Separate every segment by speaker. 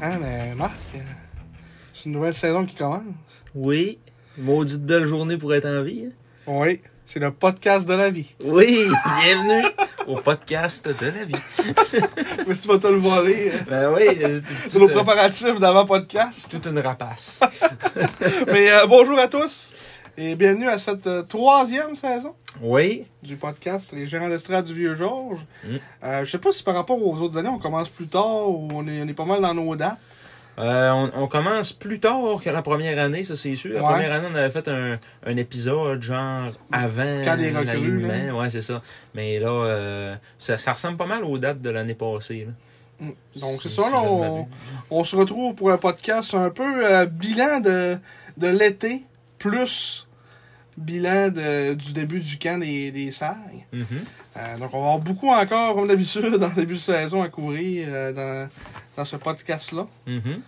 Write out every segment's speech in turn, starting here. Speaker 1: Ah, mais Marc, euh, c'est une nouvelle saison qui commence.
Speaker 2: Oui. Maudite belle journée pour être en vie. hein.
Speaker 1: Oui, c'est le podcast de la vie.
Speaker 2: Oui, bienvenue au podcast de la vie.
Speaker 1: Mais si tu vas te le voler, euh,
Speaker 2: Ben oui, euh,
Speaker 1: c'est
Speaker 2: tout,
Speaker 1: nos
Speaker 2: euh,
Speaker 1: préparatifs d'avant-podcast.
Speaker 2: toute une rapace.
Speaker 1: Mais euh, bonjour à tous et bienvenue à cette euh, troisième saison
Speaker 2: Oui,
Speaker 1: du podcast Les Gérants d'Estrade du Vieux-Georges.
Speaker 2: Mm.
Speaker 1: Euh, je sais pas si par rapport aux autres années, on commence plus tard ou on est, on est pas mal dans nos dates.
Speaker 2: euh, on, on commence plus tard que la première année, ça c'est sûr. La
Speaker 1: Ouais.
Speaker 2: première année, on avait fait un, un épisode genre avant
Speaker 1: Quand les recrues, là.
Speaker 2: l'alignement. Ouais, c'est ça. Mais là, euh, ça, ça ressemble pas mal aux dates de l'année passée. là.
Speaker 1: Mm. Donc c'est
Speaker 2: Si-
Speaker 1: ça,
Speaker 2: si
Speaker 1: là,
Speaker 2: je ne
Speaker 1: on, on se retrouve pour un podcast un peu euh, bilan de, de l'été, plus bilan de- du début du camp des, des Serres.
Speaker 2: Mhm.
Speaker 1: Euh, donc, on va avoir beaucoup encore, comme d'habitude, dans le début de saison à couvrir euh, dans, dans ce podcast-là.
Speaker 2: Mhm.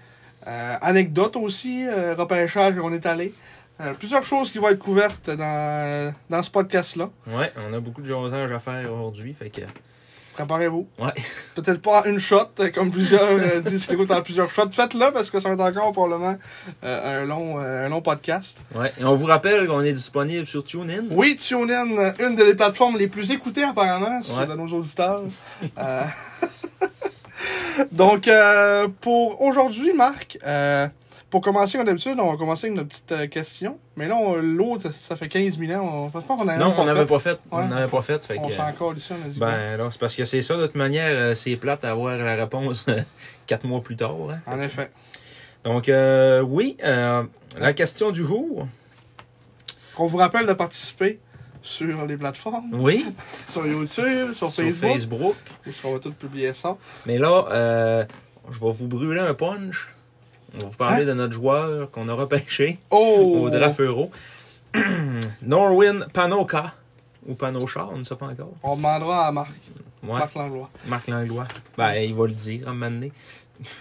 Speaker 1: Euh, anecdote aussi, euh, repêchage, on est allé. Euh, plusieurs choses qui vont être couvertes dans, dans ce podcast-là.
Speaker 2: Ouais, on a beaucoup de jasage à faire aujourd'hui. Fait que,
Speaker 1: Préparez-vous.
Speaker 2: ouais.
Speaker 1: Peut-être pas une shot, euh, comme plusieurs euh, disent qu'ils écoutent en plusieurs shots. Faites-le parce que ça va être encore probablement euh, un, long, euh, un long podcast.
Speaker 2: ouais. Et on vous rappelle qu'on est disponible sur TuneIn.
Speaker 1: Oui, TuneIn, euh, une des plateformes les plus écoutées apparemment sur
Speaker 2: Ouais.
Speaker 1: de nos auditeurs. Euh, Donc, euh, pour aujourd'hui, Marc, euh, pour commencer comme d'habitude, on va commencer avec une petite euh, question. Mais là, on- l'autre, ça fait 15 000 ans. On pense pas qu'on a
Speaker 2: Non,
Speaker 1: pas
Speaker 2: on n'avait
Speaker 1: Ah, fait.
Speaker 2: pas fait.
Speaker 1: Ouais.
Speaker 2: On n'avait pas fait. fait
Speaker 1: On
Speaker 2: que, euh,
Speaker 1: s'en encore ici, on a dit.
Speaker 2: ben là, c'est parce que c'est ça, de toute manière, euh, c'est plate d'avoir la réponse euh, quatre mois plus tard. hein.
Speaker 1: En effet.
Speaker 2: Donc euh, oui, euh, la question du jour.
Speaker 1: Qu'on vous rappelle de participer sur les plateformes,
Speaker 2: Oui.
Speaker 1: sur YouTube, sur, Facebook.
Speaker 2: Facebook.
Speaker 1: Parce qu'on va tout publier ça.
Speaker 2: Mais là, euh, je vais vous brûler un punch. On va vous parler de notre joueur qu'on a repêché
Speaker 1: Hein? Oh!
Speaker 2: au draft euro. Norwin Panoka. Ou Panocha, on ne sait pas encore.
Speaker 1: On demandera à Marc,
Speaker 2: Ouais,
Speaker 1: Marc Langlois.
Speaker 2: Marc Langlois. Ben, il va le dire à un moment donné.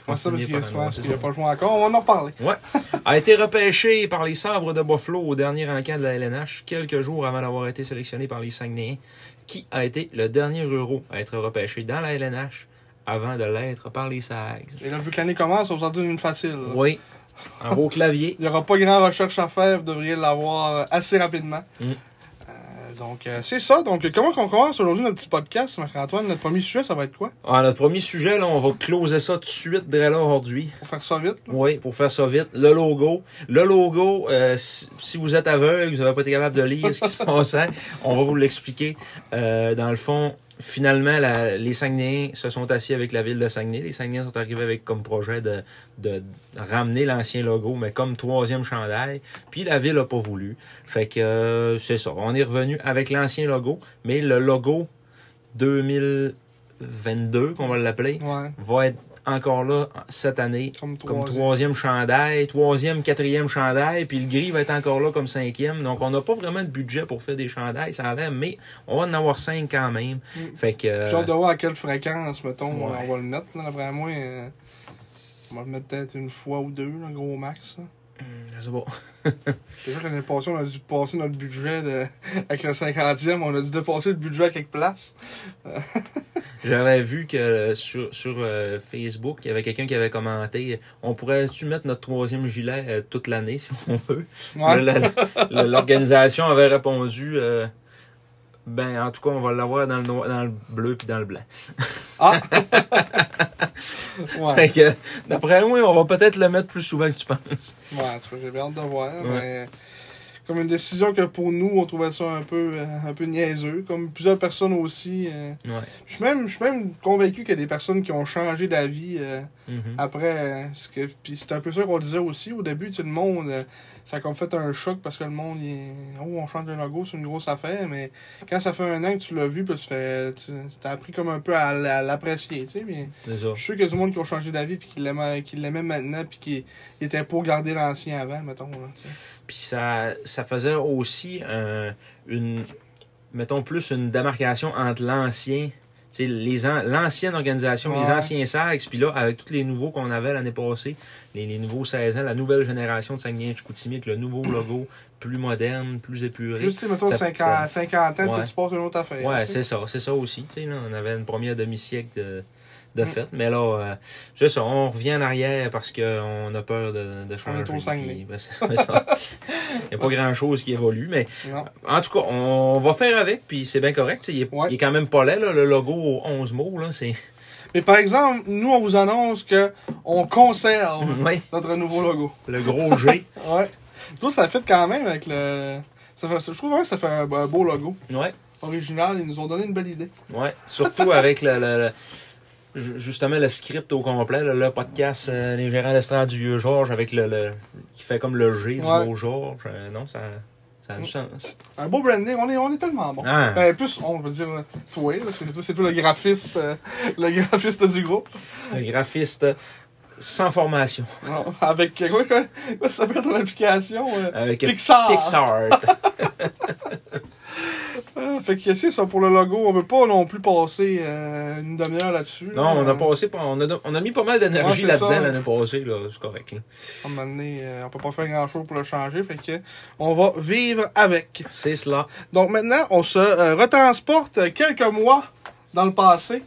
Speaker 1: Moi, ça, parce
Speaker 2: Il est
Speaker 1: qu'il
Speaker 2: pas
Speaker 1: je
Speaker 2: Langlois,
Speaker 1: pense
Speaker 2: c'est
Speaker 1: qu'il n'a
Speaker 2: ça.
Speaker 1: pas joué encore. On va en reparler.
Speaker 2: Ouais. A été repêché par les Sabres de Buffalo au dernier encamp de la LNH, quelques jours avant d'avoir été sélectionné par les Saguenayens, qui a été le dernier euro à être repêché dans la LNH avant de l'être par les Sags.
Speaker 1: Et là, vu que l'année commence, on vous en donne une facile. là.
Speaker 2: Oui, en beau clavier.
Speaker 1: Il n'y aura pas grand recherche à faire. Vous devriez l'avoir euh, assez rapidement.
Speaker 2: Mm.
Speaker 1: Euh, Donc, euh, c'est ça. Donc, euh, comment qu'on commence aujourd'hui notre petit podcast, Marc-Antoine? Notre premier sujet, ça va être quoi?
Speaker 2: Ah, notre premier sujet, là, on va closer ça tout de suite, dès là, aujourd'hui.
Speaker 1: Pour faire ça vite. là.
Speaker 2: Oui, pour faire ça vite, le logo. Le logo, euh, si si vous êtes aveugle, vous n'avez pas été capable de lire ce qui se passait, on va vous l'expliquer. Euh, dans le fond, finalement, la- les Saguenayens se sont assis avec la ville de Saguenay. Les Saguenayens sont arrivés avec comme projet de, de ramener l'ancien logo, mais comme troisième chandail. Puis la ville n'a pas voulu. Fait que euh, c'est ça. On est revenu avec l'ancien logo, mais le logo 2022, qu'on va l'appeler,
Speaker 1: Ouais.
Speaker 2: va être encore là cette année
Speaker 1: Comme
Speaker 2: comme
Speaker 1: trois.
Speaker 2: troisième chandail, troisième, quatrième chandail, puis le gris va être encore là comme cinquième. Donc, on n'a pas vraiment de budget pour faire des chandails, ça a l'air, mais on va en avoir cinq quand même.
Speaker 1: Mm.
Speaker 2: Fait que... euh,
Speaker 1: J'ai hâte de voir à quelle fréquence, mettons, on-
Speaker 2: Ouais.
Speaker 1: on va le mettre. Là, d'après moi, euh, on va le mettre peut-être une fois ou deux, là, gros max. là.
Speaker 2: je sais pas.
Speaker 1: Déjà, l'année passée, on a dû passer notre budget de... avec le 50e. On a dû dépasser le budget à quelques places.
Speaker 2: J'avais vu que euh, sur, sur euh, Facebook, il y avait quelqu'un qui avait commenté « On pourrait-tu mettre notre troisième gilet euh, toute l'année, si on veut?
Speaker 1: Ouais.
Speaker 2: Là, la- la- L'organisation avait répondu euh, Ben, en tout cas, on va l'avoir dans le, noir, dans le bleu puis dans le blanc.
Speaker 1: Ah! ouais.
Speaker 2: Fait que, d'après moi, on va peut-être le mettre plus souvent que tu penses.
Speaker 1: Ouais, en tout cas, j'ai bien hâte de voir.
Speaker 2: Ouais.
Speaker 1: Mais euh, comme une décision que pour nous, on trouvait ça un peu, euh, un peu niaiseux. Comme plusieurs personnes aussi. euh,
Speaker 2: Ouais.
Speaker 1: je suis même, je suis même convaincu qu'il y a des personnes qui ont changé d'avis euh,
Speaker 2: Mhm.
Speaker 1: après. euh, ce que, puis c'est un peu ça qu'on disait aussi. Au début, tu sais, le monde, euh, ça a comme fait un choc parce que le monde, il est, oh, on change de logo, c'est une grosse affaire. Mais quand ça fait un an que tu l'as vu, puis tu fais, tu t'as appris comme un peu à, l- à l'apprécier, tu sais. mais
Speaker 2: C'est ça.
Speaker 1: je suis sûr qu'il y a du monde qui ont changé d'avis puis qui l'aimaient qui l'aimaient maintenant puis qui était pour garder l'ancien avant, mettons. là, tu sais.
Speaker 2: Puis ça, ça faisait aussi un- une, mettons plus une démarcation entre l'ancien, tu sais, les an- l'ancienne organisation, les
Speaker 1: Ouais.
Speaker 2: anciens SARX, puis là, avec tous les nouveaux qu'on avait l'année passée, les, les nouveaux 16 ans, la nouvelle génération de Saguenay-Chicoutimi, avec le nouveau logo, plus moderne, plus épuré.
Speaker 1: Juste, tu sais, mettons,
Speaker 2: Ça-
Speaker 1: 50, 50 ans, tu sais,
Speaker 2: Ouais.
Speaker 1: tu passes une autre affaire.
Speaker 2: Ouais,
Speaker 1: tu sais.
Speaker 2: c'est ça, c'est ça aussi. tu sais, là, on avait une première demi-siècle de, de
Speaker 1: Mm.
Speaker 2: fête, mais là, euh, c'est ça, on revient en arrière parce qu'on a peur de, de changer.
Speaker 1: est au Saguenay.
Speaker 2: puis, ben, c'est- c'est ça. Il n'y a pas grand-chose qui évolue, mais
Speaker 1: Non.
Speaker 2: en tout cas, on va faire avec, puis c'est bien correct. tu sais, Il est,
Speaker 1: Ouais.
Speaker 2: il est quand même pas laid, là, le logo aux 11 mots. Là, c'est...
Speaker 1: Mais par exemple, nous, on vous annonce que on conserve
Speaker 2: Ouais,
Speaker 1: notre nouveau logo.
Speaker 2: le gros G.
Speaker 1: Ouais. Tout ça fait quand même avec le. Ça fait, je trouve vraiment que ça fait un, un beau logo.
Speaker 2: Ouais,
Speaker 1: Original, ils nous ont donné une belle idée.
Speaker 2: ouais. Surtout avec le, le- le- ju- justement le script au complet, là, le podcast euh, Les gérants d'estrade du vieux Georges avec le, le- qui fait comme le G du
Speaker 1: Ouais. Mm.
Speaker 2: gros Georges. Euh, non, ça, ça a du sens.
Speaker 1: Un beau branding, on est, on est tellement bon.
Speaker 2: Ah.
Speaker 1: Ben, plus, on veut dire, toi, là, parce que toi, c'est toi le graphiste, euh, le graphiste du groupe.
Speaker 2: Un graphiste sans formation.
Speaker 1: Non, Avec, euh, quoi, quoi, quoi ça s'appelle ton application? euh,
Speaker 2: Avec
Speaker 1: Pixar.
Speaker 2: Pixar.
Speaker 1: Ah, fait que c'est ça pour le logo. On veut pas non plus passer euh, une demi-heure là-dessus.
Speaker 2: non, on
Speaker 1: n'a
Speaker 2: a passé, pas- on a, on a mis pas mal d'énergie
Speaker 1: Ouais, c'est ça.
Speaker 2: là-dedans l'année passée, là, c'est correct. là.
Speaker 1: À un moment donné, euh, on peut pas faire grand-chose pour le changer. Fait que on va vivre avec.
Speaker 2: C'est cela.
Speaker 1: Donc maintenant, on se euh, retransporte quelques mois dans le passé.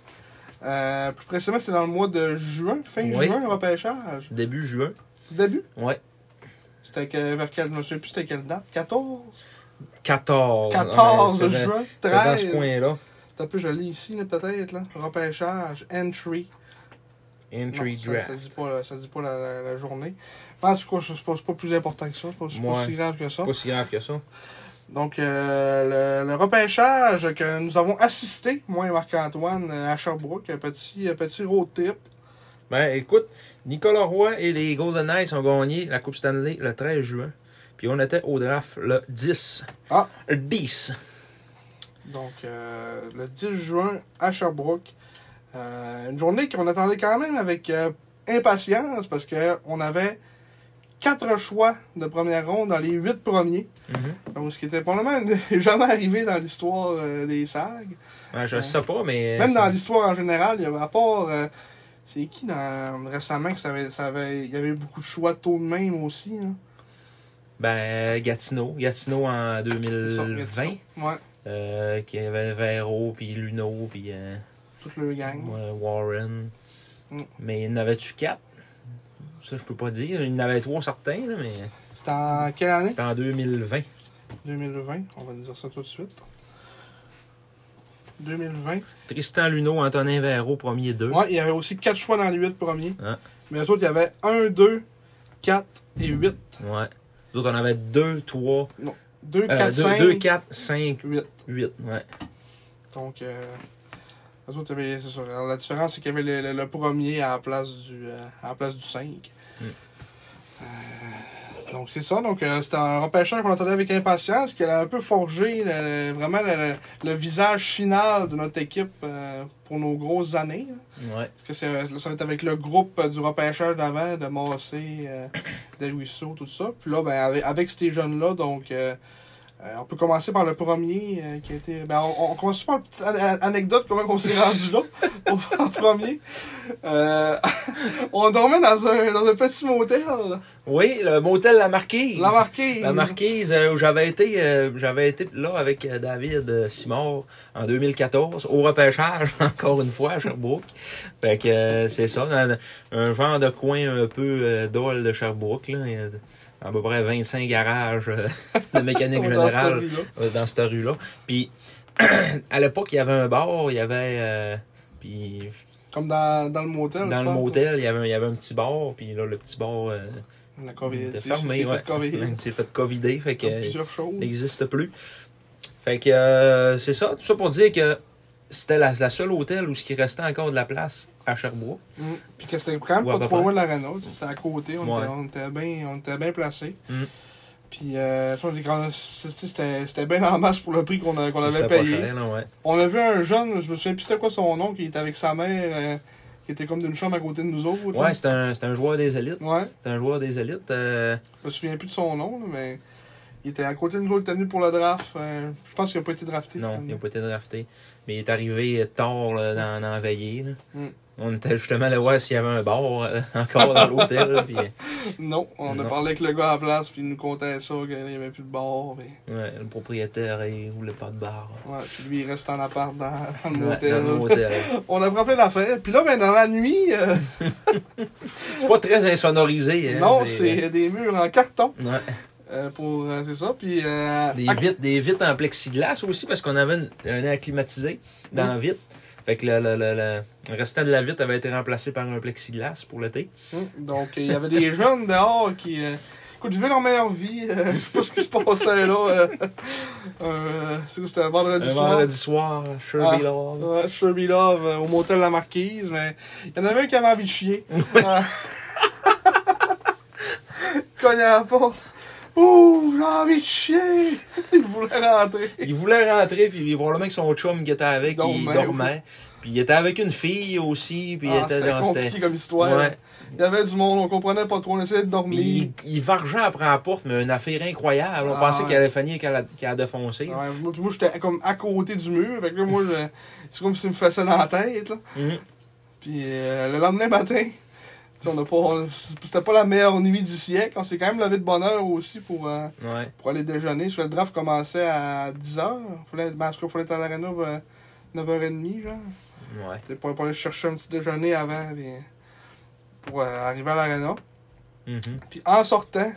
Speaker 1: Euh, plus précisément, c'est dans le mois de juin, fin
Speaker 2: Oui.
Speaker 1: juin, le repêchage.
Speaker 2: Début juin.
Speaker 1: Début.
Speaker 2: Ouais.
Speaker 1: C'était que- vers quelle, je me souviens plus c'était quelle date. 14?
Speaker 2: 14.
Speaker 1: 14
Speaker 2: Ouais, Oh, c'est dans-
Speaker 1: juin,
Speaker 2: c'est dans ce
Speaker 1: 13.
Speaker 2: coin-là.
Speaker 1: C'est un peu joli ici, là, peut-être, là. Repêchage, entry.
Speaker 2: Entry
Speaker 1: Non, ça,
Speaker 2: draft.
Speaker 1: ça dit pas, la- ça dit pas la, la- la journée. Enfin, en tout cas, c'est pas, c'est pas plus important que ça. C'est pas, c'est pas
Speaker 2: Ouais.
Speaker 1: si grave que ça.
Speaker 2: Pas si grave que ça.
Speaker 1: Donc, euh, le, le repêchage que nous avons assisté, moi et Marc-Antoine, euh, à Sherbrooke, un petit, un petit road trip.
Speaker 2: Ben, écoute, Nicolas Roy et les Golden Knights ont gagné la Coupe Stanley le 13 juin. Puis on était au draft le 10.
Speaker 1: Ah.
Speaker 2: 10.
Speaker 1: Donc, euh, le 10 juin à Sherbrooke. Euh, une journée qu'on attendait quand même avec euh, impatience parce qu'on avait quatre choix de première ronde dans les huit premiers.
Speaker 2: Mhm.
Speaker 1: Donc, ce qui était probablement jamais arrivé dans l'histoire euh, des SAG.
Speaker 2: Ouais, je sais pas, mais. euh,
Speaker 1: Même
Speaker 2: c'est-
Speaker 1: dans l'histoire en général, il y avait à part. euh, c'est qui dans, récemment que ça avait, ça avait- il y avait eu beaucoup de choix tôt de même aussi. hein?
Speaker 2: Ben, Gatineau. Gatineau en
Speaker 1: C'est ça,
Speaker 2: 2020.
Speaker 1: Gatineau. Ouais,
Speaker 2: Euh, qui avait Vero, puis Luno, puis euh,
Speaker 1: toute le gang.
Speaker 2: euh, Warren.
Speaker 1: Mm.
Speaker 2: Mais il y en avait-tu 4 Ça, je peux pas dire. Il y en avait 3 certains, là, mais
Speaker 1: C'était en quelle année
Speaker 2: c'était en 2020.
Speaker 1: 2020, on va dire ça tout de suite. 2020.
Speaker 2: Tristan Luneau, Antonin Véro, premier 2.
Speaker 1: Ouais, il y avait aussi 4 choix dans les 8 premiers.
Speaker 2: Ouais.
Speaker 1: Mais les autres, il y avait 1, 2, 4 et 8.
Speaker 2: Ouais. D'autres, on avait 2, 3, Euh,
Speaker 1: 2, 4,
Speaker 2: 2,
Speaker 1: 5,
Speaker 2: 4, 5,
Speaker 1: 8.
Speaker 2: 8. Ouais.
Speaker 1: Donc, euh, les autres, il y avait, c'est ça. Alors, la différence, c'est qu'il y avait le, le- le premier à la place du, euh, à la place du 5.
Speaker 2: Mm.
Speaker 1: donc, c'est ça. Donc, euh, c'était un repêcheur qu'on attendait avec impatience, qui a un peu forgé le- vraiment le, le visage final de notre équipe euh, pour nos grosses années. là.
Speaker 2: Ouais.
Speaker 1: Parce que c'est- ça va être avec le groupe euh, du repêchage d'avant, de Massé, euh, de Ruisseau, tout ça. Puis là, ben, avec, avec ces jeunes-là, donc, euh, euh, on peut commencer par le premier euh, qui a été. Ben, on, on commence par une petite an- an- anecdote, comment on s'est rendu là, au, en premier. Euh, on dormait dans un, dans un petit motel,
Speaker 2: Oui, le motel La Marquise.
Speaker 1: la marquise.
Speaker 2: La Marquise, euh, où j'avais été, euh, j'avais été là avec euh, David euh, Simard en 2014, au repêchage, encore une fois, à Sherbrooke. Fait que euh, c'est ça, dans un genre de coin un peu euh, dole de Sherbrooke, là. Il y a à peu près 25 garages euh, de mécanique
Speaker 1: On est dans cette
Speaker 2: générale.
Speaker 1: rue-là.
Speaker 2: euh, dans cette rue-là. Puis, à l'époque, il y avait un bar, il y avait. euh, puis,
Speaker 1: Comme dans, dans le motel.
Speaker 2: Dans
Speaker 1: tu
Speaker 2: le
Speaker 1: parles,
Speaker 2: motel, il y, avait un, il y avait un petit bar, puis là, le petit bar euh,
Speaker 1: ça? La COVID.
Speaker 2: était
Speaker 1: c'est-
Speaker 2: fermé.
Speaker 1: c'est
Speaker 2: ouais.
Speaker 1: fait COVID.
Speaker 2: C'est fait covider, fait que,
Speaker 1: Comme
Speaker 2: euh,
Speaker 1: plusieurs choses.
Speaker 2: il n'existe plus. Fait que euh, c'est ça, tout ça pour dire que c'était la, la seule hôtel où ce qui restait encore de la place à Sherbrooke.
Speaker 1: Mm. Puis que c'était quand même
Speaker 2: Ouais, à
Speaker 1: pas
Speaker 2: peu
Speaker 1: trop
Speaker 2: près.
Speaker 1: loin de l'aréna. C'était à côté. On,
Speaker 2: Ouais.
Speaker 1: était, on était bien, on était bien placés.
Speaker 2: Mm.
Speaker 1: Puis, euh, ça, on était grand- c'était- c'était c'était bien en masse pour le prix qu'on a- qu'on
Speaker 2: C'était
Speaker 1: avait
Speaker 2: pas
Speaker 1: payé.
Speaker 2: cher, là, ouais.
Speaker 1: On a vu un jeune, je me souviens plus c'était quoi son nom, qui était avec sa mère, euh, qui était comme d'une chambre à côté de nous autres. là.
Speaker 2: Ouais, c'était un, c'était un joueur des élites.
Speaker 1: Ouais.
Speaker 2: C'était un joueur des élites. euh,
Speaker 1: Je me souviens plus de son nom, là, mais il était à côté de nous autres, il était venu pour le draft. euh, je pense qu'il n'a pas été drafté.
Speaker 2: non, il
Speaker 1: finalement.
Speaker 2: n'a pas été drafté. Mais il est arrivé tard là, dans, dans la veillée. là.
Speaker 1: Mm.
Speaker 2: On était justement allé voir s'il y avait un bar euh, encore dans l'hôtel. là, puis, euh,
Speaker 1: Non, on a
Speaker 2: Non.
Speaker 1: parlé avec le gars à la place, puis il nous contait ça, qu'il n'y avait plus de bar. Mais...
Speaker 2: ouais, le propriétaire, il voulait pas de bar.
Speaker 1: Ouais, puis lui, il reste en appart dans, dans le
Speaker 2: Ouais,
Speaker 1: motel.
Speaker 2: dans l'hôtel.
Speaker 1: On a plein d'affaires. Puis là, ben, dans la nuit, euh,
Speaker 2: C'est pas très insonorisé. hein,
Speaker 1: non, c'est des murs en carton.
Speaker 2: Ouais.
Speaker 1: euh, pour, euh, c'est ça. Puis, euh,
Speaker 2: Des
Speaker 1: à-
Speaker 2: vitres, des vitres en plexiglas aussi, parce qu'on avait une- un air climatisé dans
Speaker 1: Mm.
Speaker 2: la vitre. Fait que le, le- le- le- le restant de la vitre avait été remplacé par un plexiglas pour l'été.
Speaker 1: Mm. Donc, euh, il y avait des jeunes dehors qui. euh, écoute, je veux leur meilleure vie. euh, je sais pas ce qui se passait là. euh, euh, c'est quoi, c'était un vendredi
Speaker 2: Un
Speaker 1: soir.
Speaker 2: vendredi soir, à Sherby
Speaker 1: Ah.
Speaker 2: Lord.
Speaker 1: Ouais, Sherby Love euh, au motel La Marquise, mais il y en avait un qui avait envie de chier. Ah. Cognait à la porte. Ouh, j'ai envie de chier! Il voulait rentrer.
Speaker 2: Il voulait rentrer, puis probablement que son chum qui était avec, il
Speaker 1: Dormait,
Speaker 2: dormait. Puis il était avec une fille aussi, puis il
Speaker 1: Ah,
Speaker 2: était
Speaker 1: c'était
Speaker 2: dans
Speaker 1: compliqué comme histoire.
Speaker 2: Ouais.
Speaker 1: Il y avait du monde, on comprenait pas trop, on essayait de
Speaker 2: Puis
Speaker 1: dormir.
Speaker 2: il, il vargeait après la porte, mais une affaire incroyable. On
Speaker 1: Ah,
Speaker 2: pensait
Speaker 1: ouais.
Speaker 2: qu'elle allait finir, qu'elle a- qu'elle a défoncé.
Speaker 1: Ouais, moi, puis moi, j'étais comme à côté du mur, fait que là, moi, je- c'est comme si me faisait dans la tête, là.
Speaker 2: Mhm.
Speaker 1: Puis euh, le lendemain matin, tu sais, on a pas, on- c'était pas la meilleure nuit du siècle, on s'est quand même levé de bonne heure aussi pour, euh,
Speaker 2: Ouais.
Speaker 1: pour aller déjeuner. Parce que le draft commençait à 10h, fallait, ben, en tout cas, fallait être à l'aréna vers 9h30, genre.
Speaker 2: Ouais.
Speaker 1: T'sais, pour, pour aller chercher un petit déjeuner avant, puis, pour euh, arriver à l'aréna.
Speaker 2: Mhm.
Speaker 1: Puis en sortant,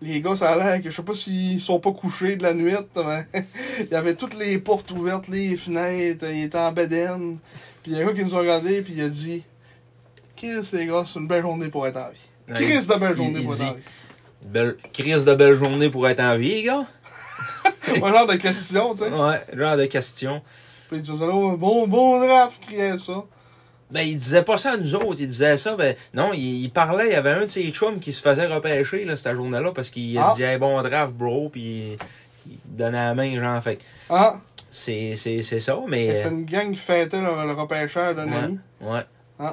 Speaker 1: les gars, ça a l'air que je sais pas s'ils sont pas couchés de la nuit, mais il y avait toutes les portes ouvertes, les fenêtres, ils étaient en bedaine. Puis il y a un gars qui nous a regardé puis il a dit Chris, les gars, c'est une belle journée pour être en vie.
Speaker 2: Ouais,
Speaker 1: Chris, de belle
Speaker 2: il-
Speaker 1: journée
Speaker 2: il
Speaker 1: pour être
Speaker 2: dit-
Speaker 1: en vie.
Speaker 2: Belle, crise de belle journée pour être en vie, les gars.
Speaker 1: Un genre de question, tu sais.
Speaker 2: Ouais, genre de question.
Speaker 1: Puis il disait Oh, bon, bon draft, criait ça.
Speaker 2: Ben, il disait pas ça à nous autres, il disait ça, ben, non, il, il parlait, il y avait un de ses chums qui se faisait repêcher, là, cette journée-là, parce qu'il
Speaker 1: Ah.
Speaker 2: disait, hey, bon draft, bro, puis il donnait la main, genre, fait que
Speaker 1: Hein?
Speaker 2: c'est, c'est, c'est ça, mais.
Speaker 1: Que C'est une gang qui fêtait le, le repêcheur d'un
Speaker 2: euh, ouais,
Speaker 1: ami.
Speaker 2: ouais.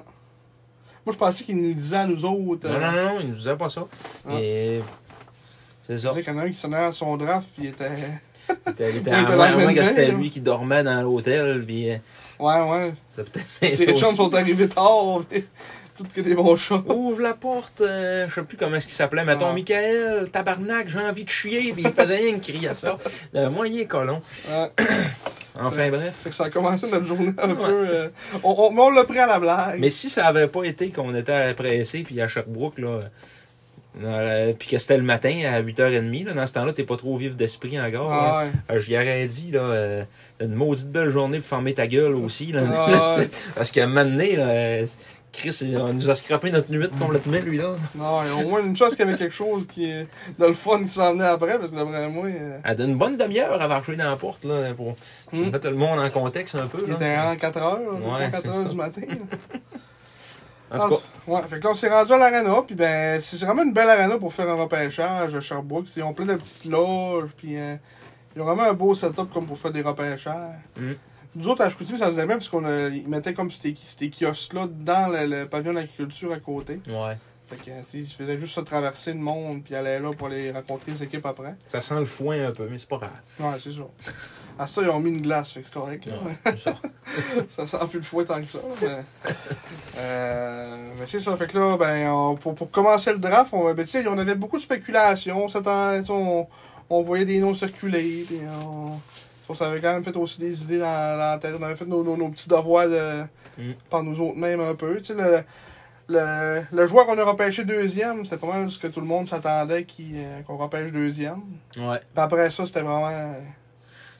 Speaker 1: Moi, je pensais qu'il nous disait à nous autres.
Speaker 2: Non,
Speaker 1: euh,
Speaker 2: non, non, non, il nous disait pas ça.
Speaker 1: Ah.
Speaker 2: Et. C'est
Speaker 1: je
Speaker 2: ça.
Speaker 1: disais qu'il y en a un qui s'en allait à son draft, puis il était.
Speaker 2: Il était,
Speaker 1: il
Speaker 2: il était
Speaker 1: était
Speaker 2: à
Speaker 1: dans
Speaker 2: moins-
Speaker 1: le
Speaker 2: à moins
Speaker 1: même
Speaker 2: que c'était
Speaker 1: bain, là.
Speaker 2: lui qui dormait dans l'hôtel, puis. euh,
Speaker 1: Ouais, ouais.
Speaker 2: C'est peut-être.
Speaker 1: Ces
Speaker 2: ça
Speaker 1: chums
Speaker 2: aussi.
Speaker 1: sont arrivés tard, mais toutes que des bons chats.
Speaker 2: Ouvre la porte, euh, je sais plus comment est-ce qu'il s'appelait, mettons,
Speaker 1: Ah.
Speaker 2: Michael, tabarnak, j'ai envie de chier, puis il faisait rien que crier ça. Euh, Le moyen colon.
Speaker 1: Ouais.
Speaker 2: Enfin
Speaker 1: C'est-
Speaker 2: bref.
Speaker 1: Fait que ça a commencé notre journée un peu. euh, on, on, mais on l'a pris à la blague.
Speaker 2: Mais si ça avait pas été qu'on était pressé puis à Sherbrooke, là, euh, puis que c'était le matin à 8h30, là, dans ce temps-là, t'es pas trop vif d'esprit encore. hein.
Speaker 1: Ah ouais.
Speaker 2: Euh, je lui aurais dit, là, euh, une maudite belle journée pour fermer ta gueule aussi. Là,
Speaker 1: Ah ouais.
Speaker 2: Parce qu'à un moment donné, là, euh, Chris, il- on nous a scrappé notre nuit complètement, lui, là.
Speaker 1: Non, et au moins une chose qu'il y avait quelque chose qui est de le fun qui s'en venait après, parce que d'après moi, euh,
Speaker 2: Elle donne une bonne demi-heure à marcher dans la porte, là, pour
Speaker 1: Hmm.
Speaker 2: mettre tout le monde en contexte un peu.
Speaker 1: il
Speaker 2: là.
Speaker 1: était en 4 heures,
Speaker 2: Ouais,
Speaker 1: ouais, 4
Speaker 2: c'est
Speaker 1: heures
Speaker 2: ça.
Speaker 1: du matin. là.
Speaker 2: En tout cas,
Speaker 1: Ouais, fait que là, on s'est rendu à l'aréna, puis ben, c'est vraiment une belle aréna pour faire un repêchage à Sherbrooke. Ils ont plein de petites loges, puis euh, ils ont vraiment un beau setup comme pour faire des repêchages.
Speaker 2: Mm.
Speaker 1: Nous autres, à Chicoutimi, ça faisait bien, parce qu'on a- ils mettaient comme ces, ces kiosques-là dans le, le pavillon d'agriculture à côté.
Speaker 2: Ah. ouais,
Speaker 1: Fait que, tu sais, ils faisaient juste se traverser le monde, puis aller là pour aller rencontrer les équipes après.
Speaker 2: ça sent le foin un peu, mais c'est pas grave.
Speaker 1: Ouais, c'est ça. À ça, ils ont mis une glace, fait que c'est correct. là.
Speaker 2: Ouais, c'est
Speaker 1: ça
Speaker 2: ça.
Speaker 1: sent plus le fouet tant que ça. là, Mais, Euh, mais c'est ça. Fait que là, ben, on- pour, pour commencer le draft, on, ben, tu sais, on avait beaucoup de spéculation. On, s'attendait- tu sais, on, on voyait des noms circuler. Puis on, on s'avait quand même fait aussi des idées dans, dans la tête. On avait fait nos, nos, nos petits devoirs de-
Speaker 2: Mm.
Speaker 1: par nous autres mêmes un peu. Tu sais, le, le, le joueur qu'on a repêché deuxième, c'était pas mal ce que tout le monde s'attendait qu'il, euh, qu'on repêche deuxième.
Speaker 2: Ouais.
Speaker 1: Puis après ça, c'était vraiment. euh,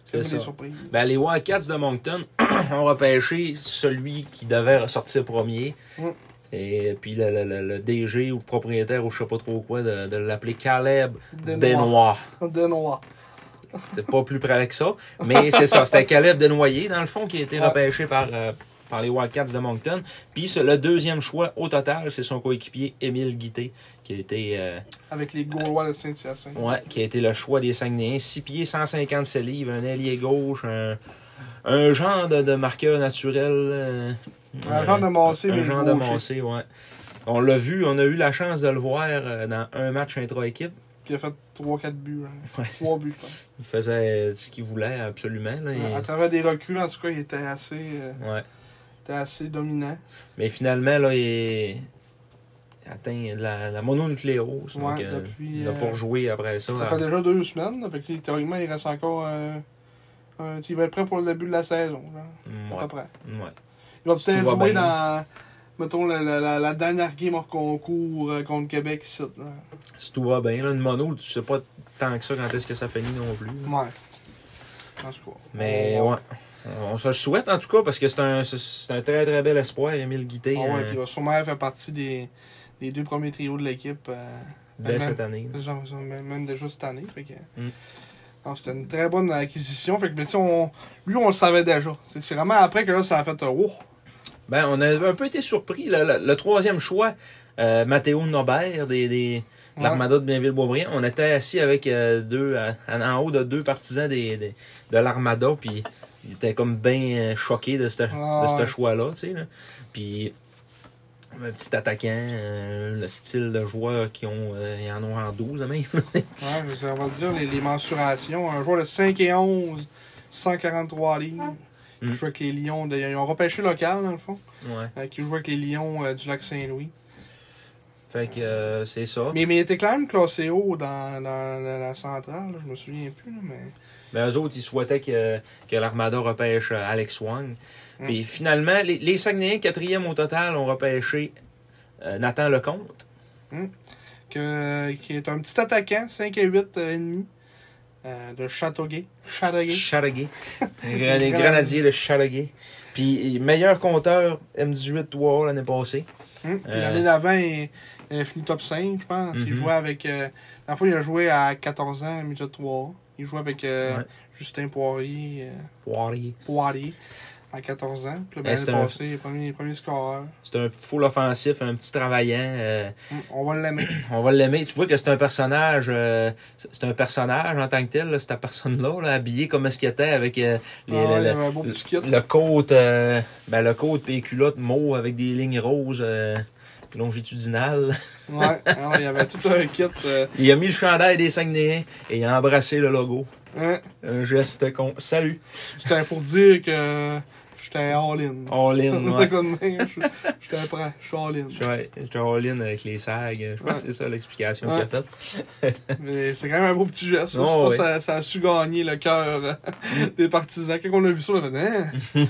Speaker 1: C'est
Speaker 2: ça.
Speaker 1: des surprises.
Speaker 2: Ben, les Wildcats de Moncton ont repêché celui qui devait ressortir premier.
Speaker 1: Mm.
Speaker 2: Et puis le, le- le- le DG ou le propriétaire ou je sais pas trop quoi de, de l'appeler Caleb
Speaker 1: Des noirs.
Speaker 2: Denois.
Speaker 1: Des noirs.
Speaker 2: C'est pas plus près que ça. Mais c'est ça, c'était Caleb Denoyer, dans le fond, qui a été
Speaker 1: Ouais.
Speaker 2: repêché par, euh, par les Wildcats de Moncton. Puis ce- le deuxième choix au total, c'est son coéquipier Émile Guité, qui a été euh,
Speaker 1: Avec les Gaulois de Saint-Hyacinthe.
Speaker 2: Ouais, qui a été le choix des Saguenayens. 6 pieds, 157 livres, un ailier gauche, un, un genre de, de marqueur naturel. euh,
Speaker 1: Un genre de massé,
Speaker 2: un
Speaker 1: mais
Speaker 2: genre de
Speaker 1: gaucher.
Speaker 2: massé, ouais. On l'a vu, on a eu la chance de le voir euh, dans un match intra-équipe.
Speaker 1: Puis il a fait 3-4 buts. hein.
Speaker 2: Ouais,
Speaker 1: 3 buts, je pense.
Speaker 2: il faisait ce qu'il voulait, absolument. là,
Speaker 1: À
Speaker 2: il-
Speaker 1: travers des recrues, en tout cas, il était assez, euh,
Speaker 2: ouais.
Speaker 1: était assez dominant.
Speaker 2: Mais finalement, là, il a atteint de la, la mononucléose. donc,
Speaker 1: Ouais,
Speaker 2: euh,
Speaker 1: depuis,
Speaker 2: il n'a
Speaker 1: euh,
Speaker 2: pas rejoué après ça.
Speaker 1: Ça
Speaker 2: Ah,
Speaker 1: fait déjà deux semaines. là, Fait que, théoriquement, il reste encore un. un- il va être prêt pour le début de la saison. Là, à peu
Speaker 2: ouais,
Speaker 1: près.
Speaker 2: ouais.
Speaker 1: Il va
Speaker 2: Si tout
Speaker 1: peut-être
Speaker 2: va
Speaker 1: jouer
Speaker 2: bien. hein.
Speaker 1: dans. Mettons la, la, la, la dernière game hors concours euh, contre Québec ici. Là.
Speaker 2: Si tout va bien, là, une mono, tu sais pas tant que ça quand est-ce que ça finit non plus. là.
Speaker 1: Ouais. En tout cas.
Speaker 2: Mais
Speaker 1: on-
Speaker 2: ouais. On se le souhaite en tout cas parce que c'est un, c'est- c'est un très très bel espoir, Émile Guité,
Speaker 1: Ah ouais,
Speaker 2: euh,
Speaker 1: puis il va sûrement faire partie des, des deux premiers trios de l'équipe. euh,
Speaker 2: dès
Speaker 1: Vraiment.
Speaker 2: cette année. là.
Speaker 1: Genre, genre, même même déjà cette année. Fait que,
Speaker 2: Mm.
Speaker 1: Non, c'était une très bonne acquisition. Fait que, mais tu sais, on, lui, on le savait déjà. C'est c'est vraiment après que là, ça a fait un oh.
Speaker 2: Ben, on a un peu été surpris. Le, le- le troisième choix, euh, Matteo Nobert des, des, de
Speaker 1: Ouais.
Speaker 2: l'Armada de Bienville-Beaubriand. On était assis avec euh, deux euh, en, en haut de deux partisans des, des- de l'Armada, puis ils étaient comme bien euh, choqués de ce
Speaker 1: Ah
Speaker 2: de ce
Speaker 1: ouais.
Speaker 2: choix-là, tu sais. là. Puis un petit attaquant, euh, le style de joueur qui ont, euh, ils en ont en 12 même.
Speaker 1: Ouais, je sais, on va le dire, les, les mensurations. Un joueur de 5 et 11, 143 livres.
Speaker 2: Mm.
Speaker 1: Qui joue avec les Lions. de- ils ont repêché local, dans le fond.
Speaker 2: ouais.
Speaker 1: euh, qui joue avec les Lions euh, du lac Saint-Louis.
Speaker 2: Fait que euh, c'est ça.
Speaker 1: Mais, mais il était quand même classé haut dans, dans la, la centrale. là, je me souviens plus. là, mais...
Speaker 2: Mais eux autres, ils souhaitaient que, que l'Armada repêche euh, Alex Wang.
Speaker 1: Mm.
Speaker 2: Puis finalement, les, les Saguenayens, quatrième au total, ont repêché euh, Nathan Lecomte.
Speaker 1: que- qui est un petit attaquant, 5 et 8 et demi, euh, de Châteauguay. Châteauguay.
Speaker 2: Charaguay. Les grenadiers de Charaguay. Puis meilleur compteur M18 3 l'année passée.
Speaker 1: Hum, puis
Speaker 2: Euh.
Speaker 1: L'année d'avant, il, il a fini top 5, je pense. Il
Speaker 2: Mhm.
Speaker 1: jouait avec. euh, la fois, il a joué à 14 ans, midget 3. Il jouait avec euh,
Speaker 2: Ouais.
Speaker 1: Justin Poirier, euh,
Speaker 2: Poirier.
Speaker 1: Poirier, à 14 ans. Puis là, ben,
Speaker 2: Ouais, c'est
Speaker 1: l'année
Speaker 2: un-
Speaker 1: passée, il premier, premier scoreur.
Speaker 2: C'est un full offensif, un petit travaillant. euh,
Speaker 1: Hum, on va l'aimer.
Speaker 2: on va l'aimer. Tu vois que c'est un personnage, euh, c'est c'est un personnage en tant que tel, là, cette personne-là, là, habillée comme ce qu'il était avec euh, les,
Speaker 1: Ah,
Speaker 2: le-
Speaker 1: il
Speaker 2: le-
Speaker 1: avait un beau petit kit.
Speaker 2: le, le côte, euh, ben, le côte puis les culottes mauves avec des lignes roses euh, longitudinales.
Speaker 1: Ouais, alors, il avait tout un kit. euh,
Speaker 2: Il a mis le chandail des Saguenayens et il a embrassé le logo.
Speaker 1: hein.
Speaker 2: Un geste con. Salut.
Speaker 1: C'était pour dire que j'étais all-in.
Speaker 2: All in, ouais.
Speaker 1: J'étais prêt, je suis all-in.
Speaker 2: Ouais, j'étais all in avec les sags. Je pense que c'est ça l'explication
Speaker 1: Ouais.
Speaker 2: qu'il a faite.
Speaker 1: Mais c'est quand même un beau petit geste. ça.
Speaker 2: Oh,
Speaker 1: je pense
Speaker 2: oui.
Speaker 1: que ça, ça a su gagner le cœur euh,
Speaker 2: Mm.
Speaker 1: des partisans. Quand on a vu ça, on a fait Hein?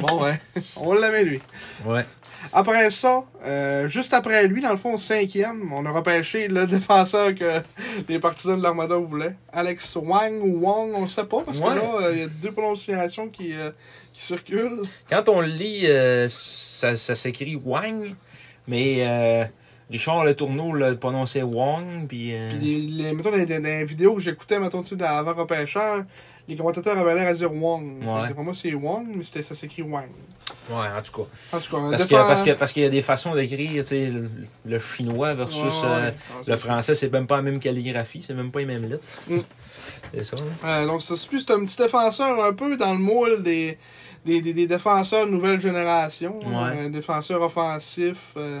Speaker 1: Bon, ouais, on l'avait lui.
Speaker 2: Ouais.
Speaker 1: Après ça, euh, juste après lui, dans le fond, cinquième, on a repêché le défenseur que les partisans de l'Armada voulaient. Alex Wang ou Wang, on ne sait pas, parce
Speaker 2: Ouais.
Speaker 1: que là, euh, il y a deux prononciations qui, euh, qui circulent.
Speaker 2: Quand on le lit, euh, ça, ça s'écrit Wang, mais euh, Richard Le Tourneau le prononçait Wang, puis. euh,
Speaker 1: Puis les, les- mettons, dans les, dans les vidéos que j'écoutais, mettons, tu sais, dans- avant repêcheur, les commentateurs avaient l'air à dire Wang.
Speaker 2: Ouais.
Speaker 1: Fait que Pour moi, c'est Wang, mais c'était- ça s'écrit Wang.
Speaker 2: Ouais, en tout cas.
Speaker 1: En tout cas, un
Speaker 2: Parce que
Speaker 1: défend-
Speaker 2: parce que parce qu'il y a des façons d'écrire, tu sais, le, le chinois versus
Speaker 1: Ouais, ouais,
Speaker 2: euh,
Speaker 1: ouais.
Speaker 2: le français, c'est même pas la même calligraphie, c'est même pas les mêmes lettres.
Speaker 1: Mm.
Speaker 2: C'est ça. hein?
Speaker 1: Euh, donc, ça, c'est plus c'est un petit défenseur un peu dans le moule des, des, des, des défenseurs nouvelle génération. hein,
Speaker 2: Ouais.
Speaker 1: Un défenseur offensif, euh,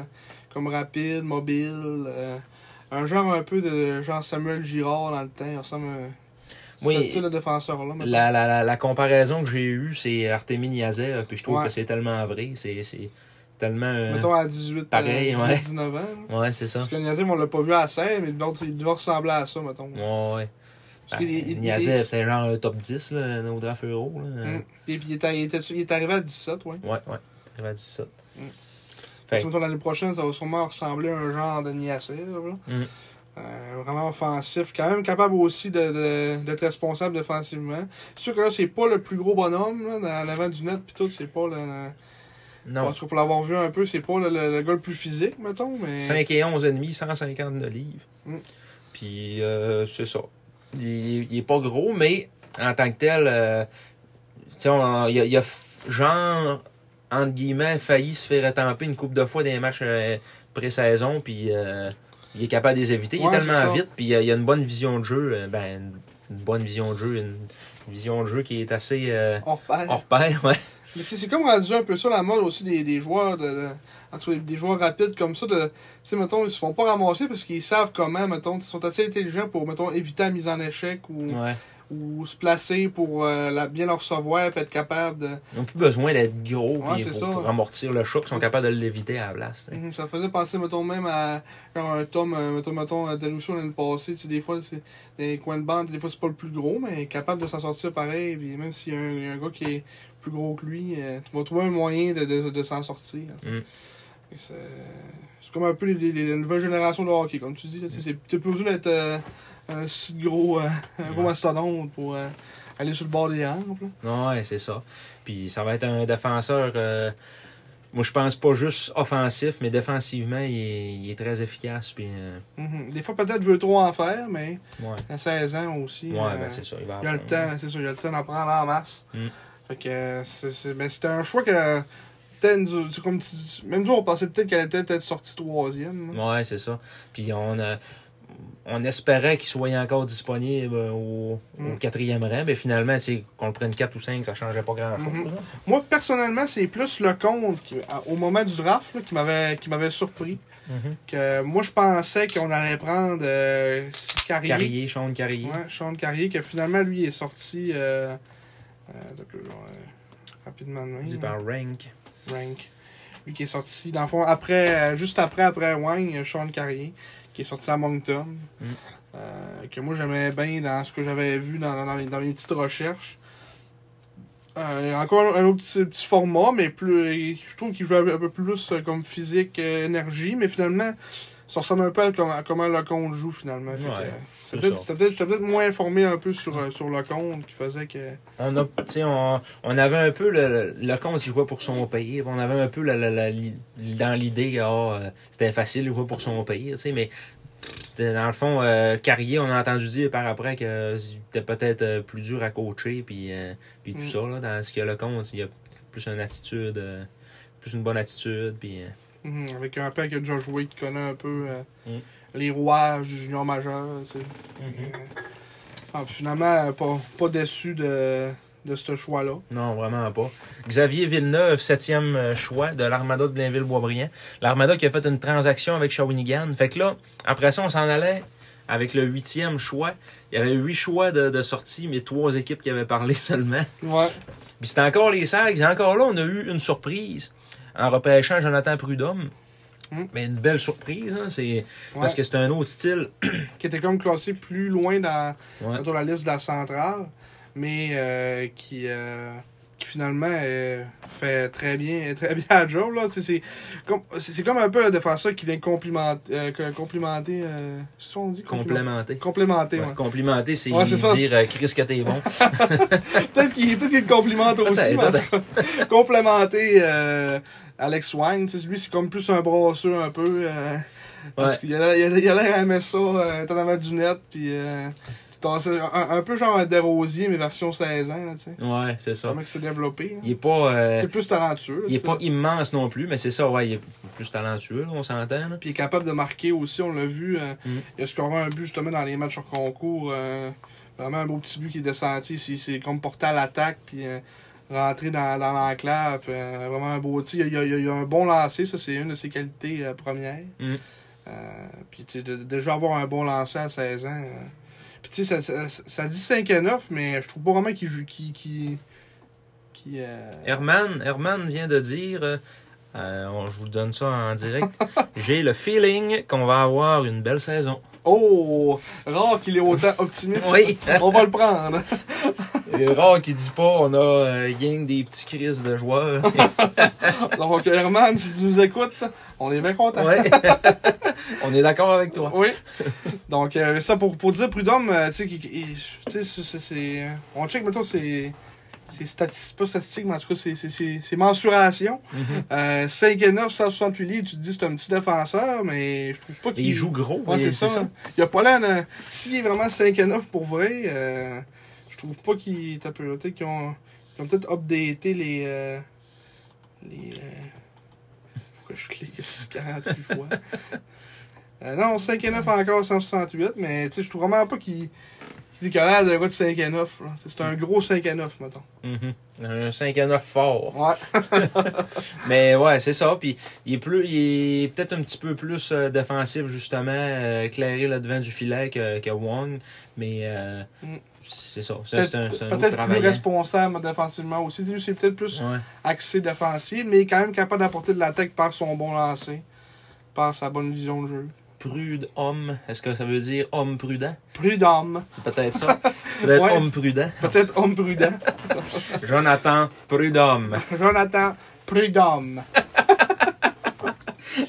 Speaker 1: comme rapide, mobile. euh, un genre un peu de genre Samuel Girard dans le temps. Il ressemble à c'est
Speaker 2: Oui,
Speaker 1: ce style de défenseur-là. mettons.
Speaker 2: La, la, la, la comparaison que j'ai eue, c'est Artemis Niazev, puis je trouve
Speaker 1: Ouais.
Speaker 2: que c'est tellement vrai, c'est c'est tellement. euh,
Speaker 1: Mettons à 18,
Speaker 2: pareil,
Speaker 1: euh,
Speaker 2: ouais.
Speaker 1: 19 ans. là.
Speaker 2: Ouais, c'est ça.
Speaker 1: Parce que Niazim, on l'a pas vu à 16, mais il doit, il doit ressembler à ça, mettons.
Speaker 2: Ouais, ouais.
Speaker 1: Parce qu'il il- il-
Speaker 2: Niazev, c'est genre un top 10 là, au draft euro. Là.
Speaker 1: il- Hum. Et puis, il est, il, était- il est arrivé à 17, ouais.
Speaker 2: Ouais, ouais. Arrivé à 17.
Speaker 1: Mm.
Speaker 2: Fait
Speaker 1: Tu sais, mettons, l'année prochaine, ça va sûrement ressembler à un genre de Niasev. là.
Speaker 2: Mm.
Speaker 1: Euh, vraiment offensif, quand même capable aussi de- de- d'être responsable défensivement. C'est sûr que là, c'est pas le plus gros bonhomme, là, dans l'avant du net, puis tout, c'est pas le. le-
Speaker 2: Non.
Speaker 1: En tout cas, pour l'avoir vu un peu, c'est pas le, le- le gars le plus physique, mettons, mais.
Speaker 2: 5 et 11 et demi, 159 livres.
Speaker 1: Mm.
Speaker 2: Puis euh, c'est ça. Il, il est pas gros, mais en tant que tel, euh, tu sais, on- il, a- il a f- genre, entre guillemets, failli se faire attemper une coupe de fois dans les matchs euh, pré-saison, puis euh, il est capable de les éviter. il
Speaker 1: Ouais,
Speaker 2: est
Speaker 1: c'est
Speaker 2: tellement
Speaker 1: ça.
Speaker 2: vite, puis euh, il a une bonne vision de jeu. euh, ben, une- une bonne vision de jeu, une vision de jeu qui est assez euh,
Speaker 1: On repère.
Speaker 2: hors pair, ouais.
Speaker 1: Mais tu sais, c'est comme rendu un peu ça la mode aussi des, des joueurs de, de- en tout cas, des joueurs rapides comme ça de tu sais mettons ils se font pas ramasser parce qu'ils savent comment mettons ils sont assez intelligents pour mettons éviter la mise en échec ou,
Speaker 2: ouais.
Speaker 1: ou se placer pour euh, la- bien leur recevoir puis être capable de
Speaker 2: Ils n'ont plus besoin d'être gros
Speaker 1: Ouais,
Speaker 2: puis
Speaker 1: c'est
Speaker 2: pour,
Speaker 1: ça.
Speaker 2: pour amortir le choc. Ils sont capables de l'éviter à la place. tu sais.
Speaker 1: Mhm, ça faisait penser mettons même à genre un Tom euh, mettons mettons à Delusion l'année passée tu sais des fois c'est des coins de bande des fois c'est pas le plus gros mais capable de s'en sortir pareil puis même s'il y a un, il y a un gars qui est plus gros que lui euh, tu vas trouver un moyen de, de, de s'en sortir tu sais.
Speaker 2: Mm.
Speaker 1: Et C'est c'est comme un peu les, les- les- la nouvelle génération de hockey, comme tu dis. là, tu sais, c'est- T'es pas besoin d'être euh, un si gros, euh, un gros
Speaker 2: Ouais.
Speaker 1: mastodonte pour euh, aller sur le bord des rampes. là.
Speaker 2: Ouais, c'est ça. Puis ça va être un défenseur. euh, moi, je pense pas juste offensif, mais défensivement, il est, il est très efficace. Puis, euh,
Speaker 1: Mhm. Des fois, peut-être veut trop en faire, mais
Speaker 2: ouais,
Speaker 1: à 16 ans aussi,
Speaker 2: ouais
Speaker 1: euh,
Speaker 2: ben, c'est ça. Il, va
Speaker 1: il y a le
Speaker 2: apprendre.
Speaker 1: temps, là, c'est sûr, il y a le temps d'en prendre en masse.
Speaker 2: Mm.
Speaker 1: Fait que euh, c'est- c'est- mais c'était un choix que. peut-être nous- c'est comme tu dis- même nous, on pensait peut-être qu'elle était peut-être sortie troisième. là.
Speaker 2: Ouais, c'est ça. Puis on, euh, on espérait qu'il soit encore disponible au, au
Speaker 1: Mm.
Speaker 2: quatrième rang, mais finalement, tu sais, qu'on le prenne 4 ou 5, ça changeait pas grand-chose.
Speaker 1: Mhm.
Speaker 2: là.
Speaker 1: Moi, personnellement, c'est plus le compte qui- à- au moment du draft là, qui m'avait qui m'avait surpris.
Speaker 2: Mhm.
Speaker 1: que moi je pensais qu'on allait prendre euh, Carrier.
Speaker 2: Carrier, Sean Carrier.
Speaker 1: Ouais, Sean Carrier, que finalement lui est sorti euh, euh, un peu, là, euh, rapidement de même,
Speaker 2: Dit
Speaker 1: là.
Speaker 2: par rank.
Speaker 1: Rank. Lui qui est sorti, dans le fond, après, euh, juste après, après Wang, euh, Sean Carrier, qui est sorti à Moncton.
Speaker 2: Mm.
Speaker 1: Euh, que moi j'aimais bien dans ce que j'avais vu dans, dans, dans mes, dans mes petites recherches. Euh, encore un autre petit, petit format, mais plus je trouve qu'il joue un, peu- un peu plus euh, comme physique, euh, énergie, mais finalement, ça ressemble un peu à, com- à comment Lecomte joue finalement. Fait que,
Speaker 2: Ouais,
Speaker 1: euh,
Speaker 2: c'est
Speaker 1: c'est peut-être-
Speaker 2: ça.
Speaker 1: c'est peut-être- J'étais peut-être moins informé un peu sur, euh, sur Lecomte qui faisait que.
Speaker 2: On, a, tu sais, on, on avait un peu le, le compte, il jouait pour son pays. On avait un peu la, la- la- li- dans l'idée que ah, euh, c'était facile, il jouait pour son pays. tu sais, Mais c'était- dans le fond, euh, Carrier, on a entendu dire par après que c'était peut-être euh, plus dur à coacher. Puis, euh, puis tout
Speaker 1: Mm.
Speaker 2: ça, là, dans ce qu'il y a le compte, il y a plus une attitude, euh, plus une bonne attitude. Puis, euh,
Speaker 1: Mhm, avec un père qui a déjà joué, qui connaît un peu euh,
Speaker 2: Mm.
Speaker 1: les rouages du junior majeur. tu sais. Ah, puis finalement, euh, pas, pas déçu de, de ce choix-là.
Speaker 2: Non, vraiment pas. Xavier Villeneuve, septième euh, choix de l'Armada de Blainville-Boisbriand. L'Armada qui a fait une transaction avec Shawinigan. Fait que là, après ça, on s'en allait avec le huitième choix. Il y avait huit choix de, de sortie, mais trois équipes qui avaient parlé seulement.
Speaker 1: Ouais.
Speaker 2: Puis c'était encore les Sags. Et encore là, on a eu une surprise en repêchant Jonathan Prudhomme.
Speaker 1: Mm.
Speaker 2: Mais une belle surprise, hein, c'est parce
Speaker 1: Ouais.
Speaker 2: que c'est un autre style.
Speaker 1: Qui était comme classé plus loin dans,
Speaker 2: Ouais.
Speaker 1: dans la liste de la centrale, mais euh, qui, euh, qui finalement euh, fait très bien, très bien à job. là. Tu sais, C'est comme, c'est c'est comme un peu un défenseur qui vient complimenter. euh, que- complimenter euh, c'est ça qu'on dit Compliment-
Speaker 2: Complémenté.
Speaker 1: Complémenter, ouais.
Speaker 2: Ouais, Complimenter, c'est
Speaker 1: Ouais, c'est ça.
Speaker 2: dire euh, Chris que t'es bon.
Speaker 1: Peut-être qu'il peut qu'il le complimente aussi.
Speaker 2: Peut-être,
Speaker 1: mais en tout cas, complémenter euh, Alex Wang, tu sais, lui, c'est comme plus un brasseux un peu. euh, Parce
Speaker 2: Ouais.
Speaker 1: qu'il a l'air- il a l'air à aimer ça, euh, être en avant du net, puis euh, tu t'en sais, un, un peu genre un Desrosiers, mais version 16 ans, là, tu sais.
Speaker 2: Ouais, c'est ça.
Speaker 1: Comment il s'est développé. là.
Speaker 2: Il est pas. euh,
Speaker 1: C'est plus talentueux. là,
Speaker 2: Il
Speaker 1: tu
Speaker 2: est
Speaker 1: peux-
Speaker 2: pas immense non plus, mais c'est ça, ouais, il est plus talentueux, là, on s'entend. là.
Speaker 1: Puis il est capable de marquer aussi, on l'a vu. euh,
Speaker 2: Mhm.
Speaker 1: Il a scoré un but justement dans les matchs hors concours. euh, vraiment un beau petit but qui est descendu. Il s'est comporté à l'attaque, puis euh, rentré dans, dans l'enclave. euh, vraiment un beau tir. Il, a- il a- il a un bon lancer, ça c'est une de ses qualités euh, premières.
Speaker 2: Mhm.
Speaker 1: Euh, puis tu sais, de- déjà avoir un bon lancer à 16 ans. euh, puis tu sais, ça, ça, ça dit 5 à 9, mais je trouve pas vraiment qu'il joue. Qui, qui, qui, euh,
Speaker 2: Herman, Herman vient de dire, euh, euh, on- je vous donne ça en direct, j'ai le feeling qu'on va avoir une belle saison.
Speaker 1: Oh! Rare qu'il est autant optimiste.
Speaker 2: Oui.
Speaker 1: On va le prendre.
Speaker 2: C'est rare qu'il dit pas, on a euh, gang des petits crises de joueurs.
Speaker 1: Donc, euh, Herman, si tu nous écoutes, on est bien content.
Speaker 2: Ouais. on est d'accord avec toi.
Speaker 1: Oui. Donc, euh, ça, pour, pour dire Prud'homme, euh, tu sais, qu'il- il- tu sais, c'est- c'est- c'est. euh, On check, mettons, c'est. C'est statistique, pas statistique, mais en tout cas, c'est- c'est- c'est c'est mensuration.
Speaker 2: Mhm.
Speaker 1: Euh, 5 et 9, 168 livres, tu te dis c'est un petit défenseur, mais je trouve pas
Speaker 2: Mais
Speaker 1: qu'il
Speaker 2: il joue gros.
Speaker 1: Ouais,
Speaker 2: mais
Speaker 1: c'est ça. hein. Il a pas l'air d'un- S'il est vraiment 5 à 9 pour vrai, euh, je trouve pas qu'il. T'as peut- peut-être qu'ils ont, ils ont peut-être updaté les. euh, les. euh, pourquoi je clique ici 48 fois Euh, Non, 5 à 9 encore 168, mais tu sais, je trouve vraiment pas qu'il. qu'il dit qu'il a l'air d'un gars de 5 à 9. là. C'est c'est un gros 5 à 9, mettons.
Speaker 2: Mhm. Un 5 à 9 fort.
Speaker 1: Ouais.
Speaker 2: Mais ouais, c'est ça. Puis il est plus, il est peut-être un petit peu plus euh, défensif justement, euh, éclairé le devant du filet que, que Wong. Mais euh,
Speaker 1: Mm.
Speaker 2: c'est ça. Ça,
Speaker 1: Peut-être
Speaker 2: C'est un, c'est un autre
Speaker 1: peut-être plus
Speaker 2: travail. hein.
Speaker 1: responsable défensivement aussi. Tu sais, C'est peut-être plus.
Speaker 2: Ouais.
Speaker 1: axé défensif, mais quand même capable d'apporter de l'attaque par son bon lancer, par sa bonne vision de jeu.
Speaker 2: Prude homme. Est-ce que ça veut dire homme prudent?
Speaker 1: Prud'homme.
Speaker 2: C'est peut-être ça. peut-être
Speaker 1: Ouais.
Speaker 2: homme prudent.
Speaker 1: Peut-être homme prudent.
Speaker 2: Jonathan Prudhomme.
Speaker 1: Jonathan, prud'homme.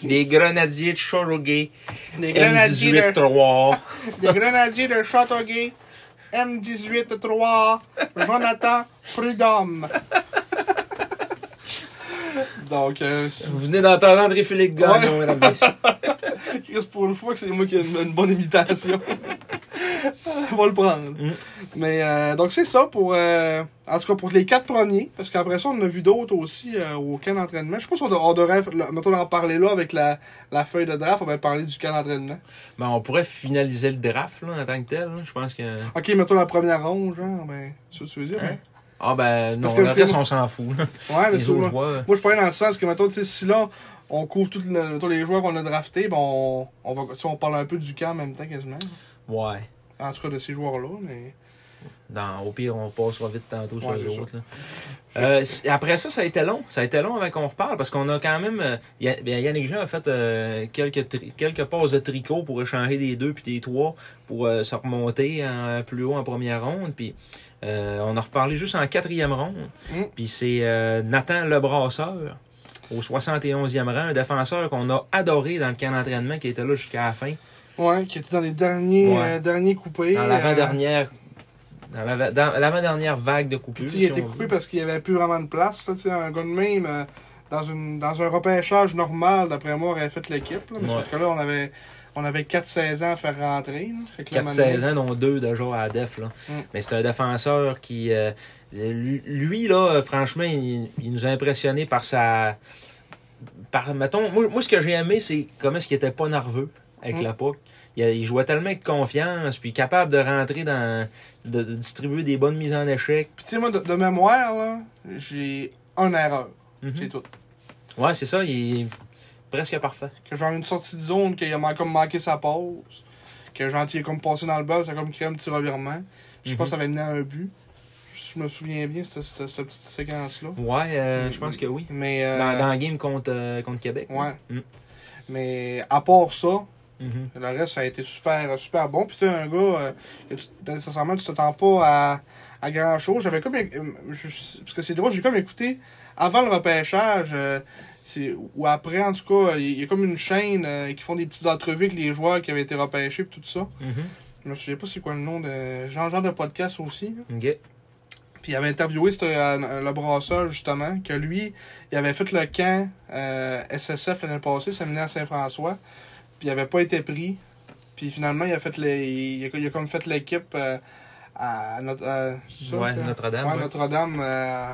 Speaker 2: Les grenadiers de Choroguay.
Speaker 1: Des grenadiers de,
Speaker 2: M18-3.
Speaker 1: des grenadiers de Châteauguay, M18-3, Jonathan, prud'homme. Donc, euh, c'est-
Speaker 2: Vous venez d'entendre André-Philippe
Speaker 1: Ouais.
Speaker 2: Gagnon, mesdames, messieurs.
Speaker 1: Chris, pour une fois que c'est moi qui ai une, une bonne imitation. On va le prendre.
Speaker 2: Mm.
Speaker 1: Mais euh, donc c'est ça pour euh, en tout cas pour les quatre premiers, parce qu'après ça on en a vu d'autres aussi euh, au camp d'entraînement. Je sais pas si on, de- on devrait le- mettons en parler là avec la, la feuille de draft, on va parler du camp d'entraînement.
Speaker 2: Ben, on pourrait finaliser le draft là, en tant que tel. là. Je pense que.
Speaker 1: Ok, mettons la première ronde, genre, ben. c'est ce que tu veux dire,
Speaker 2: Hein?
Speaker 1: ben?
Speaker 2: Ah ben non,
Speaker 1: Parce que-
Speaker 2: le
Speaker 1: parce que
Speaker 2: reste
Speaker 1: moi-
Speaker 2: on s'en fout. là.
Speaker 1: Ouais, Ah, mais
Speaker 2: Les
Speaker 1: c'est-
Speaker 2: autres euh,
Speaker 1: moi,
Speaker 2: joueurs.
Speaker 1: moi, je parlais dans le sens que mettons, tu sais, si là on couvre tous les joueurs qu'on a draftés, ben on, on va tu sais, on parle un peu du camp en même temps quasiment.
Speaker 2: Ouais.
Speaker 1: En tout cas de ces joueurs-là, mais.
Speaker 2: Dans, au pire, on passera vite tantôt sur
Speaker 1: Ouais,
Speaker 2: les
Speaker 1: c'est
Speaker 2: autres. là. Euh, c- après ça, ça a été long. Ça a été long avant qu'on reparle parce qu'on a quand même. euh, Ya- ben, Yannick Jean a fait euh, quelques, tri- quelques passes de tricot pour échanger des deux puis des trois pour euh, se remonter en- plus haut en première ronde. Puis euh, on a reparlé juste en quatrième ronde.
Speaker 1: Mm.
Speaker 2: Puis c'est euh, Nathan Lebrasseur au 71e rang, un défenseur qu'on a adoré dans le camp d'entraînement qui était là jusqu'à la fin.
Speaker 1: Ouais, qui était dans les derniers,
Speaker 2: Ouais.
Speaker 1: euh, derniers coupés.
Speaker 2: Dans
Speaker 1: euh,
Speaker 2: l'avant-dernière. Dans la- dans l'avant-dernière vague de coupures.
Speaker 1: tu sais,
Speaker 2: si
Speaker 1: il a été
Speaker 2: on
Speaker 1: euh, coupé
Speaker 2: veut.
Speaker 1: parce qu'il n'y avait plus vraiment de place. là, tu sais, un gars de même, euh, dans, une, dans un repêchage normal, d'après moi, aurait fait l'équipe. là, mais c'est
Speaker 2: Ouais.
Speaker 1: Parce que là, on avait, on avait 4-16 ans à faire rentrer. là, fait que là,
Speaker 2: 4-16 ans, dont deux déjà à la def. Là.
Speaker 1: Mm.
Speaker 2: Mais c'est un défenseur qui. euh, lui, lui, là, euh, franchement, il, il nous a impressionnés par sa. Par, mettons, moi, moi, ce que j'ai aimé, c'est comment est-ce qu'il était pas nerveux avec
Speaker 1: Mm.
Speaker 2: la POC. Il, a- il jouait tellement avec confiance, puis capable de rentrer dans. de, de distribuer des bonnes mises en échec.
Speaker 1: Puis, tu sais, moi, de, de mémoire, là, j'ai une erreur.
Speaker 2: Mhm.
Speaker 1: C'est tout.
Speaker 2: Ouais, c'est ça, il est presque parfait.
Speaker 1: Que genre une sortie de zone, qu'il a man- comme manqué sa pause. Que gentil est comme passé dans le bas, ça a comme créé un petit revirement. Je
Speaker 2: Mhm.
Speaker 1: pense que ça avait mené à un but. Je me souviens bien, cette, cette, cette petite séquence-là.
Speaker 2: Ouais, euh, je pense que oui.
Speaker 1: Mais. euh,
Speaker 2: Ben, Dans, dans le game contre, euh, contre Québec.
Speaker 1: Ouais.
Speaker 2: Mm.
Speaker 1: Mais à part ça,
Speaker 2: Mhm.
Speaker 1: le reste, ça a été super, super bon. Puis, tu sais, un gars, euh, que tu, nécessairement, tu t'attends pas à, à grand chose. J'avais comme. éc- euh, je- parce que c'est drôle, j'ai comme écouté avant le repêchage, euh, c'est- ou après, en tout cas, il y, a comme une chaîne euh, qui font des petites entrevues avec les joueurs qui avaient été repêchés, puis tout ça.
Speaker 2: Mhm.
Speaker 1: Je me souviens pas c'est quoi le nom de. Genre, genre de podcast aussi. là.
Speaker 2: OK.
Speaker 1: Puis il avait interviewé ce- euh, le brasseur, justement, que lui, il avait fait le camp euh, SSF l'année passée, séminaire Saint-François, puis il avait pas été pris. Puis finalement, il a, fait les, il a, il a comme fait l'équipe euh, à, notre, à- c'est ça,
Speaker 2: Ouais,
Speaker 1: que-
Speaker 2: Notre-Dame.
Speaker 1: ouais,
Speaker 2: ouais.
Speaker 1: Notre-Dame, euh,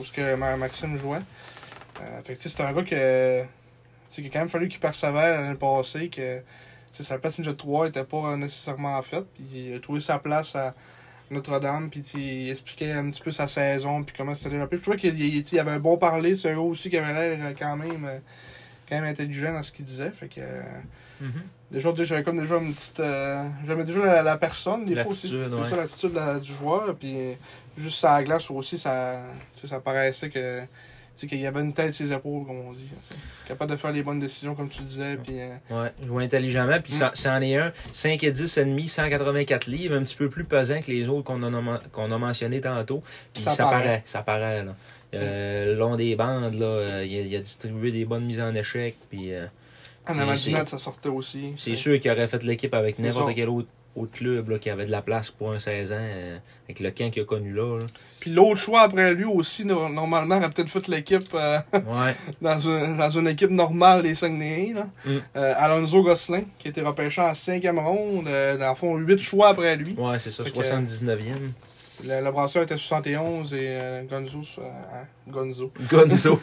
Speaker 1: où ce que Ma- Maxime jouait. Euh, fait que, tu sais, c'est un gars que. tu sais, qu'il a quand même fallu qu'il persévère l'année passée, que tu sais, sa place Ninja 3 n'était pas nécessairement faite. puis Il a trouvé sa place à Notre-Dame, puis tu sais, il expliquait un petit peu sa saison, puis comment c'était développé. Je trouvais qu'il il- tu sais, il avait un bon parler, c'est un gars aussi qui avait l'air euh, quand même, euh, quand même intelligent dans ce qu'il disait. Fait que. euh,
Speaker 2: Mhm.
Speaker 1: Déjà, tu sais, j'avais comme déjà une petite. euh, j'aimais déjà la, la personne, des fois aussi.
Speaker 2: L'attitude,
Speaker 1: C'est
Speaker 2: ouais.
Speaker 1: ça, l'attitude de la- du joueur. Puis, juste sa glace aussi, ça, tu sais, ça paraissait que sais, qu'il y avait une tête sur ses épaules, comme on dit. tu sais. Capable de faire les bonnes décisions, comme tu disais. Puis, euh,
Speaker 2: Ouais, jouer intelligemment, puis
Speaker 1: Mm.
Speaker 2: ça, ça en est un. 5 et 10 et demi, 184 livres, un petit peu plus pesant que les autres qu'on en a, men- qu'on a mentionné tantôt. Puis ça,
Speaker 1: Ça
Speaker 2: paraît.
Speaker 1: paraît. Mm.
Speaker 2: ça paraît, là. Euh, le long des bandes, là, euh, il, a, il a distribué des bonnes mises en échec, puis euh,
Speaker 1: en
Speaker 2: Mais
Speaker 1: avant
Speaker 2: c'est-
Speaker 1: du net, ça sortait aussi.
Speaker 2: c'est sûr qu'il aurait fait l'équipe avec
Speaker 1: C'est
Speaker 2: n'importe
Speaker 1: ça.
Speaker 2: quel autre, autre club là, qui avait de la place pour un 16 ans, euh, avec le camp qu'il a connu là. là.
Speaker 1: Puis l'autre choix après lui aussi, no- normalement, aurait peut-être fait l'équipe euh,
Speaker 2: Ouais,
Speaker 1: dans, une, dans une équipe normale des Saguenayens. là.
Speaker 2: Mm.
Speaker 1: Euh, Alonso Gosselin, qui a été repêché en cinquième ronde, euh, dans le fond, huit choix après lui.
Speaker 2: ouais c'est ça,
Speaker 1: Fait que-
Speaker 2: 79e.
Speaker 1: Le, le brasseur était 71 et euh, Gonzo. so- euh, Gonzo.
Speaker 2: Gonzo.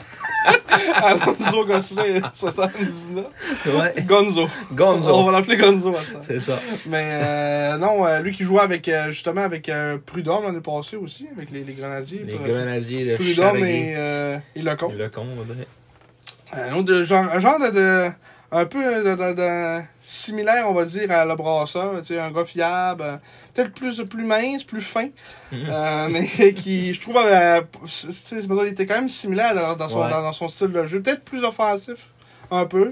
Speaker 1: Alonso Gosselin, 79.
Speaker 2: ouais,
Speaker 1: Gonzo. On
Speaker 2: Gonzo.
Speaker 1: va l'appeler Gonzo à ça.
Speaker 2: C'est ça.
Speaker 1: Mais euh, non, euh, lui qui jouait avec euh, justement avec euh, Prudhomme l'année passée aussi, avec les, les Grenadiers.
Speaker 2: Les
Speaker 1: Pr-
Speaker 2: grenadiers de
Speaker 1: Prudhomme
Speaker 2: Charlevoix.
Speaker 1: et, euh, et Lecomte.
Speaker 2: Le con, ouais.
Speaker 1: Un autre de- genre, un genre de, de- un peu de, de- de- similaire, on va dire, à le brasseur. Tu sais, un gars fiable, euh, peut-être plus, plus mince, plus fin, euh, mais qui, je trouve, euh, c'est- c'est- mettons, il était quand même similaire dans, dans son,
Speaker 2: Ouais.
Speaker 1: dans, dans son style de jeu. Peut-être plus offensif, un peu. euh,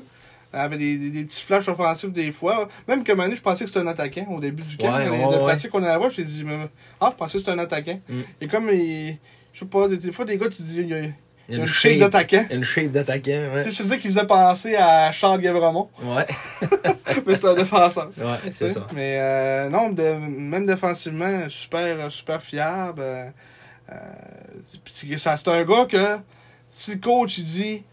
Speaker 1: Avec des, des, des petits flashs offensifs des fois. Même que Manu, je pensais que c'était un attaquant au début du camp.
Speaker 2: Ouais,
Speaker 1: dans les
Speaker 2: ouais,
Speaker 1: dans les
Speaker 2: ouais.
Speaker 1: pratiques qu'on allait voir, j'ai dit, mais- ah, je pensais que c'était un attaquant.
Speaker 2: Mm.
Speaker 1: Et comme il. Je sais pas, des, des fois, des gars, tu dis, il y a, il y a
Speaker 2: Il y a
Speaker 1: une shape d'attaquant.
Speaker 2: Une shape d'attaquant, ouais.
Speaker 1: Tu sais, je te disais qu'il faisait penser à Charles Gavremont,
Speaker 2: Ouais,
Speaker 1: mais c'est un défenseur.
Speaker 2: ouais, c'est ça.
Speaker 1: Mais euh, non, de- même défensivement, super, super fiable. euh, euh, puis c'est ça- c'est un gars que si le coach il dit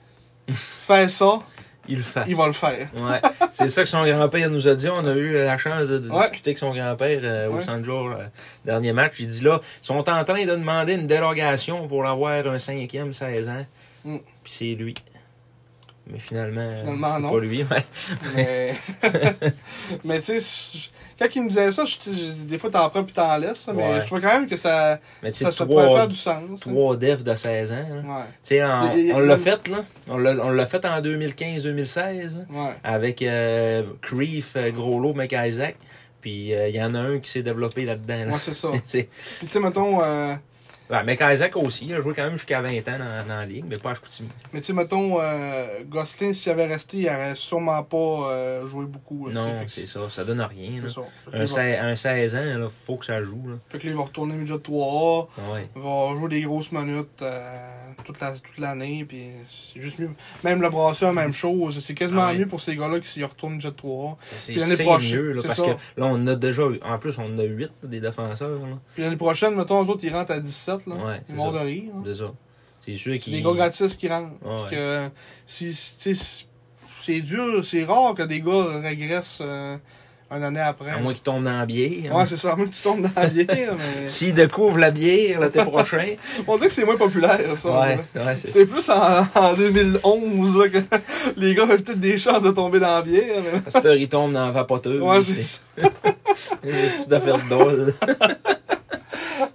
Speaker 1: fais ça,
Speaker 2: Il le fait.
Speaker 1: il va le faire.
Speaker 2: Ouais, c'est ça que son grand-père nous a dit. On a eu la chance de, de
Speaker 1: Ouais.
Speaker 2: discuter avec son grand-père euh, au
Speaker 1: Ouais.
Speaker 2: centre jour dernier match. Il dit là, ils sont en train de demander une dérogation pour avoir un cinquième 16 ans.
Speaker 1: Mm.
Speaker 2: Puis c'est lui. Mais finalement, euh,
Speaker 1: Finalement,
Speaker 2: c'est
Speaker 1: non.
Speaker 2: pas lui. Ouais.
Speaker 1: Mais, mais tu sais, je- quand il me disait ça, je- je- des fois t'en prends puis t'en laisses, mais
Speaker 2: Ouais.
Speaker 1: je trouvais quand même que ça,
Speaker 2: Mais tu sais,
Speaker 1: ça, ça pouvait
Speaker 2: trois,
Speaker 1: faire du sens. hein.
Speaker 2: trois defs de hein. 16 ans. là. Tu
Speaker 1: Ouais,
Speaker 2: sais, en-
Speaker 1: Il- il-
Speaker 2: on l'a
Speaker 1: même-
Speaker 2: fait, là. On l'a on l'a fait en 2015-2016. là.
Speaker 1: ouais.
Speaker 2: avec euh, Creef, euh, Groslo, McIsaac. Puis euh, il y en a un qui s'est développé là-dedans. Là.
Speaker 1: Moi, c'est ça.
Speaker 2: C'est-
Speaker 1: Puis tu sais, mettons. euh,
Speaker 2: Ouais, McIsaac aussi, il a joué quand même jusqu'à 20 ans dans, dans la ligue, mais pas à Chicoutimi.
Speaker 1: Mais tu sais, mettons, euh, Gosselin, s'il avait resté, il aurait sûrement pas euh, joué beaucoup. là, tu sais,
Speaker 2: Non,
Speaker 1: fait que
Speaker 2: c'est ça, ça donne rien.
Speaker 1: C'est
Speaker 2: là.
Speaker 1: ça. Fait que,
Speaker 2: Un,
Speaker 1: lui, va,
Speaker 2: sei- un 16 ans, il faut que ça joue. Là. Ah
Speaker 1: fait que lui, il va retourner midget 3A,
Speaker 2: Ouais.
Speaker 1: il va jouer des grosses minutes euh, toute la- toute l'année, puis c'est juste mieux. Même le brasseur, même chose. C'est quasiment
Speaker 2: Ah ouais.
Speaker 1: mieux pour ces gars-là qui s'y retournent midget 3A.
Speaker 2: C'est
Speaker 1: Puis l'année
Speaker 2: c'est
Speaker 1: prochaine,
Speaker 2: mieux, là,
Speaker 1: c'est
Speaker 2: parce
Speaker 1: ça.
Speaker 2: que là, on a déjà, eu- en plus, on a 8 des défenseurs. Là.
Speaker 1: Puis l'année prochaine, mettons, eux autres, ils rentrent à 17, là.
Speaker 2: Ouais, c'est
Speaker 1: ils vont de
Speaker 2: ça.
Speaker 1: rire. hein.
Speaker 2: C'est ça. C'est sûr
Speaker 1: C'est
Speaker 2: qu'il.
Speaker 1: des gars gratis qui rentrent.
Speaker 2: Ouais.
Speaker 1: Puis que, si, tu sais, si- c'est dur, c'est rare que des gars régressent euh, une année après.
Speaker 2: À moins qu'il tombe dans la bière. hein.
Speaker 1: Ouais, c'est ça, même que tu tombes dans la vieille, là, mais...
Speaker 2: S'il découvre la bière l'été prochain.
Speaker 1: On dirait que c'est moins populaire, ça. on
Speaker 2: ouais,
Speaker 1: dirait.
Speaker 2: ouais, c'est ça.
Speaker 1: C'est plus en, en 2011 là, que les gars avaient peut-être des chances de tomber dans la bière. Mais...
Speaker 2: Parce qu'il tombe dans la vapoteuse.
Speaker 1: Ouais, c'est
Speaker 2: puis-
Speaker 1: ça.
Speaker 2: C'est d'affaires de dole.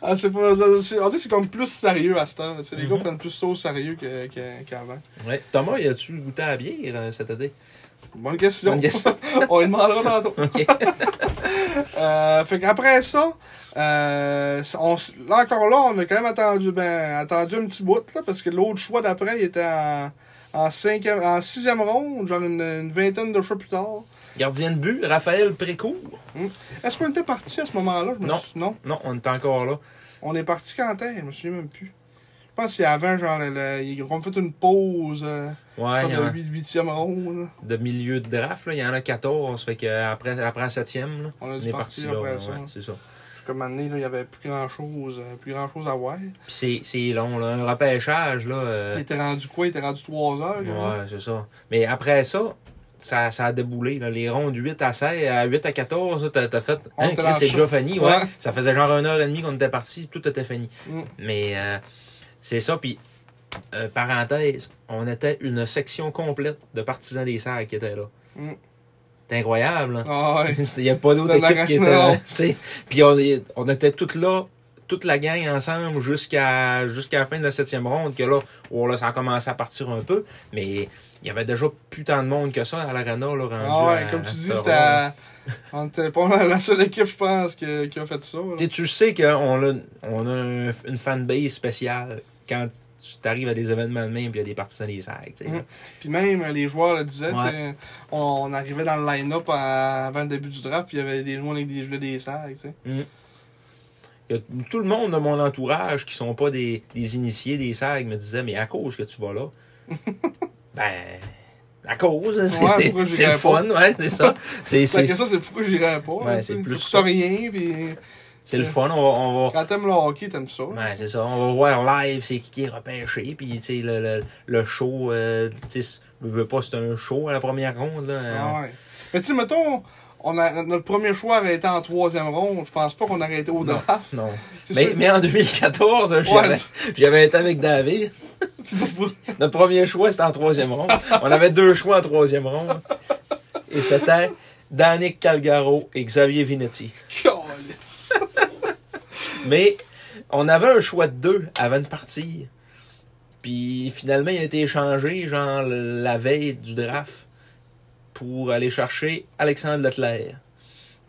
Speaker 1: Ah, je sais pas, ça- c'est- on dirait que c'est comme plus sérieux à ce temps. tu sais, Les
Speaker 2: Mhm.
Speaker 1: gars prennent plus ça au sérieux que- que- qu'avant.
Speaker 2: Ouais. Thomas, y a-tu goûté à la bière euh, cet été?
Speaker 1: Bonne question.
Speaker 2: Bonne question.
Speaker 1: on lui demandera tantôt.
Speaker 2: Ok.
Speaker 1: Euh, fait qu'après ça, euh, on s- là encore là, on a quand même attendu, ben, attendu un petit bout, là, parce que l'autre choix d'après, il était en, en, cinquième, en sixième ronde, genre une, une vingtaine de choix plus tard.
Speaker 2: Gardien de but, Raphaël Précourt.
Speaker 1: Est-ce qu'on était parti à ce moment-là? Je me
Speaker 2: Non.
Speaker 1: sou- non.
Speaker 2: Non, on est encore là.
Speaker 1: On est parti quand est-ce? Je me souviens même plus. Je pense que c'est avant, genre, le- le- ils ont fait une pause euh,
Speaker 2: Ouais,
Speaker 1: comme
Speaker 2: il y
Speaker 1: le
Speaker 2: en a-
Speaker 1: huit- huitième ronde. là.
Speaker 2: de milieu de draft, là, il y en a 14. Fait que après, après la 7e, là,
Speaker 1: On a
Speaker 2: on
Speaker 1: dû
Speaker 2: est parti
Speaker 1: partir
Speaker 2: là.
Speaker 1: après
Speaker 2: ouais,
Speaker 1: ça.
Speaker 2: c'est ça.
Speaker 1: Parce que maintenant, là, il n'y avait plus grand-chose euh, plus grand chose à voir.
Speaker 2: Puis c'est- c'est long, là. Un repêchage, là. euh,
Speaker 1: Il était rendu quoi? Il était rendu 3 heures. genre.
Speaker 2: ouais, c'est ça. Mais après ça. Ça, ça a déboulé, là. les rondes 8 à 16, à 8 à 14, là, t'as t'as fait.
Speaker 1: On
Speaker 2: Hein,
Speaker 1: était
Speaker 2: Chris,
Speaker 1: dans
Speaker 2: c'est
Speaker 1: le
Speaker 2: déjà
Speaker 1: champ.
Speaker 2: fini, ouais.
Speaker 1: Ouais.
Speaker 2: Ça faisait genre une heure et demie qu'on était parti, tout était fini.
Speaker 1: Mm.
Speaker 2: Mais euh, c'est ça. Puis, euh, parenthèse, on était une section complète de partisans des Serres qui étaient là.
Speaker 1: Mm.
Speaker 2: C'est incroyable. hein?
Speaker 1: Ah ouais.
Speaker 2: C'était- Il n'y a pas d'autre
Speaker 1: Dans la
Speaker 2: équipe qui était là.
Speaker 1: raison.
Speaker 2: tu sais. Puis, on, est- on était toutes là, toute la gang ensemble jusqu'à jusqu'à la fin de la septième ronde. Que là, oh là, ça a commencé à partir un peu. Mais il y avait déjà plus tant de monde que ça à l'Arena. là, rendu
Speaker 1: Ah
Speaker 2: à-
Speaker 1: ouais, comme
Speaker 2: à
Speaker 1: tu dis,
Speaker 2: cette
Speaker 1: c'était
Speaker 2: ronde.
Speaker 1: à- on était pas mal la seule équipe, je pense, que- qui a fait ça. là.
Speaker 2: Tu sais, tu sais qu'on a, on a un- une fanbase spéciale quand tu arrives à des événements de même, puis il y a des partisans des sacs. tu sais.
Speaker 1: Mhm. Puis même, les joueurs le disaient,
Speaker 2: Ouais.
Speaker 1: tu sais, on, on arrivait dans le line-up à- avant le début du draft, puis il y avait des gens avec des gilets des sacs, tu sais.
Speaker 2: Il y a- tout le monde de mon entourage qui sont pas des, des initiés des sacs me disait Mais à cause que tu vas là Ben. À cause, hein, c'est
Speaker 1: Ouais,
Speaker 2: c'est-
Speaker 1: pourquoi
Speaker 2: c'est
Speaker 1: j'irais
Speaker 2: le fun, ouais, c'est ça. C'est
Speaker 1: La
Speaker 2: c'est-
Speaker 1: question, c'est pourquoi j'irais pas,
Speaker 2: Ouais,
Speaker 1: hein, tu
Speaker 2: c'est
Speaker 1: sais.
Speaker 2: plus
Speaker 1: Ça coûte
Speaker 2: ça.
Speaker 1: rien, puis
Speaker 2: c'est le fun, on va, on va-
Speaker 1: quand t'aimes le hockey, t'aimes ça.
Speaker 2: Ouais, c'est ça. On va voir live c'est qui qui est repêché. Puis, tu sais, le, le, le show, euh, tu sais, je veux pas, c'est un show à la première ronde. Là. hein.
Speaker 1: Ah ouais. Mais tu sais, mettons, on a, notre premier choix aurait été en troisième ronde. Je pense pas qu'on aurait été au draft.
Speaker 2: Non.
Speaker 1: C'est
Speaker 2: Mais,
Speaker 1: sûr.
Speaker 2: mais en 2014, hein, j'avais j'avais été avec David. Notre premier choix, c'était en troisième ronde. On avait deux choix en troisième ronde. Et c'était Danick Calgaro et Xavier Vinetti.
Speaker 1: Calisse.
Speaker 2: Mais on avait un choix de deux avant de partir. Puis finalement, il a été échangé, genre, la veille du draft pour aller chercher Alexandre Leclerc.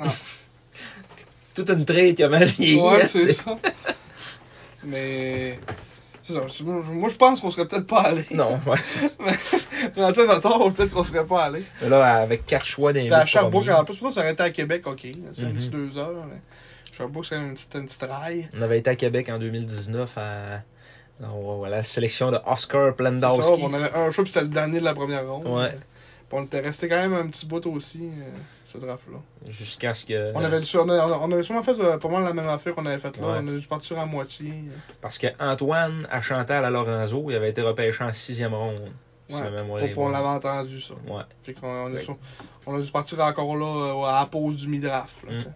Speaker 1: Ah.
Speaker 2: Toute une traite qui a mal vieilli. hein,
Speaker 1: Ouais, c'est
Speaker 2: c'est-
Speaker 1: ça. Mais. C'est ça. C'est- Moi, moi, je pense qu'on serait peut-être pas allé.
Speaker 2: Non, ouais.
Speaker 1: Rendu à notre tour, peut-être qu'on serait pas allé.
Speaker 2: Mais Là, avec quatre choix d'un
Speaker 1: Puis à Sherbrooke, en plus, pour ça, ça aurait été à Québec, ok. C'est une
Speaker 2: Mhm.
Speaker 1: petite deux heures. Mais Sherbrooke, c'est une petite, une petite raille.
Speaker 2: On avait été à Québec en 2019 à, au- à la sélection de Oscar
Speaker 1: C'est ça,
Speaker 2: Plandowski.
Speaker 1: on avait un choix, puis c'était le dernier de la première ronde.
Speaker 2: Ouais.
Speaker 1: Puis on était resté quand même un petit bout aussi, euh, ce draft-là.
Speaker 2: Jusqu'à ce que.
Speaker 1: On avait, sûrement- on a- on avait sûrement fait euh, pas mal la même affaire qu'on avait faite là.
Speaker 2: Ouais.
Speaker 1: On a dû partir à moitié. euh,
Speaker 2: Parce que Antoine, à Chantal, à Lorenzo, il avait été repêché en sixième ronde. si
Speaker 1: Ouais,
Speaker 2: ma mémoire
Speaker 1: Pour,
Speaker 2: est
Speaker 1: pour on
Speaker 2: bonne.
Speaker 1: l'avait entendu, ça.
Speaker 2: Ouais.
Speaker 1: Fait qu'on on a,
Speaker 2: Ouais.
Speaker 1: sur- on a dû partir encore là euh, à la pause du mid-draft. là,
Speaker 2: Mm.
Speaker 1: tu sais.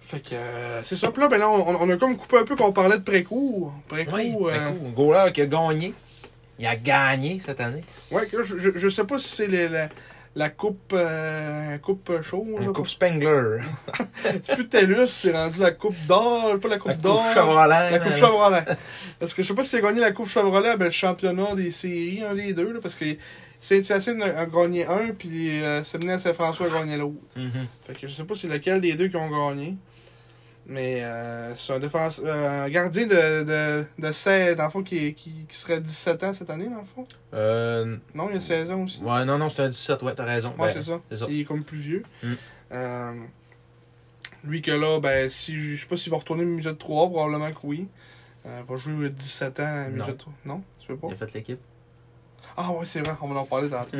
Speaker 1: Fait que euh, c'est ça. Puis là, ben là, on, on a comme coupé un peu qu'on parlait de précours. Précours.
Speaker 2: Oui,
Speaker 1: euh,
Speaker 2: un ben, goaler qui a gagné. Il a gagné cette année.
Speaker 1: ouais, que je, je, je sais pas si c'est les- la, la coupe, euh, coupe chaude.
Speaker 2: Une
Speaker 1: là,
Speaker 2: coupe Spengler.
Speaker 1: C'est plus TELUS, c'est rendu la coupe d'or. Pas la
Speaker 2: La
Speaker 1: coupe d'or.
Speaker 2: coupe Chevrolet.
Speaker 1: La Coupe
Speaker 2: euh,
Speaker 1: Chevrolet. Parce que je sais pas si a gagné la Coupe Chevrolet, ben, le championnat des séries, un des deux, là, parce que Saint-Hyacine a a gagné un, puis euh, Séminaire Saint-François a gagné l'autre.
Speaker 2: mhm.
Speaker 1: Fait que je sais pas c'est lequel des deux qui ont gagné. Mais euh, c'est un défense, euh, un gardien de, de, de 16, dans le fond, qui, qui, qui serait 17 ans cette année, dans le fond.
Speaker 2: Euh,
Speaker 1: Non, il y a 16 ans aussi.
Speaker 2: ouais, non, non, c'est un 17, ouais, t'as raison.
Speaker 1: Ouais,
Speaker 2: Ben,
Speaker 1: c'est ça.
Speaker 2: c'est ça.
Speaker 1: Il est comme plus vieux.
Speaker 2: Mm.
Speaker 1: Euh, lui que là, ben, si, je je sais pas s'il va retourner Midget 3, probablement que oui. Euh, il va jouer 17 ans à Midget
Speaker 2: Non.
Speaker 1: 3. Non, tu peux pas?
Speaker 2: Il a fait l'équipe.
Speaker 1: Ah ouais, c'est vrai, on va en parler tantôt.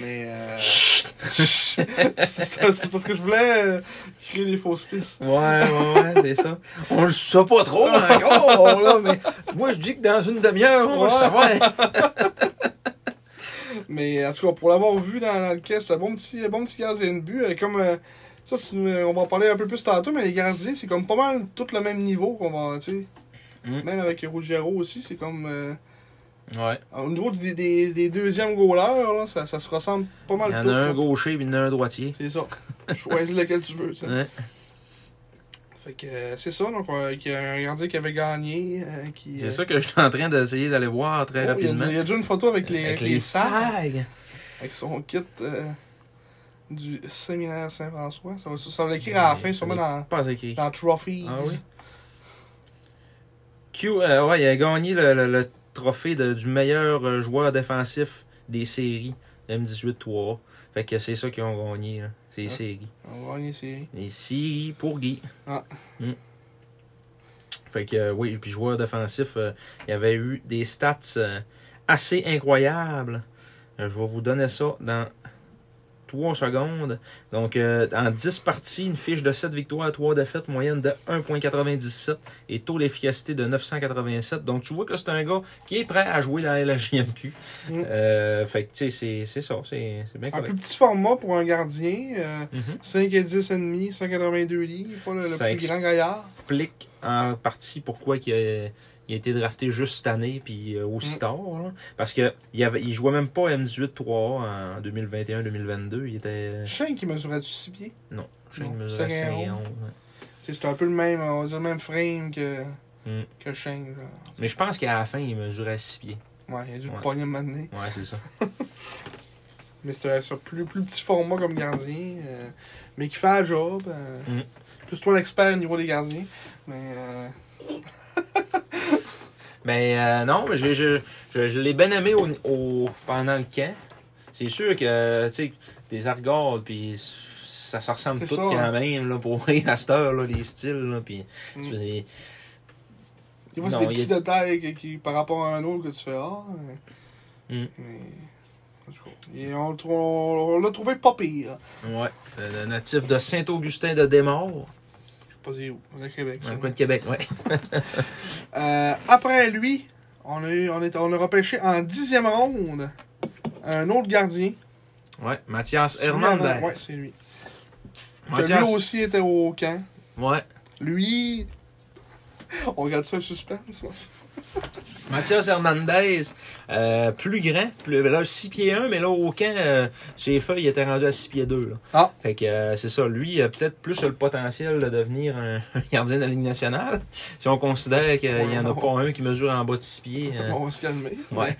Speaker 1: Mais euh... c'est ça, c'est parce que je voulais euh, créer des fausses pistes.
Speaker 2: Ouais, ouais, ouais, c'est ça. On le sait pas trop encore, là, mais moi, je dis que dans une demi-heure, on va le
Speaker 1: Ouais.
Speaker 2: savoir.
Speaker 1: Mais en tout cas, pour l'avoir vu dans, dans le cas, c'est un bon petit, bon petit gardien de but. euh, Comme, euh, ça, c'est une- on va en parler un peu plus tantôt, mais les gardiens, c'est comme pas mal tout le même niveau qu'on va. tu sais.
Speaker 2: Mm.
Speaker 1: Même avec Ruggiero aussi, c'est comme. euh,
Speaker 2: Ouais.
Speaker 1: Au niveau des, des, des deuxièmes goalers, là, ça, ça se ressemble pas
Speaker 2: Il
Speaker 1: mal
Speaker 2: y en
Speaker 1: tout,
Speaker 2: a un
Speaker 1: là.
Speaker 2: gaucher, puis il y en a un droitier.
Speaker 1: C'est ça. Choisis lequel tu veux. ça.
Speaker 2: Ouais.
Speaker 1: Fait que euh, c'est ça, donc euh, qu'il y a un gardien qui avait gagné. euh, qui, euh,
Speaker 2: C'est ça que je suis en train d'essayer d'aller voir
Speaker 1: oh,
Speaker 2: très
Speaker 1: il, y a,
Speaker 2: rapidement.
Speaker 1: il y a déjà une photo avec les,
Speaker 2: Avec
Speaker 1: avec les sacs,
Speaker 2: tags.
Speaker 1: avec son kit euh, du séminaire Saint-François. Ça va, ça, va l'écrire à la fin, sûrement dans,
Speaker 2: Pas écrit.
Speaker 1: dans Trophies.
Speaker 2: Ah oui. Q, euh, ouais, il a gagné le, le- le trophée de- du meilleur euh, joueur défensif des séries, M18-3. Fait que c'est ça qu'ils ont gagné, là. C'est les
Speaker 1: Ah.
Speaker 2: séries.
Speaker 1: On va gagner série.
Speaker 2: Les séries pour Guy.
Speaker 1: Ah.
Speaker 2: Mm. Fait que, euh, oui, puis joueur défensif, euh, il y avait eu des stats euh, assez incroyables. Euh, je vais vous donner ça dans 3 secondes. Donc, euh, en 10 parties, une fiche de 7 victoires, 3 défaites, moyenne de 1,97 et taux d'efficacité de 987. Donc, tu vois que c'est un gars qui est prêt à jouer dans la LHJMQ.
Speaker 1: Mm.
Speaker 2: Euh, fait que, tu sais, c'est- c'est ça, c'est c'est bien
Speaker 1: Un plus
Speaker 2: correct.
Speaker 1: petit format pour un gardien. euh,
Speaker 2: Mhm.
Speaker 1: 5 et 10 et demi, 182 lits, pas le, le
Speaker 2: Ça
Speaker 1: plus
Speaker 2: explique-
Speaker 1: grand gaillard.
Speaker 2: explique en partie pourquoi il a, il a été drafté juste cette année puis euh, aussi
Speaker 1: Mm.
Speaker 2: tard. là. Parce que il, avait, il jouait même pas M18-3 en 2021-2022. Il était.
Speaker 1: Shane qui mesurait du 6 pieds.
Speaker 2: je sais
Speaker 1: Non,
Speaker 2: pas,
Speaker 1: c'est
Speaker 2: cinq et
Speaker 1: rien.
Speaker 2: onze, ouais.
Speaker 1: Tu sais, C'est un peu le même, on va dire, le même frame que,
Speaker 2: Mm.
Speaker 1: que Shane. genre.
Speaker 2: Mais je pense qu'à la fin, il mesurait 6 pieds.
Speaker 1: Ouais, il a dû
Speaker 2: Ouais.
Speaker 1: le pogner maintenant.
Speaker 2: Ouais, c'est ça.
Speaker 1: Mais c'était sur plus, plus petit format comme gardien. euh, mais qui fait la job. euh,
Speaker 2: Mm.
Speaker 1: Plus toi l'expert au niveau des gardiens. Mais euh,
Speaker 2: Mais euh, non, mais j'ai- je, je, je l'ai bien aimé au, au- pendant le camp. C'est sûr que, tu sais, des argards, puis ça se ressemble
Speaker 1: C'est
Speaker 2: tout
Speaker 1: ça,
Speaker 2: quand
Speaker 1: hein.
Speaker 2: même, là, pour rien à cette heure, là, les styles, là, puis...
Speaker 1: Mm.
Speaker 2: tu sais,
Speaker 1: Des fois, c'est
Speaker 2: Non,
Speaker 1: des
Speaker 2: il y
Speaker 1: petits
Speaker 2: a-
Speaker 1: détails qui, qui- par rapport à un autre que tu fais. Ah, mais.
Speaker 2: Mm.
Speaker 1: mais- en tout cas, et on, le trou- on- on l'a trouvé pas pire.
Speaker 2: Ouais, Euh, le natif de Saint-Augustin de Desmaures,
Speaker 1: Je sais pas c'est où, au Québec.
Speaker 2: dans
Speaker 1: ça.
Speaker 2: le coin de Québec, ouais.
Speaker 1: Euh, après lui, on a, eu- on, est, on a repêché en dixième ronde un autre gardien.
Speaker 2: Ouais, Mathias
Speaker 1: Celui
Speaker 2: Hernandez.
Speaker 1: avant- Ouais, c'est lui. Que
Speaker 2: Mathias.
Speaker 1: lui aussi était au camp.
Speaker 2: Ouais.
Speaker 1: Lui. On regarde ça le suspense. là.
Speaker 2: Mathias Hernandez, euh, plus grand, plus, là 6 pieds 1, mais là au camp, euh, chez Feuille, il était rendu à 6 pieds 2. Là.
Speaker 1: Ah.
Speaker 2: Fait que euh, c'est ça, lui, il a peut-être plus le potentiel de devenir un, un gardien de la Ligue nationale. Si on considère qu'il n'y en a
Speaker 1: Ouais,
Speaker 2: pas un qui mesure en bas de 6 pieds. euh,
Speaker 1: On va se calmer.
Speaker 2: Ouais.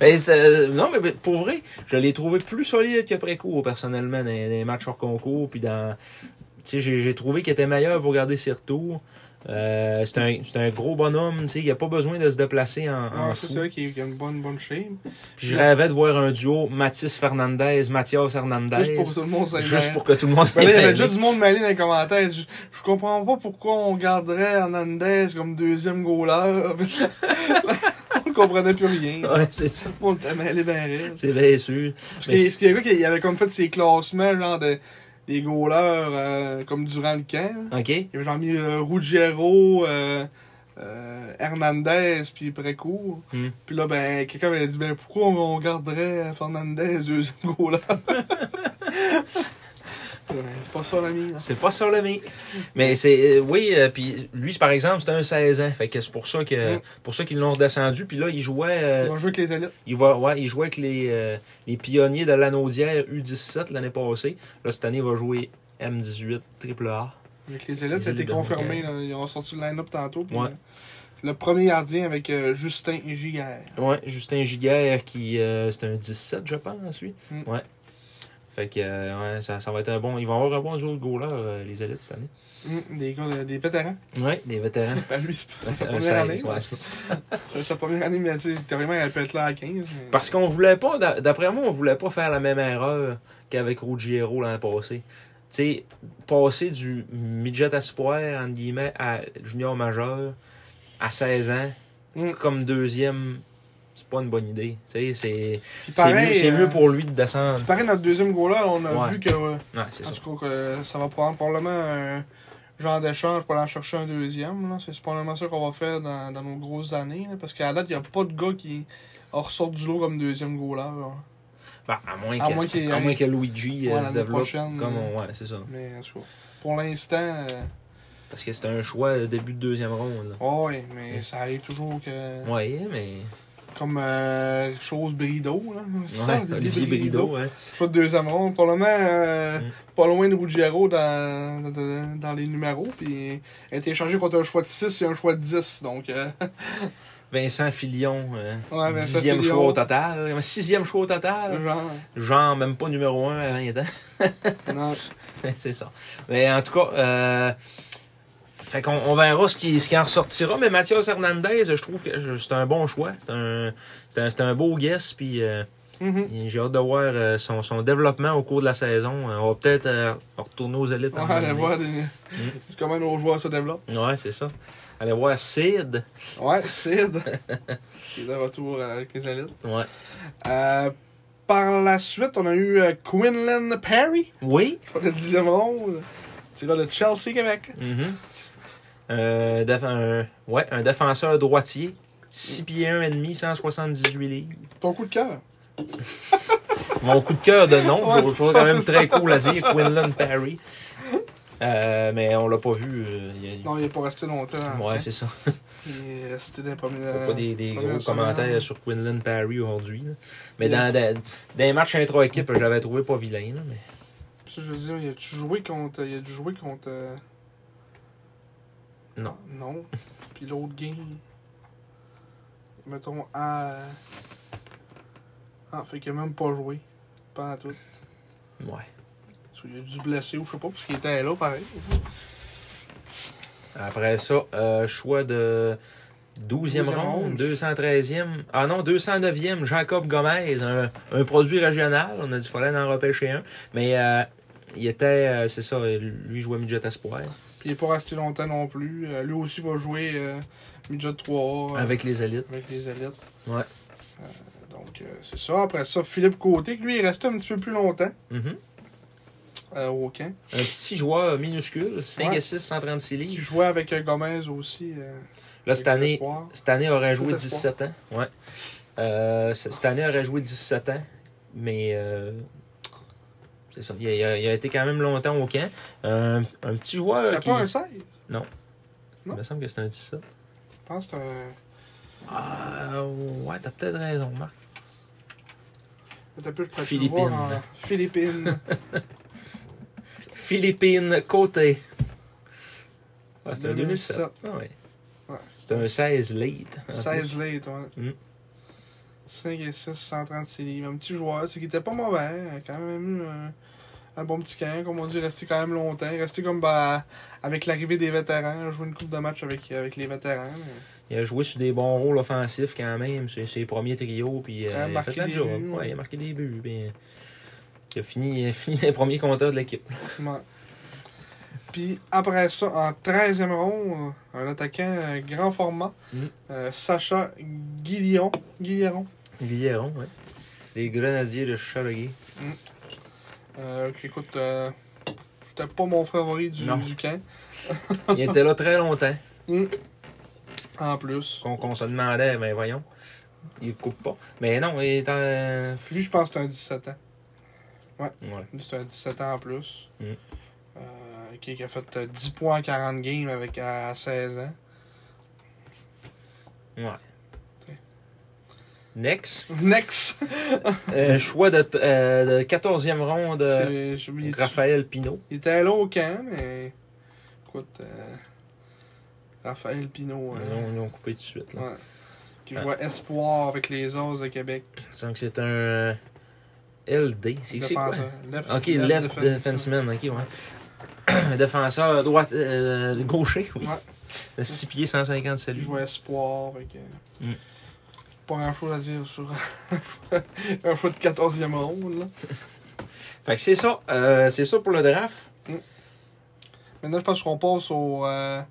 Speaker 2: Mais c'est- Ben, non, mais pour vrai, je l'ai trouvé plus solide que Préco, personnellement, dans les matchs hors concours. Puis dans. Tu sais, j'ai j'ai trouvé qu'il était meilleur pour garder ses retours. Euh, c'est un, c'est un gros bonhomme, tu sais, il n'y a pas besoin de se déplacer en. en
Speaker 1: Ouais, ça,
Speaker 2: fou.
Speaker 1: c'est vrai qu'il y a une bonne, bonne shape.
Speaker 2: Puis je rêvais de voir un duo Mathis Fernandez, Mathias Hernandez.
Speaker 1: Juste pour que tout le monde s'aime.
Speaker 2: Juste pour que tout le monde
Speaker 1: Ben là, il y avait déjà
Speaker 2: s'aimait.
Speaker 1: du monde mêlé dans les commentaires. Je, je comprends pas pourquoi on garderait Hernandez comme deuxième goaler. on comprenait plus rien.
Speaker 2: Ouais, c'est ça.
Speaker 1: On était mêlé ben raide.
Speaker 2: C'est bien sûr.
Speaker 1: Parce que- Ce qui est vrai qu'il avait comme fait ses classements, genre de, des goalers, euh, comme durant le camp. là.
Speaker 2: OK?
Speaker 1: Il avait genre mis euh, Ruggiero, euh, euh, Hernandez, puis Précourt.
Speaker 2: Hmm.
Speaker 1: Puis là, ben, quelqu'un avait dit, ben, pourquoi on, on garderait Fernandez deuxième goaler? Ouais, C'est pas ça, l'ami. là.
Speaker 2: C'est pas ça le mien. Mais c'est. euh, oui, euh, puis lui, c'est- par exemple, c'était un 16 ans. Fait que c'est pour ça que
Speaker 1: Mm.
Speaker 2: pour ça qu'ils l'ont redescendu. Puis là, il jouait. euh,
Speaker 1: On va jouer avec les élites.
Speaker 2: il, va, ouais, il jouait avec les, euh, les pionniers de l'Anaudière U17 l'année passée. Là, cette année, il va jouer M18 Triple A.
Speaker 1: Avec les élites,
Speaker 2: Les
Speaker 1: ça a été
Speaker 2: élites de
Speaker 1: confirmé. là. Ils ont sorti le line-up tantôt. puis,
Speaker 2: Ouais.
Speaker 1: euh, C'est le premier gardien avec euh, Justin et JR.
Speaker 2: Ouais, Justin Giguère qui. euh, c'est un 17, je pense, lui.
Speaker 1: Mm.
Speaker 2: Ouais. Fait que euh, ouais, ça, ça va être un bon. Ils vont avoir un bon jour de goaler, euh, les élites, cette année.
Speaker 1: Hum, des gars, de- des vétérans.
Speaker 2: Ouais, des vétérans.
Speaker 1: Ben lui, c'est pas- c'est sa
Speaker 2: Un
Speaker 1: première année.
Speaker 2: 16, ouais,
Speaker 1: là.
Speaker 2: c'est ça.
Speaker 1: C'est sa première année, mais tu sais, carrément, elle peut être là à 15. mais-
Speaker 2: Parce qu'on voulait pas, d'a- d'après moi, on voulait pas faire la même erreur qu'avec Ruggiero l'an passé. Tu sais, passer du midget espoir, entre guillemets, à junior majeur, à 16 ans,
Speaker 1: Mm.
Speaker 2: comme deuxième, c'est pas une bonne idée. Tu sais, c'est-
Speaker 1: Puis
Speaker 2: c'est mieux,
Speaker 1: pareil,
Speaker 2: c'est
Speaker 1: euh,
Speaker 2: mieux pour lui de descendre.
Speaker 1: Pareil, notre deuxième goaler, on a
Speaker 2: Ouais.
Speaker 1: vu que, euh,
Speaker 2: Ouais, c'est
Speaker 1: en
Speaker 2: ça.
Speaker 1: tout cas, que ça va prendre probablement un genre d'échange pour aller en chercher un deuxième. là. C'est probablement ça qu'on va faire dans, dans nos grosses années. là, parce qu'à la date, il n'y a pas de gars qui ressort du lot comme deuxième goaler. là.
Speaker 2: Ben, à moins
Speaker 1: À
Speaker 2: que,
Speaker 1: moins qu'il y
Speaker 2: à
Speaker 1: ait-
Speaker 2: moins que Luigi euh,
Speaker 1: Ouais, l'année
Speaker 2: se développe.
Speaker 1: prochaine,
Speaker 2: Comme
Speaker 1: euh,
Speaker 2: on- ouais, c'est ça.
Speaker 1: Mais en tout cas, pour l'instant. euh,
Speaker 2: Parce que c'était un choix euh, début de deuxième ronde. là.
Speaker 1: Oui, mais ça arrive toujours que.
Speaker 2: Ouais, mais.
Speaker 1: Comme euh, chose Brideau, là. C'est
Speaker 2: Ouais, Olivier Brideau, hein.
Speaker 1: Choix de deuxième ronde. Probablement euh,
Speaker 2: Mm.
Speaker 1: pas loin de Ruggiero dans, dans- dans, dans les numéros. Puis elle a été échangé contre un choix de 6 et un choix de 10. Donc, euh,
Speaker 2: Vincent Filion, euh,
Speaker 1: Ouais, Vincent
Speaker 2: dixième
Speaker 1: Filion.
Speaker 2: choix au total, euh, sixième choix au total,
Speaker 1: genre.
Speaker 2: genre même pas numéro un à 20 ans,
Speaker 1: Non.
Speaker 2: c'est ça. Mais en tout cas, euh, fait qu'on on verra ce qui, ce qui en ressortira, mais Mathias Hernandez, je trouve que je- c'est un bon choix, c'est un, c'est un, c'est un beau guess, puis euh,
Speaker 1: Mhm.
Speaker 2: j'ai hâte de voir euh, son, son développement au cours de la saison. Euh, On va peut-être euh, retourner aux élites. à un
Speaker 1: On
Speaker 2: moment
Speaker 1: va aller
Speaker 2: donné.
Speaker 1: voir des-
Speaker 2: Mm.
Speaker 1: comment nos joueurs se développent.
Speaker 2: Ouais, c'est ça. Aller voir Sid.
Speaker 1: Ouais, Sid. qui est de retour avec les élites.
Speaker 2: Ouais.
Speaker 1: Euh, par la suite, on a eu euh, Quinlan Perry.
Speaker 2: Oui.
Speaker 1: Pour le dixième round, tu vas de Chelsea, Québec.
Speaker 2: Mhm. Euh, déf- un, ouais, un défenseur droitier, 6 pieds 1 et demi, 178 livres.
Speaker 1: Ton coup de cœur.
Speaker 2: Mon coup de cœur de nom,
Speaker 1: Ouais,
Speaker 2: je le trouve quand même
Speaker 1: c'est
Speaker 2: très cool à dire, Quinlan Perry. Euh, mais on l'a pas vu. euh, il y a-
Speaker 1: Non, il n'est pas resté longtemps. dans le
Speaker 2: Ouais,
Speaker 1: camp.
Speaker 2: c'est ça.
Speaker 1: il est resté dans les premiers.
Speaker 2: Faut pas des, des
Speaker 1: première
Speaker 2: gros
Speaker 1: semaine.
Speaker 2: commentaires sur Quinlan Perry aujourd'hui. là. Mais
Speaker 1: hein. Yeah.
Speaker 2: dans, dans, dans les matchs intro-équipe, je l'avais trouvé pas vilain. là, mais...
Speaker 1: Ça, je veux dire, il a dû jouer contre. Il a dû jouer contre. euh,
Speaker 2: Non.
Speaker 1: Non. Puis l'autre game. Mettons à. Ah, fait qu'il a même pas joué. Pas en tout.
Speaker 2: Ouais.
Speaker 1: Parce qu'il a dû se blesser ou je sais pas, parce qu'il était là pareil.
Speaker 2: Après ça, euh, choix de 12e
Speaker 1: 12e
Speaker 2: ronde,
Speaker 1: ronde.
Speaker 2: 213e. Ah non, 209e, Jacob Gomez, un, un produit régional. On a dit qu'il fallait en repêcher un. Mais euh, il était, euh, c'est ça, lui jouait midget espoir
Speaker 1: Puis il n'est pas resté longtemps non plus. Euh, lui aussi va jouer euh, midget 3A euh,
Speaker 2: avec les élites.
Speaker 1: avec les élites.
Speaker 2: Ouais.
Speaker 1: Euh, donc, euh, c'est ça. Après ça, Philippe Côté, que lui, il restait un petit peu plus longtemps
Speaker 2: Mhm.
Speaker 1: euh, au camp.
Speaker 2: Un petit joueur minuscule, 5
Speaker 1: Ouais.
Speaker 2: et 6, 136
Speaker 1: Il
Speaker 2: livres.
Speaker 1: jouait avec euh, Gomez aussi. euh,
Speaker 2: Là, cette
Speaker 1: avec
Speaker 2: année,
Speaker 1: l'espoir.
Speaker 2: Cette année, il aurait joué
Speaker 1: Tout espoir.
Speaker 2: 17 ans. Ouais. Euh, c- cette année, il aurait joué 17 ans. Mais euh, c'est ça. Il a, il a- il a été quand même longtemps au camp. Un- un petit joueur.
Speaker 1: C'est
Speaker 2: Euh, qui-
Speaker 1: pas un 16
Speaker 2: Il me semble que c'est un 17.
Speaker 1: Je pense que c'est un.
Speaker 2: Ah, ouais, t'as peut-être raison, Marc.
Speaker 1: Attends un peu, je pourrais
Speaker 2: Philippines.
Speaker 1: le voir en Philippines.
Speaker 2: Philippine Côté. Ah, c'est un 2007.
Speaker 1: 2007.
Speaker 2: Ah ouais.
Speaker 1: Ouais,
Speaker 2: C'est un 16 lead.
Speaker 1: 16 late, ouais.
Speaker 2: Mm.
Speaker 1: 5 et 6, 136 livres. Un petit joueur, c'est qu'il était pas mauvais. hein. Quand même eu un, un bon petit camp, comme on dit, resté quand même longtemps. Resté comme bah, avec l'arrivée des vétérans, jouer une coupe de match avec, avec les vétérans. mais
Speaker 2: Il a joué sur des bons rôles offensifs quand même, sur ses premiers trios, puis euh,
Speaker 1: Ah,
Speaker 2: il a
Speaker 1: marqué
Speaker 2: fait la
Speaker 1: des
Speaker 2: job.
Speaker 1: buts,
Speaker 2: Ouais,
Speaker 1: ouais.
Speaker 2: il a marqué des buts. puis, euh, il, a fini, il a fini les premiers compteurs de l'équipe.
Speaker 1: ouais. Puis après ça, en 13e ronde, un attaquant euh, grand format,
Speaker 2: Mm.
Speaker 1: euh, Sacha Guillon. Guilleron.
Speaker 2: Villeron, ouais. Les Grenadiers de Charlevoix.
Speaker 1: Euh, qui, écoute, euh, j'étais pas mon favori du,
Speaker 2: Non.
Speaker 1: du camp.
Speaker 2: Il était là très longtemps.
Speaker 1: En plus.
Speaker 2: Qu'on qu'on se demandait, mais voyons, il coupe pas. Mais non, il est en.
Speaker 1: Lui, je pense que c'est un 17 ans.
Speaker 2: Ouais.
Speaker 1: Lui, c'est un 17 ans en plus.
Speaker 2: Mm.
Speaker 1: Euh, qui, qui a fait euh, 10 points en 40 games avec, à, à 16 ans.
Speaker 2: ouais.
Speaker 1: T'sais.
Speaker 2: Next.
Speaker 1: Next!
Speaker 2: Euh, choix de, t- euh, de 14e ronde, euh,
Speaker 1: C'est- j'ai oublié de-
Speaker 2: Raphaël Pinault.
Speaker 1: Il était là au camp, mais. Écoute, euh, Raphaël Pinault.
Speaker 2: Ils
Speaker 1: euh,
Speaker 2: l'ont- ils l'ont coupé tout de suite. Là. Euh.
Speaker 1: ouais. Qui jouait Espoir avec les Os de Québec.
Speaker 2: Donc c'est un euh, LD. C'est c'est quoi?
Speaker 1: Défenseur. Left-
Speaker 2: Ok,
Speaker 1: left
Speaker 2: left defenseman, ok, ouais. Un Défenseur droit, euh, gaucher, oui.
Speaker 1: Ouais.
Speaker 2: De 6 pieds 150
Speaker 1: Il
Speaker 2: salut.
Speaker 1: jouait Espoir. fait que-
Speaker 2: Mm.
Speaker 1: Pas grand chose à dire sur un choix de 14e ronde. Là.
Speaker 2: Fait que c'est ça. euh, c'est ça pour le draft.
Speaker 1: Maintenant, je pense qu'on passe au, euh,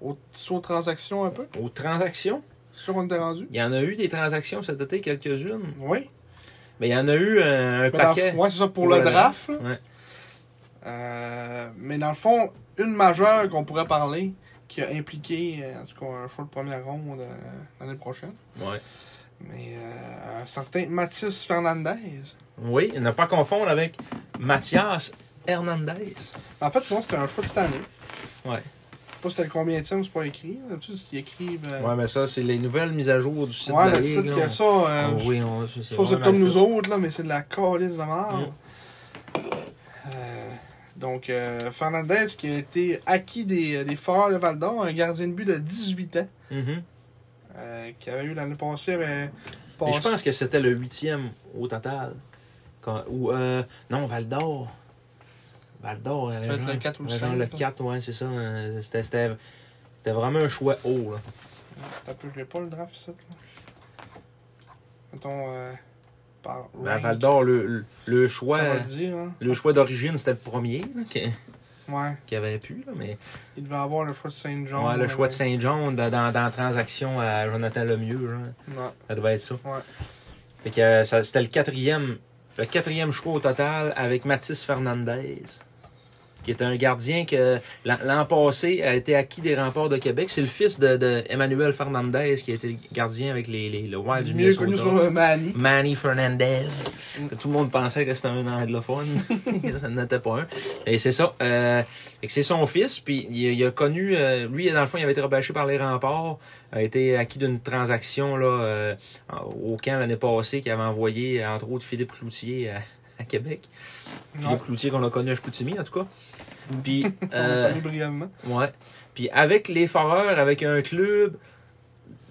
Speaker 1: au saut de transaction un peu.
Speaker 2: Aux transactions.
Speaker 1: C'est sûr qu'on était rendu?
Speaker 2: Il y en a eu des transactions cet été, quelques-unes.
Speaker 1: Oui.
Speaker 2: Mais il y en a eu euh, un
Speaker 1: Mais dans le
Speaker 2: paquet.
Speaker 1: fond- ouais, c'est ça pour,
Speaker 2: Pour
Speaker 1: le
Speaker 2: le
Speaker 1: draft. là.
Speaker 2: Ouais.
Speaker 1: Euh, mais dans le fond, une majeure qu'on pourrait parler qui a impliqué, euh, en tout cas, un choix de première ronde euh, l'année prochaine.
Speaker 2: Ouais.
Speaker 1: Mais euh, un certain Mathis Fernandez.
Speaker 2: Oui, ne pas confondre avec Mathias Hernandez.
Speaker 1: En fait, moi, c'était un choix de cette année.
Speaker 2: Ouais.
Speaker 1: Je sais pas c'était le combien de temps, c'est pas écrit. D'habitude, ils écrivent. euh,
Speaker 2: Ouais, mais ça, c'est les nouvelles mises à jour du site
Speaker 1: ouais,
Speaker 2: de la
Speaker 1: le site
Speaker 2: Ligue,
Speaker 1: qui
Speaker 2: là.
Speaker 1: a ça. euh,
Speaker 2: Ah
Speaker 1: je
Speaker 2: oui, on- c'est
Speaker 1: Je pense que c'est
Speaker 2: vraiment
Speaker 1: comme nous
Speaker 2: fait.
Speaker 1: autres, là, mais c'est de la calice de merde. Euh, donc, euh, Fernandez qui a été acquis des, des Foreurs de Val d'Or, un gardien de but de 18 ans,
Speaker 2: Mhm.
Speaker 1: euh, qui avait eu l'année passée. euh, avait
Speaker 2: Mais je
Speaker 1: passé-
Speaker 2: pense que c'était le huitième au total. Quand- ou, euh, non, Val d'Or. Val d'Or,
Speaker 1: Ça va être le quatre ou le cinq,
Speaker 2: Le
Speaker 1: là.
Speaker 2: 4, ouais, c'est ça. euh, C'était, c'était, c'était vraiment un choix haut. Là.
Speaker 1: Attends un peu, je l'ai pas le draft, ça. là. Mettons, euh, par
Speaker 2: Mais Ben, à
Speaker 1: rank,
Speaker 2: Val d'Or, le, le- le
Speaker 1: ça va
Speaker 2: choix,
Speaker 1: le dire. hein.
Speaker 2: le choix d'origine, c'était le premier là, que-
Speaker 1: Ouais,
Speaker 2: qu'il avait pu. Là, mais
Speaker 1: il devait avoir le choix de Saint-Jean.
Speaker 2: ouais, le choix de
Speaker 1: euh,
Speaker 2: Saint-John ben, dans, dans la transaction à Jonathan Lemieux, là,
Speaker 1: ouais.
Speaker 2: ça devait être ça.
Speaker 1: Ouais.
Speaker 2: Fait que euh, ça- c'était le quatrième, le quatrième choix au total avec Mathis Fernandez, qui est un gardien que l'an- l'an passé a été acquis des remports de Québec. C'est le fils de, de Emmanuel Fernandez qui a été gardien avec les, les, le Wild du
Speaker 1: Mieux connu sur euh,
Speaker 2: Minnesota.
Speaker 1: le Mali.
Speaker 2: Manny Fernandez.
Speaker 1: Mm.
Speaker 2: Tout le monde pensait que c'était un anglophone. ça n'était pas un. Et c'est ça. Euh, fait que c'est son fils. Puis il, a- il a connu. euh, lui, dans le fond, il avait été rebâché par les remparts. A été acquis d'une transaction là, euh, en- au camp l'année passée qui avait envoyé, entre autres, Philippe Cloutier à, à Québec.
Speaker 1: Ouais,
Speaker 2: Philippe Cloutier qu'on a connu à Chicoutimi, en tout cas. Puis.
Speaker 1: on l'a
Speaker 2: euh,
Speaker 1: connu brièvement.
Speaker 2: Ouais. Puis avec les Foreurs, avec un club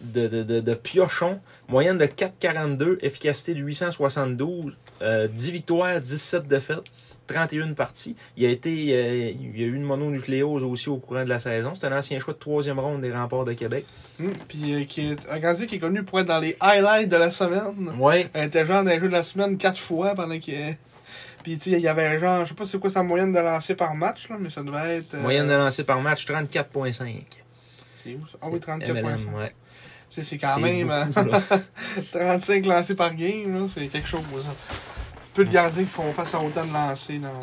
Speaker 2: de, de, de, de piochon, moyenne de 4,42, efficacité de 872, euh, 10 victoires, 17 défaites. 31 parties. Il a été, euh, il y a eu une mononucléose aussi au courant de la saison. C'est un ancien choix de troisième ronde des Remparts de Québec.
Speaker 1: Hmm, Puis euh, qui est un gardien qui est connu pour être dans les highlights de la semaine.
Speaker 2: Ouais,
Speaker 1: Il était genre dans les jeux de la semaine quatre fois pendant qu'il. Puis tu sais, il y avait genre, je sais pas c'est quoi sa moyenne de lancer par match, là, mais ça devait être. euh,
Speaker 2: moyenne de lancer par match 34,5.
Speaker 1: C'est où ça? Ah oui,
Speaker 2: MLM,
Speaker 1: 34,5.
Speaker 2: ouais.
Speaker 1: Tu sais, C'est quand
Speaker 2: C'est
Speaker 1: même hein,
Speaker 2: beaucoup, là.
Speaker 1: 35 lancés par game, là, c'est quelque chose. ça. Peu de gardiens qui font face à autant de lancers dans, dans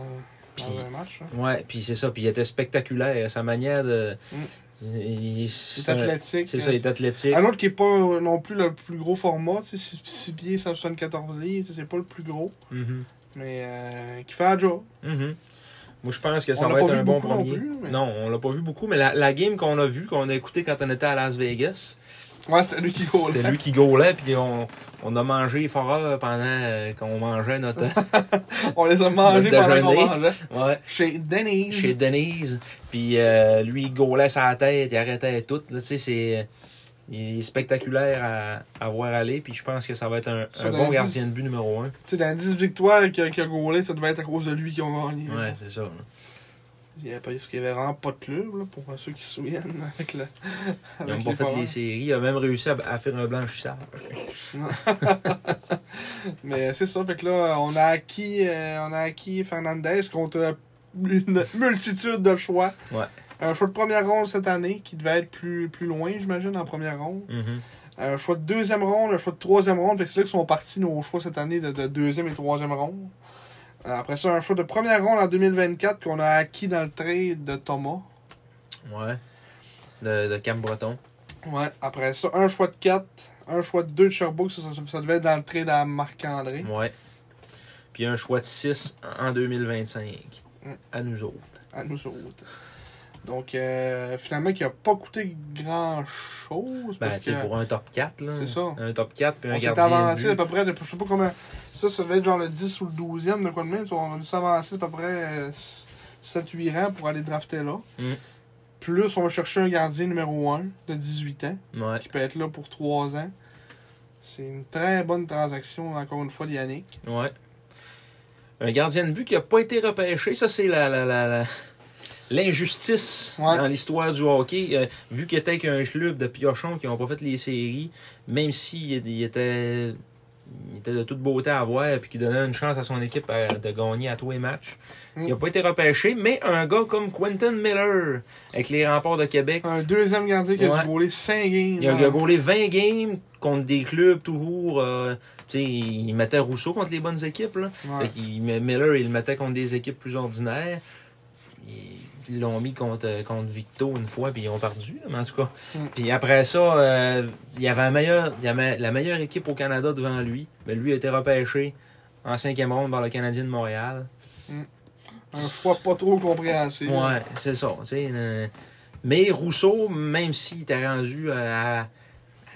Speaker 2: Mm. Puis-
Speaker 1: un match. là.
Speaker 2: Ouais, puis c'est ça, puis il était spectaculaire. Sa manière de.
Speaker 1: Mm.
Speaker 2: il- il-
Speaker 1: C'est
Speaker 2: C'est un-
Speaker 1: athlétique.
Speaker 2: c'est ça, il est athlétique.
Speaker 1: Un autre qui est pas euh, non plus le plus gros format, tu sais, 6, pieds, 174 livres, tu sais, c'est pas le plus gros,
Speaker 2: Mhm.
Speaker 1: mais euh, qui fait un job.
Speaker 2: Mhm. Moi, je pense que ça
Speaker 1: On l'a
Speaker 2: va
Speaker 1: pas
Speaker 2: être
Speaker 1: vu
Speaker 2: un bon
Speaker 1: beaucoup non
Speaker 2: premier.
Speaker 1: plus, mais-
Speaker 2: Non, on l'a pas vu beaucoup, mais la, la game qu'on a vue, qu'on a écoutée quand on était à Las Vegas,
Speaker 1: Ouais, c'était lui qui roule.
Speaker 2: c'était lui qui gaulait, puis on, on a mangé fort pendant euh, qu'on mangeait notre.
Speaker 1: On les a mangés
Speaker 2: Notre
Speaker 1: pendant qu'on
Speaker 2: déjeuner.
Speaker 1: mangeait.
Speaker 2: ouais.
Speaker 1: Chez Denise.
Speaker 2: Chez Denise, puis euh, lui, il gaulait sa tête, il arrêtait tout. Là, tu sais, c'est. Il est spectaculaire à, à voir aller, puis je pense que ça va être un,
Speaker 1: Sur
Speaker 2: un
Speaker 1: la
Speaker 2: bon
Speaker 1: dix-
Speaker 2: gardien de but numéro un.
Speaker 1: Tu sais, dans 10 victoires qu'il a, qu'il a gaulé, ça devait être à cause de lui qu'ils ont gagné.
Speaker 2: Ouais, c'est ça. hein. là.
Speaker 1: Il y a pas- Parce qu'il y avait vraiment pas de club, là, pour ceux qui se souviennent, avec le. avec
Speaker 2: Ils n'ont pas
Speaker 1: les
Speaker 2: fait
Speaker 1: Foreurs.
Speaker 2: les séries. Il a même réussi à, à faire un blanchissage.
Speaker 1: Mais c'est ça, fait que là, on a acquis, euh, on a acquis Fernandez contre une multitude de choix.
Speaker 2: Ouais.
Speaker 1: Un choix de première ronde cette année qui devait être plus, plus loin, j'imagine, en première ronde.
Speaker 2: Mhm.
Speaker 1: Un choix de deuxième ronde, un choix de troisième ronde. Fait que c'est là que sont partis nos choix cette année de, de deuxième et troisième ronde. Euh, Après ça, un choix de première ronde en 2024 qu'on a acquis dans le trade de Thomas.
Speaker 2: Ouais. De, de Cam Breton.
Speaker 1: Ouais. Après ça, un choix de 4, un choix de 2 de Sherbrooke. Ça, ça, ça devait être dans le trade à Marc-André.
Speaker 2: Ouais. Puis un choix de 6 en 2025.
Speaker 1: Mm.
Speaker 2: À nous autres.
Speaker 1: À nous autres. Donc, euh, finalement, qui a pas coûté grand-chose.
Speaker 2: Ben,
Speaker 1: parce
Speaker 2: tu sais,
Speaker 1: que-
Speaker 2: pour un top 4, là.
Speaker 1: C'est ça.
Speaker 2: Un top 4 puis un
Speaker 1: On s'est
Speaker 2: gardien.
Speaker 1: avancé
Speaker 2: de
Speaker 1: à
Speaker 2: but.
Speaker 1: peu près, de, je sais pas combien. Ça, ça devait être genre le 10 ou le 12e, de quoi de même. On a dû s'avancer à peu près euh, 7-8 rangs pour aller drafter là.
Speaker 2: Mm.
Speaker 1: Plus, on va chercher un gardien numéro 1 de 18 ans,
Speaker 2: Ouais.
Speaker 1: qui peut être là pour 3 ans. C'est une très bonne transaction, encore une fois, de Yannick.
Speaker 2: Ouais. Un gardien de but qui n'a pas été repêché, ça c'est la, la, la, la- l'injustice
Speaker 1: Ouais.
Speaker 2: dans l'histoire du hockey. Euh, vu qu'il était avec un club de piochons qui n'ont pas fait les séries, même s'il il était, il était de toute beauté à voir et qu'il donnait une chance à son équipe euh, de gagner à tous les matchs,
Speaker 1: Mm.
Speaker 2: il n'a pas été repêché. Mais un gars comme Quentin Miller avec les remparts de Québec,
Speaker 1: Un deuxième gardien qui a
Speaker 2: Ouais.
Speaker 1: dû goaler 5 games.
Speaker 2: il a, il a
Speaker 1: dans-
Speaker 2: goalé 20 games contre des clubs toujours. euh, tu sais, il mettait Rousseau contre les bonnes équipes. Là.
Speaker 1: Ouais.
Speaker 2: Fait qu'il- mais Miller, il le mettait contre des équipes plus ordinaires. Ils- Ils l'ont mis contre, euh, contre Victo une fois, puis ils ont perdu, là, mais en tout cas.
Speaker 1: Mm.
Speaker 2: Puis après ça, euh, il y avait un meilleur, il y avait la meilleure équipe au Canada devant lui, mais lui a été repêché en cinquième ronde par le Canadien de Montréal.
Speaker 1: Un choix pas trop compréhensible.
Speaker 2: Ouais, c'est ça. tu sais, euh, mais Rousseau, même s'il était rendu euh, à, à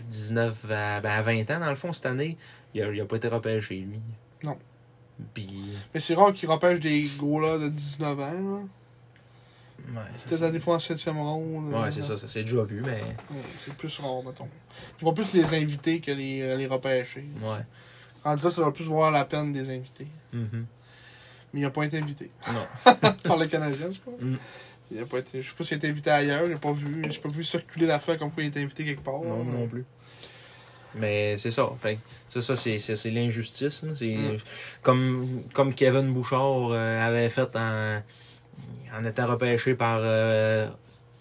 Speaker 2: 19, à, ben, à 20 ans, dans le fond, cette année, il n'a pas été repêché, lui.
Speaker 1: Non.
Speaker 2: Puis,
Speaker 1: Mais c'est rare qu'il repêche des goalers de 19 ans. là.
Speaker 2: ouais, ça,
Speaker 1: Peut-être
Speaker 2: c'est-
Speaker 1: à des fois en 7 ronde.
Speaker 2: Ouais,
Speaker 1: euh,
Speaker 2: c'est ça, ça s'est déjà vu, mais.
Speaker 1: Ouais, C'est plus rare, mettons. Je vois plus les invités que les, euh, les repêcher.
Speaker 2: Ouais.
Speaker 1: Rendu là, ça va plus voir la peine des invités. Mais il n'a pas été invité.
Speaker 2: Non.
Speaker 1: Par le Canadien, c'est pas.
Speaker 2: Mm.
Speaker 1: Il a pas été. Je sais pas s'il a été invité ailleurs, j'ai pas vu. J'ai pas vu circuler l'affaire comme quoi il était invité quelque part.
Speaker 2: Non,
Speaker 1: mais-
Speaker 2: moi non plus. Mais c'est ça. Fait que ça, ça c'est, c'est, c'est l'injustice. là. C'est
Speaker 1: Mm.
Speaker 2: comme, comme Kevin Bouchard euh, avait fait en, en étant repêché par, euh,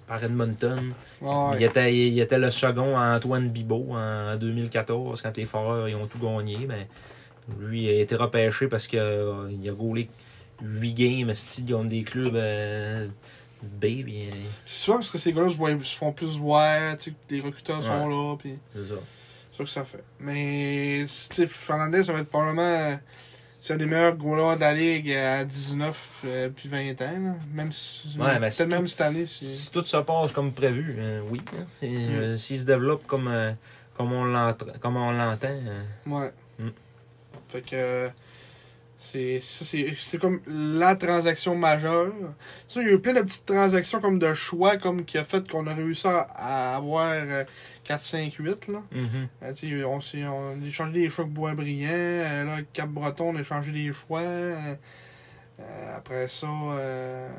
Speaker 2: par Edmonton.
Speaker 1: Ouais.
Speaker 2: Il, était, il était le second à Antoine Bibeau en 2014 quand les Foreurs ils ont tout gagné. Mais lui il a été repêché parce que euh, il a gaulé 8 games esti, contre des clubs euh, B. puis, euh,
Speaker 1: C'est souvent parce que ces gars-là se, voient- se font plus voir, tu sais, que les recruteurs sont là, puis
Speaker 2: c'est ça.
Speaker 1: c'est ça que ça fait. Mais, tu sais, Fernandez, ça va être probablement. euh, C'est un des meilleurs goalers de la ligue à 19 euh, puis 20 ans. là. Même, si,
Speaker 2: Ouais, mais
Speaker 1: peut-être
Speaker 2: c'est
Speaker 1: même cette année. c'est...
Speaker 2: Si tout se passe comme prévu, euh, oui. hein, c'est- euh, S'il se développe comme, euh, comme on l'entre- comme on l'entend, euh,
Speaker 1: Ouais.
Speaker 2: Mm.
Speaker 1: Fait que. C'est ça, c'est- c'est comme la transaction majeure. Ça, il y a eu plein de petites transactions comme de choix comme qui a fait qu'on a réussi à- à avoir euh, 4, 5, 8. Là.
Speaker 2: Mhm.
Speaker 1: Euh, tu sais, on, s'est- on a échangé des choix avec Boisbriand. euh, là, avec Cap-Breton, on a échangé des choix. euh, euh, après ça, euh,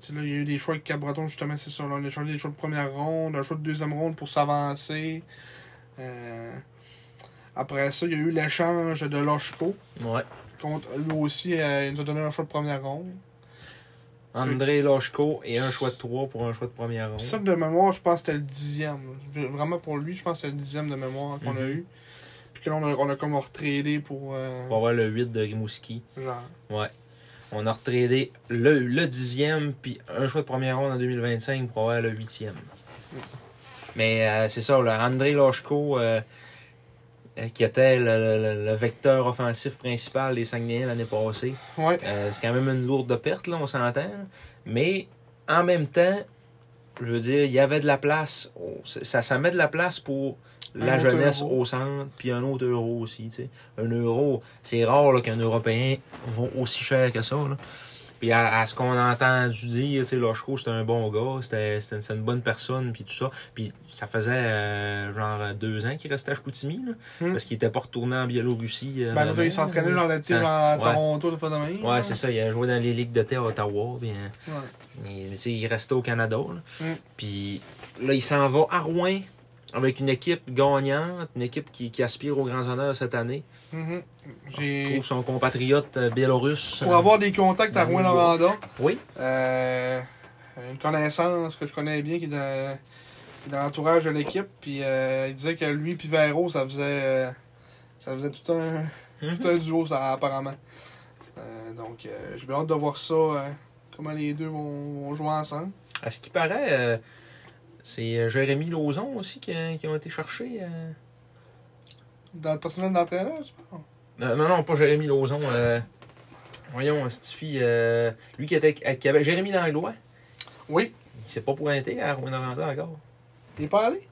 Speaker 1: tu sais, là, il y a eu des choix avec Cap-Breton, justement, c'est ça. là, on a échangé des choix de première ronde, un choix de deuxième ronde pour s'avancer. Euh, après ça, il y a eu l'échange de Lochko.
Speaker 2: Ouais.
Speaker 1: Contre, lui aussi, euh, il nous a donné un choix de première ronde.
Speaker 2: André Lochko et un choix de 3 pour un choix de première ronde.
Speaker 1: Puis ça, de mémoire, je pense que c'était le dixième. Vraiment, pour lui, je pense que c'était le dixième de mémoire qu'on a eu. Puis que là, on a, on a comme retradé pour... euh,
Speaker 2: On va avoir le 8 de Rimouski.
Speaker 1: genre...
Speaker 2: Ouais. On a retradé le, le dixième, puis un choix de première ronde en 2025 pour avoir le huitième. Mais euh, c'est ça, là, André Lochko, euh, euh, qui était le, le- le- le vecteur offensif principal des Saguenayens l'année passée,
Speaker 1: Ouais,
Speaker 2: euh, c'est quand même une lourde perte, là, on s'entend. là. Mais en même temps, je veux dire, il y avait de la place. au- Ça, ça met de la place pour
Speaker 1: Un
Speaker 2: la
Speaker 1: autre
Speaker 2: jeunesse
Speaker 1: euro.
Speaker 2: au centre, puis un autre euro aussi. tu sais. Un euro, c'est rare là, qu'un Européen vaut aussi cher que ça. là. Puis à, à ce qu'on a entendu dire, tu sais, Lochko, c'était un bon gars, c'était c'était une, c'était une bonne personne, puis tout ça. Puis ça faisait euh, genre deux ans qu'il restait à Chicoutimi, là,
Speaker 1: Hmm.
Speaker 2: parce qu'il était pas retourné en Biélorussie. euh,
Speaker 1: ben là, il
Speaker 2: vraiment,
Speaker 1: s'entraînait
Speaker 2: là.
Speaker 1: dans l'été
Speaker 2: Ça-
Speaker 1: genre, à
Speaker 2: ouais.
Speaker 1: Toronto, le pas demain.
Speaker 2: Ouais, c'est ça. Il a joué dans les ligues d'été à Ottawa. Puis, hein,
Speaker 1: Ouais.
Speaker 2: il, tu sais, il restait au Canada. Là.
Speaker 1: Mm.
Speaker 2: Puis là, il s'en va à Rouen avec une équipe gagnante, une équipe qui, qui aspire aux grands honneurs cette année.
Speaker 1: Mhm.
Speaker 2: Il
Speaker 1: J'ai...
Speaker 2: trouve son compatriote euh, biélorusse.
Speaker 1: Pour avoir des contacts à
Speaker 2: Dans le
Speaker 1: Rouen-Noranda,
Speaker 2: Ben, Oui.
Speaker 1: euh, une connaissance que je connais bien qui est dans, qui est dans l'entourage de l'équipe, puis euh, il disait que lui puis Véro, ça faisait... euh, ça faisait tout un...
Speaker 2: Mhm.
Speaker 1: tout un duo, ça, apparemment. Euh, donc, euh, j'ai bien hâte de voir ça, euh, comment les deux vont, vont jouer ensemble.
Speaker 2: À ce qui paraît, euh, c'est euh, Jérémy Lauzon aussi qui, a- qui ont été cherchés. euh.
Speaker 1: Dans le personnel d'entraîneur, tu parles?
Speaker 2: Euh, non, non, pas Jérémy Lauzon. euh, Voyons, Stifi, euh, lui qui était qui avait Jérémy Langlois,
Speaker 1: Oui,
Speaker 2: il s'est pas pointé à Rouen-Noranda encore.
Speaker 1: il est pas allé.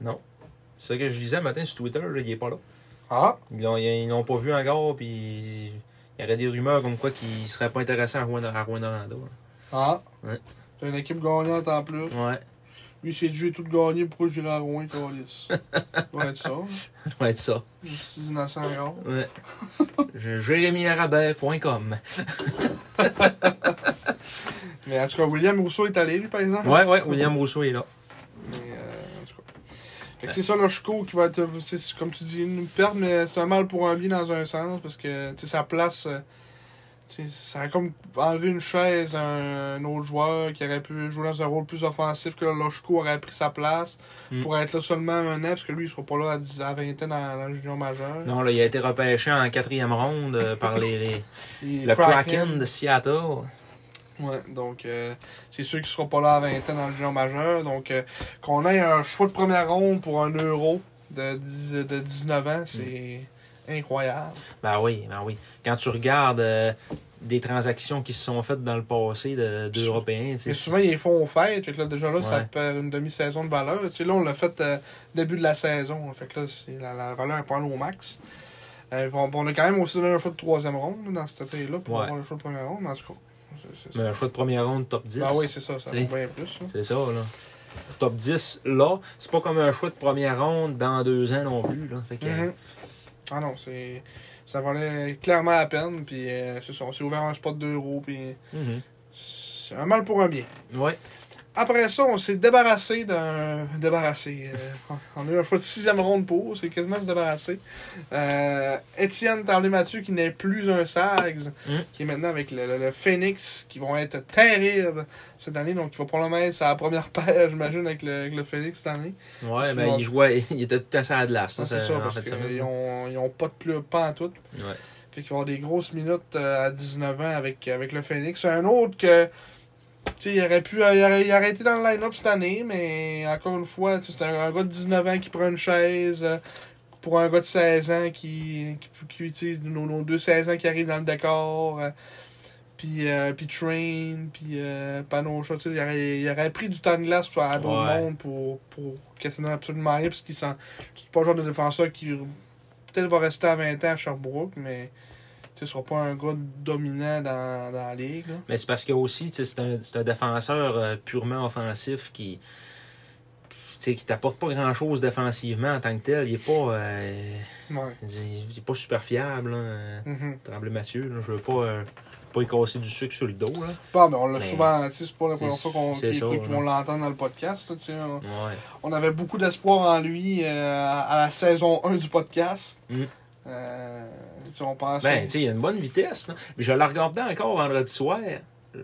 Speaker 2: C'est ce que je lisais le matin sur Twitter, là, il est pas là.
Speaker 1: Ah,
Speaker 2: Ils l'ont, ils l'ont pas vu encore, puis il y aurait des rumeurs comme quoi qu'il serait pas intéressant à Rouen à hein. Rouen-Noranda, là.
Speaker 1: ah.
Speaker 2: Ouais.
Speaker 1: T'as une équipe gagnante en plus.
Speaker 2: Ouais,
Speaker 1: Lui, c'est dû tout gagner, pourquoi j'irai à Rouen, Carlis? Ça va être ça.
Speaker 2: ça doit être ça.
Speaker 1: C'est innocent encore.
Speaker 2: Ouais. Je- JérémyArabet.com.
Speaker 1: Mais en tout cas, William Rousseau est allé, lui, par exemple.
Speaker 2: Ouais, ouais, William Rousseau est là.
Speaker 1: Mais, euh, en tout cas. Fait que c'est ça le Chico qui va être, c'est- c'est comme tu dis, une perte, mais c'est un mal pour un bien dans un sens, parce que tu sais, sa place, euh, tu sais, ça a comme enlevé une chaise à un, un autre joueur qui aurait pu jouer dans un rôle plus offensif, que le Chico aurait pris sa place
Speaker 2: Mm.
Speaker 1: pour être là seulement un an, parce que lui, il sera pas là à, 10, à 20 ans dans, dans le junior majeur.
Speaker 2: Non, là, il a été repêché en quatrième ronde euh, par les, les-
Speaker 1: Et
Speaker 2: le Kraken de Seattle.
Speaker 1: Ouais, donc euh, c'est sûr qu'il sera pas là à 20 ans dans le junior majeur. Donc euh, qu'on ait un choix de première ronde pour un euro de, 10 de 19 ans, c'est
Speaker 2: Mm.
Speaker 1: incroyable.
Speaker 2: Ben oui, ben oui. Quand tu regardes euh, des transactions qui se sont faites dans le passé de- d'Européens, tu
Speaker 1: Mais
Speaker 2: sais.
Speaker 1: souvent ils les font aux fêtes, fait que là déjà là ça
Speaker 2: Ouais.
Speaker 1: perd une demi-saison de valeur. Tu sais, là on l'a fait euh, début de la saison, fait que là c'est- la, la valeur est pas allée au max. Euh, puis on, puis on a quand même aussi donné un choix de troisième ronde dans cet été-là pour
Speaker 2: Ouais.
Speaker 1: avoir le choix de première ronde, en tout cas. c'est- c'est-
Speaker 2: Mais un choix de première ronde top 10.
Speaker 1: Ben oui, c'est ça, ça
Speaker 2: C'est-
Speaker 1: vaut bien plus. hein.
Speaker 2: C'est ça, là. Top 10, là, c'est pas comme un choix de première ronde dans deux ans non plus, là. Fait que,
Speaker 1: Mhm. Ah non, c'est. Ça valait clairement la peine, puis euh, c'est ça, on s'est ouvert un spot d'euros, puis
Speaker 2: Mhm.
Speaker 1: c'est un mal pour un bien.
Speaker 2: Ouais.
Speaker 1: Après ça, on s'est débarrassé d'un. Débarrassé. euh, on a eu un choix de sixième ronde pour, c'est quasiment se débarrasser. Euh, Étienne Tarlé-Mathieu, qui n'est plus un Sags,
Speaker 2: Mhm.
Speaker 1: qui est maintenant avec le, le- le Phoenix, qui vont être terribles cette année, donc il va probablement être sa première paire, j'imagine, avec le, avec le Phoenix cette année. que
Speaker 2: Ouais,
Speaker 1: moi-
Speaker 2: ben, il jouait, il était tout à fait à la glace,
Speaker 1: Ça,
Speaker 2: là,
Speaker 1: c'est
Speaker 2: ça,
Speaker 1: ça,
Speaker 2: en
Speaker 1: parce
Speaker 2: fin de semaine.
Speaker 1: qu'ils ont, ils ont pas de plus pas en tout.
Speaker 2: Ouais.
Speaker 1: Fait qu'il va y avoir des grosses minutes euh, à 19 ans avec, avec le Phoenix. C'est un autre que. Tu sais, il aurait pu. Il aurait, il aurait été dans le line-up cette année, mais encore une fois, tu sais, c'est un, un gars de 19 ans qui prend une chaise euh, pour un gars de 16 ans qui. qui, qui, tu sais, nos, nos deux 16 ans qui arrivent dans le décor. euh, puis, euh, puis Train, puis euh, Panocha, tu sais, il aurait, il aurait pris du temps de glace pour- à d'autres
Speaker 2: Ouais.
Speaker 1: mondes pour, pour questionner absolument rien, parce qu'il sent. C'est pas le genre de défenseur qui peut-être va rester à 20 ans à Sherbrooke, mais Tu ne seras pas un gars dominant dans, dans la ligue. là.
Speaker 2: Mais c'est parce que aussi, tu sais, c'est un, c'est un défenseur euh, purement offensif qui. tu sais, qui t'apporte pas grand chose défensivement en tant que tel. Il est pas. euh,
Speaker 1: Ouais.
Speaker 2: il est pas super fiable. là. Euh,
Speaker 1: Mhm.
Speaker 2: Tremblay Mathieu, là, je veux pas, euh, pas y casser du sucre sur le dos. Là.
Speaker 1: Bon, mais on l'a
Speaker 2: Mais-
Speaker 1: souvent, tu sais, c'est pas la première
Speaker 2: C'est-
Speaker 1: fois qu'on
Speaker 2: c'est
Speaker 1: qu'ils
Speaker 2: ça,
Speaker 1: qu'ils
Speaker 2: ouais.
Speaker 1: vont l'entendre dans le podcast. là, tu sais, on,
Speaker 2: Ouais.
Speaker 1: on avait beaucoup d'espoir en lui euh, à la saison 1 du podcast.
Speaker 2: Mm.
Speaker 1: Euh, tu sais, on pensait.
Speaker 2: Ben, tu sais, il a une bonne vitesse. là. Puis Je le regardais encore vendredi soir. Je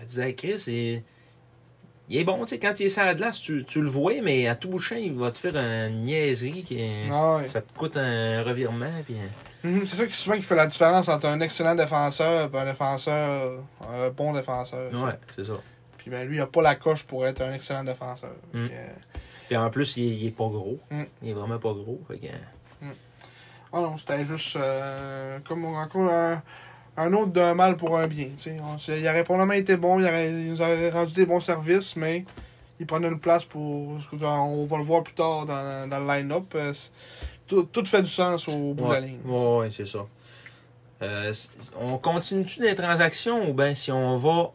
Speaker 2: me disais, Hey, Chris, il, il est bon, tu sais, quand il est sur la glace, tu, tu le vois, mais à tout bout de champ, il va te faire une niaiserie. Qui,
Speaker 1: Ah ouais.
Speaker 2: Ça te coûte un revirement. Puis, euh,
Speaker 1: Mhm, c'est ça qui souvent qui fait la différence entre un excellent défenseur et un défenseur, un bon défenseur. tu sais.
Speaker 2: ouais, c'est ça.
Speaker 1: Puis ben, lui, il a pas la coche pour être un excellent défenseur.
Speaker 2: Mm.
Speaker 1: Fait que-
Speaker 2: Puis en plus, il, est- il est pas gros.
Speaker 1: Mm.
Speaker 2: Il est vraiment pas gros. Fait que-
Speaker 1: Ah non, c'était juste euh, comme encore un, un autre d'un mal pour un bien. tu sais. On s'est- il aurait probablement été bon, il, aurait- il nous aurait rendu des bons services, mais il prenait une place pour. ce que- On va le voir plus tard dans, dans le line-up. euh, c'est- Tout, tout fait du sens au bout de la
Speaker 2: ouais,
Speaker 1: ligne.
Speaker 2: ouais, ouais, c'est ça. Euh, c- on continue-tu des transactions ou bien si on va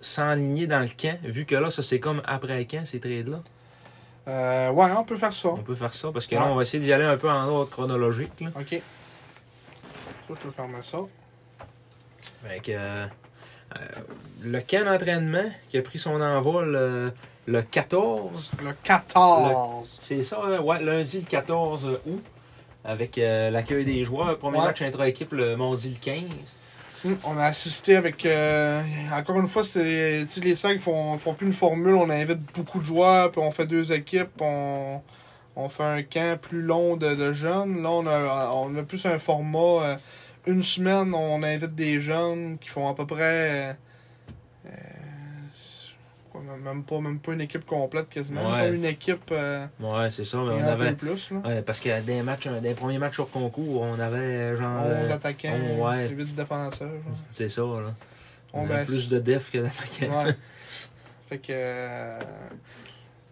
Speaker 2: s'enligner dans le camp, vu que là, ça c'est comme après camp, ces trades-là?
Speaker 1: Euh, ouais, on peut faire ça.
Speaker 2: On peut faire ça parce que
Speaker 1: Ouais.
Speaker 2: là, on va essayer d'y aller un peu en ordre chronologique. Là.
Speaker 1: Ok. Ça, je peux fermer ça.
Speaker 2: Fait que, euh, euh, le camp d'entraînement qui a pris son envol euh, le 14,
Speaker 1: Le 14.
Speaker 2: c'est ça, hein? ouais, lundi le 14 août, avec euh, l'accueil des joueurs. Premier
Speaker 1: Ouais.
Speaker 2: match intra-équipe le mardi le 15.
Speaker 1: Mm, On a assisté avec. euh, encore une fois, c'est tu sais, les sacs font, font plus une formule. On invite beaucoup de joueurs, puis on fait deux équipes. On, on fait un camp plus long de, de jeunes. Là, on a, on a plus un format. euh, une semaine, on invite des jeunes qui font à peu près. euh, euh, quoi, même- même, pas, même pas une équipe complète quasiment.
Speaker 2: Ouais.
Speaker 1: Une équipe. euh,
Speaker 2: Ouais, c'est ça, mais
Speaker 1: il y
Speaker 2: on
Speaker 1: en a un peu
Speaker 2: avait.
Speaker 1: plus. Là.
Speaker 2: ouais, parce que des matchs, des premiers matchs sur concours, on avait euh, genre. euh,
Speaker 1: 11 attaquants,
Speaker 2: on- ouais.
Speaker 1: 8 défenseurs. genre.
Speaker 2: c'est ça, là.
Speaker 1: On
Speaker 2: On avait
Speaker 1: baisse.
Speaker 2: plus de def que d'attaquants.
Speaker 1: Ouais. fait que. euh,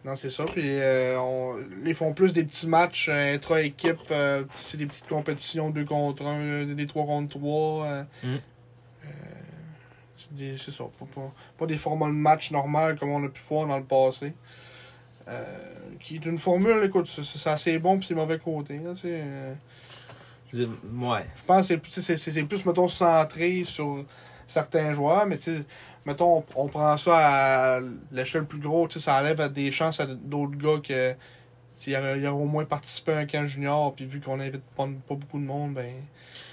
Speaker 1: Non, c'est ça. Puis, euh, on... ils font plus des petits matchs euh, intra-équipe, euh, petits- c'est des petites compétitions 2 contre 1, des 3 contre 3.
Speaker 2: Mm.
Speaker 1: c'est des- c'est ça. Pas, pas- pas des formats de match normal comme on a pu voir dans le passé. Euh, qui est une formule, écoute, c'est- c'est assez bon puis c'est mauvais côté. là, c'est, euh,
Speaker 2: Ouais.
Speaker 1: je pense que c'est plus- tu sais, c'est c'est plus, mettons, centré sur certains joueurs, mais tu sais, mettons, on, on prend ça à l'échelle plus grosse, tu sais, ça enlève à des chances à d'autres gars que, tu sais, il y aurait- il y aurait au moins participé à un camp junior, puis vu qu'on invite pas, pas beaucoup de monde, ben.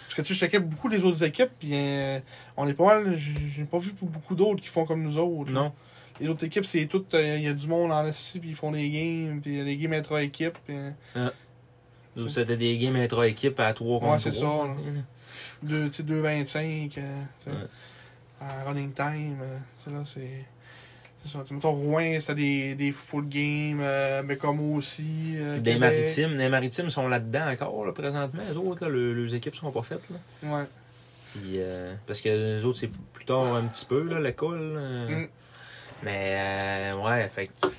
Speaker 1: Parce que tu sais, je checkais beaucoup les autres équipes, puis euh, on est pas mal, j'ai j'ai pas vu beaucoup d'autres qui font comme nous autres.
Speaker 2: Non.
Speaker 1: Les autres équipes, c'est tout. euh, Il y a du monde en SC, puis ils font des games, puis des games intra-équipes. puis, euh,
Speaker 2: Nous, C'était des games intra-équipe à 3 contre
Speaker 1: Ouais, c'est
Speaker 2: trois,
Speaker 1: ça,
Speaker 2: là.
Speaker 1: deux- tu sais, 2,25 euh, tu sais,
Speaker 2: Ouais.
Speaker 1: en running time. euh, tu sais, là, c'est. C'est ça. Tu sais, Mettons, Rouen, c'était des, des full games, euh, mais comme aussi. euh,
Speaker 2: Des
Speaker 1: Québec.
Speaker 2: maritimes, les maritimes sont là-dedans encore là, présentement. Les autres, là, le- leurs équipes sont pas faites. Là.
Speaker 1: Ouais.
Speaker 2: Puis, euh, parce que les autres, c'est plus tard un petit peu, là, l'école. là.
Speaker 1: Mm.
Speaker 2: Mais euh, ouais, fait que. tu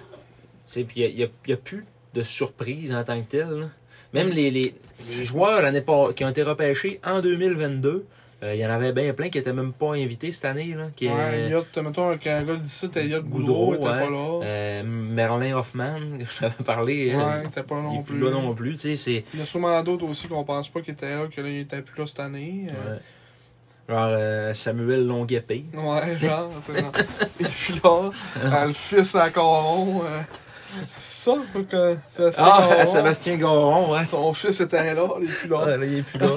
Speaker 2: sais, Puis il n'y a, y a plus de surprise en tant que telle. là. Même les, les, les joueurs l'année pas, qui ont été repêchés en 2022, euh, il y en avait bien plein qui n'étaient même pas invités cette année. Là, qui,
Speaker 1: Ouais,
Speaker 2: euh,
Speaker 1: Elliot, mettons, avec un gars d'ici, t'as Elliot Goudreau,
Speaker 2: Goudreau,
Speaker 1: était
Speaker 2: ouais.
Speaker 1: pas là.
Speaker 2: euh, Merlin Hoffman, que je t'avais parlé. euh,
Speaker 1: ouais, t'es pas là
Speaker 2: il
Speaker 1: non
Speaker 2: est
Speaker 1: plus.
Speaker 2: plus là non plus. tu sais, c'est-
Speaker 1: Il y a sûrement d'autres aussi qu'on pense pas qu'ils étaient là, que là, ils étaient plus là cette année. euh.
Speaker 2: Ouais. Genre euh, Samuel Longuepé.
Speaker 1: Ouais, genre, c'est ça. Et puis là, euh, le fils à Coron. euh, c'est ça, quoi, que. Sébastien
Speaker 2: Ah,
Speaker 1: Caron,
Speaker 2: Sébastien Goron, ouais.
Speaker 1: Son fils était là, il est plus là.
Speaker 2: Ah, là, il est plus là.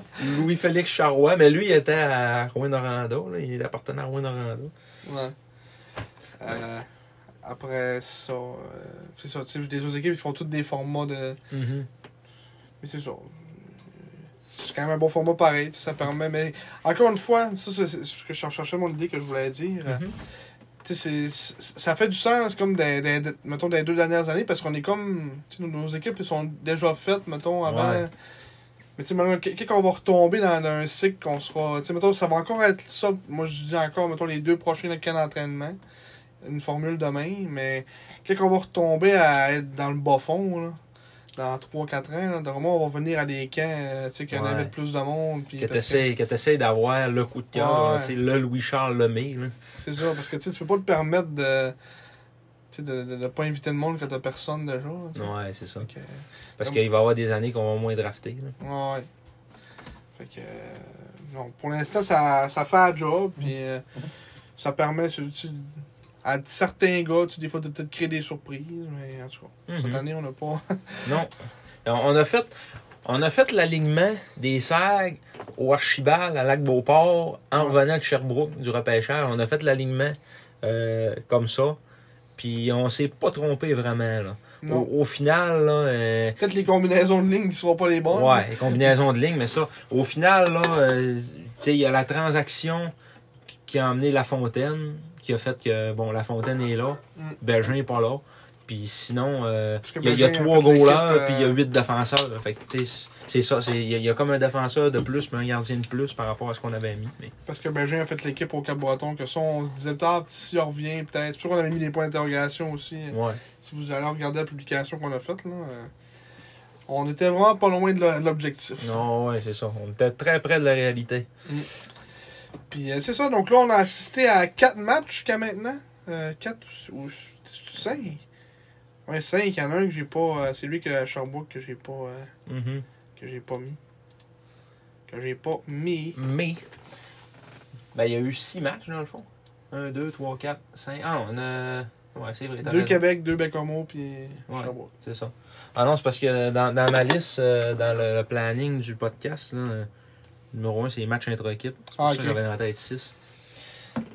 Speaker 2: Louis-Félix Charrois, mais lui, il était à Rouen-Noranda. là. Il appartenait à Rouen-Noranda.
Speaker 1: Ouais. Euh, après ça, euh, c'est ça. Tu sais, les autres équipes, ils font tous des formats de. Mais c'est ça. Euh, C'est quand même un bon format pareil. tu sais, Ça permet. Mais encore une fois, ça, c'est c'est ce que je cherchais mon idée que je voulais dire.
Speaker 2: Mhm.
Speaker 1: Tu sais, c'est- c'est- ça fait du sens, comme dans, dans- dans- mettons, dans les deux dernières années, parce qu'on est comme. tu sais, Nos, nos équipes, elles sont déjà faites, mettons, avant.
Speaker 2: Ouais.
Speaker 1: Mais tu sais, maintenant, qu- quand on va retomber dans, dans un cycle qu'on sera. Tu sais, mettons, ça va encore être ça. Moi, je dis encore, mettons, les deux prochains camps d'entraînement. Une formule demain, mais quand on va retomber à être dans le bas fond, là, dans 3-4 ans, là, normalement, on va venir à des camps euh, tu sais, qu'il y en
Speaker 2: Ouais.
Speaker 1: avait plus de monde. puis
Speaker 2: Que
Speaker 1: parce que-
Speaker 2: t'essayes que t'essayes d'avoir le coup de cœur,
Speaker 1: Ouais.
Speaker 2: là, tu sais, le Louis-Charles Lemay. là.
Speaker 1: C'est ça, parce que tu sais, tu peux pas te permettre de tu sais, de, de, de pas inviter le monde quand t'as personne déjà. là, tu sais.
Speaker 2: Ouais, c'est ça.
Speaker 1: Fait que,
Speaker 2: Parce
Speaker 1: Comme-
Speaker 2: qu'il va y avoir des années qu'on va moins drafter. là.
Speaker 1: Ouais. Fait que. euh, non, pour l'instant, ça, ça fait un job, puis euh, ça permet sur- tu- à certains gars, tu sais, des fois, de peut-être créer des surprises, mais en tout cas, cette
Speaker 2: Mhm.
Speaker 1: année, on n'a pas.
Speaker 2: Non. Alors, On a fait, on a fait l'alignement des SAG au Archibald, à Lac-Beauport, en
Speaker 1: Ouais.
Speaker 2: revenant de Sherbrooke, du repêchage. On a fait l'alignement euh, comme ça. Puis on s'est pas trompé vraiment. Là.
Speaker 1: non.
Speaker 2: Au, au final, là, euh,
Speaker 1: Peut-être les combinaisons de lignes qui seront pas les bonnes.
Speaker 2: ouais, les combinaisons de lignes, mais ça, au final, là, euh, tu sais, il y a la transaction qui- qui a emmené La Fontaine, qui a fait que, bon, La Fontaine est là,
Speaker 1: Mm.
Speaker 2: Belgin n'est pas là. Puis sinon, euh,
Speaker 1: Parce que
Speaker 2: il y a- il y a
Speaker 1: Belgin a
Speaker 2: trois
Speaker 1: fait l'équipe,
Speaker 2: goalers,
Speaker 1: euh,
Speaker 2: puis il y a huit défenseurs. Fait que, tu sais, c'est ça. c'est- Il y, a- il y a comme un défenseur de plus, mais un gardien de plus par rapport à ce qu'on avait mis. Mais,
Speaker 1: Parce que Benjamin a fait l'équipe au Cap-Breton, que ça, on se disait peut-être, si on revient, peut-être. C'est pour ça qu'on avait mis des points d'interrogation aussi. hein.
Speaker 2: ouais.
Speaker 1: Si vous allez regarder la publication qu'on a faite, là, euh, on était vraiment pas loin de la- de l'objectif.
Speaker 2: Non, ouais, c'est ça. On était très près de la réalité.
Speaker 1: Puis euh, c'est ça, donc là, on a assisté à 4 matchs jusqu'à maintenant. 4 ou 5 Ouais, 5, il y en a un que j'ai pas. euh, c'est lui que à Sherbrooke que j'ai pas, euh,
Speaker 2: Mhm.
Speaker 1: que j'ai pas mis. Que j'ai pas mis.
Speaker 2: Mais, ben, il y a eu six matchs, dans le fond. Un, deux, trois, quatre, cinq. Ah, on a. Ouais, c'est vrai. t'as
Speaker 1: Deux
Speaker 2: raison.
Speaker 1: Québec, deux Bécomo, puis
Speaker 2: Ouais.
Speaker 1: Sherbrooke.
Speaker 2: C'est ça. Ah non, c'est parce que dans, dans ma liste, euh, dans le, le planning du podcast, là, euh, numéro 1, c'est les matchs intra-équipe. C'est pour
Speaker 1: Ah,
Speaker 2: ça
Speaker 1: ok.
Speaker 2: que j'avais dans la tête 6.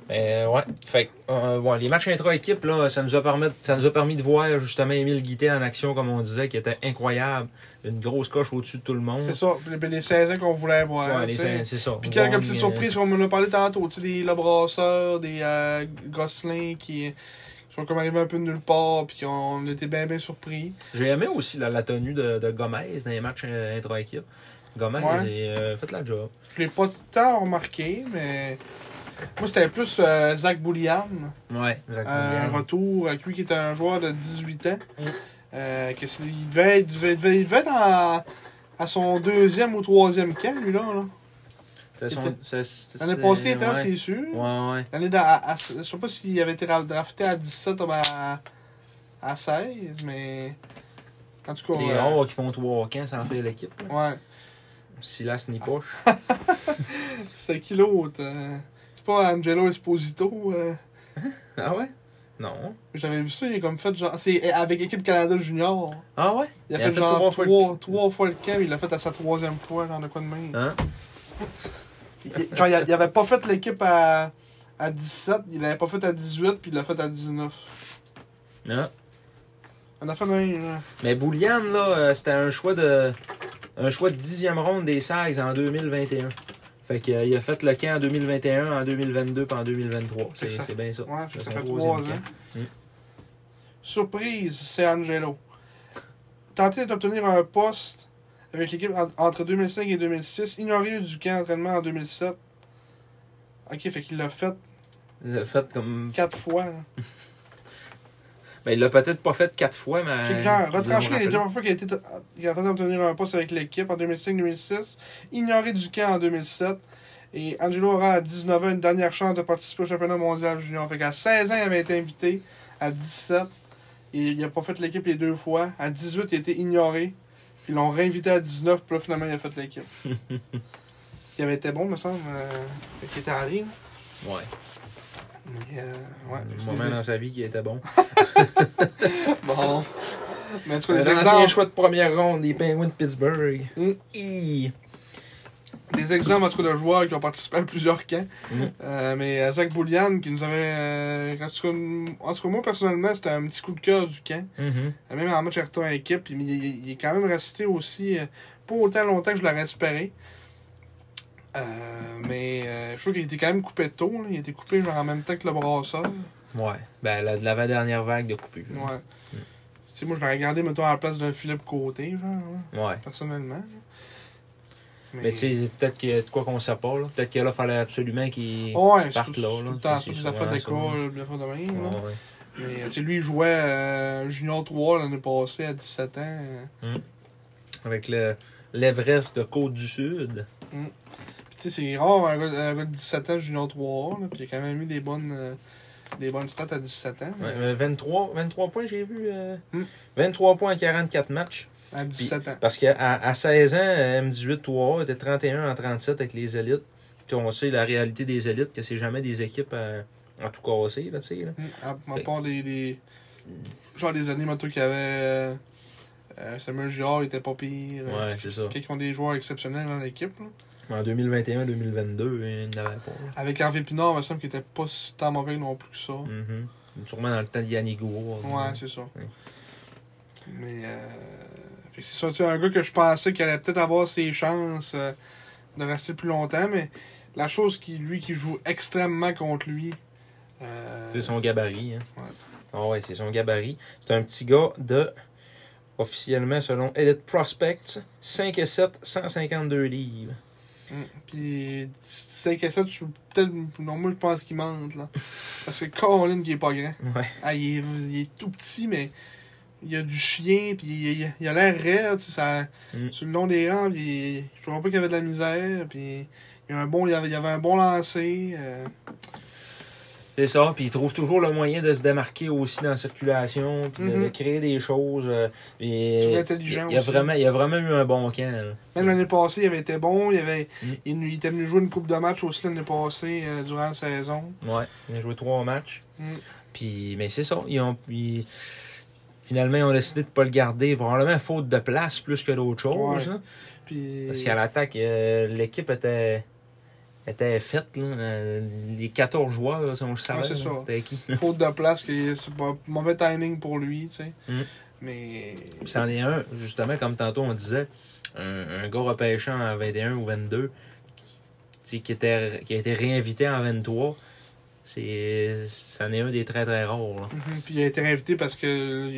Speaker 2: Mais euh, ouais, fait que, euh, ouais, les matchs intra-équipe, là, ça nous, a permis, ça nous a permis de voir justement Émile Guité en action, comme on disait, qui était incroyable. Une grosse coche au-dessus de tout le monde.
Speaker 1: C'est ça, puis les- les 16 ans qu'on voulait
Speaker 2: Ouais,
Speaker 1: voir.
Speaker 2: les-
Speaker 1: tu sais.
Speaker 2: c'est ça.
Speaker 1: Puis quelques
Speaker 2: Bon,
Speaker 1: petites
Speaker 2: euh,
Speaker 1: surprises, comme on en a parlé tantôt, tu sais, des Le Brasseur, des euh, Gosselin qui sont comme arrivés un peu de nulle part, puis on était bien, bien surpris.
Speaker 2: J'ai aimé aussi la, la tenue de, de Gomez dans les matchs euh, intra-équipe. Gomez,
Speaker 1: Ouais.
Speaker 2: il, euh, fait la job.
Speaker 1: Je l'ai pas tant remarqué, mais moi c'était plus euh, Zach Boulian,
Speaker 2: Ouais,
Speaker 1: euh,
Speaker 2: exactement.
Speaker 1: un retour, avec lui qui était un joueur de 18 ans.
Speaker 2: Mm.
Speaker 1: Euh, que c'est- il, devait être, il devait- il devait- il devait être en- à son deuxième ou troisième camp, lui là. là.
Speaker 2: C'était son-
Speaker 1: C'était-
Speaker 2: c'est- c'est-
Speaker 1: L'année passée, il
Speaker 2: c'est-
Speaker 1: était là,
Speaker 2: ouais.
Speaker 1: c'est sûr.
Speaker 2: Ouais, ouais.
Speaker 1: L'année d'a- à- à- je sais pas s'il avait été ra- drafté à 17 ou à, à 16, mais. En tout cas.
Speaker 2: C'est
Speaker 1: euh,
Speaker 2: rare qu'ils font 3 camps sans faire l'équipe. là.
Speaker 1: Ouais.
Speaker 2: Silas ni poche.
Speaker 1: C'était qui l'autre euh, C'est pas Angelo Esposito. euh,
Speaker 2: Ah ouais? Non.
Speaker 1: J'avais vu ça, il est comme fait genre. C'est euh, avec Équipe Canada Junior.
Speaker 2: Ah ouais?
Speaker 1: Il a fait, genre trois fois, le... camp, il l'a fait à sa troisième fois, genre de quoi de même.
Speaker 2: Hein?
Speaker 1: Il- genre, il, a- il avait pas fait l'équipe à, à 17, il l'avait pas fait à 18, puis il l'a fait à 19.
Speaker 2: Non.
Speaker 1: On a fait le même, là.
Speaker 2: Hein? Mais Boulian, là, euh, c'était un choix de. Un choix de dixième ronde des Sags en 2021. Fait qu'il a fait le camp en 2021, en 2022 puis en 2023.
Speaker 1: Fait
Speaker 2: C'est
Speaker 1: que ça-
Speaker 2: c'est bien ça.
Speaker 1: Ouais, fait que
Speaker 2: C'est
Speaker 1: ça
Speaker 2: son
Speaker 1: fait trois ans.
Speaker 2: troisième camp. Mm.
Speaker 1: Surprise, c'est Angelo. Tenter d'obtenir un poste avec l'équipe en- entre 2005 et 2006, ignoré du camp d'entraînement en 2007. Ok, fait qu'il l'a fait
Speaker 2: Il l'a fait comme.
Speaker 1: quatre fois. hein. là.
Speaker 2: Ben, il l'a peut-être pas fait quatre fois, mais.
Speaker 1: Fait que
Speaker 2: ils
Speaker 1: genre,
Speaker 2: l'ont
Speaker 1: retranché les
Speaker 2: rappelé.
Speaker 1: deux fois qu'il a, été t- qu'il a tenté d'obtenir un poste avec l'équipe en 2005-2006, ignoré du camp en 2007. Et Angelo aura à 19 ans une dernière chance de participer au championnat mondial junior. Fait qu'à 16 ans, il avait été invité. À 17, il n'a pas fait l'équipe les deux fois. À 18, il a été ignoré. Puis ils l'ont réinvité à 19, puis là, finalement, il a fait l'équipe. il avait été bon, me semble. Euh, fait qu'il était allé. là.
Speaker 2: Ouais.
Speaker 1: Mais, euh, ouais, fait que
Speaker 2: Un
Speaker 1: c'est
Speaker 2: moment dans sa vie qui était bon.
Speaker 1: Bon. Mais en tout cas,
Speaker 2: Les
Speaker 1: les
Speaker 2: anciens
Speaker 1: exemples.
Speaker 2: choix de première ronde des Penguins de Pittsburgh.
Speaker 1: Mm.
Speaker 2: Hi.
Speaker 1: des exemples en tout cas, de joueurs qui ont participé à plusieurs camps.
Speaker 2: Mm.
Speaker 1: Euh, mais euh, Zach Boulian qui nous avait. euh, en, tout cas, en tout cas, moi personnellement, c'était un petit coup de cœur du camp.
Speaker 2: Mhm.
Speaker 1: Euh, Même en match retour en équipe, il, il- il est quand même resté aussi euh, pas autant longtemps que je l'aurais espéré. Euh, mais euh, je trouve qu'il était quand même coupé tôt. là. Il était coupé genre en même temps que le brasseur.
Speaker 2: Ouais. Ben, la, l'avant-dernière vague de coupure.
Speaker 1: Ouais.
Speaker 2: Mm.
Speaker 1: Tu sais, moi, je l'aurais regardé, mettons, à la place d'un Philippe Côté, genre, là,
Speaker 2: Ouais.
Speaker 1: personnellement. là.
Speaker 2: Mais tu sais, c'est peut-être qu'il y a de quoi qu'on sait pas, là. Peut-être que là, fallait absolument qu'il.
Speaker 1: Ouais, c'est
Speaker 2: partent
Speaker 1: tout,
Speaker 2: là,
Speaker 1: c'est
Speaker 2: là,
Speaker 1: tout le temps ça,
Speaker 2: c'est-
Speaker 1: des
Speaker 2: c'est
Speaker 1: affaires
Speaker 2: souvent
Speaker 1: d'école, des affaires de même. là.
Speaker 2: Ouais, ouais.
Speaker 1: Mais tu sais, lui, il jouait euh, Junior 3 l'année passée à 17 ans. euh,
Speaker 2: Mm. l'Ouest avec le- l'Everest de Côte-du-Sud.
Speaker 1: Puis, tu sais, c'est rare un gars, un gars de 17 ans junior 3 là, puis il a quand même eu des bonnes, euh, des bonnes stats à 17 ans.
Speaker 2: Ouais, mais 23, 23 Euh, points, j'ai vu. euh,
Speaker 1: Hmm.
Speaker 2: 23 points en 44 matchs.
Speaker 1: À 17 ans.
Speaker 2: Parce qu'à à 16 ans, euh, M18 3 était 31 en 37 avec les élites. Puis on sait la réalité des élites, que c'est jamais des équipes à, à tout casser, là, tu sais. là.
Speaker 1: Hum, À, à
Speaker 2: Fait-
Speaker 1: part les, les- Genre des années, moto qu'il y avait. euh, euh, Samuel Girard il était pas pire. euh,
Speaker 2: Ouais, c'est ça.
Speaker 1: Quelqu'un qui ont des joueurs exceptionnels dans l'équipe. là.
Speaker 2: Mais En 2021-2022, il n'y en avait pas. là.
Speaker 1: Avec Hervé Pinard, il me semble qu'il était pas si tant mauvais non plus que ça.
Speaker 2: Mhm. Sûrement dans le temps euh, de Yannick Gour.
Speaker 1: Ouais, c'est ça.
Speaker 2: Ouais.
Speaker 1: Mais euh, fait que c'est ça, tu sais, un gars que je pensais qu'il allait peut-être avoir ses chances euh, de rester plus longtemps, mais la chose qui, lui, qui joue extrêmement contre lui. euh,
Speaker 2: C'est son gabarit. Hein.
Speaker 1: Ouais.
Speaker 2: Ah ouais, c'est son gabarit. C'est un petit gars de, officiellement, selon Elite Prospects, 5 et 7, 152 livres.
Speaker 1: hum, Puis 5 à 7, je suis peut-être. Non, moi, je pense qu'il mente, là. Parce que Colin, qui est pas grand.
Speaker 2: Ouais.
Speaker 1: Ah, il, est, il est tout petit, mais il a du chien, puis il, il- il a l'air raide, tu sais, ça,
Speaker 2: Mm.
Speaker 1: sur le long des rangs, puis je trouvais pas qu'il y avait de la misère, puis il, y a un bon, il, y avait, il y avait un bon lancer. euh,
Speaker 2: C'est ça, puis il trouve toujours le moyen de se démarquer aussi dans la circulation, puis de- de,
Speaker 1: Mhm.
Speaker 2: créer des choses. euh, et-
Speaker 1: Toujours intelligent
Speaker 2: il, il a
Speaker 1: aussi.
Speaker 2: vraiment, il a vraiment eu un bon camp. là.
Speaker 1: même l'année passée, il avait été bon, il, avait,
Speaker 2: Mm.
Speaker 1: il, il était venu jouer une coupe de match aussi l'année passée euh, durant la saison.
Speaker 2: Ouais, il a joué trois matchs.
Speaker 1: Mm.
Speaker 2: Puis, mais c'est ça. Ils ont, ils- finalement, ils ont décidé de pas le garder, probablement faute de place plus que d'autres choses.
Speaker 1: Ouais.
Speaker 2: là.
Speaker 1: Puis,
Speaker 2: Parce qu'à l'attaque, euh, l'équipe était, était faite. là. Euh, Les 14 joueurs, là, si on le savait,
Speaker 1: Ouais, c'est
Speaker 2: là,
Speaker 1: ça.
Speaker 2: c'était qui.
Speaker 1: faute de place, que c'est pas mauvais timing pour lui, tu sais.
Speaker 2: Mm.
Speaker 1: Mais.
Speaker 2: Puis c'en est un, justement, comme tantôt on disait, un, un gars repêchant en 21 ou 22, qui, tu sais, qui, était, qui a été réinvité en 23, c'est, c'en est un des très très rares. là.
Speaker 1: Mhm, Puis il a été invité parce que euh, il,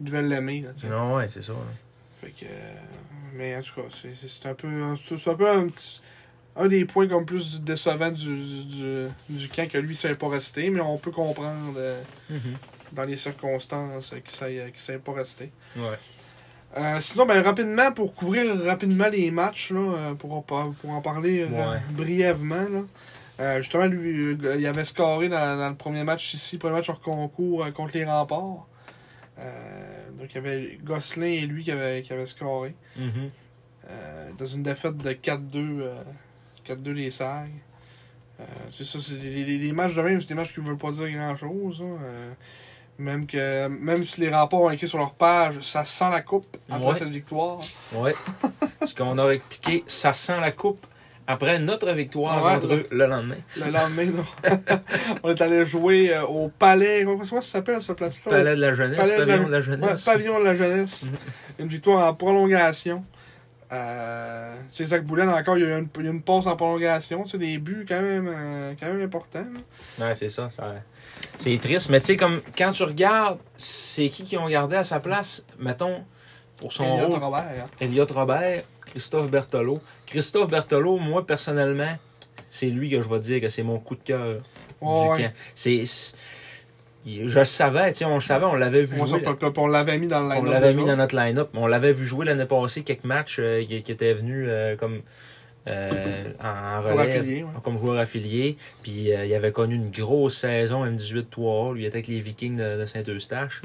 Speaker 1: il devait l'aimer, là, tu sais.
Speaker 2: Non, ouais, c'est ça. hein. là.
Speaker 1: Fait que, euh, mais en tout cas, c'est- c'est c'est un peu, un- c'est un, peu un, petit- un des points comme plus décevant du, du, du camp que lui, ça n'est pas resté, mais on peut comprendre euh, dans les circonstances euh, qu'il ne s'est pas resté.
Speaker 2: Ouais.
Speaker 1: Euh, sinon, ben, rapidement, pour couvrir rapidement les matchs, là, euh, pour, en par- pour en parler euh,
Speaker 2: Ouais.
Speaker 1: brièvement, là, euh, justement, lui, euh, il avait scoré dans, dans le premier match ici, premier match hors concours euh, contre les remparts. Euh, donc, il y avait Gosselin et lui qui avaient, qui avaient scoré.
Speaker 2: Mhm.
Speaker 1: Euh, dans une défaite de 4-2 euh, 4-2 les Sags. Euh, c'est ça, c'est les, les- les matchs de même, c'est des matchs qui ne veulent pas dire grand chose. même que même si les remparts ont écrit sur leur page, ça sent la coupe après
Speaker 2: Ouais.
Speaker 1: cette victoire.
Speaker 2: Ouais. Ce qu'on a expliqué, ça sent la coupe après notre victoire
Speaker 1: Ouais.
Speaker 2: contre eux le lendemain.
Speaker 1: Le lendemain, non. on est allé jouer euh, au palais. Comment comment ça s'appelle cette place-là?
Speaker 2: Palais de la jeunesse,
Speaker 1: Palais de la-
Speaker 2: pavillon de la
Speaker 1: Ouais,
Speaker 2: jeunesse. Mhm.
Speaker 1: pavillon de la jeunesse. une victoire en prolongation. Euh, c'est Zach Boulen encore, il y a eu une, il y a eu une passe en prolongation. C'est des buts quand même, euh, quand même importants. là.
Speaker 2: Ouais, c'est ça. ça- C'est triste. Mais tu sais, comme quand tu regardes, c'est qui qui ont gardé à sa place, mettons, pour son
Speaker 1: Elliott
Speaker 2: rôle,
Speaker 1: Robert. hein.
Speaker 2: Elliot Robert, Christophe Berthelot. Christophe Berthelot, moi, personnellement, c'est lui que je vais dire que c'est mon coup de cœur
Speaker 1: Ouais,
Speaker 2: du
Speaker 1: ouais.
Speaker 2: camp. C'est... c'est- Je le savais, tu sais, on le savait, on l'avait vu
Speaker 1: On,
Speaker 2: jouer.
Speaker 1: s'en- on l'avait mis dans le
Speaker 2: On
Speaker 1: line-up
Speaker 2: l'avait
Speaker 1: de
Speaker 2: mis
Speaker 1: là.
Speaker 2: dans notre line-up. mais On l'avait vu jouer l'année passée quelques matchs euh, qui, qui étaient venus euh, comme euh, en, en
Speaker 1: Pour
Speaker 2: relève,
Speaker 1: l'affilié, ouais.
Speaker 2: comme joueur affilié. Puis euh, il avait connu une grosse saison M18-3. Lui il était avec les Vikings de, de Saint-Eustache.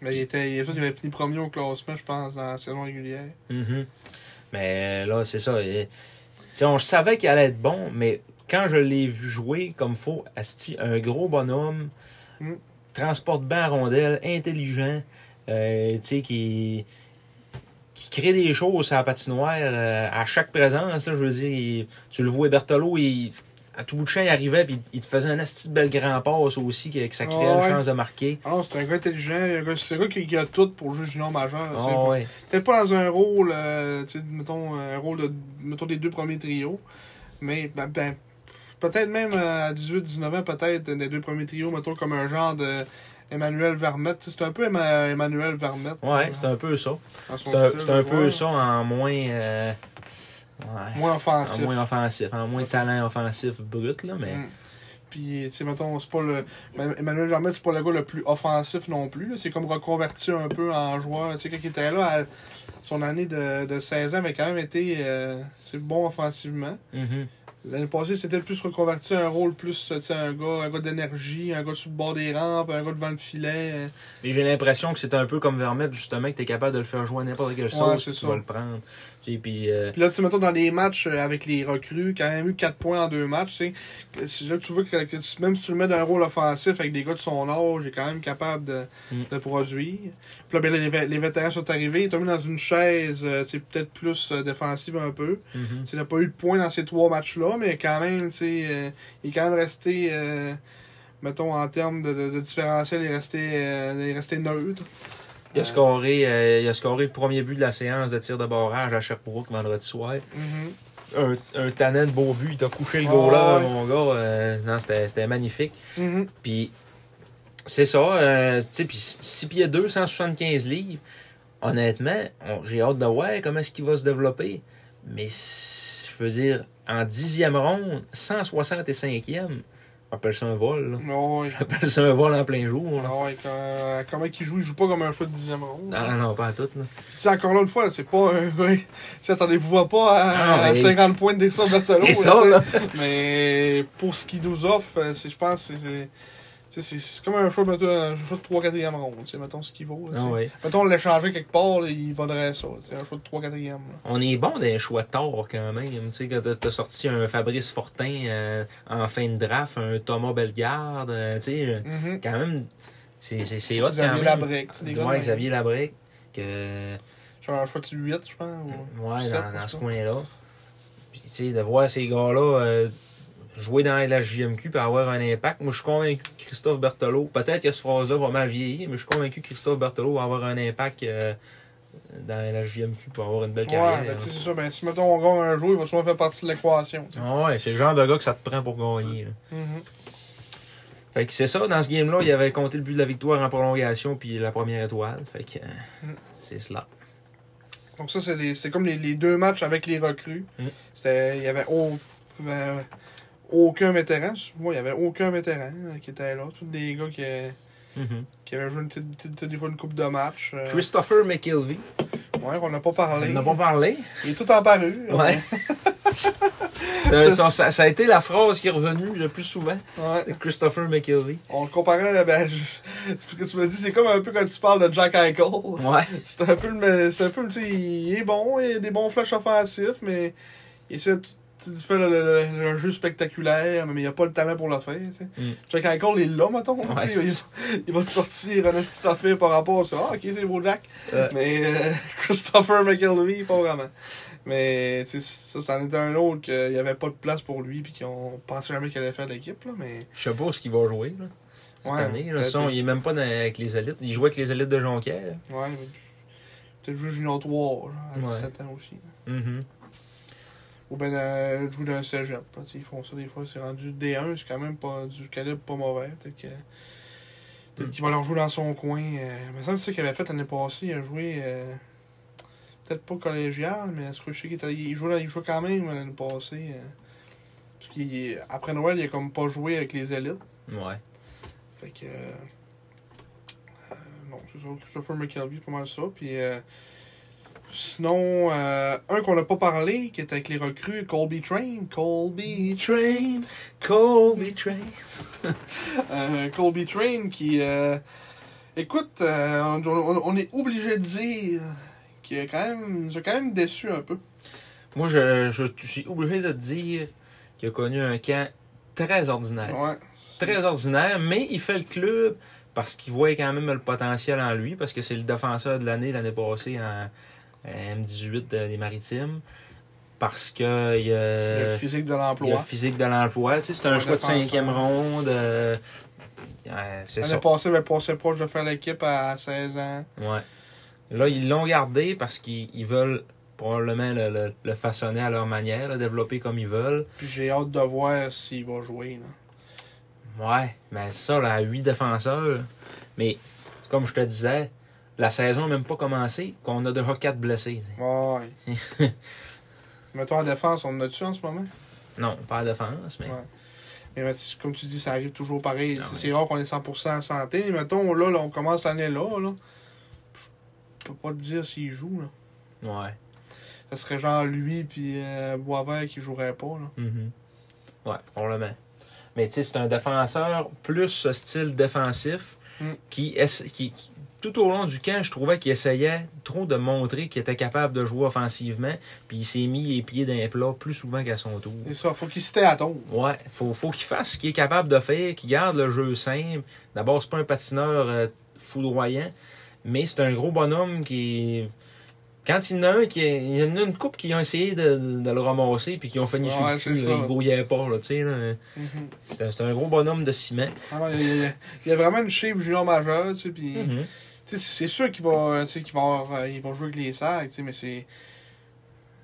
Speaker 1: Mais il était, il, il avait fini premier au classement, je pense, dans la saison régulière.
Speaker 2: Mhm. Mais euh, là, c'est ça. et- tu sais, on savait qu'il allait être bon, mais quand je l'ai vu jouer comme faux, Asti, un gros bonhomme,
Speaker 1: Mm.
Speaker 2: transporte bien la rondelle, intelligent, euh, tu sais, qui, qui crée des choses à la patinoire euh, à chaque présence. là, je veux dire, il- tu le vois, Bertolo, il, à tout bout de champ, il arrivait puis il te faisait un asti de belle grand passe aussi, que, que ça créait
Speaker 1: Ah ouais.
Speaker 2: une chance de marquer.
Speaker 1: Alors, c'est un gars intelligent, un gars- c'est un gars qui, qui a tout pour jouer junior majeur. tu sais.
Speaker 2: Ah ouais.
Speaker 1: Peut-être pas dans un rôle, euh, tu sais, mettons, un rôle de, mettons, des deux premiers trios, mais ben, ben, peut-être même euh, à 18-19 ans, peut-être, des deux premiers trios, mettons, comme un genre de Emmanuel Vermette. Tu sais, C'est un peu Emma- Emmanuel Vermette. euh,
Speaker 2: Ouais, c'est un peu ça.
Speaker 1: dans son
Speaker 2: C'est un,
Speaker 1: style
Speaker 2: c'est
Speaker 1: de
Speaker 2: un peu
Speaker 1: joueur.
Speaker 2: ça en moins. euh, ouais,
Speaker 1: Moins
Speaker 2: en
Speaker 1: offensif.
Speaker 2: moins offensif, en moins talent offensif brut, là, mais.
Speaker 1: Mm. Puis, tu sais, mettons, c'est pas le. Emmanuel Jarmet, c'est pas le gars le plus offensif non plus. là. C'est comme reconverti un peu en joueur. Tu sais, quand il était là, à son année de, de 16 ans avait quand même été euh, tu sais, bon offensivement.
Speaker 2: Mhm.
Speaker 1: L'année passée, c'était plus reconverti à un rôle plus, euh, tu sais, un gars, un gars d'énergie, un gars sur le bord des rampes, un gars devant le filet. euh,
Speaker 2: Mais j'ai l'impression que c'est un peu comme Vermette, justement, que t'es capable de le faire jouer à n'importe quelle
Speaker 1: Ouais,
Speaker 2: sauce,
Speaker 1: c'est
Speaker 2: puis tu
Speaker 1: ça.
Speaker 2: vas le prendre. Tu sais, puis, euh,
Speaker 1: Puis là, tu sais, mettons, dans les matchs euh, avec les recrues, quand même eu 4 points en deux matchs, tu sais, que- si là, tu vois que, que tu- même si tu le mets dans un rôle offensif avec des gars de son âge, il est quand même capable de,
Speaker 2: Mm.
Speaker 1: de produire. Puis là, ben, là, les, vé- les vétérans sont arrivés, il t'a mis dans une chaise, euh, tu sais, peut-être plus euh, défensive un peu.
Speaker 2: mhm.
Speaker 1: Tu sais, Il n'a pas eu de points dans ces trois matchs-là, mais quand même, tu sais, euh, il est quand même resté, euh, mettons, en termes de, de, de différentiel, il est resté, euh, il est resté neutre.
Speaker 2: il, a scoré, euh, il a scoré le premier but de la séance de tir de barrage à Sherbrooke vendredi soir.
Speaker 1: Mhm.
Speaker 2: Un, un tannant de beau but, il t'a couché le
Speaker 1: Ah,
Speaker 2: goal-là,
Speaker 1: ouais.
Speaker 2: mon gars. euh, non, c'était c'était magnifique.
Speaker 1: Mhm.
Speaker 2: Puis, c'est ça. euh, tu sais, puis 6 pieds 2, 175 livres. Honnêtement, on- j'ai hâte de voir comment est-ce qu'il va se développer. Mais, si- je veux dire, en dixième ronde, 165e, on appelle ça un vol. là.
Speaker 1: Non, il-
Speaker 2: On appelle ça un vol en plein jour. là.
Speaker 1: non, il- euh, comment il joue, il joue pas comme un choix de dixième ronde.
Speaker 2: Non, non, non, pas à tout. Là.
Speaker 1: Tu sais, encore là une fois, c'est pas un gars. tu sais, attendez-vous pas, pas à,
Speaker 2: Non,
Speaker 1: à
Speaker 2: Ah, mais-
Speaker 1: 50 points de descente Berthelot.
Speaker 2: C'est
Speaker 1: là,
Speaker 2: ça,
Speaker 1: tu sais.
Speaker 2: là.
Speaker 1: Mais pour ce qu'il nous offre, euh, c'est- je pense que c'est- c'est. tu sais, C'est c'est comme un choix, mettons, un choix de 3-4e ronde, tu sais, mettons ce qu'il vaut. là, tu sais.
Speaker 2: Ah ouais.
Speaker 1: Mettons, on l'échangeait quelque part, là, il vaudrait ça. C'est un choix de 3-4e. là.
Speaker 2: On est bon des choix tard quand même. Tu sais, quand t'as- t'as sorti un Fabrice Fortin euh, en fin de draft, un Thomas Bellegarde, euh, tu sais, euh,
Speaker 1: Mhm.
Speaker 2: quand même, c'est c'est- c'est hot
Speaker 1: Xavier
Speaker 2: quand même.
Speaker 1: Labrec, tu sais, des gars de
Speaker 2: Ouais,
Speaker 1: même.
Speaker 2: Xavier Labrec. Que...
Speaker 1: Genre un choix de 8, je pense. ou
Speaker 2: Ouais,
Speaker 1: 7,
Speaker 2: dans,
Speaker 1: en
Speaker 2: dans ce
Speaker 1: tout cas.
Speaker 2: coin-là. Puis, tu sais, de voir ces gars-là euh, jouer dans la JMQ et avoir un impact. Moi, je suis convaincu que Christophe Berthelot, peut-être que cette phrase-là va mal vieillir, mais je suis convaincu que Christophe Berthelot va avoir un impact euh, dans la JMQ pour avoir une belle carrière.
Speaker 1: Ouais, ben,
Speaker 2: hein.
Speaker 1: tu sais, c'est ça. Ben, si, mettons, on gagne un jour, il va souvent faire partie de l'équation. tu sais.
Speaker 2: Ah ouais, c'est le genre de gars que ça te prend pour gagner. là.
Speaker 1: Mhm.
Speaker 2: Fait que c'est ça, dans ce game-là, il avait compté le but de la victoire en prolongation puis la première étoile. Fait que euh,
Speaker 1: Mm.
Speaker 2: c'est cela.
Speaker 1: Donc ça, c'est les- c'est comme les, les deux matchs avec les recrues.
Speaker 2: Mm.
Speaker 1: C'était- Il y avait au- ben, aucun vétéran. Moi, il y avait aucun vétéran euh, qui était là. Tous des gars qui,
Speaker 2: Mhm.
Speaker 1: qui avaient joué une petite, petite- petite- des fois une coupe de match. euh,
Speaker 2: Christopher McKelvey,
Speaker 1: ouais, on n'a pas
Speaker 2: on
Speaker 1: parlé.
Speaker 2: n'a pas parlé.
Speaker 1: Il est tout en paru.
Speaker 2: Ouais. Euh, ça, ça- ça a été la phrase qui est revenue le plus souvent.
Speaker 1: Ouais.
Speaker 2: Christopher McKelvey.
Speaker 1: On le comparait, à- ben, je- ce que tu me dis, c'est comme un peu quand tu parles de Jack Eichel.
Speaker 2: Ouais.
Speaker 1: C'est un peu le, mais c'est un peu, le- tu sais, il est bon, il a des bons flashs offensifs, mais il essaie de de faire le, le- le- le jeu spectaculaire, mais il a pas le talent pour le faire, tu sais.
Speaker 2: Mm.
Speaker 1: Jack Eichel est là, mettons, tu
Speaker 2: Ouais,
Speaker 1: sais, il, il va te sortir un petit affaire par rapport, tu sais, ah, ok, c'est beau Jack.
Speaker 2: Ouais.
Speaker 1: Mais euh, Christopher McKelvey, pas vraiment. Mais, tu sais, ça, ça en était un autre, qu'il n'y avait pas de place pour lui, puis qu'on pensait jamais qu'il allait faire de l'équipe, là, mais...
Speaker 2: Je sais pas ce qu'il va jouer là, cette
Speaker 1: Ouais,
Speaker 2: année. Là,
Speaker 1: peut-être.
Speaker 2: Son, il est même pas dans- avec les élites. Il jouait avec les élites de Jonquière.
Speaker 1: Ouais, mais peut-être jouer Junior 3, genre, à
Speaker 2: Ouais.
Speaker 1: 17 ans aussi.
Speaker 2: Mhm.
Speaker 1: Ou ben euh, jouer dans le cégep. là, tu sais, ils font ça des fois, c'est rendu D1, c'est quand même pas du calibre pas mauvais. Peut-être que. Peut-être qu'il va leur jouer dans son coin. euh, il me semble que c'est ce qu'il avait fait l'année passée, il a joué euh, peut-être pas collégial, mais ce que je sais qu'il était- il jouait, il jouait quand même l'année passée. euh, parce qu'après Noël, il a comme pas joué avec les élites.
Speaker 2: Ouais.
Speaker 1: Fait que. euh, euh, non, c'est ça. Christopher McKelvey, pas mal ça. Puis. euh, sinon, euh, un qu'on n'a pas parlé, qui est avec les recrues, Colby Train. Colby.
Speaker 2: Train, Colby Train.
Speaker 1: euh, Colby Train qui. euh, écoute, euh, on, on- on est obligé de dire qu'il a quand même, il nous a quand même déçus un peu.
Speaker 2: Moi, je, je, je suis obligé de te dire qu'il a connu un camp très ordinaire.
Speaker 1: Ouais.
Speaker 2: Très ordinaire, mais il fait le club parce qu'il voit quand même le potentiel en lui, parce que c'est le défenseur de l'année l'année passée en, en M18 de- des Maritimes. Parce que il
Speaker 1: Le
Speaker 2: a,
Speaker 1: physique de
Speaker 2: il a Euh, le
Speaker 1: l'emploi.
Speaker 2: physique de l'emploi. Tu sais, c'est un
Speaker 1: Ouais,
Speaker 2: choix de
Speaker 1: défenseur.
Speaker 2: cinquième ronde. euh, euh, c'est ça.
Speaker 1: L'année passée, il avait passé proche de faire l'équipe à 16 ans.
Speaker 2: Ouais. Là, ils l'ont gardé parce qu'ils ils veulent probablement le, le- le façonner à leur manière, le développer comme ils veulent.
Speaker 1: Puis j'ai hâte de voir s'il va jouer. Là.
Speaker 2: Ouais, mais ça, là, à 8 défenseurs. Mais, comme je te disais, la saison n'a même pas commencé, qu'on a déjà 4 blessés. tu
Speaker 1: Ouais. Mettons en défense, on en a-tu en ce moment?
Speaker 2: sais. Non, pas à défense, mais.
Speaker 1: Ouais. Mais ben, c'est- comme tu dis, ça arrive toujours pareil.
Speaker 2: Ah
Speaker 1: C'est-
Speaker 2: ouais.
Speaker 1: C'est rare qu'on est 100% en santé. Mais mettons, là, là, on commence l'année là, là. Je peux pas te dire s'il joue. Là.
Speaker 2: Ouais.
Speaker 1: Ça serait genre lui puis euh, Boisvert qui jouerait pas. Là.
Speaker 2: Mhm. Ouais, probablement. Mais tu sais, c'est un défenseur plus style défensif
Speaker 1: Mm.
Speaker 2: qui, essa- qui, qui- tout au long du camp, je trouvais qu'il essayait trop de montrer qu'il était capable de jouer offensivement, puis il s'est mis les pieds d'un plat plus souvent qu'à son tour.
Speaker 1: Et ça, faut qu'il se tait à tombe.
Speaker 2: Ouais, faut, faut qu'il fasse ce qu'il est capable de faire, qu'il garde le jeu simple. D'abord, c'est pas un patineur euh, foudroyant, mais c'est un gros bonhomme qui. Quand il y en a un qui. est- Il y en a une coupe qui ont essayé de, de le ramasser puis qui ont fini
Speaker 1: Ouais,
Speaker 2: sur le
Speaker 1: c'est
Speaker 2: cul, là,
Speaker 1: ça.
Speaker 2: il grouillait pas, là, tu sais. là.
Speaker 1: Mhm.
Speaker 2: C'est un, c'est un gros bonhomme de ciment.
Speaker 1: Ah non, il, y a- il y a, il y a vraiment une shape junior majeure, tu sais, puis
Speaker 2: Mhm.
Speaker 1: tu sais, c'est sûr qu'il va, tu sais, qu'il va, avoir, euh, il va jouer avec les sacs, tu sais, mais c'est,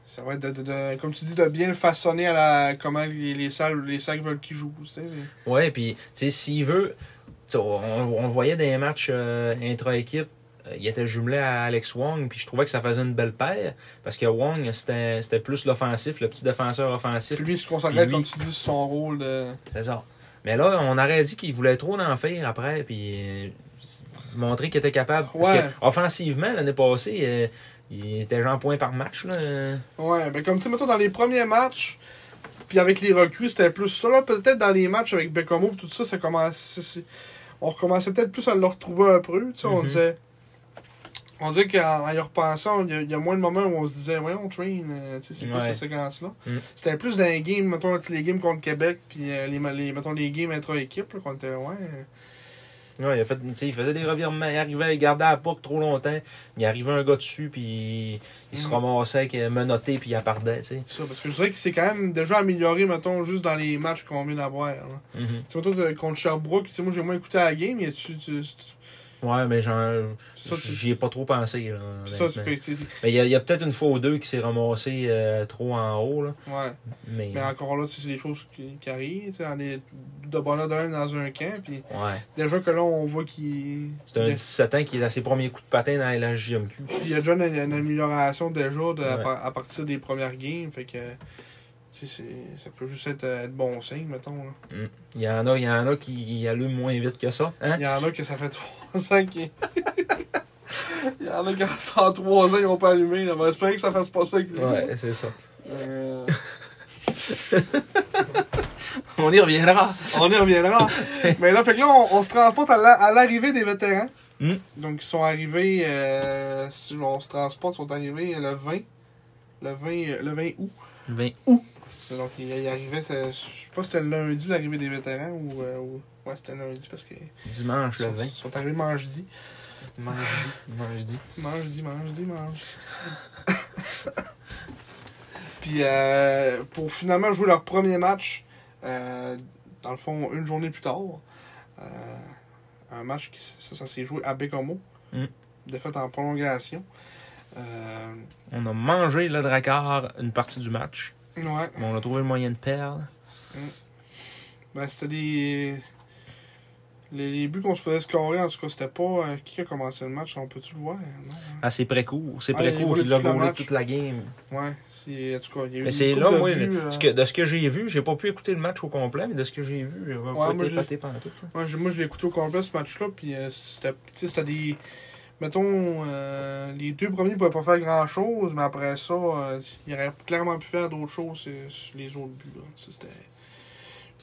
Speaker 1: ça va être de, de- de- comme tu dis, de bien le façonner à la, comment les, les sacs, les sacs veulent qu'il joue, tu sais. mais-
Speaker 2: Ouais, puis, tu sais, s'il veut. tu sais, On, on le voyait dans les matchs euh, intra-équipe, euh, il était jumelé à Alex Wong, puis je trouvais que ça faisait une belle paire, parce que Wong, c'était c'était plus l'offensif, le petit défenseur offensif.
Speaker 1: Puis lui, il se concentrait,
Speaker 2: Lui-
Speaker 1: comme tu dis, sur son rôle de,
Speaker 2: C'est ça. Mais là, on aurait dit qu'il voulait trop en faire après, puis euh, montrer qu'il était capable. Parce
Speaker 1: Ouais.
Speaker 2: que, offensivement, l'année passée, euh, il était genre point par match. Là.
Speaker 1: ouais, ben comme tu sais, mettons, dans les premiers matchs, puis avec les recrues, c'était plus ça, là, peut-être dans les matchs avec Becomo, tout ça, ça commençait, c'est- on recommençait peut-être plus à le retrouver un peu, tu sais, on
Speaker 2: Mhm.
Speaker 1: disait, on dirait qu'en en y repensant, il y a- il y, a moins de moments où on se disait, voyons, train, euh, tu sais, c'est quoi
Speaker 2: Ouais.
Speaker 1: cette séquence-là?
Speaker 2: Mm.
Speaker 1: C'était plus dans les games, mettons, tu sais, les games contre Québec, puis euh, les, ma- les, mettons, les games intra-équipe, là, qu'on était, ouais, euh,
Speaker 2: Ouais, il, a fait, tu sais, il faisait des revirements, il arrivait, il gardait la pour trop longtemps, il arrivait un gars dessus, puis il se
Speaker 1: Mhm.
Speaker 2: ramassait avec euh, menotté, puis il appardait. tu sais.
Speaker 1: ça, parce que je dirais que c'est quand même déjà amélioré, mettons, juste dans les matchs qu'on vient d'avoir, là.
Speaker 2: Mhm.
Speaker 1: Tu sais, mettons, de- contre Sherbrooke, tu sais, moi, j'ai moins écouté à la game, y a-tu, tu- tu-
Speaker 2: Ouais, mais j'en-
Speaker 1: ça, tu-
Speaker 2: j'y ai pas trop pensé. Là,
Speaker 1: Puis ça, c'est
Speaker 2: honnêtement.
Speaker 1: fait- c'est- c'est-
Speaker 2: mais il y a, il y a peut-être une fois ou deux qui s'est ramassé euh, trop en haut. Là,
Speaker 1: Ouais.
Speaker 2: mais,
Speaker 1: Mais encore là, c'est c'est des choses qui, qui arrivent. tu sais, On est de bonheur d'un dans un camp. Puis
Speaker 2: ouais.
Speaker 1: déjà que là, on voit qu'il.
Speaker 2: C'est un
Speaker 1: de-
Speaker 2: 17 ans qui est à ses premiers coups de patin dans la JMQ.
Speaker 1: puis il y a déjà une, une amélioration déjà de- à,
Speaker 2: Ouais.
Speaker 1: par- à partir des premières games. Fait que. tu sais, c'est- ça peut juste être, euh, de bon signe, mettons. là.
Speaker 2: Il y en a, il y en a qui allument moins vite que ça. Hein?
Speaker 1: Il y en a que ça fait 3 ans qu'ils. il y en a qui, en 3 ans, ils n'ont pas allumé. Là. Ben, espérons que ça fasse pas ça avec lui.
Speaker 2: Ouais, c'est ça.
Speaker 1: Euh,
Speaker 2: On y reviendra.
Speaker 1: on y reviendra. Mais là, fait que là, on, on se transporte à la- à l'arrivée des vétérans.
Speaker 2: Mm.
Speaker 1: Donc, ils sont arrivés, euh, si on se transporte, ils sont arrivés le 20, le 20, euh, le 20 août.
Speaker 2: Ben,
Speaker 1: C'est- Donc, ils, ils arrivaient, c'est- je sais pas si c'était le lundi l'arrivée des vétérans ou. euh, ou- ouais, c'était le lundi parce que.
Speaker 2: dimanche
Speaker 1: ils
Speaker 2: le
Speaker 1: sont-
Speaker 2: 20.
Speaker 1: Ils sont arrivés mangedi.
Speaker 2: Dimanche
Speaker 1: Mange, dis, mange, dis, mange. Puis euh, pour finalement jouer leur premier match, euh, dans le fond, une journée plus tard, euh, un match qui s- ça, ça s'est joué à Bécomo,
Speaker 2: Mm.
Speaker 1: défaite en prolongation. Euh,
Speaker 2: On a mangé le Drakkar une partie du match.
Speaker 1: ouais,
Speaker 2: mais on a trouvé le moyen de perdre.
Speaker 1: ben c'était des. Les, les buts qu'on se faisait scorer, en tout cas, c'était pas. euh, qui a commencé le match On peut-tu le voir Non, hein?
Speaker 2: Ah, c'est précourt. C'est
Speaker 1: Ah, il a
Speaker 2: précourt.
Speaker 1: roulé
Speaker 2: Il l'a
Speaker 1: tout le
Speaker 2: gaulé
Speaker 1: match.
Speaker 2: toute la game.
Speaker 1: Ouais, c'est. En tout cas, il y a eu.
Speaker 2: Mais
Speaker 1: une
Speaker 2: Ben, c'est
Speaker 1: coupe
Speaker 2: là,
Speaker 1: de
Speaker 2: moi,
Speaker 1: buts,
Speaker 2: le-
Speaker 1: euh,
Speaker 2: ce que- de ce que j'ai vu, j'ai pas pu écouter le match au complet, mais de ce que j'ai vu, j'ai pas
Speaker 1: moi,
Speaker 2: été
Speaker 1: je
Speaker 2: épaté pantoute, là.
Speaker 1: Moi, je, moi, je l'ai écouté au complet ce match-là, puis euh, c'était, tu sais, c'était des. Mettons, euh, les deux premiers pouvaient pas faire grand-chose, mais après ça, euh, ils auraient clairement pu faire d'autres choses euh, sur les autres buts. là. Ça, c'était-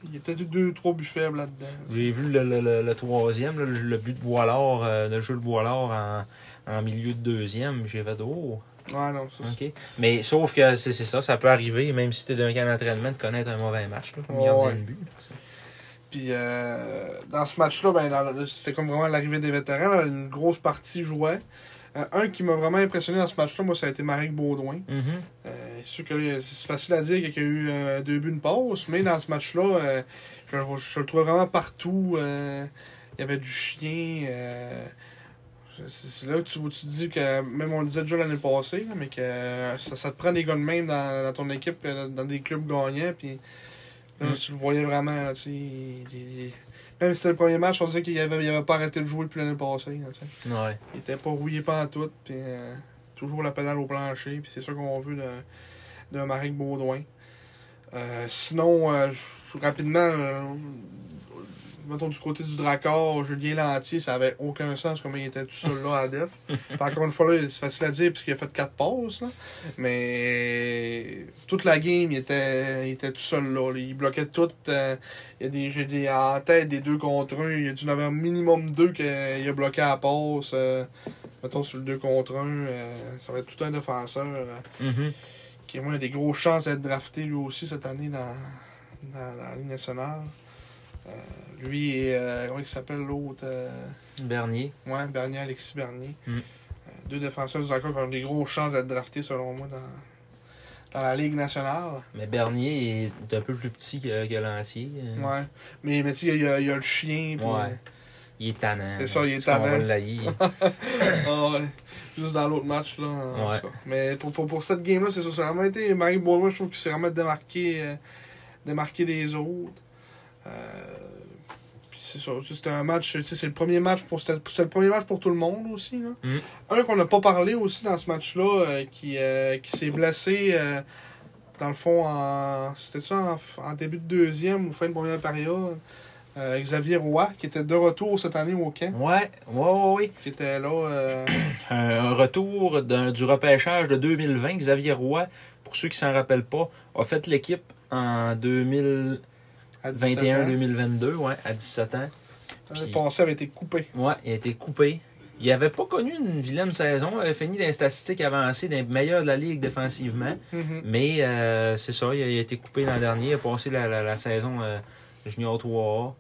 Speaker 1: Il y a peut-être eu deux, trois buts faibles là-dedans.
Speaker 2: J'ai vu le, le- le- le troisième, là, le, le but de Boilard, euh, le jeu de Boilard en, en milieu de deuxième. J'ai fait, oh,
Speaker 1: Ouais, non, ça, c'est-
Speaker 2: OK. Mais sauf que c'est c'est ça, ça peut arriver, même si t'es d'un camp d'entraînement, de connaître un mauvais match, là, comme
Speaker 1: Ouais,
Speaker 2: gardien
Speaker 1: ouais.
Speaker 2: de but.
Speaker 1: Puis euh, dans ce match-là, ben, dans- c'était comme vraiment l'arrivée des vétérans. là, une grosse partie jouait. Euh, un qui m'a vraiment impressionné dans ce match-là, moi, ça a été Marek Baudouin.
Speaker 2: Mhm.
Speaker 1: Euh, c'est sûr que euh, c'est facile à dire qu'il y a eu euh, deux buts, une passe, mais dans ce match-là, euh, je, le- je le trouvais vraiment partout. euh, il y avait du chien. euh, c'est- c'est là que tu, tu dis que, même on le disait déjà l'année passée, là, mais que euh, ça, ça te prend des gars de même dans, dans ton équipe, euh, dans des clubs gagnants. Puis là,
Speaker 2: Mm.
Speaker 1: tu le voyais vraiment. là, tu sais, il- il- même si c'était le premier match, on disait qu'il avait, il avait pas arrêté de jouer depuis l'année passée. là, tu sais.
Speaker 2: Ouais.
Speaker 1: Il était pas rouillé pas en tout, puis euh, toujours la pédale au plancher, puis c'est ça qu'on veut de, de Marek Baudouin. Euh, sinon, euh, je- rapidement, euh, mettons du côté du Dracor, Julien Lantier, ça avait aucun sens comment il était tout seul là à def. Puis encore une fois, là, c'est facile à dire puisqu'il a fait quatre passes. là. Mais toute la game, il était, il était tout seul là. Il bloquait tout. euh, il y a des, j'ai des en tête des deux contre un. Il y a dû en avoir minimum deux qu'il a bloqué à la passe. euh, mettons sur le deux contre un, euh, ça va être tout un défenseur. euh,
Speaker 2: Mhm.
Speaker 1: qui moi, a des grosses chances d'être drafté lui aussi cette année dans, dans, dans la Ligue nationale. Euh, lui et euh, comment il s'appelle l'autre euh,
Speaker 2: Bernier.
Speaker 1: Ouais, Bernier, Alexis Bernier.
Speaker 2: Mm.
Speaker 1: Euh, Deux défenseurs du Dracor qui ont des grosses chances d'être draftés selon moi dans, dans la Ligue nationale.
Speaker 2: Mais Bernier est un peu plus petit que, que Lantier. Euh,
Speaker 1: Ouais. Mais, mais tu sais, il y, a- il y a le chien. puis-
Speaker 2: Ouais. Il est tannant.
Speaker 1: C'est ça, il est
Speaker 2: Si qu'on va
Speaker 1: tannant.
Speaker 2: le haïr.
Speaker 1: Ah ouais. Juste dans l'autre match, là. en
Speaker 2: Ouais.
Speaker 1: tout cas. Mais pour, pour, pour cette game-là, c'est ça. C'est vraiment été. Marie Bourgeois, je trouve qu'il s'est vraiment démarqué, euh, démarqué des autres. Euh, puis c'est ça. aussi, C'était un match. Tu sais, c'est le premier match pour. c'était- C'est le premier match pour tout le monde aussi, là.
Speaker 2: Mm.
Speaker 1: Un qu'on n'a pas parlé aussi dans ce match-là, euh, qui, euh, qui s'est blessé. euh, dans le fond, en, c'était ça en, f- en début de deuxième ou fin de première période. euh, Xavier Roy, qui était de retour cette année au camp,
Speaker 2: Ouais, ouais, ouais, ouais.
Speaker 1: qui était là. euh,
Speaker 2: un retour d'un- du repêchage de 2020. Xavier Roy, pour ceux qui s'en rappellent pas, a fait l'équipe en
Speaker 1: à 17 ans.
Speaker 2: 2021-2022, ouais, à 17 ans.
Speaker 1: Le
Speaker 2: Puis-
Speaker 1: passé avait été coupé.
Speaker 2: Ouais, il a été coupé. Il n'avait pas connu une vilaine saison. Il avait fini dans les statistiques avancées, d'un meilleur de la ligue défensivement. Mais euh, c'est ça, il a, il a été coupé l'an dernier. Il a passé la, la- la saison euh, junior 3A.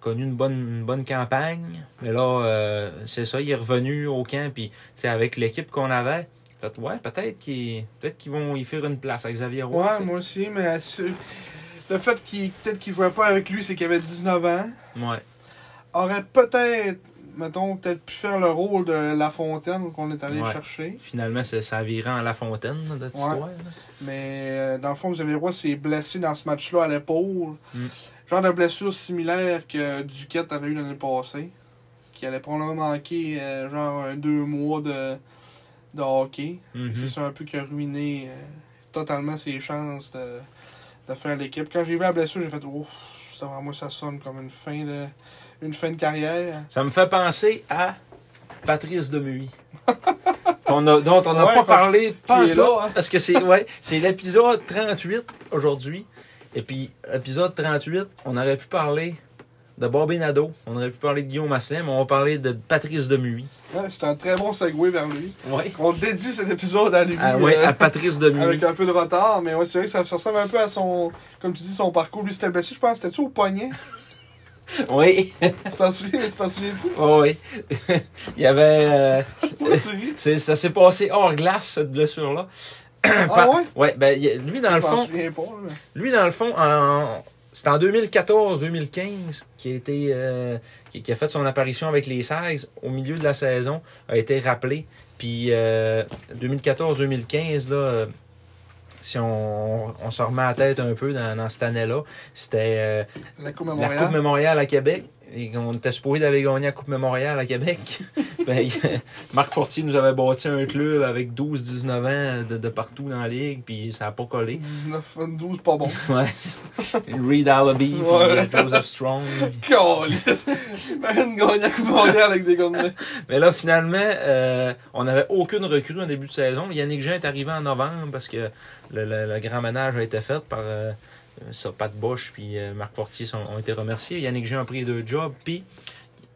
Speaker 2: Connu une bonne, une bonne campagne. Mais là, euh, c'est ça, il est revenu au camp. Puis, tu sais, avec l'équipe qu'on avait, peut-être, ouais, peut-être qu'ils peut qu'ils vont y faire une place à Xavier Roy.
Speaker 1: Ouais,
Speaker 2: tu sais.
Speaker 1: moi aussi, mais à ce- le fait qu'il peut-être qu'il jouait pas avec lui, c'est qu'il avait 19 ans.
Speaker 2: Ouais.
Speaker 1: Aurait peut-être, mettons, peut-être pu faire le rôle de La Fontaine qu'on est allé
Speaker 2: Ouais.
Speaker 1: chercher.
Speaker 2: Finalement, ça, ça a viré en La Fontaine, là, notre
Speaker 1: Ouais.
Speaker 2: histoire. là.
Speaker 1: Mais euh, dans le fond, Xavier Roy s'est blessé dans ce match-là à l'épaule.
Speaker 2: Mm.
Speaker 1: Genre de blessure similaire que Duquette avait eu l'année passée. Qui allait probablement manquer euh, genre un, deux mois de, de hockey.
Speaker 2: Mhm.
Speaker 1: C'est ça un peu qui a ruiné euh, totalement ses chances de, de faire l'équipe. Quand j'ai vu la blessure, j'ai fait Ouf, ça vraiment ça sonne comme une fin de une fin de carrière.
Speaker 2: Ça me fait penser à Patrice Demuy. qu'on a, dont on n'a
Speaker 1: Ouais,
Speaker 2: pas
Speaker 1: qu'on-
Speaker 2: parlé pas
Speaker 1: est là, hein.
Speaker 2: Parce que c'est ouais, c'est l'épisode 38 aujourd'hui. Et puis, épisode 38, on aurait pu parler de Bobby Nadeau, on aurait pu parler de Guillaume Asselin, mais on va parler de Patrice Demuy.
Speaker 1: Ouais, C'est un très bon segway vers lui.
Speaker 2: Ouais.
Speaker 1: On dédie cet épisode à lui.
Speaker 2: Ah, ouais,
Speaker 1: euh,
Speaker 2: à Patrice Demuy.
Speaker 1: avec un peu de retard, mais ouais, c'est vrai que ça, ça ressemble un peu à son, comme tu dis, son parcours. Lui, c'était blessé, je pense, c'était-tu au poignet?
Speaker 2: Oui,
Speaker 1: tu t'en souviens- tu t'en souviens-tu?
Speaker 2: oui. Il y avait. euh,
Speaker 1: Pourquoi tu ris?
Speaker 2: c'est- ça s'est passé hors glace, cette blessure-là.
Speaker 1: Ah ouais?
Speaker 2: Ouais, ben, il y a- lui, dans le
Speaker 1: Je m'en
Speaker 2: fond,
Speaker 1: souviens pas. là.
Speaker 2: Lui, dans le fond, en- c'est en 2014-2015 qu'il a, été, euh, qu'il- qu'il a fait son apparition avec les 16 au milieu de la saison, a été rappelé. Puis euh, 2014-2015, là, euh, si on, on se remet à la tête un peu dans, dans cette année-là, c'était euh,
Speaker 1: La Coupe à
Speaker 2: la Coupe
Speaker 1: Montréal.
Speaker 2: Mémorial à Québec. Et on était supposé d'aller gagner la Coupe Mémorial à Québec. Ben, il- Marc Fortier nous avait bâti un club avec 12-19 ans de, de partout dans la ligue, puis ça n'a pas collé.
Speaker 1: 19, 12, pas bon.
Speaker 2: Ouais. Reed Allaby, puis euh,
Speaker 1: Ouais.
Speaker 2: Joseph Strong.
Speaker 1: Calice! Imagine gagner la Coupe Montréal avec des gars de
Speaker 2: Mais là, finalement, euh, on n'avait aucune recrue en début de saison. Yannick Jean est arrivé en novembre parce que le, le- le grand ménage a été fait par euh, ça, Pat Bosch puis euh, Marc Portier sont- ont été remerciés. Yannick Jean a pris les deux jobs, puis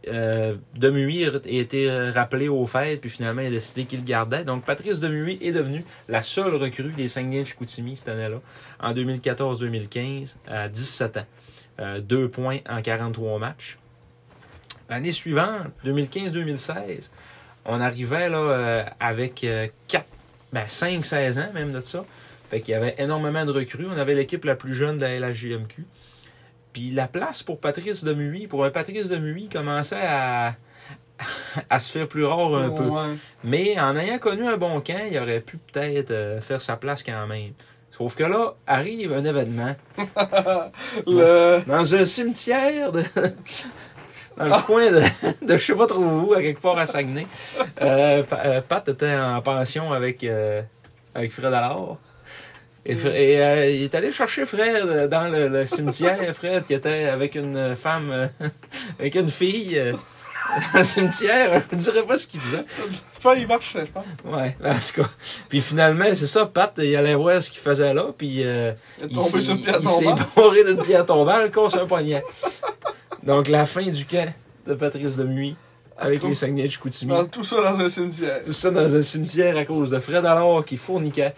Speaker 2: euh, Demuy a été euh, rappelé aux fêtes, puis finalement, il a décidé qu'il le gardait. Donc, Patrice Demuy est devenu la seule recrue des Saguenay de Chicoutimi cette année-là, en 2014-2015, à 17 ans. Euh, deux points en 43 matchs. L'année suivante, 2015-2016, on arrivait là, euh, avec 4, ben 5, 16 ans même de ça. Fait qu'il y avait énormément de recrues. On avait l'équipe la plus jeune de la LHJMQ. Puis la place pour Patrice Demuy, pour un Patrice Demuy, commençait à, à se faire plus rare un peu.
Speaker 1: Ouais.
Speaker 2: Mais en ayant connu un bon camp, il aurait pu peut-être euh, faire sa place quand même. Sauf que là, arrive un événement
Speaker 1: Le...
Speaker 2: dans un cimetière de- dans le coin de, de je sais pas trop où, à quelque part à Saguenay. Euh, Pa- euh, Pat était en pension avec, euh, avec Fred Allard. Et, Fre- et, euh, il est allé chercher Fred euh, dans le, le cimetière, Fred, qui était avec une femme, euh, avec une fille. euh, dans le cimetière, je ne dirais pas ce qu'il faisait.
Speaker 1: Enfin, il marchait, je pense.
Speaker 2: Ouais, en tout cas. Puis finalement, c'est ça, Pat, il allait voir ce qu'il faisait là, puis euh,
Speaker 1: Il est
Speaker 2: il
Speaker 1: tombé
Speaker 2: s'est
Speaker 1: sur le pied à
Speaker 2: il s'est
Speaker 1: tombant.
Speaker 2: bourré d'une pierre tombale, le con, c'est un poignet. Donc, la fin du camp de Patrice Lemuy, avec les Saguenay de Chicoutimi.
Speaker 1: Dans tout ça dans un cimetière.
Speaker 2: Tout ça dans un cimetière à cause de Fred alors qui fourniquait.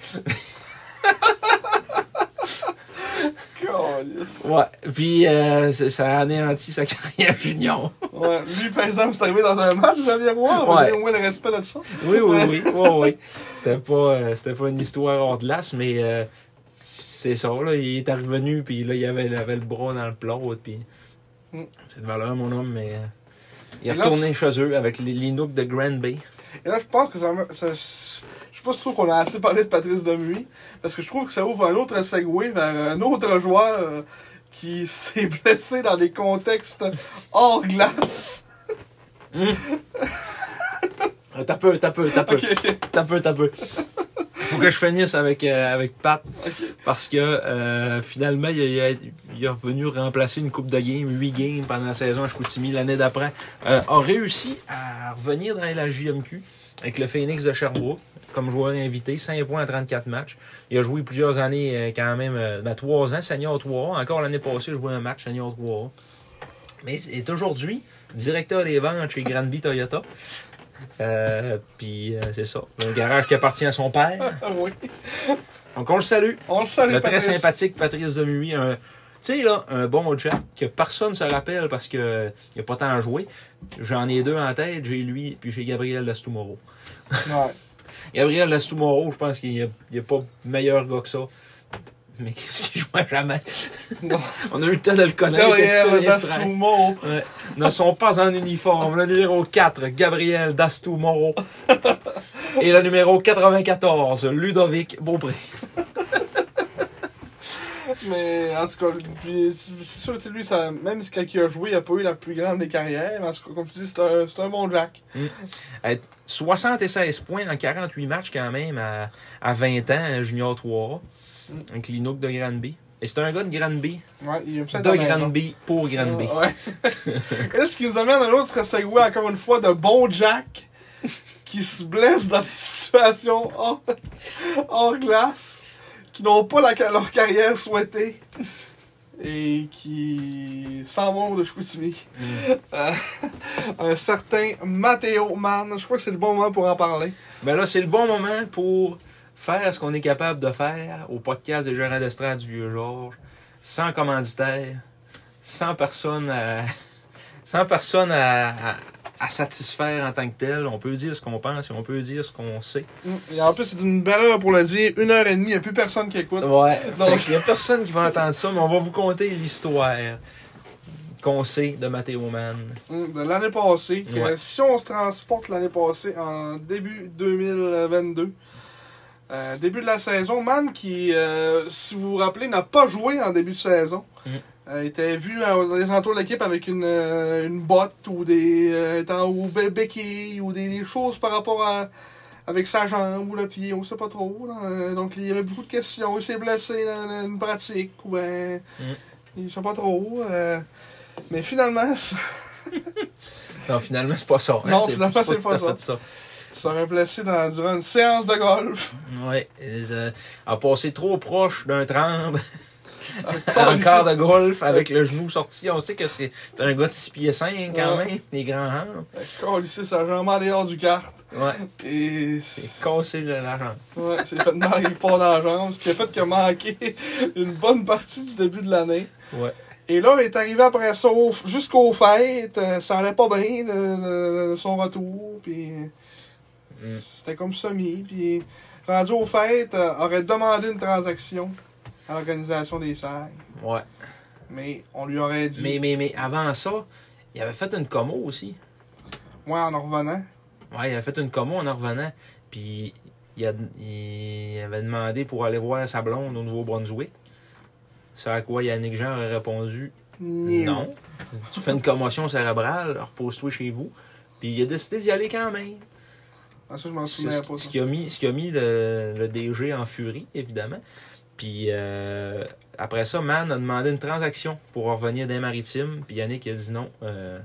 Speaker 1: Calisse.
Speaker 2: Ouais. Puis euh, ça- ça a anéanti sa carrière junior.
Speaker 1: Ouais. Lui, par exemple, c'est arrivé dans un match, Xavier Roy. On
Speaker 2: Ouais.
Speaker 1: a au moins le respect de ça.
Speaker 2: Oui, oui, oui. oui, oui. C'était pas, euh, c'était pas une histoire hors de glace, mais euh, c'est ça. Là, il est revenu, puis là, il avait, il avait le bras dans le plot. Puis...
Speaker 1: Mm.
Speaker 2: C'est de valeur, mon homme, mais. euh, il est
Speaker 1: Et là,
Speaker 2: retourné chez eux avec les, les Nooks de Grand Bay.
Speaker 1: Et là, je pense que ça. me- ça- je sais pas si je trouve qu'on a assez parlé de Patrice Demuy, parce que je trouve que ça ouvre un autre segway vers un autre joueur euh, qui s'est blessé dans des contextes hors glace.
Speaker 2: Euh, T'as peu, t'as peu, t'as peu.
Speaker 1: Ok.
Speaker 2: T'as peu, t'as peu. Faut que je finisse avec, euh, avec Pat. Parce que euh, finalement, il, a- il a- il est revenu remplacer une coupe de game, 8 games pendant la saison à Chicoutimi l'année d'après. Euh, a réussi à revenir dans la JMQ avec le Phoenix de Sherbrooke comme joueur invité, 5 points en 34 matchs. Il a joué plusieurs années euh, quand même, euh, ben, 3 ans, senior 3 Encore l'année passée, il jouait un match senior 3 Mais il est aujourd'hui directeur des ventes chez Granby Toyota. Euh, Puis euh, c'est ça, un garage qui appartient à son père.
Speaker 1: Ah oui.
Speaker 2: Donc on le salue.
Speaker 1: On le salue,
Speaker 2: Le très
Speaker 1: Patrice.
Speaker 2: sympathique Patrice Demuy, un tu sais là, un bon chat que personne se rappelle parce que euh, il a pas tant joué. J'en ai deux en tête, j'ai lui puis j'ai Gabriel Lastoumoro.
Speaker 1: Ouais.
Speaker 2: Gabriel Lastoumoro, je pense qu'il n'y a, il y a pas meilleur gars que ça. Mais qu'est-ce qu'il jouait jamais?
Speaker 1: Non.
Speaker 2: On a eu le temps de le connaître. on a eu
Speaker 1: Gabriel
Speaker 2: le temps de le connaître.
Speaker 1: Dastumo.
Speaker 2: Ouais. Ne sont pas en uniforme. Le numéro 4, Gabriel Dastoumoro. Et le numéro 94, Ludovic Beaupré.
Speaker 1: Mais en tout cas, puis c'est sûr que lui, ça, même quand il a joué, il a pas eu la plus grande des carrières. Mais en tout cas, comme tu dis, c'est un, c'est un bon Jack.
Speaker 2: 76 points en 48 matchs quand même à, à 20 ans, euh, Junior 3 avec l'Inook de Granby. Et c'est un gars de Granby,
Speaker 1: Ouais, il aime ça être
Speaker 2: de
Speaker 1: à la maison.
Speaker 2: Granby pour Granby.
Speaker 1: Ouais. Et là, ce qui nous amène à un autre segway, encore une fois, de bon Jack qui se blesse dans des situations hors, hors glace, qui n'ont pas la- leur carrière souhaitée et qui s'en vont de Chicoutimi.
Speaker 2: Mm.
Speaker 1: Euh, un certain Matteo Mann, je crois que c'est le bon moment pour en parler.
Speaker 2: Ben là, c'est le bon moment pour faire ce qu'on est capable de faire au podcast des gérants d'estrade du Vieux-Georges, sans commanditaire, sans personne à, sans personne à, à- à satisfaire en tant que tel. On peut dire ce qu'on pense et on peut dire ce qu'on sait.
Speaker 1: Et en plus, c'est une belle heure pour le dire, une heure et demie, il n'y a plus personne qui écoute.
Speaker 2: Ouais.
Speaker 1: Donc-
Speaker 2: Donc, il n'y a personne qui va entendre ça, mais on va vous conter l'histoire qu'on sait de Matteo Mann.
Speaker 1: Mm, de l'année passée. que
Speaker 2: Ouais.
Speaker 1: Si on se transporte l'année passée en début 2022, euh, début de la saison, Man qui, euh, si vous vous rappelez, n'a pas joué en début de saison.
Speaker 2: Mm.
Speaker 1: Euh, était vu à- dans les entours de l'équipe avec une, euh, une botte ou des euh, étant- ou bé- béquille ou des, des choses par rapport à avec sa jambe ou le pied, on sait pas trop. là. Euh, Donc il y avait beaucoup de questions. Il s'est blessé dans une pratique ou ben,
Speaker 2: Mm.
Speaker 1: je sais pas trop. euh, mais finalement,
Speaker 2: Non, finalement, c'est pas ça. hein.
Speaker 1: Non, finalement, c'est pas
Speaker 2: tout à fait ça.
Speaker 1: Ça aurait blessé dans, durant une séance de golf.
Speaker 2: Ouais. ils, euh, a passé trop proche d'un tremble.
Speaker 1: Encore
Speaker 2: un
Speaker 1: une
Speaker 2: quart
Speaker 1: séance.
Speaker 2: de golf avec le genou sorti. On sait que c'est t'es un gars de 6 pieds 5 quand
Speaker 1: Ouais.
Speaker 2: même, des grands hanches.
Speaker 1: Encore ici, ça a vraiment dehors du kart.
Speaker 2: Ouais,
Speaker 1: Et.
Speaker 2: c'est cassé le- la jambe.
Speaker 1: Ouais, c'est fait mal, il part dans la jambe. Ce qui a fait qu'il a manqué une bonne partie du début de l'année.
Speaker 2: Ouais.
Speaker 1: Et là, il est arrivé après ça au- jusqu'aux fêtes. euh, Ça allait pas bien de, de- de son retour. Puis.
Speaker 2: Mm.
Speaker 1: C'était comme semi. Puis. Rendu aux fêtes, euh, aurait demandé une transaction à l'organisation des serres.
Speaker 2: Ouais.
Speaker 1: Mais on lui aurait dit.
Speaker 2: Mais, mais, mais avant ça, il avait fait une commo aussi.
Speaker 1: Moi, en en revenant.
Speaker 2: Ouais, il avait fait une commo en en revenant. Puis il, a- il avait demandé pour aller voir sa blonde au Nouveau-Brunswick. Ce à quoi Yannick Jean a répondu non. Tu- Tu fais une commotion cérébrale, repose-toi chez vous. Puis il a décidé d'y aller quand même.
Speaker 1: Ah, ça, je m'en
Speaker 2: C'est
Speaker 1: souviens
Speaker 2: ce,
Speaker 1: pas.
Speaker 2: ce
Speaker 1: ça.
Speaker 2: qui a mis, ce qui a mis le, le DG en furie, évidemment. Puis euh, après ça, Man a demandé une transaction pour revenir des maritimes. Puis Yannick il a dit non, euh,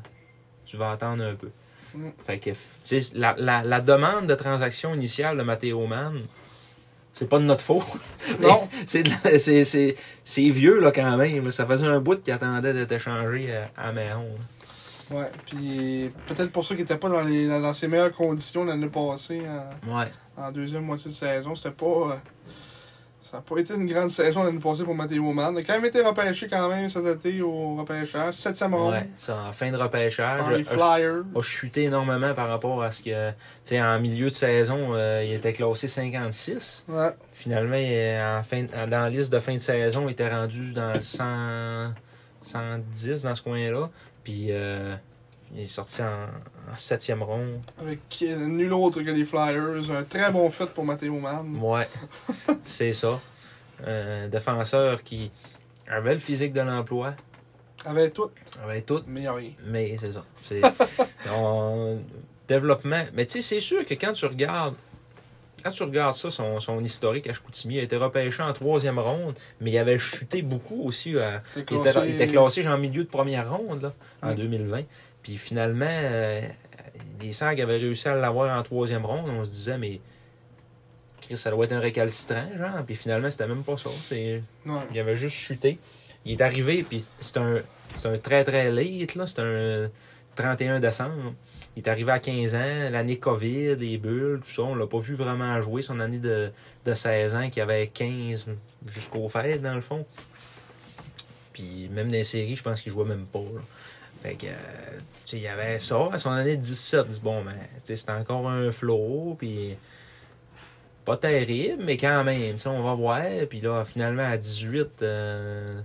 Speaker 2: tu vas attendre un peu.
Speaker 1: Mm.
Speaker 2: Fait que tu sais, la, la- la demande de transaction initiale de Matteo Mann, c'est pas de notre faute.
Speaker 1: Non.
Speaker 2: c'est, de la- c'est, c'est- c'est vieux là quand même. Ça faisait un bout qu'il attendait d'être échangé euh, à Mahon. là.
Speaker 1: Ouais, puis peut-être pour ceux qui n'étaient pas dans, les, dans ses meilleures conditions l'année passée, en,
Speaker 2: Ouais.
Speaker 1: en deuxième moitié de saison, c'était pas. euh, ça n'a pas été une grande saison l'année passée pour Matteo Mann. Il a quand même été repêché quand même cet été au repêchage. Septième ronde
Speaker 2: Ouais, c'est en fin de
Speaker 1: par
Speaker 2: repêchage. Euh,
Speaker 1: les Flyers.
Speaker 2: a chuté énormément par rapport à ce que, tu sais, en milieu de saison, euh, il était classé 56.
Speaker 1: Ouais.
Speaker 2: Finalement, il est en fin, dans la liste de fin de saison, il était rendu dans le 100, 110, dans ce coin-là. Puis, euh, il est sorti en, en septième rond.
Speaker 1: Avec euh, nul autre que les Flyers. Un très bon fit pour Matteo Mann.
Speaker 2: Ouais, c'est ça. Un défenseur qui avait le physique de l'emploi,
Speaker 1: Avec tout,
Speaker 2: avait tout,
Speaker 1: mais y a rien.
Speaker 2: Mais c'est ça. C'est on- développement. Mais tu sais, c'est sûr que quand tu regardes. Quand tu regardes ça, son, son historique à Chicoutimi, il a été repêché en troisième ronde, mais il avait chuté beaucoup aussi. à-
Speaker 1: C'était
Speaker 2: il, était,
Speaker 1: classé-
Speaker 2: il était classé genre, en milieu de première ronde là, en
Speaker 1: Mm.
Speaker 2: 2020. Puis finalement, euh, les Sags avaient réussi à l'avoir en troisième ronde. On se disait, mais Chris, ça doit être un récalcitrant, genre. Puis finalement, c'était même pas ça. C'est-
Speaker 1: Ouais.
Speaker 2: il avait juste chuté. Il est arrivé, puis c'est un, c'est un très, très late, là. C'est un 31 décembre. Il est arrivé à 15 ans, l'année COVID, les bulles, tout ça. On l'a pas vu vraiment jouer son année de, de 16 ans, qui avait 15 jusqu'au fait, dans le fond. Puis même dans les séries, je pense qu'il jouait même pas, là. Fait que, euh, tu sais, il y avait ça. À son année de 17, dis, bon, ben, tu sais, c'est encore un flow, puis pas terrible, mais quand même, tu sais, on va voir. Puis là, finalement, à 18, euh,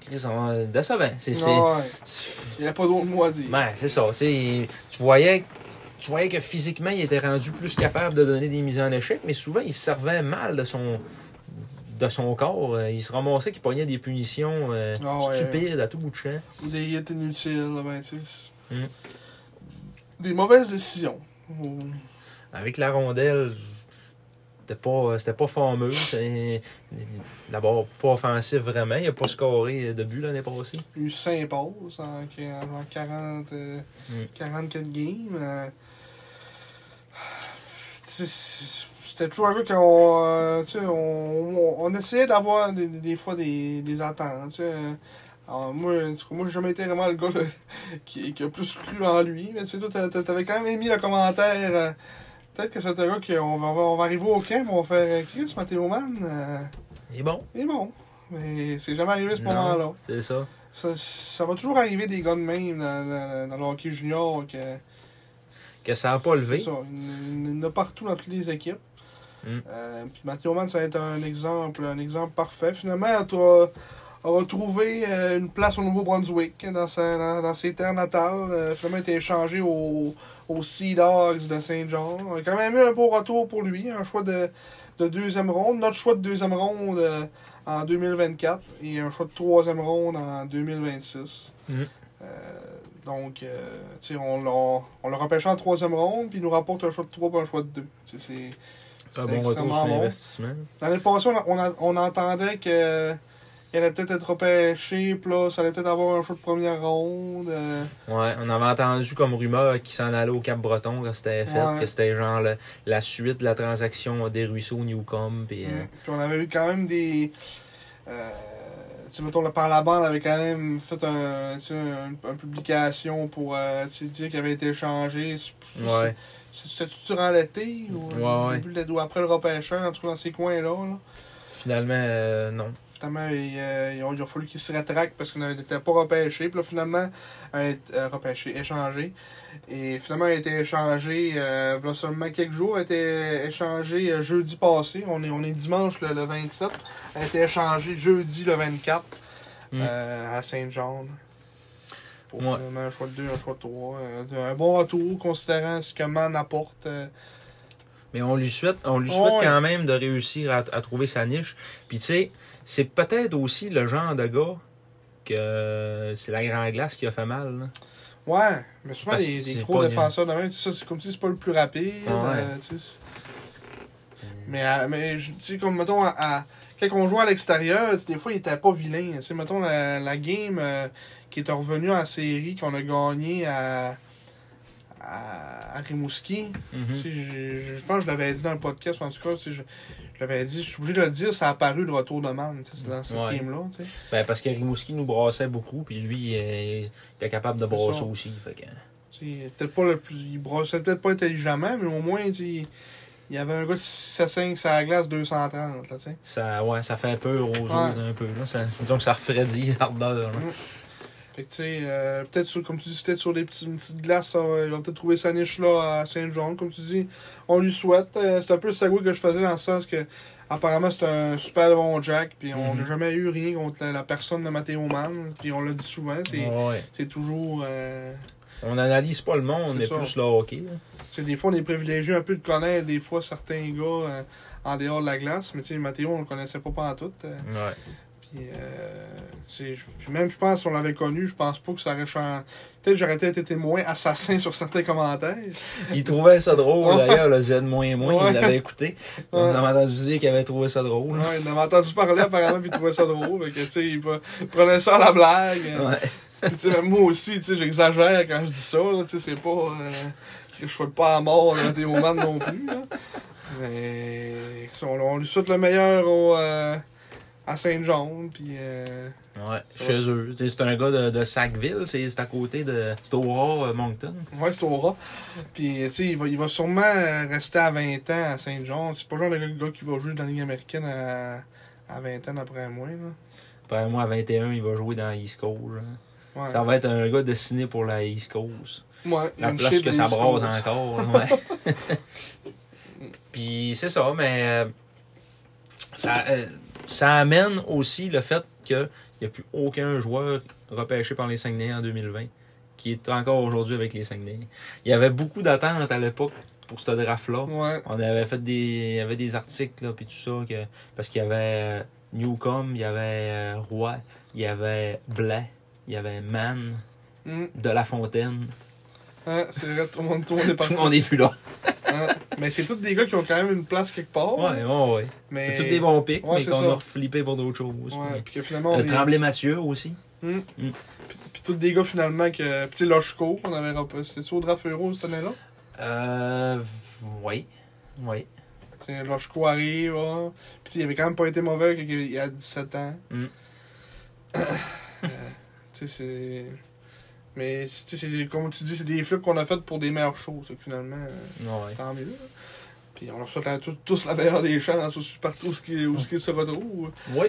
Speaker 2: Chris, on... décevant. C'est, c'est...
Speaker 1: Ouais. Il
Speaker 2: c'est-
Speaker 1: n'y a pas d'autre mot à dire.
Speaker 2: Ben, c'est ça. tu sais, Tu voyais, tu voyais que physiquement, il était rendu plus capable de donner des mises en échec, mais souvent, il se servait mal de son de son corps. Euh, Il se ramassait qu'il pognait des punitions euh,
Speaker 1: Ah ouais.
Speaker 2: stupides à tout bout de champ.
Speaker 1: Ou des hits inutiles, ben, tu sais, c'est-
Speaker 2: Mm.
Speaker 1: Des mauvaises décisions. Ou-
Speaker 2: Avec la rondelle, c'était pas, c'était pas fameux. c'est- D'abord, pas offensif vraiment. Il a pas scoré de but l'année passée.
Speaker 1: Il y a eu 5 passes en, en- en 40, euh,
Speaker 2: Mm.
Speaker 1: 44 games. euh. C'est- c'est- C'était toujours un peu qu'on euh, tu sais, on, on, on essayait d'avoir des, des- des fois des, des attentes. tu sais. Alors, moi, en tout cas, moi j'ai jamais été vraiment le gars là, qui, qui a plus cru en lui. Mais tu sais, toi, t'a- t'a- t'avais quand même émis le commentaire. euh, Peut-être que c'était un gars qu'on va, on va arriver au camp, on va faire euh, Chris, Matteo Mann. euh,
Speaker 2: Il est bon,
Speaker 1: il est bon. Mais c'est jamais arrivé à ce
Speaker 2: Non.
Speaker 1: moment-là.
Speaker 2: c'est ça.
Speaker 1: Ça, ça va toujours arriver des gars de même dans, dans, dans le hockey junior. Que,
Speaker 2: Que ça a pas
Speaker 1: c'est
Speaker 2: levé.
Speaker 1: ça, il y en a partout dans toutes les équipes.
Speaker 2: Mm.
Speaker 1: Euh, puis Mathieu Mann, ça va être un exemple, un exemple parfait. Finalement, tu as, a trouvé euh, une place au Nouveau-Brunswick, dans, sa- dans, dans ses terres natales. Euh, finalement, il a été échangé au- aux Sea Dogs de Saint-Jean. On a quand même eu un beau retour pour lui, un choix de, de deuxième ronde. Notre choix de deuxième ronde euh, en 2024 et un choix de troisième ronde en 2026.
Speaker 2: Mm.
Speaker 1: Euh, donc, euh, tu sais, on l'a on l'a repêché en troisième ronde, puis il nous rapporte un choix de 3 et un choix de 2. c'est
Speaker 2: Fait
Speaker 1: c'est
Speaker 2: un bon retour
Speaker 1: extrêmement
Speaker 2: sur
Speaker 1: bon.
Speaker 2: l'investissement.
Speaker 1: L'année passée, on, a- on, a- on entendait que il allait peut-être être repêché, puis là, ça allait peut-être avoir un choix de première ronde. euh,
Speaker 2: Ouais, on avait entendu comme rumeur qu'il s'en allait au Cap-Breton quand c'était fait,
Speaker 1: Ouais.
Speaker 2: que c'était genre le- la suite de la transaction des ruisseaux Newcom. Puis, euh,
Speaker 1: Mm. Puis on avait eu quand même des. euh, tu sais, mettons, le par la bande avait quand même fait un, tu sais, un- une publication pour euh, tu sais, dire qu'il avait été échangé. C'est-
Speaker 2: ouais.
Speaker 1: c'est- C'était-tu durant l'été ou,
Speaker 2: Ouais, ouais.
Speaker 1: début de l'été, ou après le repêcheur, en tout cas dans ces coins-là. là.
Speaker 2: Finalement, euh, non.
Speaker 1: Finalement, il, euh, il, a, il a fallu qu'il se rétracte parce qu'il n'était pas repêché. Puis là, finalement, il a été euh, repêché, échangé. Et finalement, il a été échangé, euh, voilà seulement quelques jours, il a été échangé euh, jeudi passé. On est, on est dimanche le, le 27. Il a été échangé jeudi le 24
Speaker 2: Mm.
Speaker 1: euh, à Saint-Jean. Pour
Speaker 2: Ouais.
Speaker 1: finalement un choix de 2, un choix de 3. un bon retour considérant ce que Man apporte. euh,
Speaker 2: Mais on lui souhaite, on lui
Speaker 1: Ouais.
Speaker 2: souhaite quand même de réussir à, à trouver sa niche. Puis tu sais, c'est peut-être aussi le genre de gars que c'est la grande glace qui a fait mal. là.
Speaker 1: Ouais, mais souvent,
Speaker 2: Parce
Speaker 1: les,
Speaker 2: que
Speaker 1: les
Speaker 2: c'est
Speaker 1: gros
Speaker 2: pas
Speaker 1: défenseurs de même, tu sais, ça, c'est comme si c'est pas le plus rapide.
Speaker 2: Ah ouais.
Speaker 1: euh, tu sais, c'est- mais, euh, mais je- tu sais, comme mettons, à, à- quand on jouait à l'extérieur, tu sais, des fois, il était pas vilain. Tu sais, mettons, la, la game euh, qui est revenue en série, qu'on a gagnée à, à, à Rimouski,
Speaker 2: Mhm.
Speaker 1: tu sais, je, je- je pense que je l'avais dit dans le podcast, ou en tout cas, tu sais, je, je l'avais dit, je suis obligé de le dire, ça a apparu le retour de Man, tu sais, c'est dans cette
Speaker 2: Ouais.
Speaker 1: game-là. tu sais.
Speaker 2: Ben, parce que Rimouski nous brassait beaucoup, puis lui, euh, il était capable de brasser
Speaker 1: ça.
Speaker 2: aussi. Fait que...
Speaker 1: Tu sais, peut-être pas le plus. Il brassait peut-être pas intelligemment, mais au moins, tu sais, il y avait un gars de 6 à 5 sur la glace 230, là, tu sais.
Speaker 2: Ça, ouais, ça fait peur aux joueurs
Speaker 1: Ouais.
Speaker 2: un peu. Là. Ça, disons que ça refroidit les ardeurs. là.
Speaker 1: Fait que, tu sais, euh, peut-être sur, comme tu dis, peut-être sur des petits, une petite glace, ça va- il va peut-être trouver sa niche là à Saint-Jean, comme tu dis. On lui souhaite. Euh, c'est un peu le segway que je faisais dans le sens que, apparemment, c'est un super bon Jack, puis on
Speaker 2: Mhm.
Speaker 1: n'a jamais eu rien contre la, la personne de Matteo Mann, puis on l'a dit souvent, c'est,
Speaker 2: Ah Ouais.
Speaker 1: c'est toujours. euh,
Speaker 2: On analyse pas le monde, on
Speaker 1: C'est
Speaker 2: est
Speaker 1: ça.
Speaker 2: plus le hockey. là.
Speaker 1: Tu sais, des fois, on est privilégié un peu de connaître des fois certains gars euh, en dehors de la glace, mais tu sais, Mathéo, on le connaissait pas pendant tout. euh,
Speaker 2: Ouais.
Speaker 1: puis, euh, tu sais, je- puis même, je pense, si on l'avait connu, je pense pas que ça aurait changé. Peut-être j'aurais peut-être été moins assassin sur certains commentaires.
Speaker 2: Il trouvait ça drôle d'ailleurs, le Z moins et moins,
Speaker 1: Ouais.
Speaker 2: il l'avait écouté. On a entendu dire qu'il avait trouvé ça drôle.
Speaker 1: Ouais, il en avait entendu parler apparemment, puis il trouvait ça drôle. Fait que, tu sais, il pre- prenait ça à la blague. euh,
Speaker 2: Ouais.
Speaker 1: puis, tu sais, même moi aussi, tu sais, j'exagère quand je dis ça. là, Tu sais, c'est pas. euh, que je suis pas à mort dans des moments non plus. là. Mais. On, on lui souhaite le meilleur au, euh, à Saint-Jean. Puis. euh,
Speaker 2: Ouais,
Speaker 1: Ça va,
Speaker 2: chez eux. Tu sais, C'est un gars de, de Sackville, c'est c'est à côté de Stora Moncton.
Speaker 1: Ouais, c'est au rat. Puis, tu sais, il va, il va sûrement euh, rester à 20 ans à Saint-Jean. C'est pas le genre de gars- gars qui va jouer dans la Ligue américaine à, à 20 ans après moi. Là.
Speaker 2: Après Ben, moi, à 21, il va jouer dans East Coast. là.
Speaker 1: Ouais.
Speaker 2: Ça va être un gars destiné pour la East Coast.
Speaker 1: Ouais, il y a
Speaker 2: La
Speaker 1: une
Speaker 2: place
Speaker 1: shape
Speaker 2: que
Speaker 1: de
Speaker 2: ça
Speaker 1: East
Speaker 2: brasse
Speaker 1: Coast.
Speaker 2: encore. là, Ouais. Puis c'est ça, mais euh, ça, euh, ça amène aussi le fait qu'il n'y a plus aucun joueur repêché par les Saguenay en 2020 qui est encore aujourd'hui avec les Saguenay. Il y avait beaucoup d'attentes à l'époque pour ce draft-là.
Speaker 1: Ouais.
Speaker 2: On avait fait des, il y avait des articles, là, puis tout ça, que, parce qu'il y avait euh, Newcomb, il y avait euh, Roy, il y avait Blais, il y avait Mann,
Speaker 1: Mm.
Speaker 2: De La Fontaine.
Speaker 1: Ouais, c'est vrai, tout le monde, tout le monde est
Speaker 2: Tout
Speaker 1: parti.
Speaker 2: le monde est plus là.
Speaker 1: Hein. Mais c'est tous des gars qui ont quand même une place quelque part.
Speaker 2: Ouais, ouais, ouais.
Speaker 1: mais...
Speaker 2: C'est tous des bons pics,
Speaker 1: Ouais,
Speaker 2: mais
Speaker 1: c'est
Speaker 2: qu'on
Speaker 1: ça.
Speaker 2: a reflippé pour d'autres choses.
Speaker 1: Ouais, puis que
Speaker 2: Le
Speaker 1: finalement, on est...
Speaker 2: Tremblay Mathieu aussi.
Speaker 1: puis tous des gars finalement que. Petit Lochko, on avait rep- C'était-tu au draft euro cette année-là?
Speaker 2: Euh. Oui. Oui.
Speaker 1: Tu sais, Lochko arrive, là. Puis il avait quand même pas été mauvais quand il y a 17 ans.
Speaker 2: Mm.
Speaker 1: Euh, tu sais, c'est. Mais c'est- tu sais, c'est comme tu dis, c'est des flips qu'on a faites pour des meilleures choses. Fait que Finalement, euh,
Speaker 2: Ouais.
Speaker 1: tant mieux. là. Puis on leur souhaite à tous, tous la meilleure des chances aussi, partout où ce qui- où ce qu'ils se retrouvent.
Speaker 2: Oui.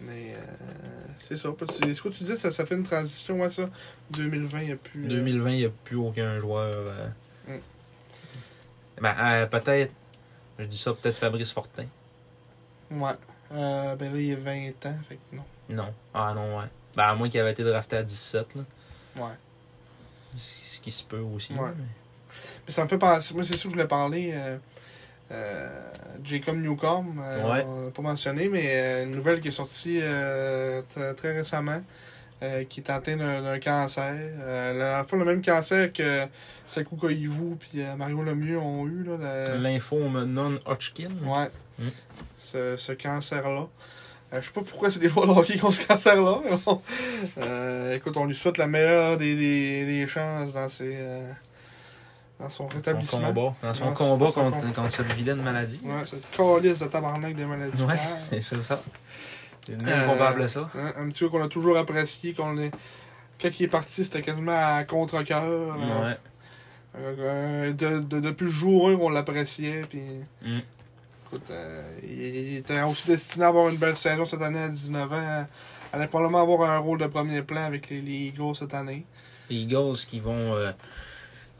Speaker 1: Mais euh, c'est ça. Puis tu- Ce que tu dis, ça, ça fait une transition, ouais, ça. 2020, il n'y a plus. euh,
Speaker 2: 2020, il n'y a plus aucun joueur. euh.
Speaker 1: Mm.
Speaker 2: Ben, euh, peut-être. Je dis ça, peut-être Fabrice Fortin.
Speaker 1: Ouais. Euh, ben là, il y a 20 ans, fait que non.
Speaker 2: Non. Ah non, ouais. Ben, à moins qu'il avait été drafté à 17, là.
Speaker 1: Ouais.
Speaker 2: Ce ce qui se peut aussi.
Speaker 1: Ouais.
Speaker 2: Ouais.
Speaker 1: Puis ça me fait penser, moi c'est sûr que je voulais parler, euh, euh, Jacob Newcomb, euh,
Speaker 2: Ouais.
Speaker 1: on l'a pas mentionné, mais euh, une nouvelle qui est sortie euh, tr- très récemment, euh, qui est atteinte d'un d'un cancer. Euh, la, à la fois le même cancer que Sakou Koivu puis euh, Mario Lemieux ont eu. Là,
Speaker 2: Euh,
Speaker 1: la-
Speaker 2: Lymphome non-Hodgkin.
Speaker 1: Ouais.
Speaker 2: Mm.
Speaker 1: Ce, ce cancer-là. Euh, je sais pas pourquoi c'est des joueurs de hockey qui ont ce cancer-là, mais bon. Euh, écoute, on lui souhaite la meilleure des, des, des chances dans ses. euh, dans son
Speaker 2: Dans son
Speaker 1: rétablissement.
Speaker 2: combat. Dans son
Speaker 1: Ouais,
Speaker 2: combat
Speaker 1: dans son
Speaker 2: contre,
Speaker 1: combat.
Speaker 2: contre cette vilaine maladie.
Speaker 1: Ouais, cette calice de tabarnak des maladies.
Speaker 2: Ouais,
Speaker 1: rares.
Speaker 2: c'est c'est ça. C'est le
Speaker 1: Euh,
Speaker 2: même qu'on va appeler ça.
Speaker 1: Hein, un petit peu qu'on a toujours apprécié, qu'on est. Quand il est parti, c'était quasiment à contre-coeur. euh,
Speaker 2: Ouais.
Speaker 1: Euh, de, de- depuis le jour 1 qu'on l'appréciait. Puis,
Speaker 2: Mm.
Speaker 1: écoute, euh, il, il était aussi destiné à avoir une belle saison cette année à 19 ans. Elle allait probablement avoir un rôle de premier plan avec les, les Eagles cette année.
Speaker 2: Les Eagles qui vont. euh,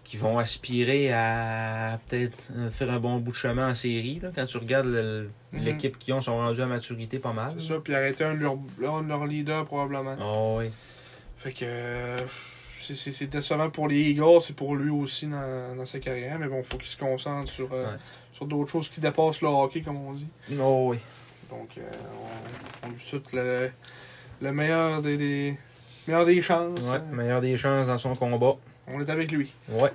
Speaker 2: qui vont aspirer à peut-être euh, faire un bon bout de chemin en série. Là. Quand tu regardes le-
Speaker 1: Mhm.
Speaker 2: l'équipe qu'ils ont, sont rendus à maturité pas mal.
Speaker 1: C'est ça, puis arrêter un de leurs leur, leaders probablement.
Speaker 2: Oh, oui.
Speaker 1: Fait que euh, c'est- c'est c'est décevant pour les Eagles, c'est pour lui aussi dans, dans sa carrière, mais bon, faut qu'il se concentre sur, euh,
Speaker 2: Ouais.
Speaker 1: sur d'autres choses qui dépassent le hockey, comme on dit.
Speaker 2: Oh, oui.
Speaker 1: Donc, euh, on, on lui souhaite le, le meilleur des, des, meilleur des chances.
Speaker 2: Ouais,
Speaker 1: hein.
Speaker 2: meilleure des chances dans son combat.
Speaker 1: On est avec lui.
Speaker 2: Ouais.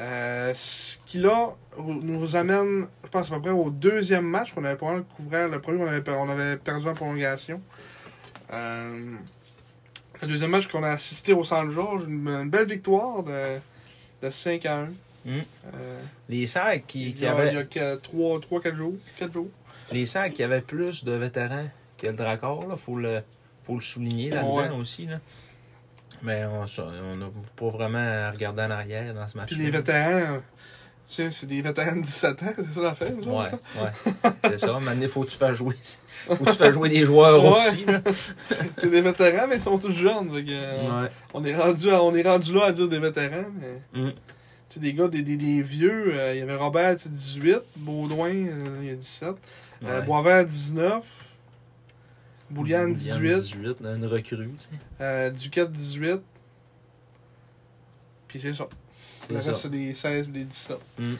Speaker 1: Euh, ce qui là nous amène, je pense à peu près au deuxième match qu'on avait probablement couvert. Le premier, on avait, per- on avait perdu en prolongation. Euh, le deuxième match qu'on a assisté au San George, une, une belle victoire de, de 5 à 1.
Speaker 2: Mm.
Speaker 1: Euh,
Speaker 2: Les Sacs qui,
Speaker 1: il
Speaker 2: qui
Speaker 1: y a, il y
Speaker 2: avaient,
Speaker 1: a 3-4 jours. quatre jours.
Speaker 2: les Sacs qui avaient plus de vétérans que le Dracor, là, faut le, faut le souligner là-dedans
Speaker 1: Ouais.
Speaker 2: aussi, là. Mais on n'a pas vraiment à regarder en arrière dans ce match.
Speaker 1: Puis les vétérans, tu sais, c'est des vétérans de 17 ans, c'est ça l'affaire? nous
Speaker 2: Ouais,
Speaker 1: autres,
Speaker 2: ouais. C'est ça. Maintenant, faut que tu fasses jouer. Faut que tu fasses jouer des joueurs
Speaker 1: Ouais.
Speaker 2: aussi. Là.
Speaker 1: là? c'est des vétérans, mais ils sont tous jeunes. fait que, euh, On est rendu, à- on est rendu là à dire des vétérans, mais.
Speaker 2: Mm.
Speaker 1: Tu sais, des gars, des, des, des vieux, euh, il y avait Robert, tu sais, 18, Baudouin, euh, il y a 17, euh,
Speaker 2: Ouais.
Speaker 1: Boisvert, 19, Boulian,
Speaker 2: Boulian,
Speaker 1: 18,
Speaker 2: 18, là, une recrue, tu sais.
Speaker 1: euh, Duquette, 18, puis c'est ça. Le
Speaker 2: C'est ça.
Speaker 1: reste, c'est des 16 ou des 17.
Speaker 2: Mm.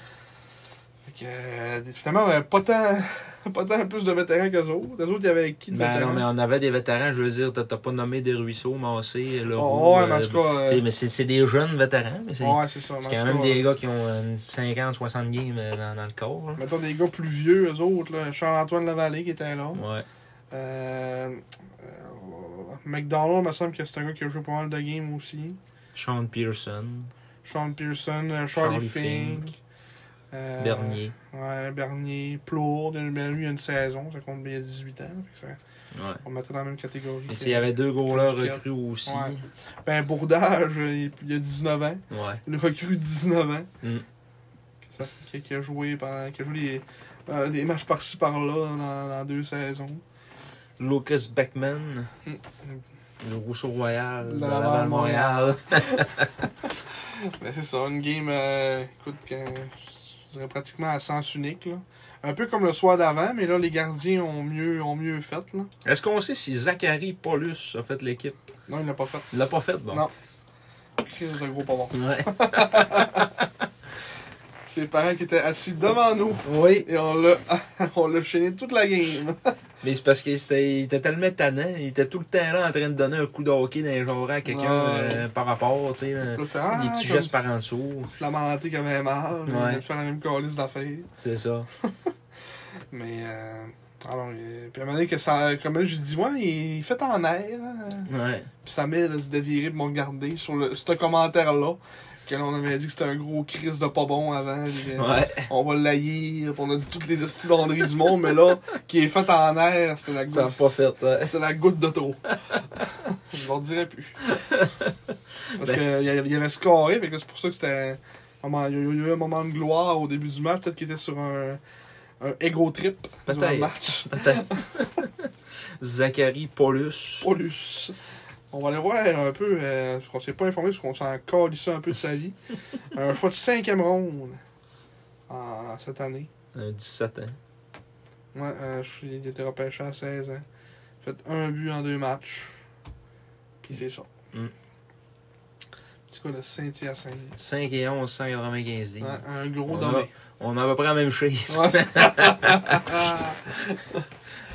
Speaker 1: Fait que, euh, finalement, on avait pas tant, pas tant plus de vétérans qu'eux autres. Les autres, il y avait qui de
Speaker 2: Ben non,
Speaker 1: vétérans?
Speaker 2: mais on avait des vétérans, je veux dire, t'as t'as pas nommé des ruisseaux, Massé, le
Speaker 1: Oh, ouais, mais en tout cas, euh,
Speaker 2: mais c'est c'est des jeunes vétérans, mais c'est
Speaker 1: ouais, c'est ça. mais
Speaker 2: c'est
Speaker 1: en
Speaker 2: quand
Speaker 1: tout
Speaker 2: même
Speaker 1: cas,
Speaker 2: des gars qui ont euh, une 50, 60 games euh, dans, dans le corps. là.
Speaker 1: Mettons des gars plus vieux, eux autres, là. Charles-Antoine Lavallée qui était là.
Speaker 2: Ouais.
Speaker 1: Euh, euh, McDonald, me semble que c'est un gars qui a joué pas mal de games aussi.
Speaker 2: Sean Pearson,
Speaker 1: Sean Pearson, euh, Charlie,
Speaker 2: Charlie
Speaker 1: Fink.
Speaker 2: Fink.
Speaker 1: euh,
Speaker 2: Bernier.
Speaker 1: Ouais, Bernier. Plourde, lui, il a une saison, ça compte bien 18 ans. fait que ça-
Speaker 2: Ouais.
Speaker 1: on le mettrait dans la même catégorie.
Speaker 2: Mais tu
Speaker 1: que-
Speaker 2: sais, il y avait deux goalers
Speaker 1: Duquette.
Speaker 2: recrues aussi.
Speaker 1: Ouais. Ben, Bourdage, euh, il il a 19 ans.
Speaker 2: Ouais.
Speaker 1: Une recrue de 19 ans.
Speaker 2: Mm.
Speaker 1: Que ça- qui, qui a joué pendant. qui a joué des, euh, des matchs par-ci par-là dans, dans deux saisons.
Speaker 2: Lucas Beckman.
Speaker 1: Mm.
Speaker 2: Le Rousseau Royal.
Speaker 1: Le
Speaker 2: Le
Speaker 1: Laval
Speaker 2: Laval Montréal.
Speaker 1: Ben, c'est ça, une game, euh, écoute, que, je dirais pratiquement à sens unique. Là. Un peu comme le soir d'avant, mais là, les gardiens ont mieux, ont mieux fait. Là.
Speaker 2: Est-ce qu'on sait si Zachary Paulus a fait l'équipe
Speaker 1: Non, il l'a pas fait.
Speaker 2: Il l'a pas fait, bon.
Speaker 1: Non. C'est un gros pas bon.
Speaker 2: Ouais.
Speaker 1: Ses parents qui étaient assis devant nous.
Speaker 2: oui.
Speaker 1: Et on l'a, on l'a chaîné toute la game.
Speaker 2: Mais c'est parce qu'il était, il était tellement tannant, il était tout le temps là en train de donner un coup de hockey dans les genres à quelqu'un
Speaker 1: Ouais.
Speaker 2: euh, par rapport, tu sais. là.
Speaker 1: Le faire,
Speaker 2: Des
Speaker 1: ah,
Speaker 2: petits
Speaker 1: comme
Speaker 2: gestes
Speaker 1: si-
Speaker 2: par en dessous,
Speaker 1: se lamenter qu'il avait mal. Il
Speaker 2: Ouais.
Speaker 1: venait de faire la même calice d'affaires.
Speaker 2: c'est ça.
Speaker 1: Mais, euh, alors, euh, puis à un moment donné, que ça, comme j'ai dit, ouais, il, il fait en air. hein.
Speaker 2: Ouais.
Speaker 1: Puis ça m'aide à se dévirer pour me regarder sur le, ce commentaire-là. Que l'on avait dit que c'était un gros crise de pas bon avant. puis, euh,
Speaker 2: Ouais.
Speaker 1: On va l'haïr. puis On a dit toutes les estilanderies du monde, mais là, qui est fait en air, c'est la
Speaker 2: Ça a
Speaker 1: goutte.
Speaker 2: pas fait, ouais.
Speaker 1: C'est la goutte de trop. Je leur dirai plus. Parce
Speaker 2: Ben.
Speaker 1: que il y avait- il y avait scoré, fait que c'est pour ça que c'était. un moment- Il y a eu il y a eu un moment de gloire au début du match, peut-être qu'il était sur un, un ego trip durant le
Speaker 2: Peut-être.
Speaker 1: match.
Speaker 2: Peut-être. Zachary Paulus.
Speaker 1: Paulus. On va aller voir un peu, euh, parce qu'on s'est pas informé, parce qu'on s'en calissait un peu de sa vie. un choix de cinquième ronde en, cette année.
Speaker 2: un 17 ans.
Speaker 1: Ouais, euh, je suis- il était repêché à 16 ans. Fait un but en deux matchs. Puis c'est ça.
Speaker 2: Mm.
Speaker 1: C'est quoi le Saint-Hyacinthe?
Speaker 2: 5 et 11, 195
Speaker 1: Ouais,
Speaker 2: livres.
Speaker 1: un gros
Speaker 2: On
Speaker 1: domaine.
Speaker 2: On a à peu près la même chiffre.
Speaker 1: Ouais.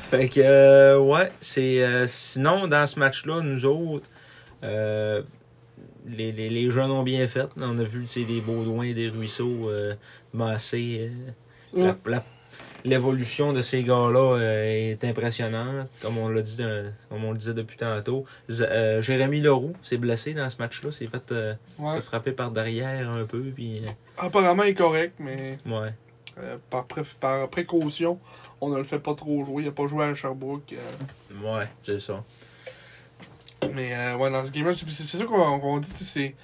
Speaker 2: Fait que, euh, ouais, c'est. euh, sinon, dans ce match-là, nous autres, euh, les, les, les jeunes ont bien fait. On a vu tu sais, des Baudouins, des Ruisseaux, euh, Massé. euh, la- la- L'évolution de ces gars-là euh, est impressionnante, comme on l'a dit, dans- comme on le disait depuis tantôt. Z- euh, Jérémy Leroux s'est blessé dans ce match-là, s'est fait, euh,
Speaker 1: Ouais.
Speaker 2: fait frapper par derrière un peu, puis euh,
Speaker 1: Apparemment, il est correct, mais
Speaker 2: ouais.
Speaker 1: euh, par, pré- par précaution, on ne le fait pas trop jouer. Il n'a pas joué à Sherbrooke. euh,
Speaker 2: Ouais, c'est ça.
Speaker 1: Mais euh, ouais, dans ce game-là, c'est c'est- c'est ça qu'on qu'on dit, tu sais, c'est-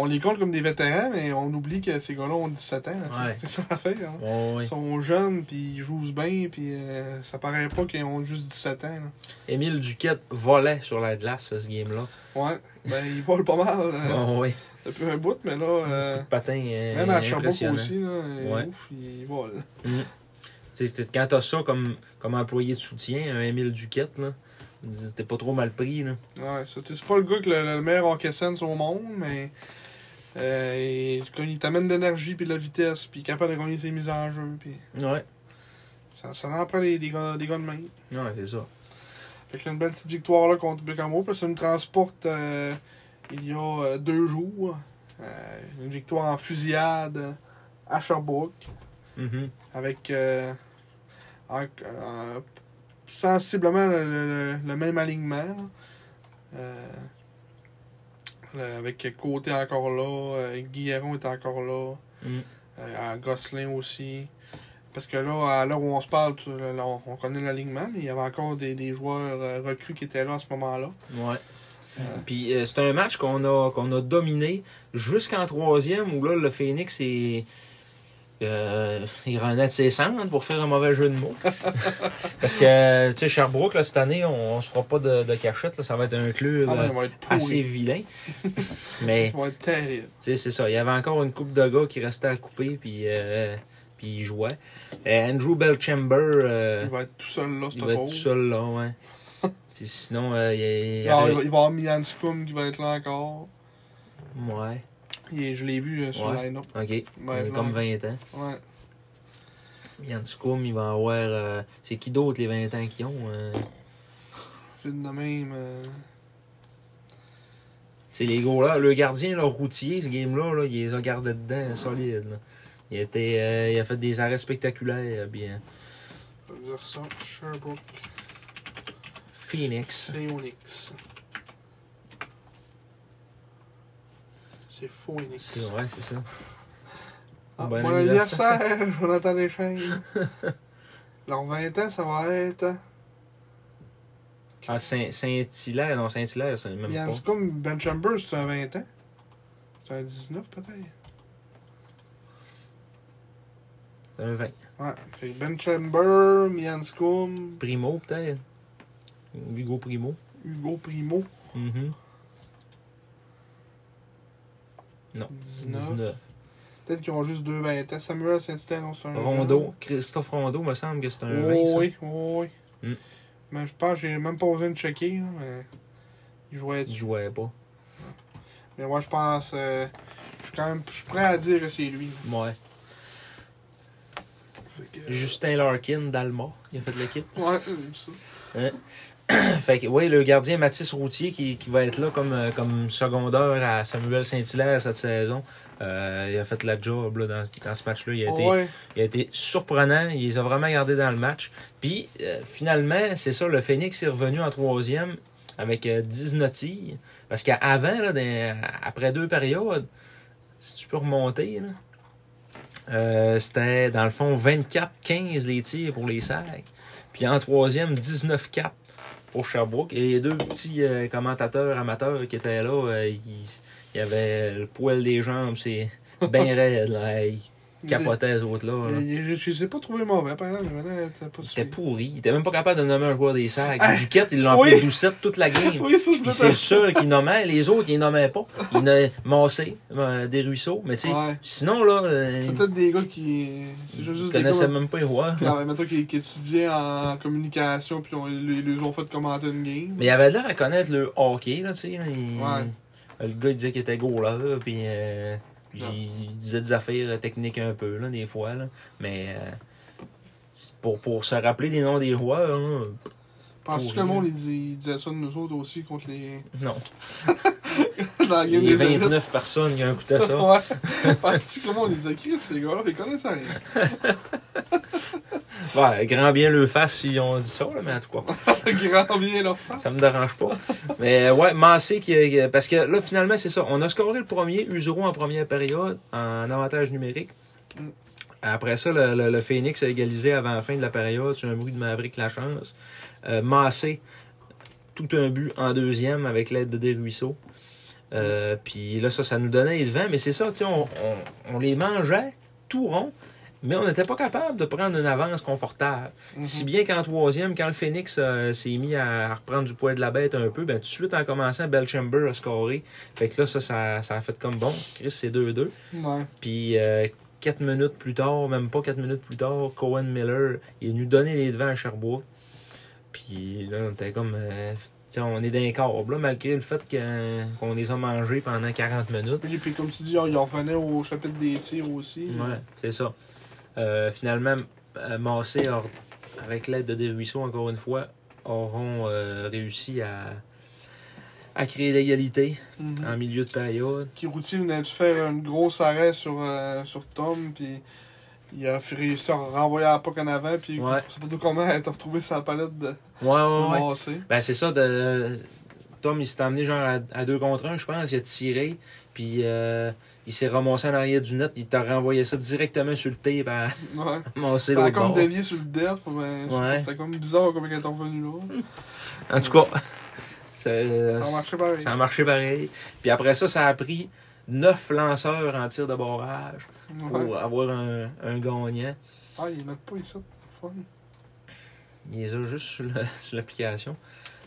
Speaker 1: on les compte comme des vétérans, mais on oublie que ces gars-là ont 17 ans. là, tu sais.
Speaker 2: Ouais.
Speaker 1: C'est ça l'affaire. Hein?
Speaker 2: Ouais, ouais.
Speaker 1: Ils sont jeunes, puis ils jouent bien, puis euh, ça paraît pas qu'ils ont juste 17 ans. là.
Speaker 2: Émile Duquette volait sur la glace ce game-là.
Speaker 1: Ouais, ben ils volent pas mal euh,
Speaker 2: Oh, ouais.
Speaker 1: depuis un bout, mais là, euh,
Speaker 2: patin euh,
Speaker 1: même à Sherbrooke
Speaker 2: impressionnant.
Speaker 1: aussi, là, euh,
Speaker 2: Ouais.
Speaker 1: ouf, ils volent.
Speaker 2: T'sais, t'es- quand t'as ça comme, comme employé de soutien, un Émile Duquette, là, t'es pas trop mal pris. Là.
Speaker 1: Ouais, ça, tu sais, c'est pas le gars que le, le meilleur encaissant au monde, mais euh, il- quand il t'amène de l'énergie, puis de la vitesse, puis il est capable de gagner ses mises en jeu, puis
Speaker 2: Ouais.
Speaker 1: ça, ça en prend des, des, gars, des gars de main.
Speaker 2: Ouais, c'est ça.
Speaker 1: Fait que là, une belle petite victoire là, contre Bécamo. Puis là, ça nous transporte euh, il y a euh, deux jours Euh, une victoire en fusillade à Sherbrooke
Speaker 2: Mhm.
Speaker 1: avec euh, en- euh, sensiblement le, le- le même alignement. là. Euh, euh, avec Côté encore là, euh, Guilleron est encore là,
Speaker 2: Mm.
Speaker 1: euh, Gosselin aussi. Parce que là, à l'heure où on se parle, tu- là, on, on connaît l'alignement, mais il y avait encore des, des joueurs euh, recrues qui étaient là à ce moment-là.
Speaker 2: Ouais.
Speaker 1: Ah.
Speaker 2: Puis euh, c'est un match qu'on a, qu'on a dominé jusqu'en troisième où là, le Phoenix est. euh, il renaît de ses cendres pour faire un mauvais jeu de mots. Parce que, tu sais, Sherbrooke, là, cette année, on ne se fera pas de, de cachette. là. ça va être un club
Speaker 1: Ah, non,
Speaker 2: euh,
Speaker 1: il va être
Speaker 2: assez
Speaker 1: pourri.
Speaker 2: vilain. Mais,
Speaker 1: Il va être terrible.
Speaker 2: tu sais, c'est ça. Il y avait encore une coupe de gars qui restait à couper, puis, euh, puis il jouait. Euh, Andrew Belchamber, euh,
Speaker 1: Il va être tout seul là, ce
Speaker 2: il va être tout
Speaker 1: pauvre.
Speaker 2: seul là, ouais. Tu sais, sinon, euh, il, il- il-
Speaker 1: Ah, il va il va y avoir Milan Skum qui va être là encore.
Speaker 2: Ouais.
Speaker 1: Il est- je l'ai vu euh, sur
Speaker 2: Ouais.
Speaker 1: line-up.
Speaker 2: OK. Il
Speaker 1: Ouais,
Speaker 2: a comme 20 ans.
Speaker 1: Ouais.
Speaker 2: Yann Scoum, il va avoir. euh, c'est qui d'autre les 20 ans qui ont euh,
Speaker 1: Fait de même. euh,
Speaker 2: C'est les gars là. Le gardien, là, routier, ce game-là, là, il les a gardés dedans, solide. là. Il, était, euh, il a fait des arrêts spectaculaires, euh, bien.
Speaker 1: on va dire ça. Sherbrooke
Speaker 2: Phoenix.
Speaker 1: Phoenix. C'est
Speaker 2: C'est
Speaker 1: Phoenix.
Speaker 2: vrai, Ben, c'est ça.
Speaker 1: Ah,
Speaker 2: Bon
Speaker 1: bon
Speaker 2: anniversaire.
Speaker 1: anniversaire, Jonathan Deschênes. Leur 20 ans, ça va être. hein.
Speaker 2: Ah, Saint- Saint-Hilaire, non, Saint-Hilaire, c'est même
Speaker 1: Milan
Speaker 2: pas.
Speaker 1: Skum, Ben Chambers, c'est un 20 ans. C'est un 19 peut-être.
Speaker 2: C'est un 20.
Speaker 1: Ouais. Fait que Ben Chamber, Milan Skum,
Speaker 2: Primo, peut-être. Hugo Primo.
Speaker 1: Hugo Primo,
Speaker 2: Mhm. Non.
Speaker 1: 19.
Speaker 2: 19.
Speaker 1: Peut-être qu'ils ont juste deux 20 ans. Samuel Saint-Hilaire, non, c'est un.
Speaker 2: Rondo. Christophe Rondo, me semble que c'est un 20.
Speaker 1: Oh
Speaker 2: ça.
Speaker 1: Mhm. oui, oh oui.
Speaker 2: Mm.
Speaker 1: Mais je pense que j'ai même pas osé de checker. là, mais il jouait
Speaker 2: Il
Speaker 1: dessus.
Speaker 2: jouait pas.
Speaker 1: Mais moi, je pense. euh, je suis quand même je suis prêt à dire que c'est lui.
Speaker 2: Ouais.
Speaker 1: Fait que- euh,
Speaker 2: Justin Larkin d'Alma, il a fait de l'équipe.
Speaker 1: Ouais, c'est ça.
Speaker 2: fait que, oui, le gardien Mathis Routier qui, qui va être là comme, euh, comme secondeur à Samuel Saint-Hilaire cette saison. Euh, il a fait la job là, dans, dans ce match-là. Il, a été-
Speaker 1: Ouais,
Speaker 2: il a été surprenant. Il les a vraiment gardés dans le match. Puis euh, finalement, c'est ça, le Phoenix est revenu en troisième avec euh, 19 tirs. Parce qu'avant, là, dans- après deux périodes, si tu peux remonter, là, euh, c'était dans le fond 24-15 les tirs pour les sacs. Puis en troisième, 19-4 pour Sherbrooke. Et les deux petits euh, commentateurs amateurs qui étaient là, euh, ils, il y avait le poil des jambes, c'est bien raide. Là. Ils capotaient, les autres-là. là.
Speaker 1: il- il- je ne les ai pas trouvés mauvais, par exemple. Mais là, t'as pas
Speaker 2: C'était
Speaker 1: suivi.
Speaker 2: pourri. Il était même pas capable de nommer un joueur des sacs. Duquette, il l'a
Speaker 1: Ah, Oui.
Speaker 2: appelé Doucette toute la game.
Speaker 1: Oui, ça, je
Speaker 2: Puis c'est le
Speaker 1: me
Speaker 2: seul qui nommait, les autres, ils nommaient pas. Ils nommaient Massé, euh, des ruisseaux, mais tu sais,
Speaker 1: Ouais.
Speaker 2: sinon, là, euh,
Speaker 1: C'est peut-être des gars qui. C'est juste
Speaker 2: ils
Speaker 1: des gars.
Speaker 2: connaissaient même pas les rois.
Speaker 1: qui- ouais, mettons, qui, qui étudiaient en communication, puis on, ils, ils les ont fait commenter une game.
Speaker 2: Mais il avait l'air à connaître le hockey, là, tu sais. là, il-
Speaker 1: Ouais.
Speaker 2: Le gars, il disait qu'il était gros là, puis euh, il,
Speaker 1: Ouais.
Speaker 2: il disait des affaires techniques un peu, là, des fois, là. Mais euh, c'est pour, pour se rappeler des noms des rois, là,
Speaker 1: Penses-tu
Speaker 2: pourri,
Speaker 1: que le monde
Speaker 2: là.
Speaker 1: il, dis- il disait ça de nous autres aussi contre les.
Speaker 2: non.
Speaker 1: dans la game
Speaker 2: Les
Speaker 1: des élites?
Speaker 2: 29 personnes qui ont écouté ça.
Speaker 1: ouais. Penses-tu que le monde il disait Chris, ces gars-là, ils connaissent rien?
Speaker 2: Ouais, grand bien le fasse s'ils ont dit ça, là, mais en tout cas.
Speaker 1: grand bien leur face.
Speaker 2: Ça me dérange pas. Mais euh, ouais, Massé, qui, qui- parce que là, finalement, c'est ça. On a scoré le premier, Usuro en première période, en avantage numérique.
Speaker 1: Mm.
Speaker 2: Après ça, le, le- le Phoenix a égalisé avant la fin de la période sur un bruit de Maverick La Chance. Euh, Massé, tout un but en deuxième avec l'aide de Desruisseaux. Euh, Puis là, ça, ça nous donnait les devants. Mais c'est ça, tu sais, on, on- on les mangeait tout rond, mais on n'était pas capable de prendre une avance confortable.
Speaker 1: Mhm.
Speaker 2: Si bien qu'en troisième, quand le Phoenix euh, s'est mis à reprendre du poids de la bête un peu, ben, tout de suite en commençant, Belchamber a scoré. Fait que là, ça, ça, ça a fait comme bon. Chris, c'est 2-2.
Speaker 1: Ouais.
Speaker 2: Puis euh, quatre minutes plus tard, même pas quatre minutes plus tard, Cohen Miller il est venu donner les devants à Sherbrooke. Puis là, on était comme. euh, tu sais, on est d'un câble, là, malgré le fait que- qu'on les a mangés pendant 40 minutes.
Speaker 1: Puis, puis comme tu dis, il en revenait au chapitre des tirs aussi.
Speaker 2: Ouais, c'est ça. Euh, finalement, euh, Massé, a- avec l'aide de Desruisseaux, encore une fois, auront euh, réussi à, à créer l'égalité
Speaker 1: Mhm.
Speaker 2: en milieu de période.
Speaker 1: qui routier venait de faire une grosse arrêt sur, euh, sur Tom, puis il a réussi à renvoyer à la puck en avant, puis
Speaker 2: Ouais.
Speaker 1: je sais pas trop comment elle a retrouvé sa palette de
Speaker 2: Ouais, ouais, ouais.
Speaker 1: ramasser.
Speaker 2: Ben, c'est ça. De... Tom, il s'est emmené genre à, à deux contre un, je pense. Il a tiré, puis euh, il s'est ramassé en arrière du net. Il t'a renvoyé ça directement sur le tape à
Speaker 1: Ouais.
Speaker 2: ramasser
Speaker 1: Elle a
Speaker 2: l'autre
Speaker 1: comme
Speaker 2: bord.
Speaker 1: dévié sur le def, mais je sais pas,
Speaker 2: Ouais.
Speaker 1: c'était comme bizarre comme elle est revenue là.
Speaker 2: En tout cas, ça-
Speaker 1: Ça a marché pareil.
Speaker 2: ça a marché pareil. Puis après ça, ça a pris neuf lanceurs en tir de barrage pour
Speaker 1: Ouais.
Speaker 2: avoir un, un gagnant.
Speaker 1: Ah, ils mettent pas ici. c'est Fun.
Speaker 2: Il les a juste sur le- sur l'application.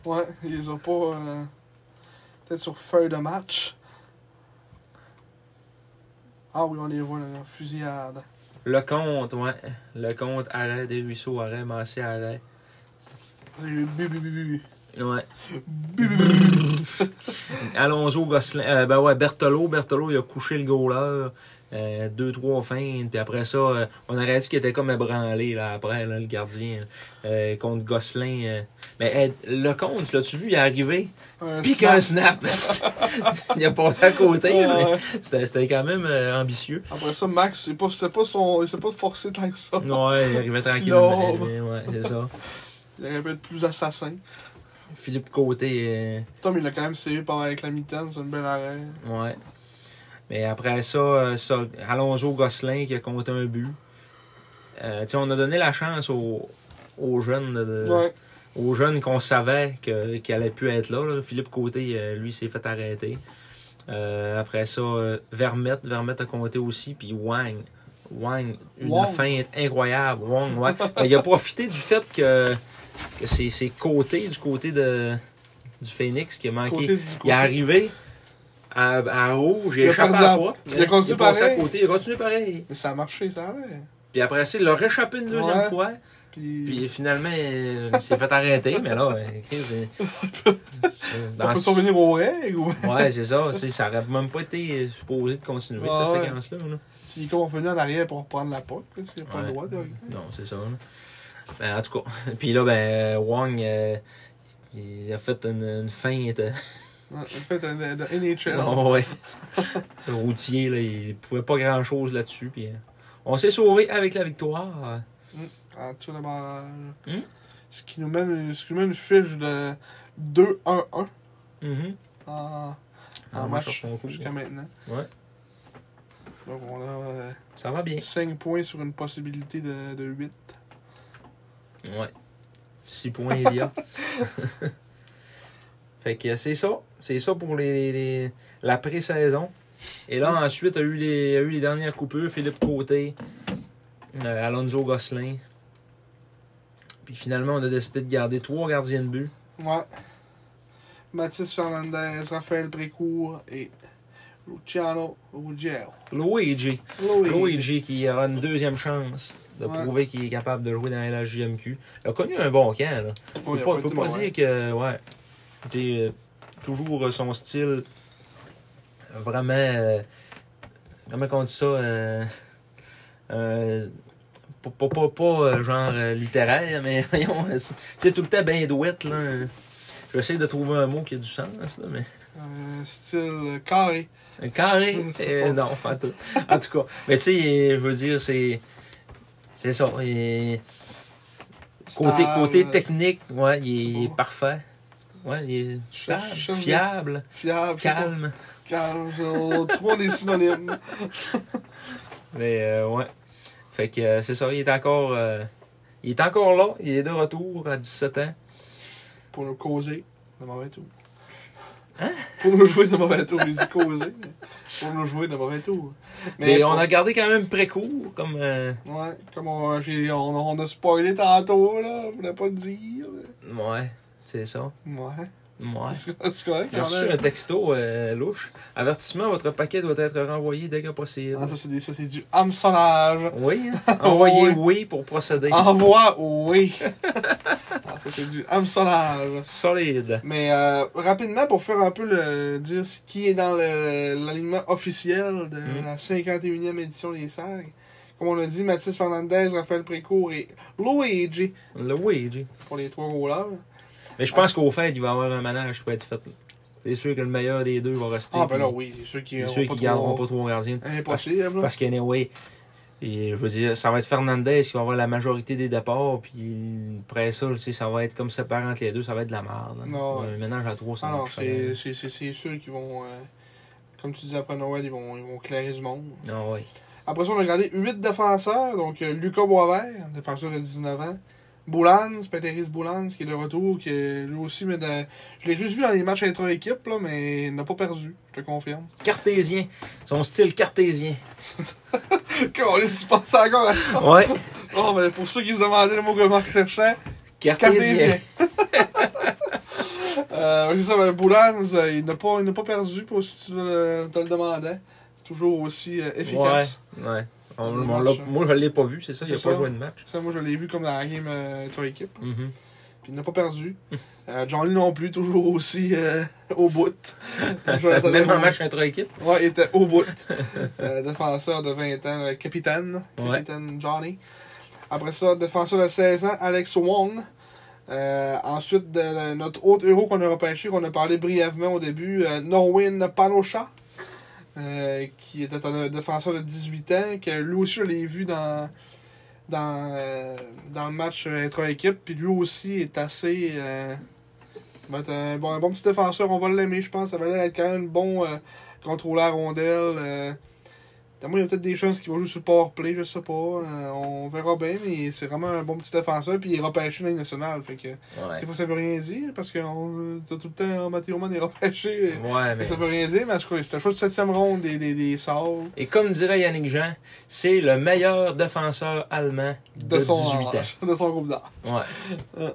Speaker 1: Ouais, ils les ont pas. euh, Peut-être sur feuille de match. Ah oui, on les voit, là, fusillade.
Speaker 2: Le compte, ouais. Le compte, arrêt, des ruisseaux, arrêt, massé, arrêt.
Speaker 1: Bu, bu, bu, bu.
Speaker 2: Ouais.
Speaker 1: Bu, bu, bu, bu.
Speaker 2: Alonso, Gosselin. euh, ben ouais, Bertolo. Bertolo, il a couché le goaler. euh, deux, trois feintes. Puis après ça, euh, on aurait dit qu'il était comme ébranlé là, après, là, le gardien. euh, contre Gosselin. euh. Mais hey, le compte, l'as-tu vu, il est arrivé?
Speaker 1: Un
Speaker 2: Puis
Speaker 1: snap.
Speaker 2: qu'un snap! il a passé à côté.
Speaker 1: Ouais,
Speaker 2: mais
Speaker 1: ouais.
Speaker 2: C'était c'était quand même euh, ambitieux.
Speaker 1: Après ça, Max, c'est pas, c'est pas son, il s'est pas forcé tant que ça.
Speaker 2: Ouais, il
Speaker 1: Slow.
Speaker 2: arrivait tranquillement. mais Ouais, c'est ça.
Speaker 1: Il aurait pu être plus assassin.
Speaker 2: Philippe Côté. euh,
Speaker 1: Tom, il a quand même serré pendant avec la mitaine, c'est une belle arrêt.
Speaker 2: Ouais. Mais après ça, euh, ça Alonso Gosselin qui a compté un but. Euh, tu sais, on a donné la chance aux, aux jeunes de- de-
Speaker 1: Ouais.
Speaker 2: aux jeunes qu'on savait que- qu'ils allaient pu être là. là. Philippe Côté, euh, lui, s'est fait arrêter. Euh, après ça, euh, Vermette, Vermette a compté aussi, puis Wang. Wang, une
Speaker 1: Wang.
Speaker 2: feinte incroyable. Wang, ouais. Fait, il a profité du fait que, que c'est c'est côté du côté de du Phoenix qui a manqué.
Speaker 1: Côté du
Speaker 2: Il est
Speaker 1: côté.
Speaker 2: arrivé à, à rouge, il
Speaker 1: Il
Speaker 2: a
Speaker 1: a
Speaker 2: échappé
Speaker 1: perdu
Speaker 2: à
Speaker 1: la-
Speaker 2: pas.
Speaker 1: il a continué
Speaker 2: est passé
Speaker 1: pareil.
Speaker 2: à côté, il a continué pareil.
Speaker 1: Mais ça a marché, ça allait.
Speaker 2: Puis après ça, il l'a réchappé une deuxième
Speaker 1: Ouais.
Speaker 2: fois.
Speaker 1: Puis,
Speaker 2: Puis finalement, euh, il s'est fait arrêter, mais là, euh, Chris, euh, euh,
Speaker 1: on
Speaker 2: dans
Speaker 1: peut
Speaker 2: ce-
Speaker 1: survenir aux règles ou.
Speaker 2: Ouais, c'est ça. tu sais, Ça aurait même pas été supposé de continuer
Speaker 1: Ouais,
Speaker 2: cette
Speaker 1: ouais.
Speaker 2: séquence-là. là.
Speaker 1: Il est comme revenu en arrière pour reprendre la pote, parce qu'il a pas
Speaker 2: Ouais.
Speaker 1: le droit de.
Speaker 2: Non, c'est ça. là. Ben, en tout cas. Puis là, ben, euh, Wang, euh, il a fait une, une feinte.
Speaker 1: Ouais, En fait, un un- un NHL.
Speaker 2: Non, ouais. Le routier, là, il pouvait pas grand chose là-dessus. Puis euh, on s'est sauvé avec la victoire.
Speaker 1: En tout le barrage.
Speaker 2: Hmm?
Speaker 1: euh, Ce qui nous mène, ce qui nous mène une fiche de 2-1-1 Mm-hmm.
Speaker 2: Mhm.
Speaker 1: en,
Speaker 2: En
Speaker 1: en
Speaker 2: match
Speaker 1: match
Speaker 2: sur concours.
Speaker 1: jusqu'à maintenant.
Speaker 2: Ouais.
Speaker 1: Donc, on a. euh,
Speaker 2: Ça va bien.
Speaker 1: 5 points sur une possibilité de, 8.
Speaker 2: Ouais. 6 points, il y a. fait que c'est ça. C'est ça pour les, les- la pré-saison. Et là, ensuite, il y a eu les, il y a eu les dernières coupures. Philippe Côté, euh, Alonso Gosselin. Puis finalement, on a décidé de garder trois gardiens de but.
Speaker 1: Ouais. Mathis Fernandez, Raphaël Précourt et Luciano Ruggiero.
Speaker 2: Luigi.
Speaker 1: Loé.
Speaker 2: Luigi qui aura une deuxième chance de
Speaker 1: Ouais.
Speaker 2: prouver qu'il est capable de jouer dans la LHJMQ. Il a connu un bon camp. Là. On
Speaker 1: Ouais, il
Speaker 2: peut
Speaker 1: a
Speaker 2: pas,
Speaker 1: pas
Speaker 2: peut
Speaker 1: été
Speaker 2: pas
Speaker 1: mauvais.
Speaker 2: dire que. Ouais. T'sais, euh, toujours euh, son style vraiment. euh, comment on dit ça euh, euh, Pas, pas, pas, pas, euh, genre euh, littéraire, mais voyons. Tu sais, tout le temps bien douette. là. J'essaie de trouver un mot qui a du sens, là, mais.
Speaker 1: Euh, style carré.
Speaker 2: Un carré?
Speaker 1: Je sais
Speaker 2: Euh,
Speaker 1: pas.
Speaker 2: non, pas en tout. En tout cas, mais tu sais, je veux dire, c'est. C'est ça. il- Côté,
Speaker 1: Stable,
Speaker 2: côté technique, ouais, il est, il est
Speaker 1: Oh.
Speaker 2: parfait. Ouais, il est stable,
Speaker 1: je- je-
Speaker 2: fiable,
Speaker 1: Fiable. je sais pas.
Speaker 2: calme.
Speaker 1: Calme. genre, Trois des synonymes.
Speaker 2: Mais euh, ouais. Fait que euh, c'est ça, il est encore. euh, il est encore là, il est de retour à 17 ans.
Speaker 1: Pour nous causer de mauvais tours.
Speaker 2: Hein?
Speaker 1: Pour nous jouer de mauvais tours. Il dit causer. mais Pour nous jouer de mauvais tours.
Speaker 2: Mais,
Speaker 1: pour-
Speaker 2: on a gardé quand même précourt comme. euh,
Speaker 1: Ouais, comme on, j'ai- on, on a spoilé tantôt, là. On voulait pas le dire.
Speaker 2: ouais, c'est ça.
Speaker 1: Ouais.
Speaker 2: Ouais.
Speaker 1: C'est c'est correct.
Speaker 2: J'ai
Speaker 1: quand
Speaker 2: reçu
Speaker 1: même.
Speaker 2: un texto euh, louche. Avertissement, votre paquet doit être renvoyé dès que possible.
Speaker 1: Ah, ça, c'est Ah, des- ça, c'est du hameçonnage.
Speaker 2: Oui, hein? envoyez
Speaker 1: Oui.
Speaker 2: oui pour procéder.
Speaker 1: Envoie, oui. ah, ça, c'est du hameçonnage.
Speaker 2: Solide.
Speaker 1: Mais euh, rapidement, pour faire un peu le dire ce qui est dans le- l'alignement officiel de
Speaker 2: Mm.
Speaker 1: la 51e édition des SAG, comme on l'a dit, Mathis Fernandez, Raphaël Précourt et Luigi
Speaker 2: Le Luigi.
Speaker 1: pour les trois rouleurs.
Speaker 2: Mais je pense qu'au fait, il va y avoir un manège qui va être fait. C'est sûr que le meilleur des deux va rester.
Speaker 1: Ah, ben
Speaker 2: puis
Speaker 1: là, oui, c'est ceux qui
Speaker 2: C'est
Speaker 1: n'ont
Speaker 2: sûr
Speaker 1: pas
Speaker 2: qu'ils garderont pas
Speaker 1: trop...
Speaker 2: trois gardiens.
Speaker 1: Impossible. là.
Speaker 2: Parce qu'anyway, et je veux dire, ça va être Fernandez qui va avoir la majorité des départs, puis après ça, tu sais, ça va être comme séparé entre les deux, ça va être de la merde. là.
Speaker 1: Non, ouais.
Speaker 2: Un ménage à trois, ça
Speaker 1: Ah non,
Speaker 2: marche pas.
Speaker 1: c'est c'est- c'est- c'est sûr qu'ils vont... euh, Comme tu disais, après Noël, ils vont, ils vont clairer du monde.
Speaker 2: Non, Ah ouais.
Speaker 1: Après ça, on a regardé 8 défenseurs. Donc, euh, Lucas Boisvert, défenseur de 19 ans. Boulans, Pateris Boulans, qui est de retour, qui est lui aussi, mais dans- je l'ai juste vu dans les matchs intra-équipe, là, mais il n'a pas perdu, je te confirme.
Speaker 2: Cartésien. Son style cartésien.
Speaker 1: on laisse penser encore à ça.
Speaker 2: Ouais.
Speaker 1: Oh, mais pour ceux qui se demandaient le mot que Marc cherchait,
Speaker 2: Cartésien.
Speaker 1: cartésien. euh, c'est ça, mais Boulans, euh, il n'a pas, il n'a pas perdu, pour si tu le, te le demandais. Toujours aussi euh, efficace.
Speaker 2: Ouais. On-
Speaker 1: Le
Speaker 2: on l'a-
Speaker 1: match, hein.
Speaker 2: moi, je l'ai pas vu, c'est ça, il a
Speaker 1: C'est
Speaker 2: pas
Speaker 1: ça.
Speaker 2: joué de match.
Speaker 1: Ça, moi, je l'ai vu comme dans la game euh, intra-équipe.
Speaker 2: Mhm.
Speaker 1: Puis il n'a pas perdu. Euh, Johnny non plus, toujours aussi euh, au bout. Jonathan
Speaker 2: Ben, Même un
Speaker 1: Drouin.
Speaker 2: match intra-équipe.
Speaker 1: Ouais, il était au bout. Euh, défenseur de 20 ans, euh, capitaine. Capitaine Johnny. Après ça, défenseur de 16 ans, Alex Wong. Euh, ensuite, de la- notre autre héros qu'on a repêché, qu'on a parlé brièvement au début, euh, Norwin Panocha, euh, qui était un défenseur de 18 ans, que lui aussi, je l'ai vu dans, dans, euh, dans le match intra-équipe, puis lui aussi est assez... euh, va être un, bon, un bon petit défenseur, on va l'aimer, je pense. Ça va l'air être quand même un bon euh, contrôleur rondelle. euh, à moins, il y a peut-être des chances qu'il va jouer sur le power play, je sais pas. euh, on verra bien, mais c'est vraiment un bon petit défenseur, puis il est repêché dans les nationales. Fait que,
Speaker 2: Ouais.
Speaker 1: des fois, ça veut rien dire, parce que on, t'as tout le temps, Mathéo Man est repêché.
Speaker 2: Ouais, mais.
Speaker 1: Ça veut rien dire, mais en tout cas, c'était le choix de 7 ronde des, des, des sorts.
Speaker 2: Et comme dirait Yannick Jean, c'est le meilleur défenseur allemand de,
Speaker 1: De son,
Speaker 2: 18 ans.
Speaker 1: âge, de son groupe d'âge.
Speaker 2: Ouais.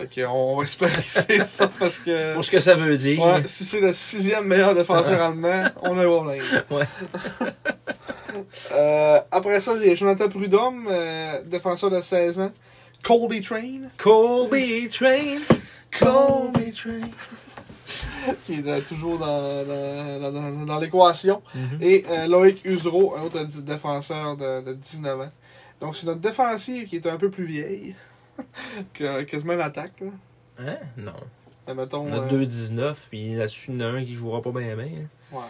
Speaker 1: Fait que, on va espérer que c'est ça, parce que.
Speaker 2: Pour ce que ça veut dire.
Speaker 1: Ouais, si c'est le sixième meilleur défenseur allemand, on a un problème.
Speaker 2: Ouais.
Speaker 1: Euh, après ça, j'ai Jonathan Prudhomme, euh, défenseur de 16 ans. Colby Train.
Speaker 2: Colby Train. Colby Train.
Speaker 1: Qui est euh, toujours dans, dans, dans, dans- dans l'équation.
Speaker 2: Mm-hmm.
Speaker 1: Et euh, Loïc Usereau, un autre d- défenseur de, de 19 ans. Donc, c'est notre défensive qui est un peu plus vieille. que, quasiment l'attaque. là.
Speaker 2: Hein? Non.
Speaker 1: Mais mettons.
Speaker 2: On a
Speaker 1: euh,
Speaker 2: 2-19, puis là-dessus, il y en a un qui jouera pas bien, bien. hein.
Speaker 1: Ouais.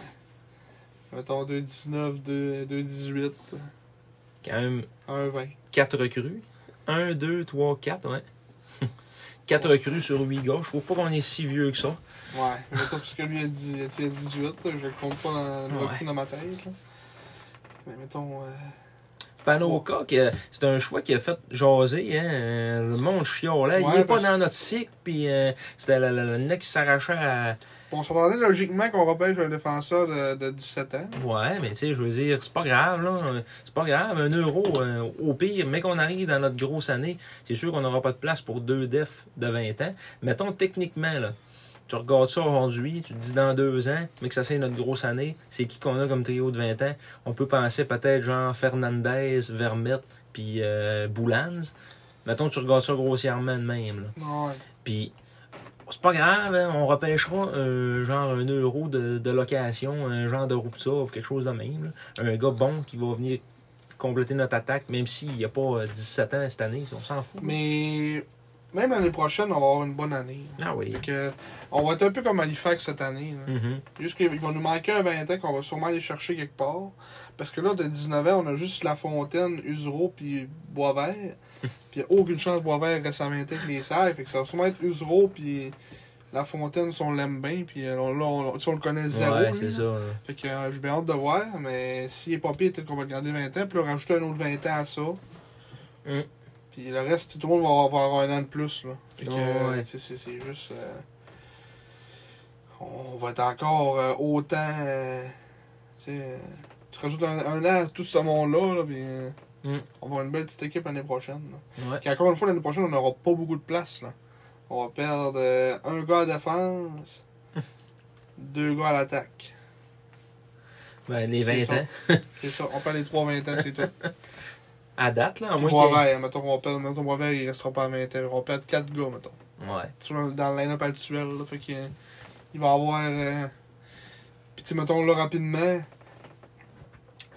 Speaker 1: Mettons 2,19, 2, 2,18,
Speaker 2: Quand même
Speaker 1: 1,20.
Speaker 2: 4 recrues. 1, 2, 3, 4, ouais. 4 recrues sur 8 gars. Je trouve pas qu'on est si vieux que ça.
Speaker 1: Ouais, mais ça, parce que lui, il a, dit- il a dit 18, là, je le compte pas dans, dans le
Speaker 2: Ouais.
Speaker 1: coup dans ma tête. là. Mais mettons. euh,
Speaker 2: Panoka, qui, euh, c'est un choix qui a fait jaser, hein, euh, le monde chiolait. il
Speaker 1: Ouais,
Speaker 2: est pas
Speaker 1: parce-
Speaker 2: dans notre cycle, puis euh, c'était le, le- le nez qui s'arrachait à...
Speaker 1: bon, on s'entendait logiquement qu'on repêche un défenseur de, de 17 ans.
Speaker 2: Ouais, mais tu sais, je veux dire, c'est pas grave, là. Euh, C'est pas grave, un euro, euh, au pire, mais qu'on arrive dans notre grosse année, c'est sûr qu'on n'aura pas de place pour deux defs de 20 ans. Mettons, techniquement, là, tu regardes ça aujourd'hui, tu te dis dans deux ans, mais que ça fait notre grosse année, c'est qui qu'on a comme trio de 20 ans? On peut penser peut-être genre Fernandez, Vermette, puis euh, Boulans. Mettons, tu regardes ça grossièrement de même, là.
Speaker 1: Ouais.
Speaker 2: Puis, c'est pas grave, hein, on repêchera euh, genre un euro de, de location, un genre de Roupsov, quelque chose de même. là. Un gars bon qui va venir compléter notre attaque, même s'il n'y a pas euh, 17 ans cette année, on s'en fout. là.
Speaker 1: Mais même l'année prochaine, on va avoir une bonne année.
Speaker 2: Ah oui.
Speaker 1: Fait que, on va être un peu comme Halifax cette année. là.
Speaker 2: Mhm.
Speaker 1: Juste qu'ils vont nous manquer un 20 ans qu'on va sûrement aller chercher quelque part. Parce que là, de 19 ans, on a juste La Fontaine, Usereau puis Boisvert. Puis il n'y a aucune chance que Boisvert reste à 20 ans avec les serres. Fait que ça va sûrement être Usereau puis La Fontaine, si on l'aime bien. Puis euh, on, là, on, si on le connaît zéro.
Speaker 2: Ouais,
Speaker 1: lui,
Speaker 2: c'est
Speaker 1: là.
Speaker 2: ça. là.
Speaker 1: Fait que euh, j'ai bien hâte de voir. Mais s'il est pas pire, peut-être qu'on va le garder 20 ans. Puis là, rajouter un autre 20 ans à ça.
Speaker 2: Mm.
Speaker 1: Puis le reste, tout le monde va avoir, va avoir un an de plus. Là. Fait que,
Speaker 2: Ouais,
Speaker 1: euh,
Speaker 2: ouais.
Speaker 1: tu sais, c'est c'est juste. euh, on va être encore euh, autant. euh, tu sais, euh, tu rajoutes un, un an à tout ce monde-là, là, puis euh,
Speaker 2: Mm.
Speaker 1: on va avoir une belle petite équipe l'année prochaine. là.
Speaker 2: Ouais.
Speaker 1: Puis encore une fois, l'année prochaine, on n'aura pas beaucoup de place. Là. On va perdre euh, un gars à défense,
Speaker 2: Hum.
Speaker 1: deux gars à l'attaque.
Speaker 2: Ben, les
Speaker 1: C'est
Speaker 2: 20
Speaker 1: ça.
Speaker 2: ans.
Speaker 1: C'est ça, on perd les trois 20 ans, c'est tout.
Speaker 2: À date, là, à
Speaker 1: Puis
Speaker 2: moins que.
Speaker 1: Boisvert, mettons, on perd, mettons, Boisvert, il restera pas à 20 ans. On perd quatre gars, mettons.
Speaker 2: Ouais.
Speaker 1: sur le- dans le line-up actuel. Là, fait que, euh, il va avoir. Euh, Puis, tu sais, mettons là rapidement,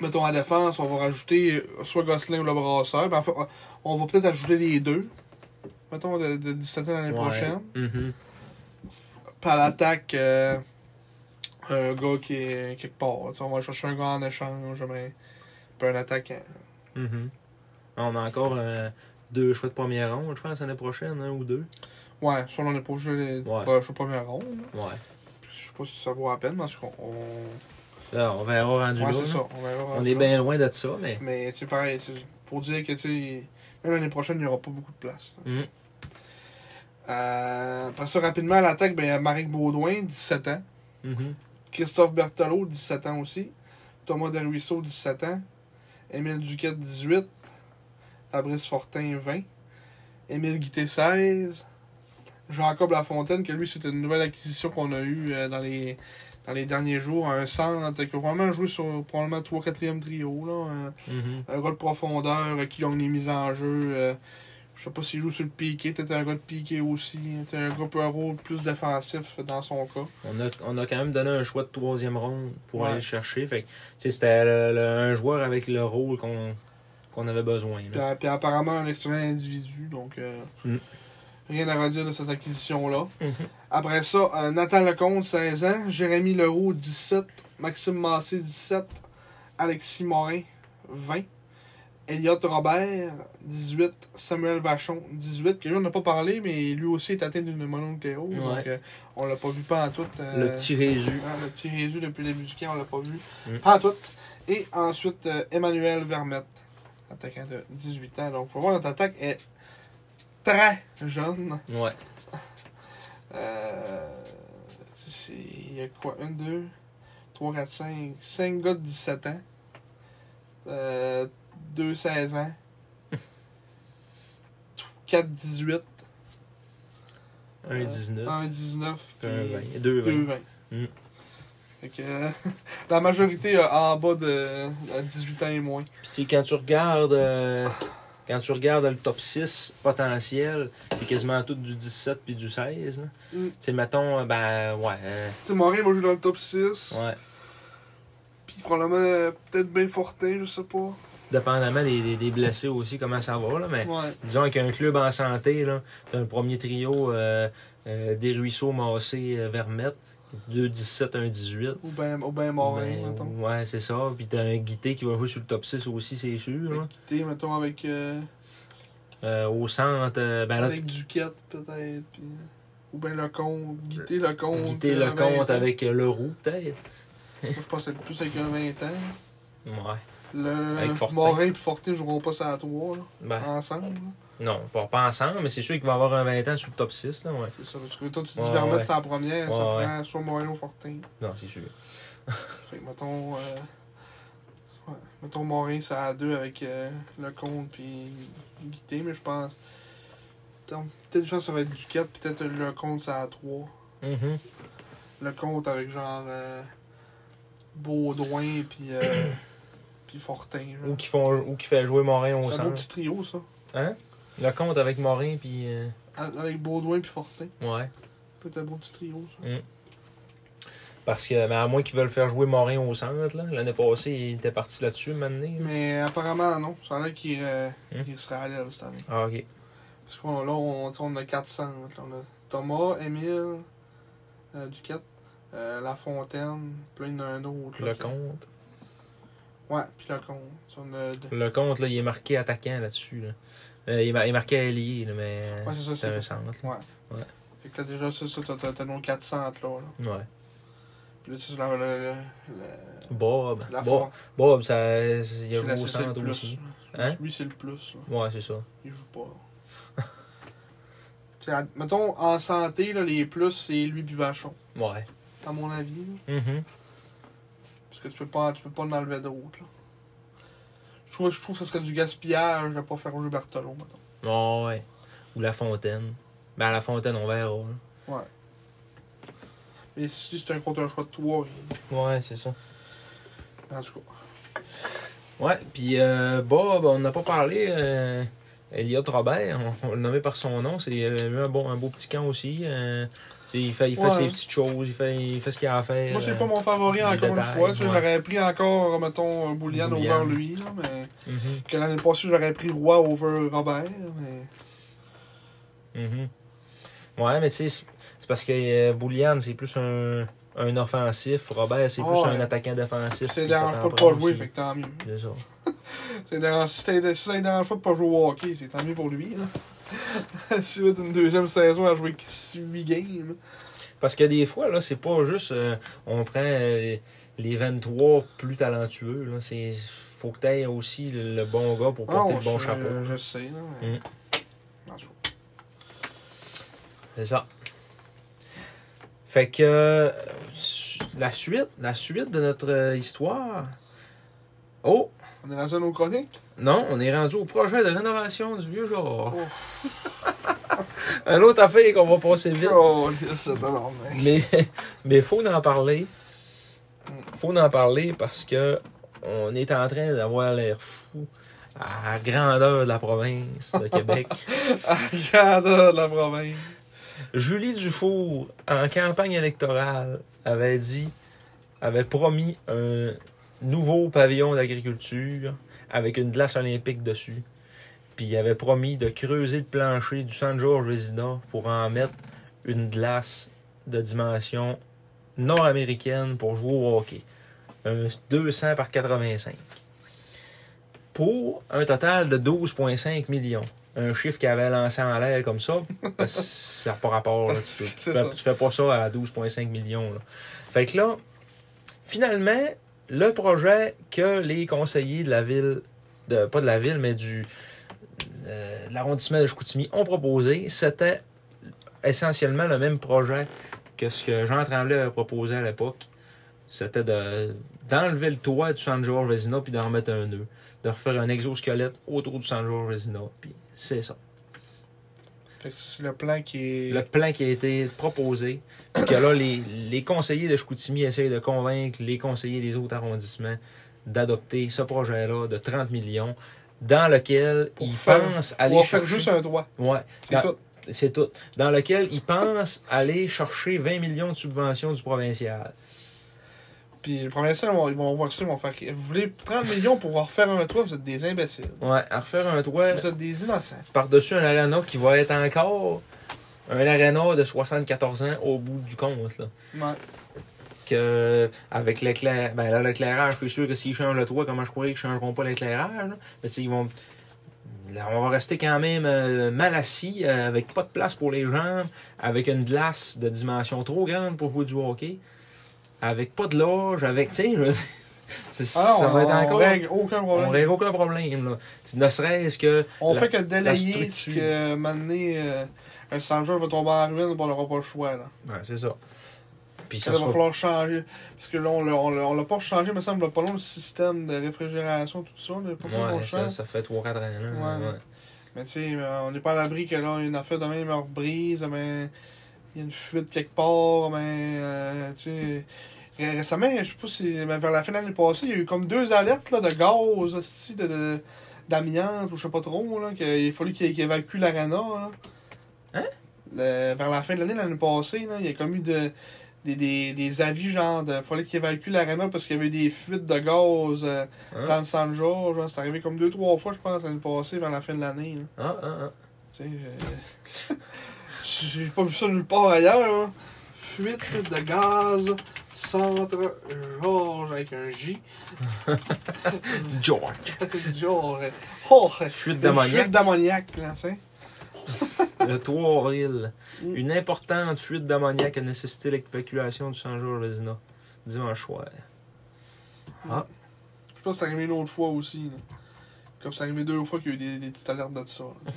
Speaker 1: mettons à défense, on va rajouter euh, soit Gosselin ou le brasseur. Ben, en fait, on- on va peut-être ajouter les deux. Mettons de, de 17 ans l'année
Speaker 2: Ouais.
Speaker 1: prochaine.
Speaker 2: Mhm.
Speaker 1: par l'attaque euh, un gars qui est quelque part. Tu sais, on va chercher un gars en échange, mais pas un attaquant.
Speaker 2: Mhm. On a encore euh, deux choix de première ronde, je pense, l'année prochaine, un ou deux.
Speaker 1: Ouais, sur on est pas joué les
Speaker 2: Ouais.
Speaker 1: bah, je suis pas premier ronde. là.
Speaker 2: Ouais.
Speaker 1: Je sais pas si ça vaut la peine parce qu'on. on-
Speaker 2: Là, on verra rendu
Speaker 1: Ouais,
Speaker 2: là,
Speaker 1: c'est
Speaker 2: là.
Speaker 1: ça. On, verra
Speaker 2: On
Speaker 1: rendu
Speaker 2: est
Speaker 1: là.
Speaker 2: bien loin de ça, mais.
Speaker 1: Mais tu sais, pareil, tu sais, pour dire que tu sais, même l'année prochaine, il n'y aura pas beaucoup de place.
Speaker 2: Mhm.
Speaker 1: Euh, après ça, rapidement, à l'attaque, ben, il y a Marek Baudouin, 17 ans.
Speaker 2: Mhm.
Speaker 1: Christophe Berthelot, 17 ans aussi. Thomas Desruisseaux, 17 ans. Émile Duquette, 18. Fabrice Fortin, 20. Émile Guité, 16. Jacob Lafontaine, que lui, c'était une nouvelle acquisition qu'on a eue euh, dans, les, dans les derniers jours. Un centre qui a probablement joué sur probablement 3-4e trio. Là, un-
Speaker 2: Mhm.
Speaker 1: un gars de profondeur euh, qui ont les mises en jeu. euh, je sais pas s'il joue sur le piqué, peut-être un gars de piqué aussi. Peut-être un gars pour un rôle plus défensif dans son cas.
Speaker 2: On, a, on a quand même donné un choix de troisième ronde pour
Speaker 1: Ouais.
Speaker 2: aller le chercher. Fait que, tu sais, c'était le- le- un joueur avec le rôle qu'on qu'on avait besoin. là.
Speaker 1: Puis, euh, puis apparemment un excellent individu, donc euh,
Speaker 2: Mm.
Speaker 1: rien à redire de cette acquisition-là.
Speaker 2: Mhm.
Speaker 1: Après ça, euh, Nathan Lecomte, 16 ans, Jérémy Leroux, 17, Maxime Massé, 17, Alexis Morin, 20, Elliot Robert, 18, Samuel Vachon, 18, que lui on n'a pas parlé, mais lui aussi est atteint d'une mononucléose, donc
Speaker 2: Ouais.
Speaker 1: euh, on l'a pas vu pas en tout.
Speaker 2: Le petit Résu.
Speaker 1: Hein, le petit Jésus depuis le début du camp, on l'a pas vu.
Speaker 2: Mm.
Speaker 1: Pas à tout. Et ensuite, euh, Emmanuel Vermette, attaquant de 18 ans. Donc, faut voir, notre attaque est très jeune.
Speaker 2: Ouais.
Speaker 1: Euh, c'est- c'est- Il y a quoi 1, 2, 3, 4, 5. 5 gars de 17 ans. Euh, 2, 16 ans. 4, 18.
Speaker 2: Un 19.
Speaker 1: 1, 19.
Speaker 2: puis un
Speaker 1: puis-
Speaker 2: 20. Deux 20.
Speaker 1: 2,20.
Speaker 2: Mm.
Speaker 1: Fait que euh, la majorité euh, en bas de à 18 ans et moins.
Speaker 2: Puis tu sais, quand tu regardes euh, quand tu regardes le top 6 potentiel, c'est quasiment tout du 17 puis du 16. là.
Speaker 1: Mm.
Speaker 2: Tu sais, mettons, euh, ben ouais. euh,
Speaker 1: Tu sais, Morin va jouer dans le top 6.
Speaker 2: ouais.
Speaker 1: Puis probablement euh, peut-être bien Fortin, je sais pas.
Speaker 2: Dépendamment des, des, des blessés aussi, comment ça va, là, mais
Speaker 1: Ouais.
Speaker 2: disons avec un club en santé, là, t'as un premier trio euh, euh, des ruisseaux massés euh, Vermette, 2 17, 1 18.
Speaker 1: Ou bien ou ben Morin,
Speaker 2: Ben,
Speaker 1: mettons.
Speaker 2: ouais, c'est ça. Puis t'as un Guité qui va jouer sur le top 6 aussi, c'est sûr.
Speaker 1: Fait
Speaker 2: là.
Speaker 1: que Quitter, mettons, avec, euh,
Speaker 2: Euh, au centre, euh, ben là,
Speaker 1: avec Duquette, peut-être. puis, euh, Ou bien Lecomte. Quitter Lecomte.
Speaker 2: Guité
Speaker 1: euh,
Speaker 2: le
Speaker 1: 20
Speaker 2: compte
Speaker 1: ans.
Speaker 2: avec euh, le roux, peut-être.
Speaker 1: Moi, je pense que c'est plus avec un 20 ans.
Speaker 2: Ouais.
Speaker 1: Le
Speaker 2: Avec Fortin.
Speaker 1: Morin et Fortin joueront pas ça à 3 là,
Speaker 2: Ben,
Speaker 1: ensemble. là.
Speaker 2: non, pas, pas ensemble, mais c'est sûr qu'il va avoir un 20 ans sur le top 6. Là, ouais.
Speaker 1: C'est ça. Parce que toi, tu dis
Speaker 2: Ouais,
Speaker 1: Vermette,
Speaker 2: ouais.
Speaker 1: c'est la première. ça
Speaker 2: Ouais, ouais.
Speaker 1: prend soit Morin ou Fortin.
Speaker 2: Non, c'est sûr.
Speaker 1: Fait que mettons. euh, ouais, mettons Morin, c'est à deux avec euh, le compte puis Guité, mais je pense. Attends, Peut-être je pense que ça va être du 4, peut-être le compte c'est à 3.
Speaker 2: Mhm.
Speaker 1: Le compte avec genre euh, Baudouin puis euh, puis Fortin. genre.
Speaker 2: Ou qui font ou qui fait jouer Morin au
Speaker 1: C'est un beau petit
Speaker 2: centre.
Speaker 1: trio ça.
Speaker 2: Hein? Le compte avec Morin, puis. euh,
Speaker 1: A- Avec Baudouin puis Fortin.
Speaker 2: ouais.
Speaker 1: Peut-être un beau petit trio ça.
Speaker 2: Parce que, mais à moins qu'ils veulent faire jouer Morin au centre, là. l'année passée, il était parti là-dessus, maintenant.
Speaker 1: Mais apparemment non. Ça a l'air qu'il euh,
Speaker 2: Hmm.
Speaker 1: qu'il serait à l'aile cette année.
Speaker 2: Ah, ok.
Speaker 1: Parce qu'on là, on, tu sais, on a 400. là. On a Thomas, Émile, euh, Duquette, euh, La Fontaine, puis là, il y en a un autre. là,
Speaker 2: Le
Speaker 1: que-
Speaker 2: compte.
Speaker 1: Ouais, puis le con. Tu sais, On a deux.
Speaker 2: Le compte, là, il est marqué attaquant là-dessus. Là. Euh, il, est mar- il est marqué ailier, là, mais.
Speaker 1: Ouais, c'est ça,
Speaker 2: c'est
Speaker 1: c'est-
Speaker 2: un centre.
Speaker 1: Ouais.
Speaker 2: Ouais.
Speaker 1: Fait que là, déjà, ça, ça t'as- t'as t'as nos 400 là. là.
Speaker 2: Ouais.
Speaker 1: Puis là, c'est la, le- le- le-
Speaker 2: Bob.
Speaker 1: la
Speaker 2: Bob,
Speaker 1: Fontaine.
Speaker 2: Bob ça, il a joué au
Speaker 1: c'est le
Speaker 2: centre
Speaker 1: plus.
Speaker 2: aussi. Hein?
Speaker 1: Lui, c'est le plus. là.
Speaker 2: Ouais, c'est ça.
Speaker 1: Il joue pas. Tu sais, à- mettons, en santé, là, les plus, c'est lui puis Vachon.
Speaker 2: Ouais.
Speaker 1: À mon avis. là.
Speaker 2: Mhm.
Speaker 1: Parce que tu peux pas, tu peux pas en enlever d'autres. là. Je trouve, je trouve que ce serait du gaspillage de pas faire jouer Bartolo, maintenant.
Speaker 2: Ouais, ouais. Ou La Fontaine. Ben, à La Fontaine, on verra. là.
Speaker 1: Mais si c'est un contre un choix de 3,
Speaker 2: Ouais, c'est ça.
Speaker 1: en tout cas.
Speaker 2: Ouais, puis euh, Bob, on n'a pas parlé. Euh, Elliot Robert, on, on le nommait par son nom, c'est euh, lui, un, bon, un beau petit camp aussi. euh, tu sais, il fait, il fait
Speaker 1: Ouais.
Speaker 2: ses petites choses, il fait, il fait ce qu'il a à faire.
Speaker 1: Moi, c'est
Speaker 2: euh,
Speaker 1: pas mon favori
Speaker 2: les
Speaker 1: encore une
Speaker 2: détails,
Speaker 1: fois. Tu sais,
Speaker 2: ouais.
Speaker 1: J'aurais pris encore, mettons, un Boulian
Speaker 2: Boulian.
Speaker 1: over lui, là, mais
Speaker 2: mhm,
Speaker 1: que l'année passée, j'aurais pris Roy over Robert. Mais...
Speaker 2: mhm. Ouais, mais tu sais, c'est- C'est parce que euh, Boulian, c'est plus un, un offensif. Robert, c'est
Speaker 1: Ah
Speaker 2: plus
Speaker 1: ouais.
Speaker 2: un attaquant défensif.
Speaker 1: Ça
Speaker 2: puis
Speaker 1: ne
Speaker 2: ça
Speaker 1: dérange
Speaker 2: t'en
Speaker 1: pas de
Speaker 2: prend
Speaker 1: pas jouer,
Speaker 2: aussi.
Speaker 1: fait que tant mieux.
Speaker 2: C'est ça.
Speaker 1: Ça ne dérange, si ça- si ça ne dérange pas de pas jouer au hockey, c'est tant mieux pour lui. là. si vous êtes une deuxième saison à jouer 8 games.
Speaker 2: Parce que des fois, là, c'est pas juste euh, on prend euh, les 23 plus talentueux. Là. C'est, faut que tu aies aussi le, le bon gars pour porter
Speaker 1: Non,
Speaker 2: le bon
Speaker 1: je,
Speaker 2: chapeau. Mm.
Speaker 1: je sais. Là, mais... En tout cas.
Speaker 2: C'est ça. Fait que euh, la suite, la suite de notre euh, histoire. Oh!
Speaker 1: On est rendu à nos chroniques.
Speaker 2: Non, on est rendu au projet de rénovation du vieux genre.
Speaker 1: Oh.
Speaker 2: Un autre affaire qu'on va passer vite.
Speaker 1: Oh, c'est alors, mec.
Speaker 2: Mais mais faut en parler. Faut en parler parce que on est en train d'avoir l'air fou à la grandeur de la province de Québec.
Speaker 1: Regarde euh, la province.
Speaker 2: Julie Dufour, en campagne électorale, avait dit, avait promis un nouveau pavillon d'agriculture avec une glace olympique dessus. Puis il avait promis de creuser le plancher du San Jorge Resina pour en mettre une glace de dimension nord-américaine pour jouer au hockey. Un 200 par 85. Pour un total de 12,5 millions. Un chiffre qu'il avait lancé en l'air comme ça, parce que ça n'a pas rapport. là. Tu, tu
Speaker 1: C'est
Speaker 2: fais,
Speaker 1: ça.
Speaker 2: tu fais pas ça à 12,5 millions. là. Fait que là, finalement, le projet que les conseillers de la ville, de, pas de la ville, mais du euh, de l'arrondissement de Chicoutimi ont proposé, c'était essentiellement le même projet que ce que Jean Tremblay avait proposé à l'époque. C'était de d'enlever le toit du San Jorge Resina puis d'en remettre un nœud. De refaire un exosquelette autour du San Jorge Resina. Puis c'est ça.
Speaker 1: Fait que c'est le plan qui est.
Speaker 2: Le plan qui a été proposé. Puis que là, les, les conseillers de Chicoutimi essayent de convaincre les conseillers des autres arrondissements d'adopter ce projet-là de 30 millions dans lequel
Speaker 1: Pour
Speaker 2: ils
Speaker 1: faire-
Speaker 2: pensent
Speaker 1: On
Speaker 2: aller
Speaker 1: va
Speaker 2: chercher...
Speaker 1: faire juste un droit.
Speaker 2: Ouais.
Speaker 1: C'est
Speaker 2: Dans-
Speaker 1: tout.
Speaker 2: c'est tout. Dans lequel ils pensent aller chercher 20 millions de subventions du provincial.
Speaker 1: Puis le premier ils vont, ils vont voir ça, ils vont faire. Vous voulez 30 millions pour pouvoir faire un toit, vous êtes des imbéciles.
Speaker 2: Ouais, à refaire un toit
Speaker 1: Vous êtes des innocents.
Speaker 2: par-dessus un aréna qui va être encore un aréna de 74 ans au bout du compte. Là.
Speaker 1: Ouais.
Speaker 2: Que, avec l'éclairage, ben là, l'éclairage, je suis sûr que s'ils changent le toit, comment je croyais qu'ils changeront pas l'éclairage? là? Mais tu sais, ils vont. là, on va rester quand même euh, mal assis, euh, avec pas de place pour les jambes, avec une glace de dimension trop grande pour jouer du hockey, avec pas de loge, avec. Tu sais, je veux dire, c'est-
Speaker 1: Ah,
Speaker 2: ça
Speaker 1: on,
Speaker 2: va être
Speaker 1: on
Speaker 2: encore.
Speaker 1: règle aucun
Speaker 2: On
Speaker 1: problème.
Speaker 2: règle aucun problème. Là. Ne serait-ce que.
Speaker 1: On,
Speaker 2: la-
Speaker 1: fait que délayer ce
Speaker 2: structure.
Speaker 1: que maintenant euh, un sangeur va tomber en ruine, on n'aura pas le choix. Là.
Speaker 2: Ouais, c'est ça. Puis
Speaker 1: Ça,
Speaker 2: ça,
Speaker 1: va
Speaker 2: sera-
Speaker 1: falloir changer. Parce que là, on l'a- on l'a on l'a pas changé, mais ça me semble, pas long le système de réfrigération, tout ça. Là, pas
Speaker 2: Ouais,
Speaker 1: qu'on le
Speaker 2: ça,
Speaker 1: change.
Speaker 2: ça fait 3-4 ans. Là.
Speaker 1: Ouais.
Speaker 2: Ouais.
Speaker 1: Mais tu sais, euh, on n'est pas à l'abri que là, une affaire de même meurt brise, mais il y a une fuite quelque part, mais euh, tu sais. ré- Récemment, je sais pas si mais vers la fin de l'année passée, il y a eu comme deux alertes là, de gaz aussi, de, de- d'amiante ou je sais pas trop, là, qu'il fallait qu'ils qu'ils évacuent l'arena. là.
Speaker 2: Hein?
Speaker 1: Le- vers la fin de l'année, l'année passée, là, il y a comme eu de, des, des, des avis genre de fallait qu'ils évacuent l'arena parce qu'il y avait eu des fuites de gaz euh,
Speaker 2: Hein?
Speaker 1: dans le San Jorge. hein. C'est arrivé comme deux, trois fois, je pense, l'année passée, vers la fin de l'année. là.
Speaker 2: Ah, ah, ah.
Speaker 1: Tu sais, euh, j'ai pas vu ça nulle part ailleurs. hein. Fuite de gaz, centre Georges avec un J.
Speaker 2: George.
Speaker 1: Georges. Oh,
Speaker 2: Fuite
Speaker 1: une
Speaker 2: d'ammoniac.
Speaker 1: Fuite d'ammoniac, là, tu sais.
Speaker 2: Le 3 avril,
Speaker 1: Mm.
Speaker 2: une importante fuite d'ammoniac a nécessité l'évacuation du saint georges Resina dimanche soir.
Speaker 1: Je pense que c'est arrivé une autre fois aussi. là. Comme c'est arrivé deux fois qu'il y a eu des, des petites alertes de ça. là.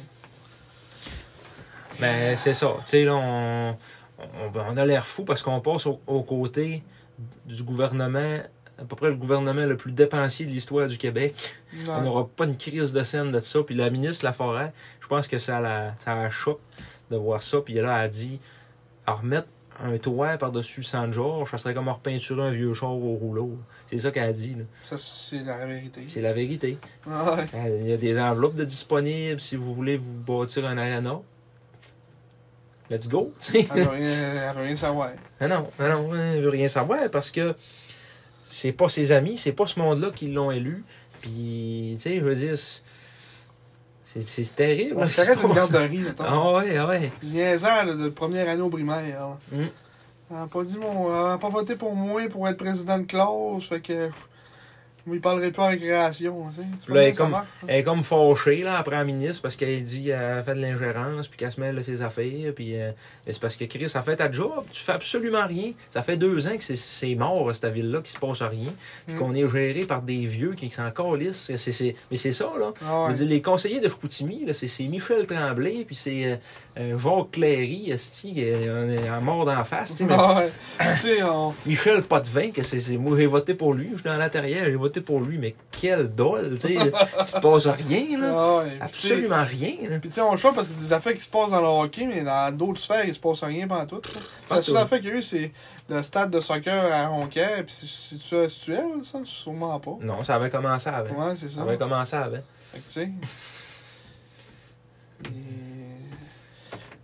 Speaker 2: Ben, c'est ça. Tu sais, là, on, on, ben, on a l'air fou parce qu'on passe au, aux côtés du gouvernement, à peu près le gouvernement le plus dépensier de l'histoire du Québec. On
Speaker 1: Ouais.
Speaker 2: n'aura pas une crise de scène de ça. Puis la ministre Laforêt, je pense que ça la, ça la choque de voir ça. Puis là, elle a dit à remettre un toit par-dessus San Georges, ça serait comme à repeinturer un vieux char au rouleau. C'est ça qu'elle a dit. là.
Speaker 1: Ça, c'est la vérité. Ah,
Speaker 2: C'est la vérité.
Speaker 1: Ouais.
Speaker 2: Elle- Il y a des enveloppes de disponibles si vous voulez vous bâtir un aréna. Let's go, tu sais.
Speaker 1: Elle veut rien, elle veut rien savoir.
Speaker 2: Ah non, ah non, elle veut rien savoir parce que c'est pas ses amis, c'est pas ce monde-là qui l'ont élu. Puis, tu sais, je veux dire, c'est- C'est- C'est terrible.
Speaker 1: On
Speaker 2: là,
Speaker 1: se caresse
Speaker 2: ce
Speaker 1: d'une
Speaker 2: qui se passe.
Speaker 1: garderie, mettons.
Speaker 2: Ah ouais, ah ouais.
Speaker 1: Je niaisais là, de première année au primaire. là.
Speaker 2: Mm.
Speaker 1: Elle a pas dit mon. Elle a pas voté pour moi pour être président de classe. Fait que. Moi, il parlerait pas en récréation. tu sais. C'est pas
Speaker 2: Là,
Speaker 1: même
Speaker 2: elle
Speaker 1: ça
Speaker 2: comme-
Speaker 1: marche, là.
Speaker 2: Elle est comme fâchée là, après la ministre parce qu'elle dit qu'elle fait de l'ingérence puis qu'elle se mêle de ses affaires. Puis euh, mais c'est parce que Chris, ça fait ta job. Tu fais absolument rien. Ça fait deux ans que c'est- c'est mort, cette ville-là, qu'il se passe rien. Puis
Speaker 1: Mm.
Speaker 2: qu'on est géré par des vieux qui s'en calissent. C'est- c'est- Mais c'est ça, là.
Speaker 1: Ah ouais.
Speaker 2: Je veux dire, les conseillers de Chicoutimi, là, c'est c'est Michel Tremblay, puis c'est euh, euh, Jacques Cléry, esti, qui est en- en mort d'en face. tu sais, mais
Speaker 1: Ah ouais. tu sais, on.
Speaker 2: Michel Potvin, que c'est, c'est- moi j'ai voté pour lui, je suis dans l'intérieur, j'ai voté pour lui, mais quel dol, tu sais, il se passe rien, là.
Speaker 1: Ah ouais. Puis, tu sais,
Speaker 2: Absolument rien, là.
Speaker 1: Puis tu sais, on choque parce que c'est des affaires qui se passent dans le hockey, mais dans d'autres sphères, il se passe rien pendant tout. là. La seule
Speaker 2: tout.
Speaker 1: affaire qu'il y a eu, c'est le stade de soccer à Ronquet. Puis c'est- c'est tu as situé, ça Sûrement pas.
Speaker 2: Non, ça avait commencé avant.
Speaker 1: Ouais, c'est ça.
Speaker 2: Ça avait commencé avant.
Speaker 1: Fait que tu sais. Et-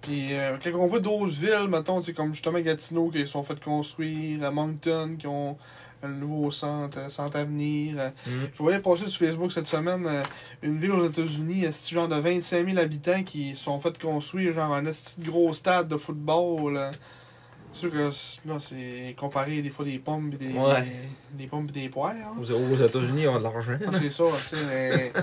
Speaker 1: Puis euh, quand on voit d'autres villes, mettons, c'est comme justement Gatineau qui se sont fait construire, à Moncton qui ont un nouveau centre, euh, centre à venir. euh,
Speaker 2: Mm.
Speaker 1: Je voyais passer sur Facebook cette semaine euh, une ville aux États-Unis, esti, genre de 25 000 habitants qui se sont fait construire genre un esti de gros stade de football. là. C'est sûr que c- là, c'est comparé des fois des pommes et des,
Speaker 2: Ouais.
Speaker 1: des pommes et des poires. hein.
Speaker 2: Aux, aux États-Unis, ils ont de l'argent.
Speaker 1: Ah, c'est ça, tu sais, mais.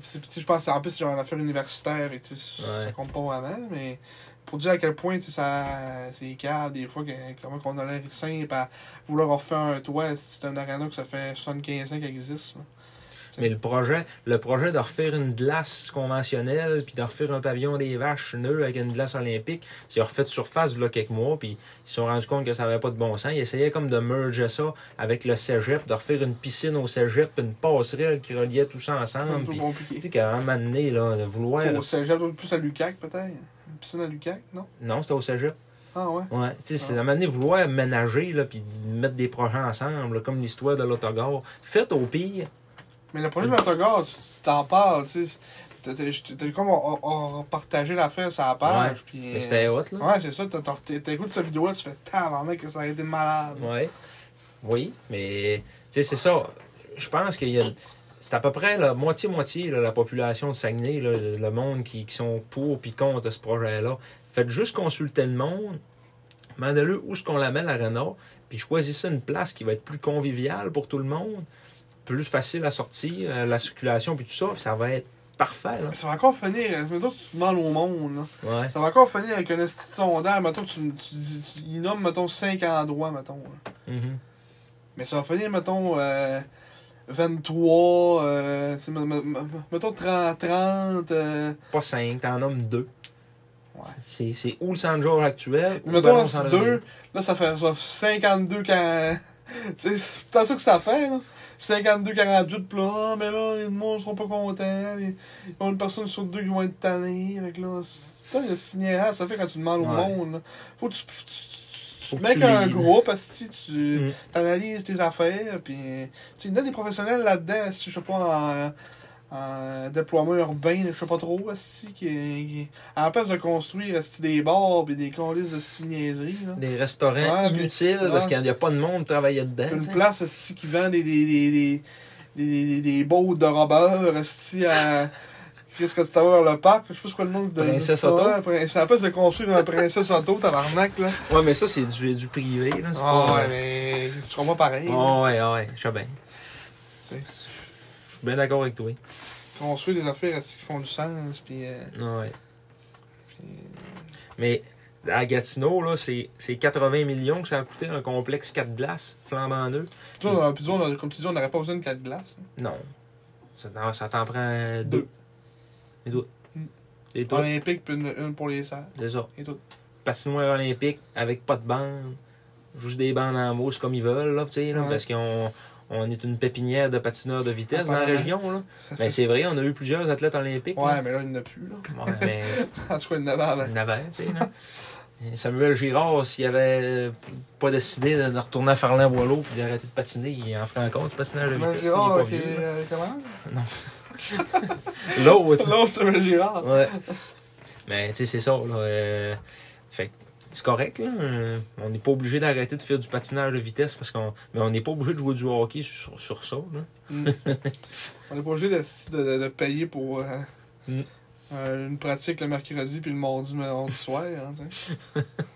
Speaker 1: Puis, tu sais, Je pense que c'est- en plus, c'est genre une affaire universitaire, et tu sais,
Speaker 2: Ouais.
Speaker 1: ça compte pas avant, mais pour dire à quel point tu sais, ça c'est calme, des fois, que- comment qu'on a l'air simple à vouloir refaire un toit, si c'est un aréna que ça fait 75 ans qu'il existe. là.
Speaker 2: Mais le projet, le projet de refaire une glace conventionnelle, puis de refaire un pavillon des vaches nœud avec une glace olympique, c'est refait de surface là quelques mois, puis ils se sont rendus compte que ça n'avait pas de bon sens. Ils essayaient comme de merger ça avec le cégep, de refaire une piscine au cégep, puis une passerelle qui reliait tout ça
Speaker 1: C'est un
Speaker 2: ensemble.
Speaker 1: peu
Speaker 2: Puis, tu
Speaker 1: compliqué.
Speaker 2: sais qu'à un moment donné, là, de vouloir.
Speaker 1: Au cégep, plus à Lucac, peut-être. Une piscine à Lucac, non
Speaker 2: Non, c'était au cégep.
Speaker 1: Ah ouais.
Speaker 2: Ouais. Tu sais, c'est à un moment donné, vouloir ménager, là, puis mettre des projets ensemble, là, comme l'histoire de l'autogare. Faites au pire.
Speaker 1: Mais le projet de l'autogare, tu tu t'en parles, tu sais. t'as- t'as- T'as comme on- on- on partagé l'affaire sur la page, puis.
Speaker 2: Mais c'était hot, là.
Speaker 1: Ouais, c'est ça. t'as- t'as- t'as- T'écoutes cette vidéo-là, tu fais tabarnak que ça a été malade.
Speaker 2: Ouais. Oui, mais tu sais, c'est ça. Je pense qu'il y a. C'est à peu près la moitié-moitié là, la population de Saguenay, là, le le monde qui, qui sont pour puis contre ce projet-là. Faites juste consulter le monde, demandez-le où est-ce qu'on la met l'arena, puis choisissez une place qui va être plus conviviale pour tout le monde, plus facile à sortir, euh, la circulation puis tout ça, puis ça va être parfait. Là.
Speaker 1: Ça va encore finir. euh, Mettons, tu demandes au monde. là.
Speaker 2: Ouais.
Speaker 1: Ça va encore finir avec un esti de sondage. Mettons, tu, tu, dis- tu, il nomme, mettons, 5 endroits, mettons. là.
Speaker 2: Mhm.
Speaker 1: Mais ça va finir, mettons, euh, 23, euh, tu sais, me- me- me- mettons 30, 30. euh,
Speaker 2: Pas cinq, t'en nommes deux.
Speaker 1: Ouais.
Speaker 2: C'est c'est où le Saint-Georges actuel? ou
Speaker 1: mettons,
Speaker 2: Ballon
Speaker 1: là, c'est
Speaker 2: Saint-Laurent.
Speaker 1: 2. Là, ça fait ça fait 52 quand. tu sais, c'est tant ça que ça fait, là. 52, 48, puis là, ah, mais là, les gens seront pas contents. Ils ils ont une personne sur deux qui vont être tannés. Fait que là, c'est- putain, le signalant, ça fait quand tu demandes au
Speaker 2: Ouais.
Speaker 1: monde, là. Faut que tu, tu, tu-
Speaker 2: Faut
Speaker 1: tu
Speaker 2: que
Speaker 1: mets
Speaker 2: tu
Speaker 1: un
Speaker 2: les-
Speaker 1: groupe, si tu
Speaker 2: Mm.
Speaker 1: analyses tes affaires, puis tu sais, il y a des professionnels là-dedans, si je sais pas, en, en déploiement urbain, je sais pas trop, asti, qui, qui- à la place de construire asti, des bars et des colis de esti niaiseries, là.
Speaker 2: Des restaurants
Speaker 1: Ouais, puis-
Speaker 2: inutiles parce
Speaker 1: ouais.
Speaker 2: qu'il n'y a pas de monde qui travaillait dedans.
Speaker 1: Une
Speaker 2: tu sais.
Speaker 1: place asti, qui vend des des des des des, des, des bottes de robeurs asti à Qu'est-ce que tu t'en vas vers le parc? Je sais pas c'est quoi le nom de.
Speaker 2: Princesse
Speaker 1: Ouais,
Speaker 2: Auto.
Speaker 1: Princesse- À la place de construire un princesse auto, tabarnak, là.
Speaker 2: Ouais, mais ça, c'est du, du privé. Là, c'est
Speaker 1: Ah
Speaker 2: pas-
Speaker 1: ouais, mais. Tu comprends pareil. là.
Speaker 2: Ah ouais, ah ouais, je sais bien.
Speaker 1: Tu sais,
Speaker 2: Je suis bien d'accord avec toi.
Speaker 1: Construire des affaires asti, qui font du sens, puis. euh,
Speaker 2: Ah, Ouais.
Speaker 1: puis-
Speaker 2: Mais à Gatineau, là, c'est c'est 80 millions que ça a coûté un complexe 4 glaces flambant neuf.
Speaker 1: Puis toi, on a- puis toi, on a- comme tu dis, on n'aurait pas besoin de 4 glaces.
Speaker 2: Non. Ça, non, ça t'en prend
Speaker 1: Deux.
Speaker 2: deux. Et tout.
Speaker 1: Mm.
Speaker 2: Et tout.
Speaker 1: Olympique, puis une, une pour les serres.
Speaker 2: C'est ça.
Speaker 1: Et tout.
Speaker 2: patinoire olympique avec pas de bande, juste des bandes en mousse comme ils veulent, là, tu sais, là,
Speaker 1: Ouais.
Speaker 2: parce qu'on on est une pépinière de patineurs de vitesse dans la
Speaker 1: Apparemment.
Speaker 2: région. Là. Mais c'est vrai, on a eu plusieurs athlètes olympiques.
Speaker 1: Ouais,
Speaker 2: là.
Speaker 1: mais là, il n'y en a plus, là.
Speaker 2: Ouais, mais
Speaker 1: En tout cas, il y en avait avant.
Speaker 2: il y en avait, tu sais. là. Et Samuel Girard, s'il avait euh, pas décidé de de retourner à Farland Boileau puis d'arrêter de patiner, il en ferait encore du patinage de
Speaker 1: C'est un
Speaker 2: vitesse. il est pas
Speaker 1: Girard qui
Speaker 2: vieux, là.
Speaker 1: est. Comment
Speaker 2: L'autre.
Speaker 1: L'autre, c'est un Girard.
Speaker 2: Ouais. Mais tu sais, c'est ça. Là, euh, fait que c'est correct. Là. euh, On n'est pas obligé d'arrêter de faire du patinage de vitesse parce qu'on. Mais on n'est pas obligé de jouer du hockey sur, sur ça. Là.
Speaker 1: Mm. on n'est pas obligé de, de, de- de payer pour. euh,
Speaker 2: Mm.
Speaker 1: Euh, une pratique le mercredi puis le mardi, mais mardi soir. Hein, tu sais.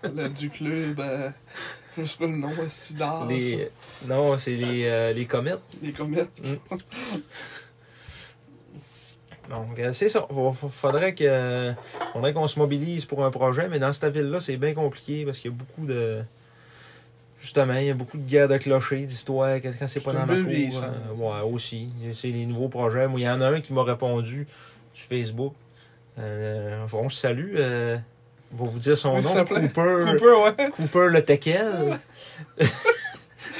Speaker 1: le du club, euh, je sais pas le nom, Stidar, les...
Speaker 2: Les... Non, c'est les, euh, les comètes.
Speaker 1: les comètes.
Speaker 2: Donc, euh, c'est ça. Faut- faut- Faudrait que euh, faudrait qu'on se mobilise pour un projet, mais dans cette ville-là, c'est bien compliqué parce qu'il y a beaucoup de. Justement, il y a beaucoup de guerres de clochers, d'histoires, quand quand c'est pas
Speaker 1: C'est une
Speaker 2: dans ma
Speaker 1: ville
Speaker 2: cour.
Speaker 1: vieillissante.
Speaker 2: euh, ouais, aussi. C'est les nouveaux projets. Moi, il y en a un qui m'a répondu sur Facebook. Euh, on se salue. euh, on va vous dire son
Speaker 1: Comment il
Speaker 2: nom.
Speaker 1: s'appelait?
Speaker 2: Cooper,
Speaker 1: Cooper, ouais.
Speaker 2: Cooper le Tequel.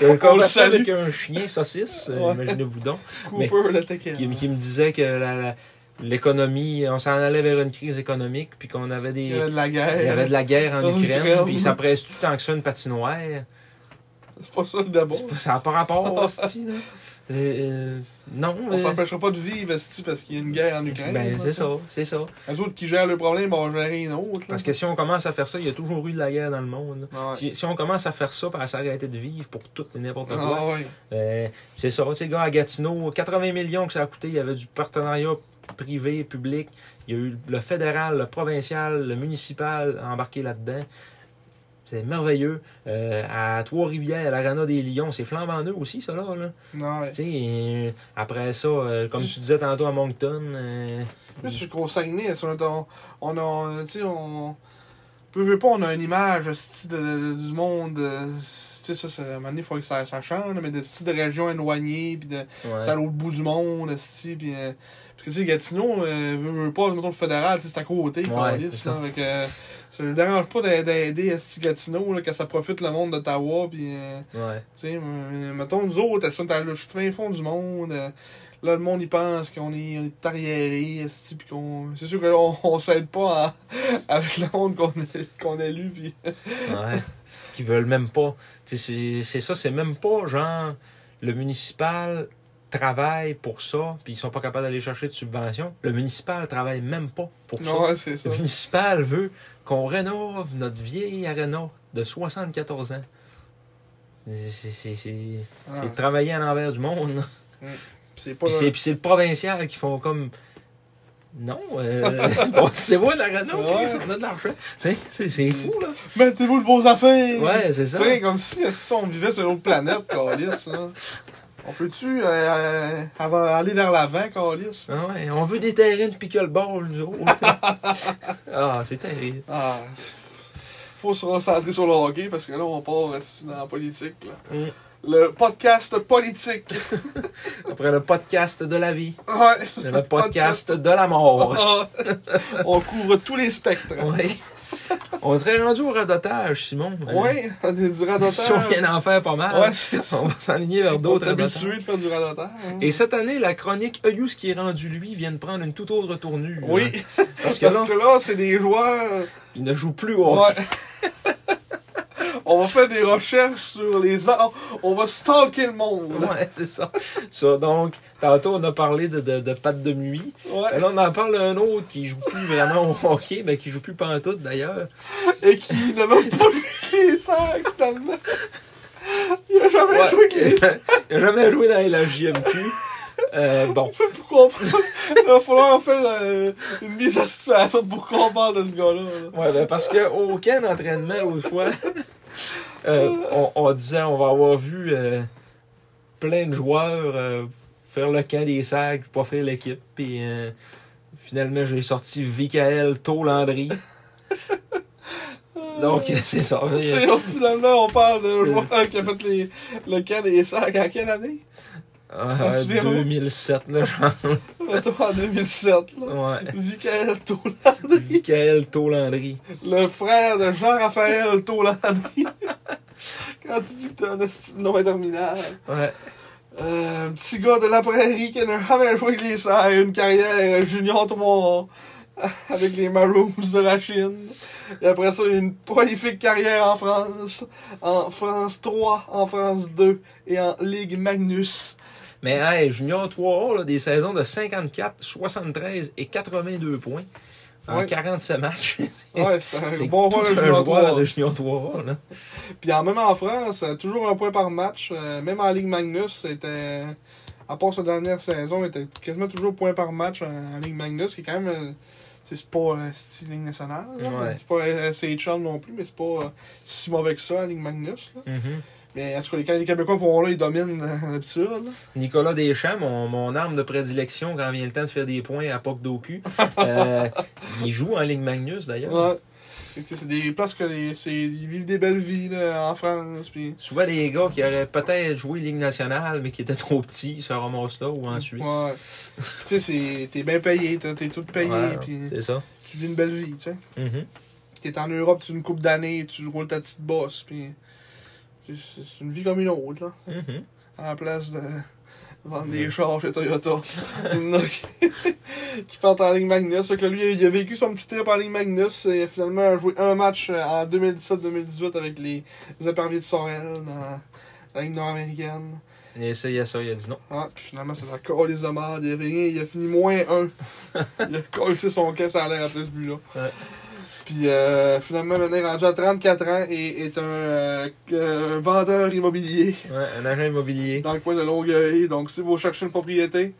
Speaker 2: un conversation
Speaker 1: salue.
Speaker 2: avec un chien saucisse, euh,
Speaker 1: Ouais.
Speaker 2: imaginez-vous donc
Speaker 1: Cooper, le taquet.
Speaker 2: qui, qui me disait que la- la- l'économie, on s'en allait vers une crise économique, puis qu'on avait des.
Speaker 1: Il y avait de la guerre.
Speaker 2: Il y avait de la guerre en
Speaker 1: En
Speaker 2: Ukraine,
Speaker 1: Ukraine.
Speaker 2: puis ça presse tout tant que ça une patinoire.
Speaker 1: C'est pas ça d'abord.
Speaker 2: C'est pas- Ça n'a pas rapport, hostie, là. Euh, non,
Speaker 1: On
Speaker 2: mais-
Speaker 1: s'empêchera pas de vivre, esti, parce qu'il y a une guerre en Ukraine.
Speaker 2: ben,
Speaker 1: là,
Speaker 2: c'est
Speaker 1: tu sais.
Speaker 2: ça, c'est ça.
Speaker 1: Les autres qui gèrent le problème vont gérer une autre. là.
Speaker 2: Parce que si on commence à faire ça, il y a toujours eu de la guerre dans le monde. là.
Speaker 1: Ah ouais.
Speaker 2: Si, si on commence à faire ça, puis à s'arrêter de vivre pour tout et n'importe quoi,
Speaker 1: Ah ouais.
Speaker 2: Euh, c'est ça, tu sais, gars, à Gatineau, 80 millions que ça a coûté, il y avait du partenariat privé, public, il y a eu le fédéral, le provincial, le municipal embarqué là-dedans. C'est merveilleux. Euh, à Trois-Rivières, à l'Arena des Lions, c'est flambant neuf aussi, ça là. là.
Speaker 1: Ah ouais.
Speaker 2: Tu sais, euh, après ça, euh, comme tu disais tantôt à Moncton, euh,
Speaker 1: Plus qu'au Saguenay, si on a, on, on a, tu sais, on... Peu, veux pas, on a une image, esti, de, de- du monde, euh, tu sais, ça, c'est, à un moment donné, faut que ça, ça change, là, mais de, esti, de régions éloignées, puis de,
Speaker 2: ouais.
Speaker 1: c'est à l'autre bout du monde, esti, puis... euh, parce que, tu sais, Gatineau, euh, veut, veut pas, mettons, le fédéral, tu sais, c'est à côté,
Speaker 2: Ouais,
Speaker 1: câlisse,
Speaker 2: c'est
Speaker 1: là, fait que, euh, ça ne dérange pas d'a- d'aider esti Gatineau, là, que ça profite le monde d'Ottawa, puis... euh,
Speaker 2: ouais.
Speaker 1: tu sais, euh, mettons, nous autres, elles sont dans le fin fond du monde. euh, Là, le monde, il pense qu'on est, on est arriéré, esti, puis qu'on... C'est sûr que là, on, on s'aide pas à- avec le monde qu'on a, qu'on a lu, puis...
Speaker 2: Ouais. qui veulent même pas. Tu sais, C'est c'est ça, c'est même pas genre le municipal travaille pour ça, puis ils sont pas capables d'aller chercher de subventions. Le municipal travaille même pas pour
Speaker 1: Non,
Speaker 2: ça.
Speaker 1: ouais, c'est ça.
Speaker 2: Le municipal veut qu'on rénove notre vieille arena de 74 ans. C'est- C'est c'est- c'est-
Speaker 1: Ah,
Speaker 2: c'est travailler à l'envers du monde. là.
Speaker 1: c'est pas...
Speaker 2: Puis c'est puis c'est le provincial qui font comme. Non, euh, bon, c'est vous l'arena,
Speaker 1: Ouais.
Speaker 2: on a de l'argent. C'est- C'est c'est fou, là.
Speaker 1: Mettez-vous de vos affaires!
Speaker 2: Ouais, c'est
Speaker 1: Tu
Speaker 2: ça.
Speaker 1: sais, comme si, esti, on vivait sur une autre planète, câlisse, là. On peut-tu euh, euh, avoir- aller vers l'avant, câlisse?
Speaker 2: Ah ouais, on veut des terrains de pickleball, nous autres. ah, c'est terrible.
Speaker 1: Ah... Faut se recentrer sur le hockey, parce que là, on part, esti, dans la politique, là.
Speaker 2: Mm.
Speaker 1: Le podcast politique.
Speaker 2: Après le podcast de la vie,
Speaker 1: Ouais. Ah.
Speaker 2: le podcast de la mort.
Speaker 1: On couvre tous les spectres.
Speaker 2: Oui. On serait rendu au radotage, Simon. Euh,
Speaker 1: Ouais, on est du
Speaker 2: Si on
Speaker 1: radotage.
Speaker 2: vient d'en faire pas mal,
Speaker 1: Ouais, c'est ça.
Speaker 2: on va s'enligner vers
Speaker 1: On
Speaker 2: d'autres
Speaker 1: est habitué
Speaker 2: radotages.
Speaker 1: de faire du radotage. hein.
Speaker 2: Et cette année, la chronique Ayus qui est rendue lui vient de prendre une toute autre tournure.
Speaker 1: Oui,
Speaker 2: Parce
Speaker 1: parce
Speaker 2: que là,
Speaker 1: que là, c'est des joueurs.
Speaker 2: il ne joue plus au
Speaker 1: Ouais.
Speaker 2: hockey.
Speaker 1: on va faire des recherches sur les arts. On va stalker le monde.
Speaker 2: Ouais, c'est ça. ça. Donc, tantôt, on a parlé de, de, de pattes de muie.
Speaker 1: Ouais.
Speaker 2: Là, Euh, on en parle à un autre qui joue plus vraiment au hockey, mais qui joue plus pantoute d'ailleurs.
Speaker 1: Et qui n'a même pas joué avec les arts, finalement. Il a jamais joué avec les arts.
Speaker 2: Il n'a jamais joué dans la JMQ. Euh, bon,
Speaker 1: Pour comprendre. Il va falloir faire euh, une mise en situation pour qu'on parle de ce gars-là. là.
Speaker 2: ouais, ben parce qu'au camp d'entraînement, autrefois, euh, on, on disait on va avoir vu euh, plein de joueurs euh, faire le camp des sacs, pas faire l'équipe. Puis euh, finalement, j'ai sorti Vikael Taulandry. Donc, c'est ça.
Speaker 1: C'est- Finalement, on parle d'un joueur qui a fait les, le camp des sacs en quelle année
Speaker 2: Euh,
Speaker 1: c'est bien.
Speaker 2: 2007, là, genre.
Speaker 1: Mettons en 2007. Là.
Speaker 2: Ouais.
Speaker 1: Michael Tolandry,
Speaker 2: Vikael Taulandry.
Speaker 1: le frère de Jean-Raphaël Tolandry. Quand tu dis que t'as un esti de nom interminable.
Speaker 2: Ouais.
Speaker 1: Euh, un petit gars de la prairie qui n'a jamais joué avec les serres, une carrière junior 3 avec les Maroons de la Chine. Et après ça, une prolifique carrière en France, en France 3, en France 2 et en Ligue Magnus.
Speaker 2: Mais hey, Junior 3A, là, des saisons de 54, 73 et 82 points en
Speaker 1: Ouais.
Speaker 2: 47 matchs.
Speaker 1: Ouais, c'est un
Speaker 2: C'est
Speaker 1: bon
Speaker 2: tout
Speaker 1: rôle de
Speaker 2: un
Speaker 1: joueur
Speaker 2: joueur
Speaker 1: 3.
Speaker 2: de Junior 3A. Là.
Speaker 1: Puis en, même en France, euh, toujours un point par match. euh, même en Ligue Magnus, c'était à part sa dernière saison, il était quasiment toujours point par match en, en Ligue Magnus, qui est quand même. euh, c'est c'est pas euh, c'est Ligue nationale. là,
Speaker 2: Ouais.
Speaker 1: C'est pas euh, SHL non plus, mais c'est pas euh, si mauvais que ça, la Ligue Magnus. là.
Speaker 2: Mhm.
Speaker 1: Mais en tout cas, les- quand les Québécois vont là, ils dominent euh, l'absurde. là.
Speaker 2: Nicolas Deschamps, mon, mon arme de prédilection quand vient le temps de faire des points à Poc Doku. Euh, il joue en Ligue Magnus d'ailleurs.
Speaker 1: Ouais. Fait que, tu sais, C'est des places que les, c'est- ils vivent des belles vies là, en France. Puis,
Speaker 2: Souvent des gars qui auraient peut-être joué Ligue nationale, mais qui étaient trop petits, se ramassent là ou en Suisse.
Speaker 1: ouais. tu sais, c'est- t'es bien payé, t'as- t'es tout payé,
Speaker 2: Ouais,
Speaker 1: puis
Speaker 2: C'est ça.
Speaker 1: tu vis une belle vie, tu sais.
Speaker 2: Mhm.
Speaker 1: T'es en Europe, tu une coupe d'années, tu roules ta petite bosse, puis c'est- c'est une vie comme une autre, là.
Speaker 2: Mhm.
Speaker 1: À la place de vendre des chars chez Toyota. Donc, qui partent en Ligue Magnus. Fait que là, lui, il a vécu son petit trip en Ligue Magnus et finalement a joué un match euh, en 2017-2018 avec les Éperviers de Sorel dans la Ligue nord-américaine.
Speaker 2: Il a essayé ça, il a dit non.
Speaker 1: Ah, puis finalement, c'est la colise de merde. Il a rien, il a fini moins un. il a collé son caisse à l'air après ce but-là.
Speaker 2: Ouais.
Speaker 1: Puis euh, finalement, maintenant, il est rendu à 34 ans et est un euh, euh, vendeur immobilier
Speaker 2: Ouais, un agent immobilier.
Speaker 1: dans le coin de Longueuil. Donc, si vous cherchez une propriété,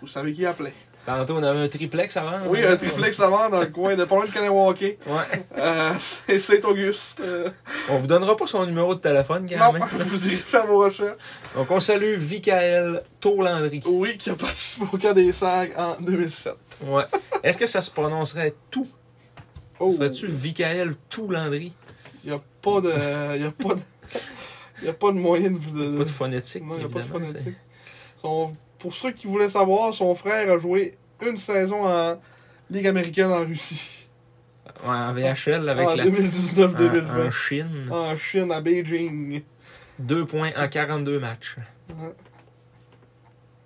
Speaker 1: vous savez qui appeler.
Speaker 2: Tantôt, on avait un triplex avant.
Speaker 1: Oui, un triplex avant dans le coin de pas loin de Kanawake.
Speaker 2: Ouais.
Speaker 1: Euh, c'est Saint-Auguste. Euh,
Speaker 2: On vous donnera pas son numéro de téléphone quand
Speaker 1: non,
Speaker 2: même.
Speaker 1: vous irez faire vos recherches.
Speaker 2: Donc, on salue Vicael Tolandry.
Speaker 1: Oui, qui a participé au cas des sacs en 2007.
Speaker 2: Ouais. Est-ce que ça se prononcerait tout?
Speaker 1: Oh,
Speaker 2: Serais-tu Vicael Toulandry?
Speaker 1: il n'y a pas de... Il y a pas de... Il y a pas de moyen de... de-
Speaker 2: Pas de phonétique.
Speaker 1: non, il n'y a pas de
Speaker 2: évidemment,
Speaker 1: phonétique. Son- Pour ceux qui voulaient savoir, son frère a joué une saison en Ligue américaine en Russie.
Speaker 2: c'est- Ouais, en VHL avec
Speaker 1: en
Speaker 2: la.
Speaker 1: 2019-2020.
Speaker 2: En, en Chine.
Speaker 1: en Chine, à Beijing.
Speaker 2: Deux points en 42 matchs.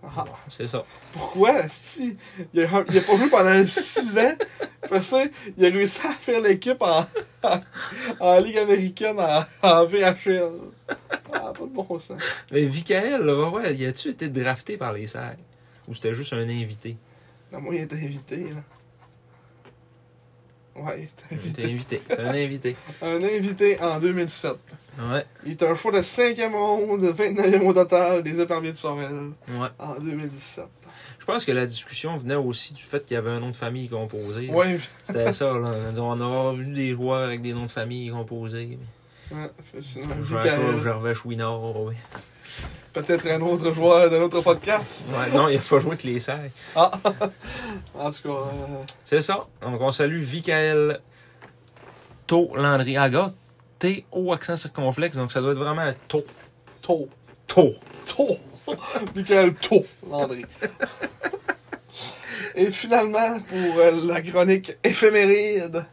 Speaker 1: Ah,
Speaker 2: C'est ça.
Speaker 1: pourquoi, si il, a- il a pas joué pendant 6 ans. Après ça, il a réussi à faire l'équipe en, en, en Ligue américaine en, en VHL. Ah, pas de bon sens.
Speaker 2: Mais Vicael, là, va voir, y a-tu été drafté par les Serres? Ou c'était juste un invité?
Speaker 1: La moyen d'être invité, là. Ouais, il est
Speaker 2: Il
Speaker 1: invité.
Speaker 2: était invité. C'était un invité.
Speaker 1: Un invité en 2007.
Speaker 2: Ouais.
Speaker 1: Il est un choix de 5e ronde, 29e au total des éperviers de Sorel
Speaker 2: Ouais.
Speaker 1: en 2017.
Speaker 2: Je pense que la discussion venait aussi du fait qu'il y avait un nom de famille composé.
Speaker 1: Ouais,
Speaker 2: C'était ça, là. On a vu des joueurs avec des noms de famille composés.
Speaker 1: ouais, fait- sinon,
Speaker 2: Jean-Claude
Speaker 1: Michael,
Speaker 2: Gervais Chouinard, oui.
Speaker 1: peut-être un autre joueur d'un autre podcast.
Speaker 2: Ouais, non, il a pas joué avec les Serres.
Speaker 1: Ah! en tout cas, euh,
Speaker 2: C'est ça. Donc, on salue Vicael Tolandriaga. T-O accent circonflexe. Donc, ça doit être vraiment To.
Speaker 1: tôt.
Speaker 2: To.
Speaker 1: Tôt! Michael Tôt, Landry. Et finalement, pour euh, la chronique éphéméride,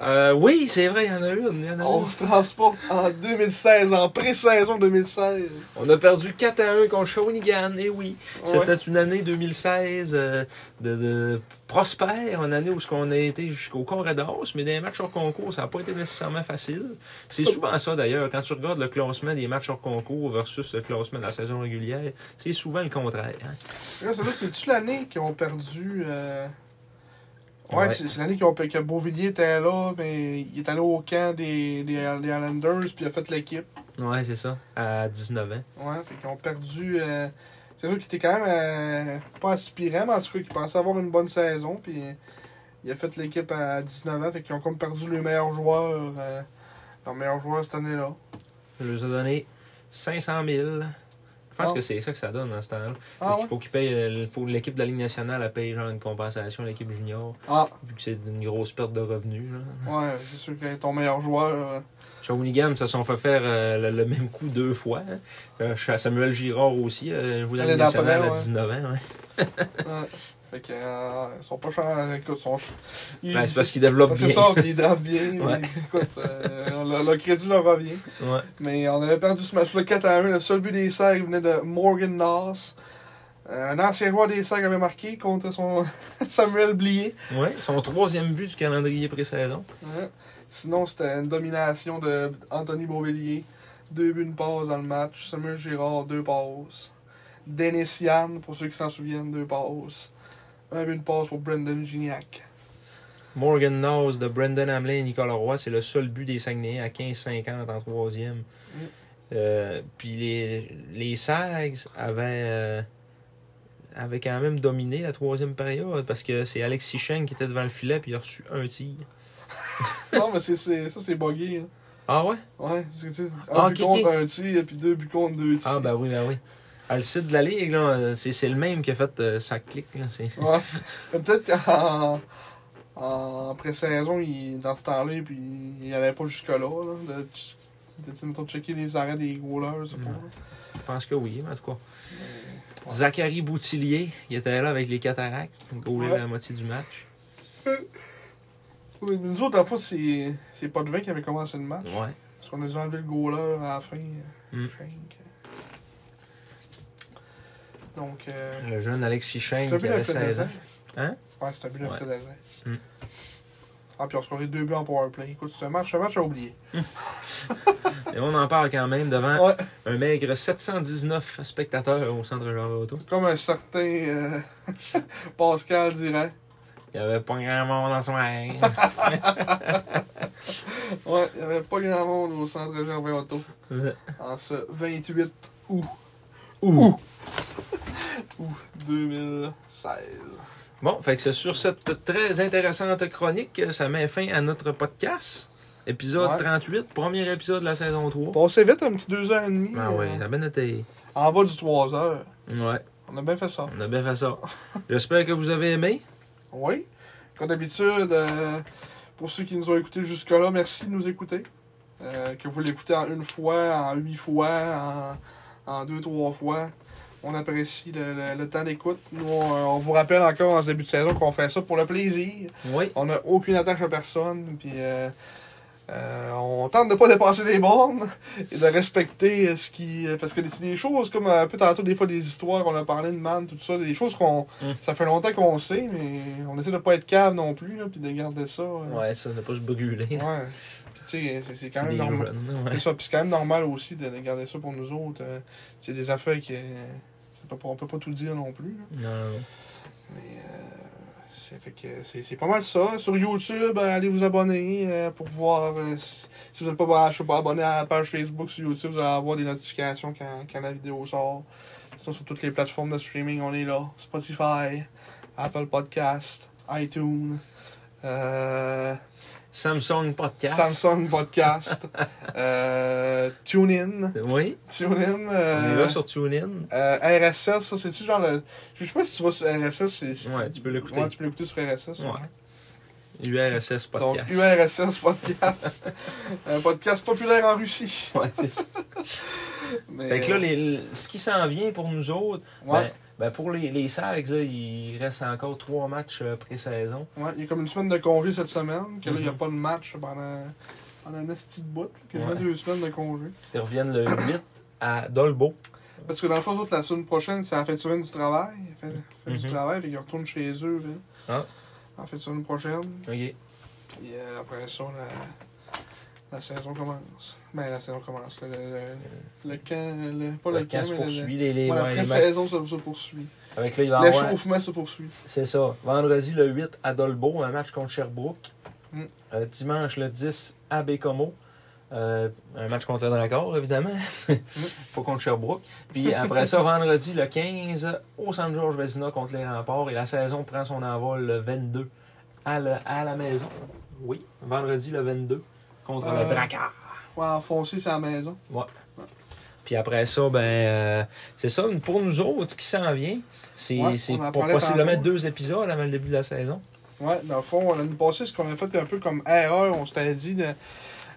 Speaker 2: Euh, oui, c'est vrai, il y en a une. il y en a
Speaker 1: on
Speaker 2: une.
Speaker 1: se transporte en 2016, en pré-saison 2016.
Speaker 2: On a perdu 4 à 1 contre Shawinigan, et oui. C'était
Speaker 1: Ouais.
Speaker 2: une année 2016 euh, de, de prospère, une année où on a été jusqu'au corridor, mais des matchs hors concours, ça n'a pas été nécessairement facile.
Speaker 1: Ah
Speaker 2: C'est souvent ça d'ailleurs, quand tu regardes le classement des matchs hors concours versus le classement de la saison régulière, c'est souvent le contraire. hein.
Speaker 1: Là, c'est- là, c'est-tu l'année qu'ils ont perdu. euh, Ouais,
Speaker 2: Ouais.
Speaker 1: c'est c'est l'année qu'ils ont per- que Beauvilliers était là, mais il est allé au camp des, des, des Highlanders, puis il a fait l'équipe.
Speaker 2: Ouais, c'est ça, à 19 ans.
Speaker 1: Ouais, fait qu'ils ont perdu. euh, c'est sûr qu'ils étaient quand même euh, pas aspirants, mais en tout cas, qu'ils pensaient avoir une bonne saison. Puis euh, il a fait l'équipe à 19 ans, fait qu'ils ont comme perdu le meilleur joueur, euh, leur meilleur joueur cette année-là.
Speaker 2: Je leur ai donné 500 000. Je pense
Speaker 1: Ah.
Speaker 2: que c'est ça que ça donne dans ce temps-là. Parce
Speaker 1: Ah ouais?
Speaker 2: qu'il faut qu'ils payent, euh, faut- l'équipe de la Ligue nationale elle paye genre une compensation à l'équipe junior,
Speaker 1: Ah,
Speaker 2: vu que c'est une grosse perte de revenus. là.
Speaker 1: ouais, c'est sûr que ton meilleur joueur. euh,
Speaker 2: Shawinigan se sont fait faire euh, le, le même coup deux fois. hein. Euh, Cha- Samuel Girard aussi, euh, jouait dans la
Speaker 1: L'année
Speaker 2: Ligue nationale
Speaker 1: d'après,
Speaker 2: à
Speaker 1: ouais.
Speaker 2: 19 ans. ouais.
Speaker 1: ouais. Fait que, euh, ils sont pas chers. Écoute, ils sont ch- ils-
Speaker 2: Ben, c'est parce qu'ils développent bien.
Speaker 1: c'est ça, puis ils drapent bien. puis
Speaker 2: Ouais.
Speaker 1: écoute, euh, le, le crédit leur revient.
Speaker 2: Ouais.
Speaker 1: Mais on avait perdu ce match-là 4 à 1. Le seul but des Serres venait de Morgan Noss. Euh, un ancien joueur des Serres avait marqué contre son Samuel Blier.
Speaker 2: Ouais, Son troisième but du calendrier pré-saison.
Speaker 1: Hein? Sinon, c'était une domination de Anthony Beauvillier. Deux buts, une passe dans le match. Samuel Girard, deux passes. Dennis Yann, pour ceux qui s'en souviennent, deux passes. Un but, une passe pour Brendan Gignac.
Speaker 2: Morgan Nose de Brendan Hamlin et Nicolas Roy, c'est le seul but des Saguenayens à 15-50 en troisième.
Speaker 1: Mm.
Speaker 2: Euh, Puis les, les Sags avaient euh, avait quand même dominé la troisième période parce que c'est Alexis Cheng qui était devant le filet puis il a reçu un tir.
Speaker 1: Non, mais c'est, c'est, ça, c'est buggé. hein.
Speaker 2: Ah ouais?
Speaker 1: Ouais, c'est, c'est un
Speaker 2: Ah,
Speaker 1: but
Speaker 2: ok,
Speaker 1: contre
Speaker 2: ok.
Speaker 1: un tir, puis deux buts contre deux tirs.
Speaker 2: Ah ben oui, ben oui. Ah, le site de la Ligue, là, euh, c'est c'est le même qui a fait euh, sa clique. Là, c'est-
Speaker 1: Ouais. Mais Peut-être qu'en en pré-saison, il- dans ce temps-là, puis il n'allait pas jusque-là. Là, de, ch- de, tu sais, mettons, de checker les arrêts des goalers, je sais pas.
Speaker 2: Ouais.
Speaker 1: là.
Speaker 2: Je pense que oui, mais en tout cas.
Speaker 1: ouais.
Speaker 2: Zachary Boutillier, il était là avec les cataractes, gaulé
Speaker 1: Ouais.
Speaker 2: la moitié du match.
Speaker 1: Oui, mais nous autres, à la fois, c'est c'est pas de vin qui avait commencé le match.
Speaker 2: Ouais.
Speaker 1: Parce qu'on a déjà enlevé le goaler à la fin. euh,
Speaker 2: Mm.
Speaker 1: Schenk. Donc, euh,
Speaker 2: Le jeune Alexis
Speaker 1: c'est un
Speaker 2: Cheng
Speaker 1: but
Speaker 2: qui
Speaker 1: de
Speaker 2: avait
Speaker 1: Fred
Speaker 2: 16
Speaker 1: Dessin.
Speaker 2: ans. Hein?
Speaker 1: Ouais, c'est un but de
Speaker 2: Ouais.
Speaker 1: Fred Dessin.
Speaker 2: Mm.
Speaker 1: Ah, puis on scorait deux buts en powerplay. Écoute, ce match, ce match, j'ai oublié.
Speaker 2: Et on en parle quand même devant
Speaker 1: Ouais.
Speaker 2: un maigre 719 spectateurs au centre jean Auto.
Speaker 1: Comme un certain euh, Pascal dirait.
Speaker 2: Il n'y avait pas grand monde en soirée.
Speaker 1: Ouais, il n'y avait pas grand monde au centre Gervais Auto en ce 28 août. Août. Août 2016.
Speaker 2: bon, fait que c'est sur cette très intéressante chronique que ça met fin à notre podcast. Épisode
Speaker 1: Ouais.
Speaker 2: 38, premier épisode de la saison 3.
Speaker 1: Passé vite, un petit 2h30.
Speaker 2: Ah ouais, ça a bien été.
Speaker 1: euh, En bas du 3h.
Speaker 2: Ouais,
Speaker 1: On a bien fait ça.
Speaker 2: on a bien fait ça. J'espère que vous avez aimé.
Speaker 1: Oui. Comme d'habitude, euh, pour ceux qui nous ont écoutés jusque-là, merci de nous écouter. Euh, que vous l'écoutez en une fois, en huit fois, en, en deux, trois fois. On apprécie le, le- le temps d'écoute. Nous, on, on vous rappelle encore en ce début de saison qu'on fait ça pour le plaisir.
Speaker 2: Oui.
Speaker 1: On n'a aucune attache à personne. Puis euh, euh, on tente de pas dépasser les bornes et de respecter euh, ce qui. euh, Parce que des, des choses comme euh, un peu tantôt, des fois, des histoires, on a parlé de man, tout ça, des choses qu'on.
Speaker 2: Mm.
Speaker 1: Ça fait longtemps qu'on sait, mais on essaie de pas être cave non plus, là, puis de garder ça. euh,
Speaker 2: Ouais, ça ne pas se brûler.
Speaker 1: ouais. Puis tu sais, c'est- c'est quand
Speaker 2: C'est
Speaker 1: même
Speaker 2: des
Speaker 1: normal.
Speaker 2: jeunes, ouais.
Speaker 1: C'est ça, puis c'est quand même normal aussi de de garder ça pour nous autres. euh, tu sais, des affaires qui. euh, c'est pas- on peut pas tout dire non plus. là.
Speaker 2: Non, non, non.
Speaker 1: Mais euh, c'est- fait que c'est c'est pas mal ça. Sur YouTube, euh, allez vous abonner euh, pour voir euh, si, si vous n'êtes pas, bah, je sais pas abonné à la page Facebook sur YouTube, vous allez avoir des notifications quand, quand la vidéo sort. Sinon, sur toutes les plateformes de streaming, on est là. Spotify, Apple Podcast, iTunes, euh,
Speaker 2: Samsung Podcast.
Speaker 1: Samsung Podcast, euh, TuneIn,
Speaker 2: Oui,
Speaker 1: TuneIn,
Speaker 2: on
Speaker 1: euh,
Speaker 2: est là sur TuneIn.
Speaker 1: euh, RSS, ça c'est-tu genre le... Je sais pas si tu vas sur RSS, c'est... c'est-
Speaker 2: Ouais, tu peux l'écouter.
Speaker 1: Ouais, tu peux l'écouter sur RSS.
Speaker 2: Ouais. URSS
Speaker 1: Donc,
Speaker 2: Podcast.
Speaker 1: URSS Podcast. un podcast populaire en Russie.
Speaker 2: Ouais, c'est ça.
Speaker 1: Mais, euh,
Speaker 2: Fait que là, les- le- ce qui s'en vient pour nous autres,
Speaker 1: ouais,
Speaker 2: ben, ben, pour les, les Sags, là, il reste encore trois matchs euh, pré-saison.
Speaker 1: ouais, il y a comme une semaine de congé cette semaine, que là, il n'y a pas de match pendant, pendant un esti de bout, là, quasiment
Speaker 2: Mhm. Ouais.
Speaker 1: deux semaines de congé.
Speaker 2: Ils reviennent le 8 à Dolbo.
Speaker 1: Parce que dans le fond, autres, la semaine prochaine, c'est la fête de semaine du travail. Fait, fête du
Speaker 2: Mhm.
Speaker 1: travail, fait qu'ils retournent chez eux. là.
Speaker 2: Ah.
Speaker 1: En fait, semaine prochaine.
Speaker 2: OK.
Speaker 1: Puis euh, après ça, la, la saison commence. Ben, la saison commence. Le, le, le- le camp, le- pas le,
Speaker 2: Le camp se
Speaker 1: mais le-
Speaker 2: poursuit. Les, les,
Speaker 1: ouais, la
Speaker 2: ouais, Ben, les matchs.
Speaker 1: pré-saison se, se poursuit.
Speaker 2: Avec là, il va y avoir.
Speaker 1: L'échauffement se poursuit.
Speaker 2: C'est ça. Vendredi le 8 à Dolbo, un match contre Sherbrooke.
Speaker 1: Mm.
Speaker 2: Euh, dimanche le 10 à Bécomo. Euh, un match contre le Dracor, évidemment.
Speaker 1: Mm.
Speaker 2: Pas contre Sherbrooke. Puis après ça, vendredi le 15 au San George Vezina contre les remparts. Et la saison prend son envol le 22 à, la- à la maison. Oui, vendredi le 22 contre
Speaker 1: Euh.
Speaker 2: le Dracar.
Speaker 1: Ouais, enfoncer sa maison.
Speaker 2: Puis après ça, ben euh, c'est ça. Pour nous autres, ce qui s'en vient, c'est
Speaker 1: Ouais,
Speaker 2: c'est
Speaker 1: on en
Speaker 2: pour
Speaker 1: parlait
Speaker 2: possiblement
Speaker 1: tantôt.
Speaker 2: deux épisodes avant le début de la saison.
Speaker 1: Ouais, dans le fond, l'année passée, ce qu'on a fait un peu comme erreur, on s'était dit. de-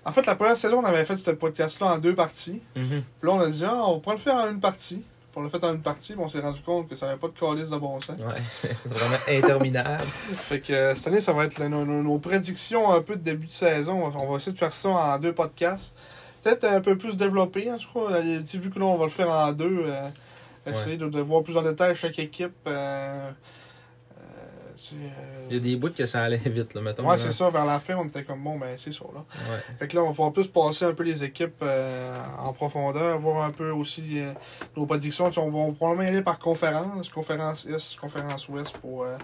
Speaker 1: En fait, la première saison, on avait fait ce podcast-là en deux parties. Puis là, on a dit, ah, on pourrait le faire en une partie. Puis on l'a fait en une partie, mais on s'est rendu compte que ça n'avait pas de calice de bon sens.
Speaker 2: Ouais, c'est vraiment interminable.
Speaker 1: Fait que euh, cette année, ça va être le- nos, nos- nos prédictions un peu de début de saison. On va, on va essayer de faire ça en deux podcasts. Peut-être un peu plus développé, en tout cas. euh, tu sais, Vu que là, on va le faire en deux, euh, essayer de, de voir plus en détail chaque équipe. euh, euh, tu sais, euh,
Speaker 2: Il y a des bouts que ça allait vite, là, mettons.
Speaker 1: Ouais,
Speaker 2: là.
Speaker 1: c'est ça. Vers la fin, on était comme bon, ben c'est ça. Là.
Speaker 2: Ouais.
Speaker 1: Fait que là, on va pouvoir plus passer un peu les équipes euh, en profondeur, voir un peu aussi euh, nos prédictions. Tu sais, On va on va probablement y aller par conférence, conférence Est, conférence Ouest pour euh,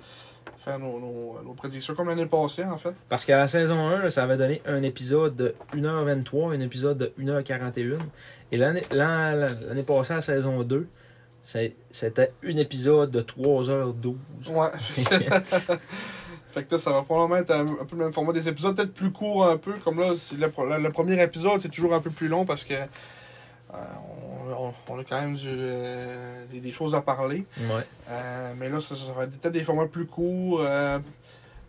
Speaker 1: faire nos, nos, nos prédictions, comme l'année passée en fait.
Speaker 2: Parce qu'à la saison 1, là, ça avait donné un épisode de 1h23, un épisode de 1h41. Et l'année l'an- l'année passée, à la saison 2, C'est- C'était un épisode de 3h12.
Speaker 1: Ouais. fait que là, ça va probablement être un, un peu le même format des épisodes, peut-être plus court un peu, comme là, c'est le, pro- le- le premier épisode, c'est toujours un peu plus long parce que euh, on, on- on a quand même du, euh, des, des choses à parler.
Speaker 2: Ouais.
Speaker 1: Euh, mais là, ça, ça va être peut-être des formats plus courts, euh,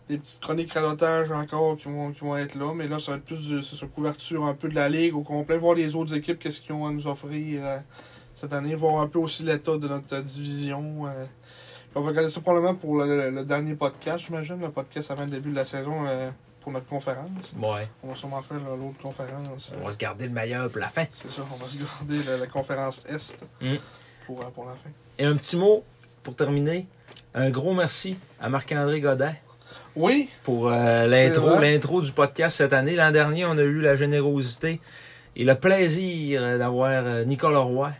Speaker 1: des petites chroniques radotage encore qui vont, qui vont être là, mais là, ça va être plus du- c'est sur couverture un peu de la ligue au complet, voir les autres équipes, qu'est-ce qu'ils ont à nous offrir euh, cette année, voir un peu aussi l'état de notre euh, division. euh. Puis on va regarder ça probablement pour le, le- le dernier podcast, j'imagine, le podcast avant le début de la saison euh, pour notre conférence.
Speaker 2: Ouais.
Speaker 1: On va sûrement faire là, l'autre conférence.
Speaker 2: On va se garder le meilleur pour la fin.
Speaker 1: C'est ça, on va se garder la, la conférence Est
Speaker 2: Mm.
Speaker 1: pour, euh, pour la fin.
Speaker 2: Et un petit mot pour terminer. Un gros merci à Marc-André Godet
Speaker 1: Oui,
Speaker 2: pour euh, l'intro,
Speaker 1: vrai.
Speaker 2: l'intro du podcast cette année. L'an dernier, on a eu la générosité et le plaisir euh, d'avoir euh, Nicolas Roy.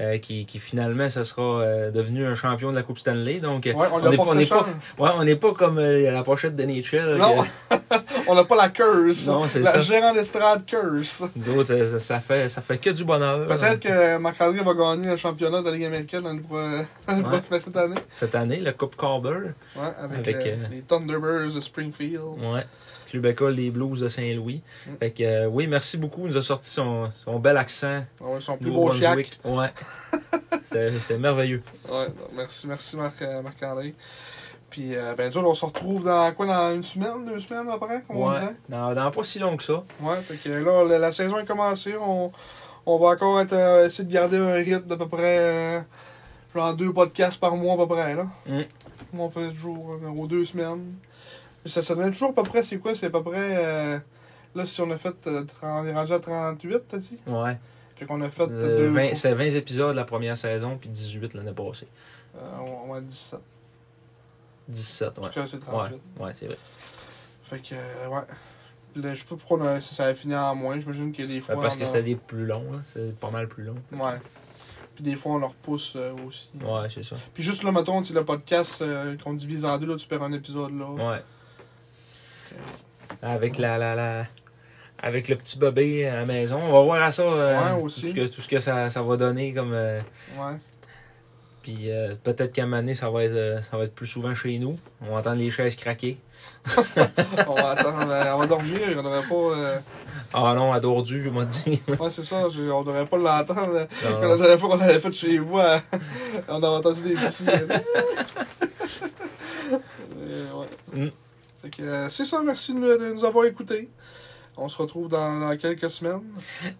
Speaker 2: euh, qui, qui finalement, ce sera euh, devenu un champion de la Coupe Stanley. Donc, euh,
Speaker 1: ouais, on l'a
Speaker 2: est-
Speaker 1: porté
Speaker 2: est pas,
Speaker 1: chance.
Speaker 2: ouais, on n'est pas comme euh, la pochette de Nature.
Speaker 1: Non, on n'a pas la curse.
Speaker 2: Non, c'est
Speaker 1: la
Speaker 2: ça.
Speaker 1: gérant d'estrade curse.
Speaker 2: Nous autres, euh, ça, ça fait, ça fait que du bonheur. euh,
Speaker 1: Peut-être que Marc-André va gagner le championnat de la Ligue américaine dans le pro- dans le
Speaker 2: Ouais.
Speaker 1: pro- cette année.
Speaker 2: Cette année, le Coupe Carver.
Speaker 1: Ouais, avec, euh,
Speaker 2: Avec, euh, Mm.
Speaker 1: les Thunderbirds de Springfield.
Speaker 2: Ouais. Clubeca, les Blues de Saint-Louis.
Speaker 1: Mm.
Speaker 2: Fait que, euh, oui, merci beaucoup. Il nous a sorti son, son bel accent.
Speaker 1: Ah Ouais, son plus beau chiac.
Speaker 2: Nouveau-Brunswick. Ouais. C'était- C'est merveilleux.
Speaker 1: Ouais, non, merci, merci Marc, euh, Marc-André. Puis, euh, ben, nous autres, on se retrouve dans quoi, dans une semaine, deux semaines après, comme on
Speaker 2: Ouais.
Speaker 1: disait?
Speaker 2: Dans, dans pas si long que ça.
Speaker 1: Ouais, fait que là, la, la saison est commencée. On, on va encore être, euh, essayer de garder un rythme d'à peu près, euh, genre deux podcasts par mois à peu près, là.
Speaker 2: Mm.
Speaker 1: On fait toujours euh, aux deux semaines. Mais ça, ça donne toujours à peu près, c'est quoi? C'est à peu près, euh, là, si on a fait, euh, tren- on est rendu à 38, t'as dit?
Speaker 2: Ouais.
Speaker 1: Puis qu'on a fait euh,
Speaker 2: Euh,
Speaker 1: deux
Speaker 2: 20
Speaker 1: fois.
Speaker 2: C'est 20 épisodes la première saison, puis 18 l'année passée.
Speaker 1: Euh, on, on a 17.
Speaker 2: 17,
Speaker 1: En
Speaker 2: ouais.
Speaker 1: tout cas, c'est 38.
Speaker 2: Ouais, ouais c'est vrai.
Speaker 1: Fait que, euh, ouais. Là, je sais pas pourquoi on a- ça, ça a fini en moins. J'imagine que des fois...
Speaker 2: Ben, parce que
Speaker 1: on a-
Speaker 2: c'était des plus longs, là. C'était pas mal plus long.
Speaker 1: Ouais. Puis des fois, on leur pousse euh, aussi.
Speaker 2: Ouais, c'est ça.
Speaker 1: Puis juste là, mettons, tu sais, le podcast euh, qu'on divise en deux, là, tu perds un épisode là.
Speaker 2: Ouais. Avec la, la, la- Avec le petit bébé à la maison. On va voir à ça. euh,
Speaker 1: Ouais, aussi.
Speaker 2: Tout ce que, tout ce que ça, ça va donner comme. euh,
Speaker 1: Ouais.
Speaker 2: puis euh, peut-être qu'à un moment donné, ça va, être, euh, ça va être plus souvent chez nous. On va entendre les chaises craquer.
Speaker 1: on va attendre, euh, on va dormir, on devrait pas. euh,
Speaker 2: Ah non, à Dordu, on m'a dit.
Speaker 1: Ouais, c'est ça, je- on devrait pas l'entendre. euh,
Speaker 2: Non,
Speaker 1: Quand la dernière fois qu'on l'avait fait chez vous, euh, on avait entendu des petits. euh, Euh, ouais.
Speaker 2: Mm.
Speaker 1: Fait que, euh, c'est ça, merci de, de nous avoir écoutés. On se retrouve dans, dans quelques semaines.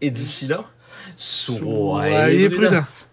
Speaker 2: Et d'ici là, soyez,
Speaker 1: Soyez
Speaker 2: prudents.
Speaker 1: prudents.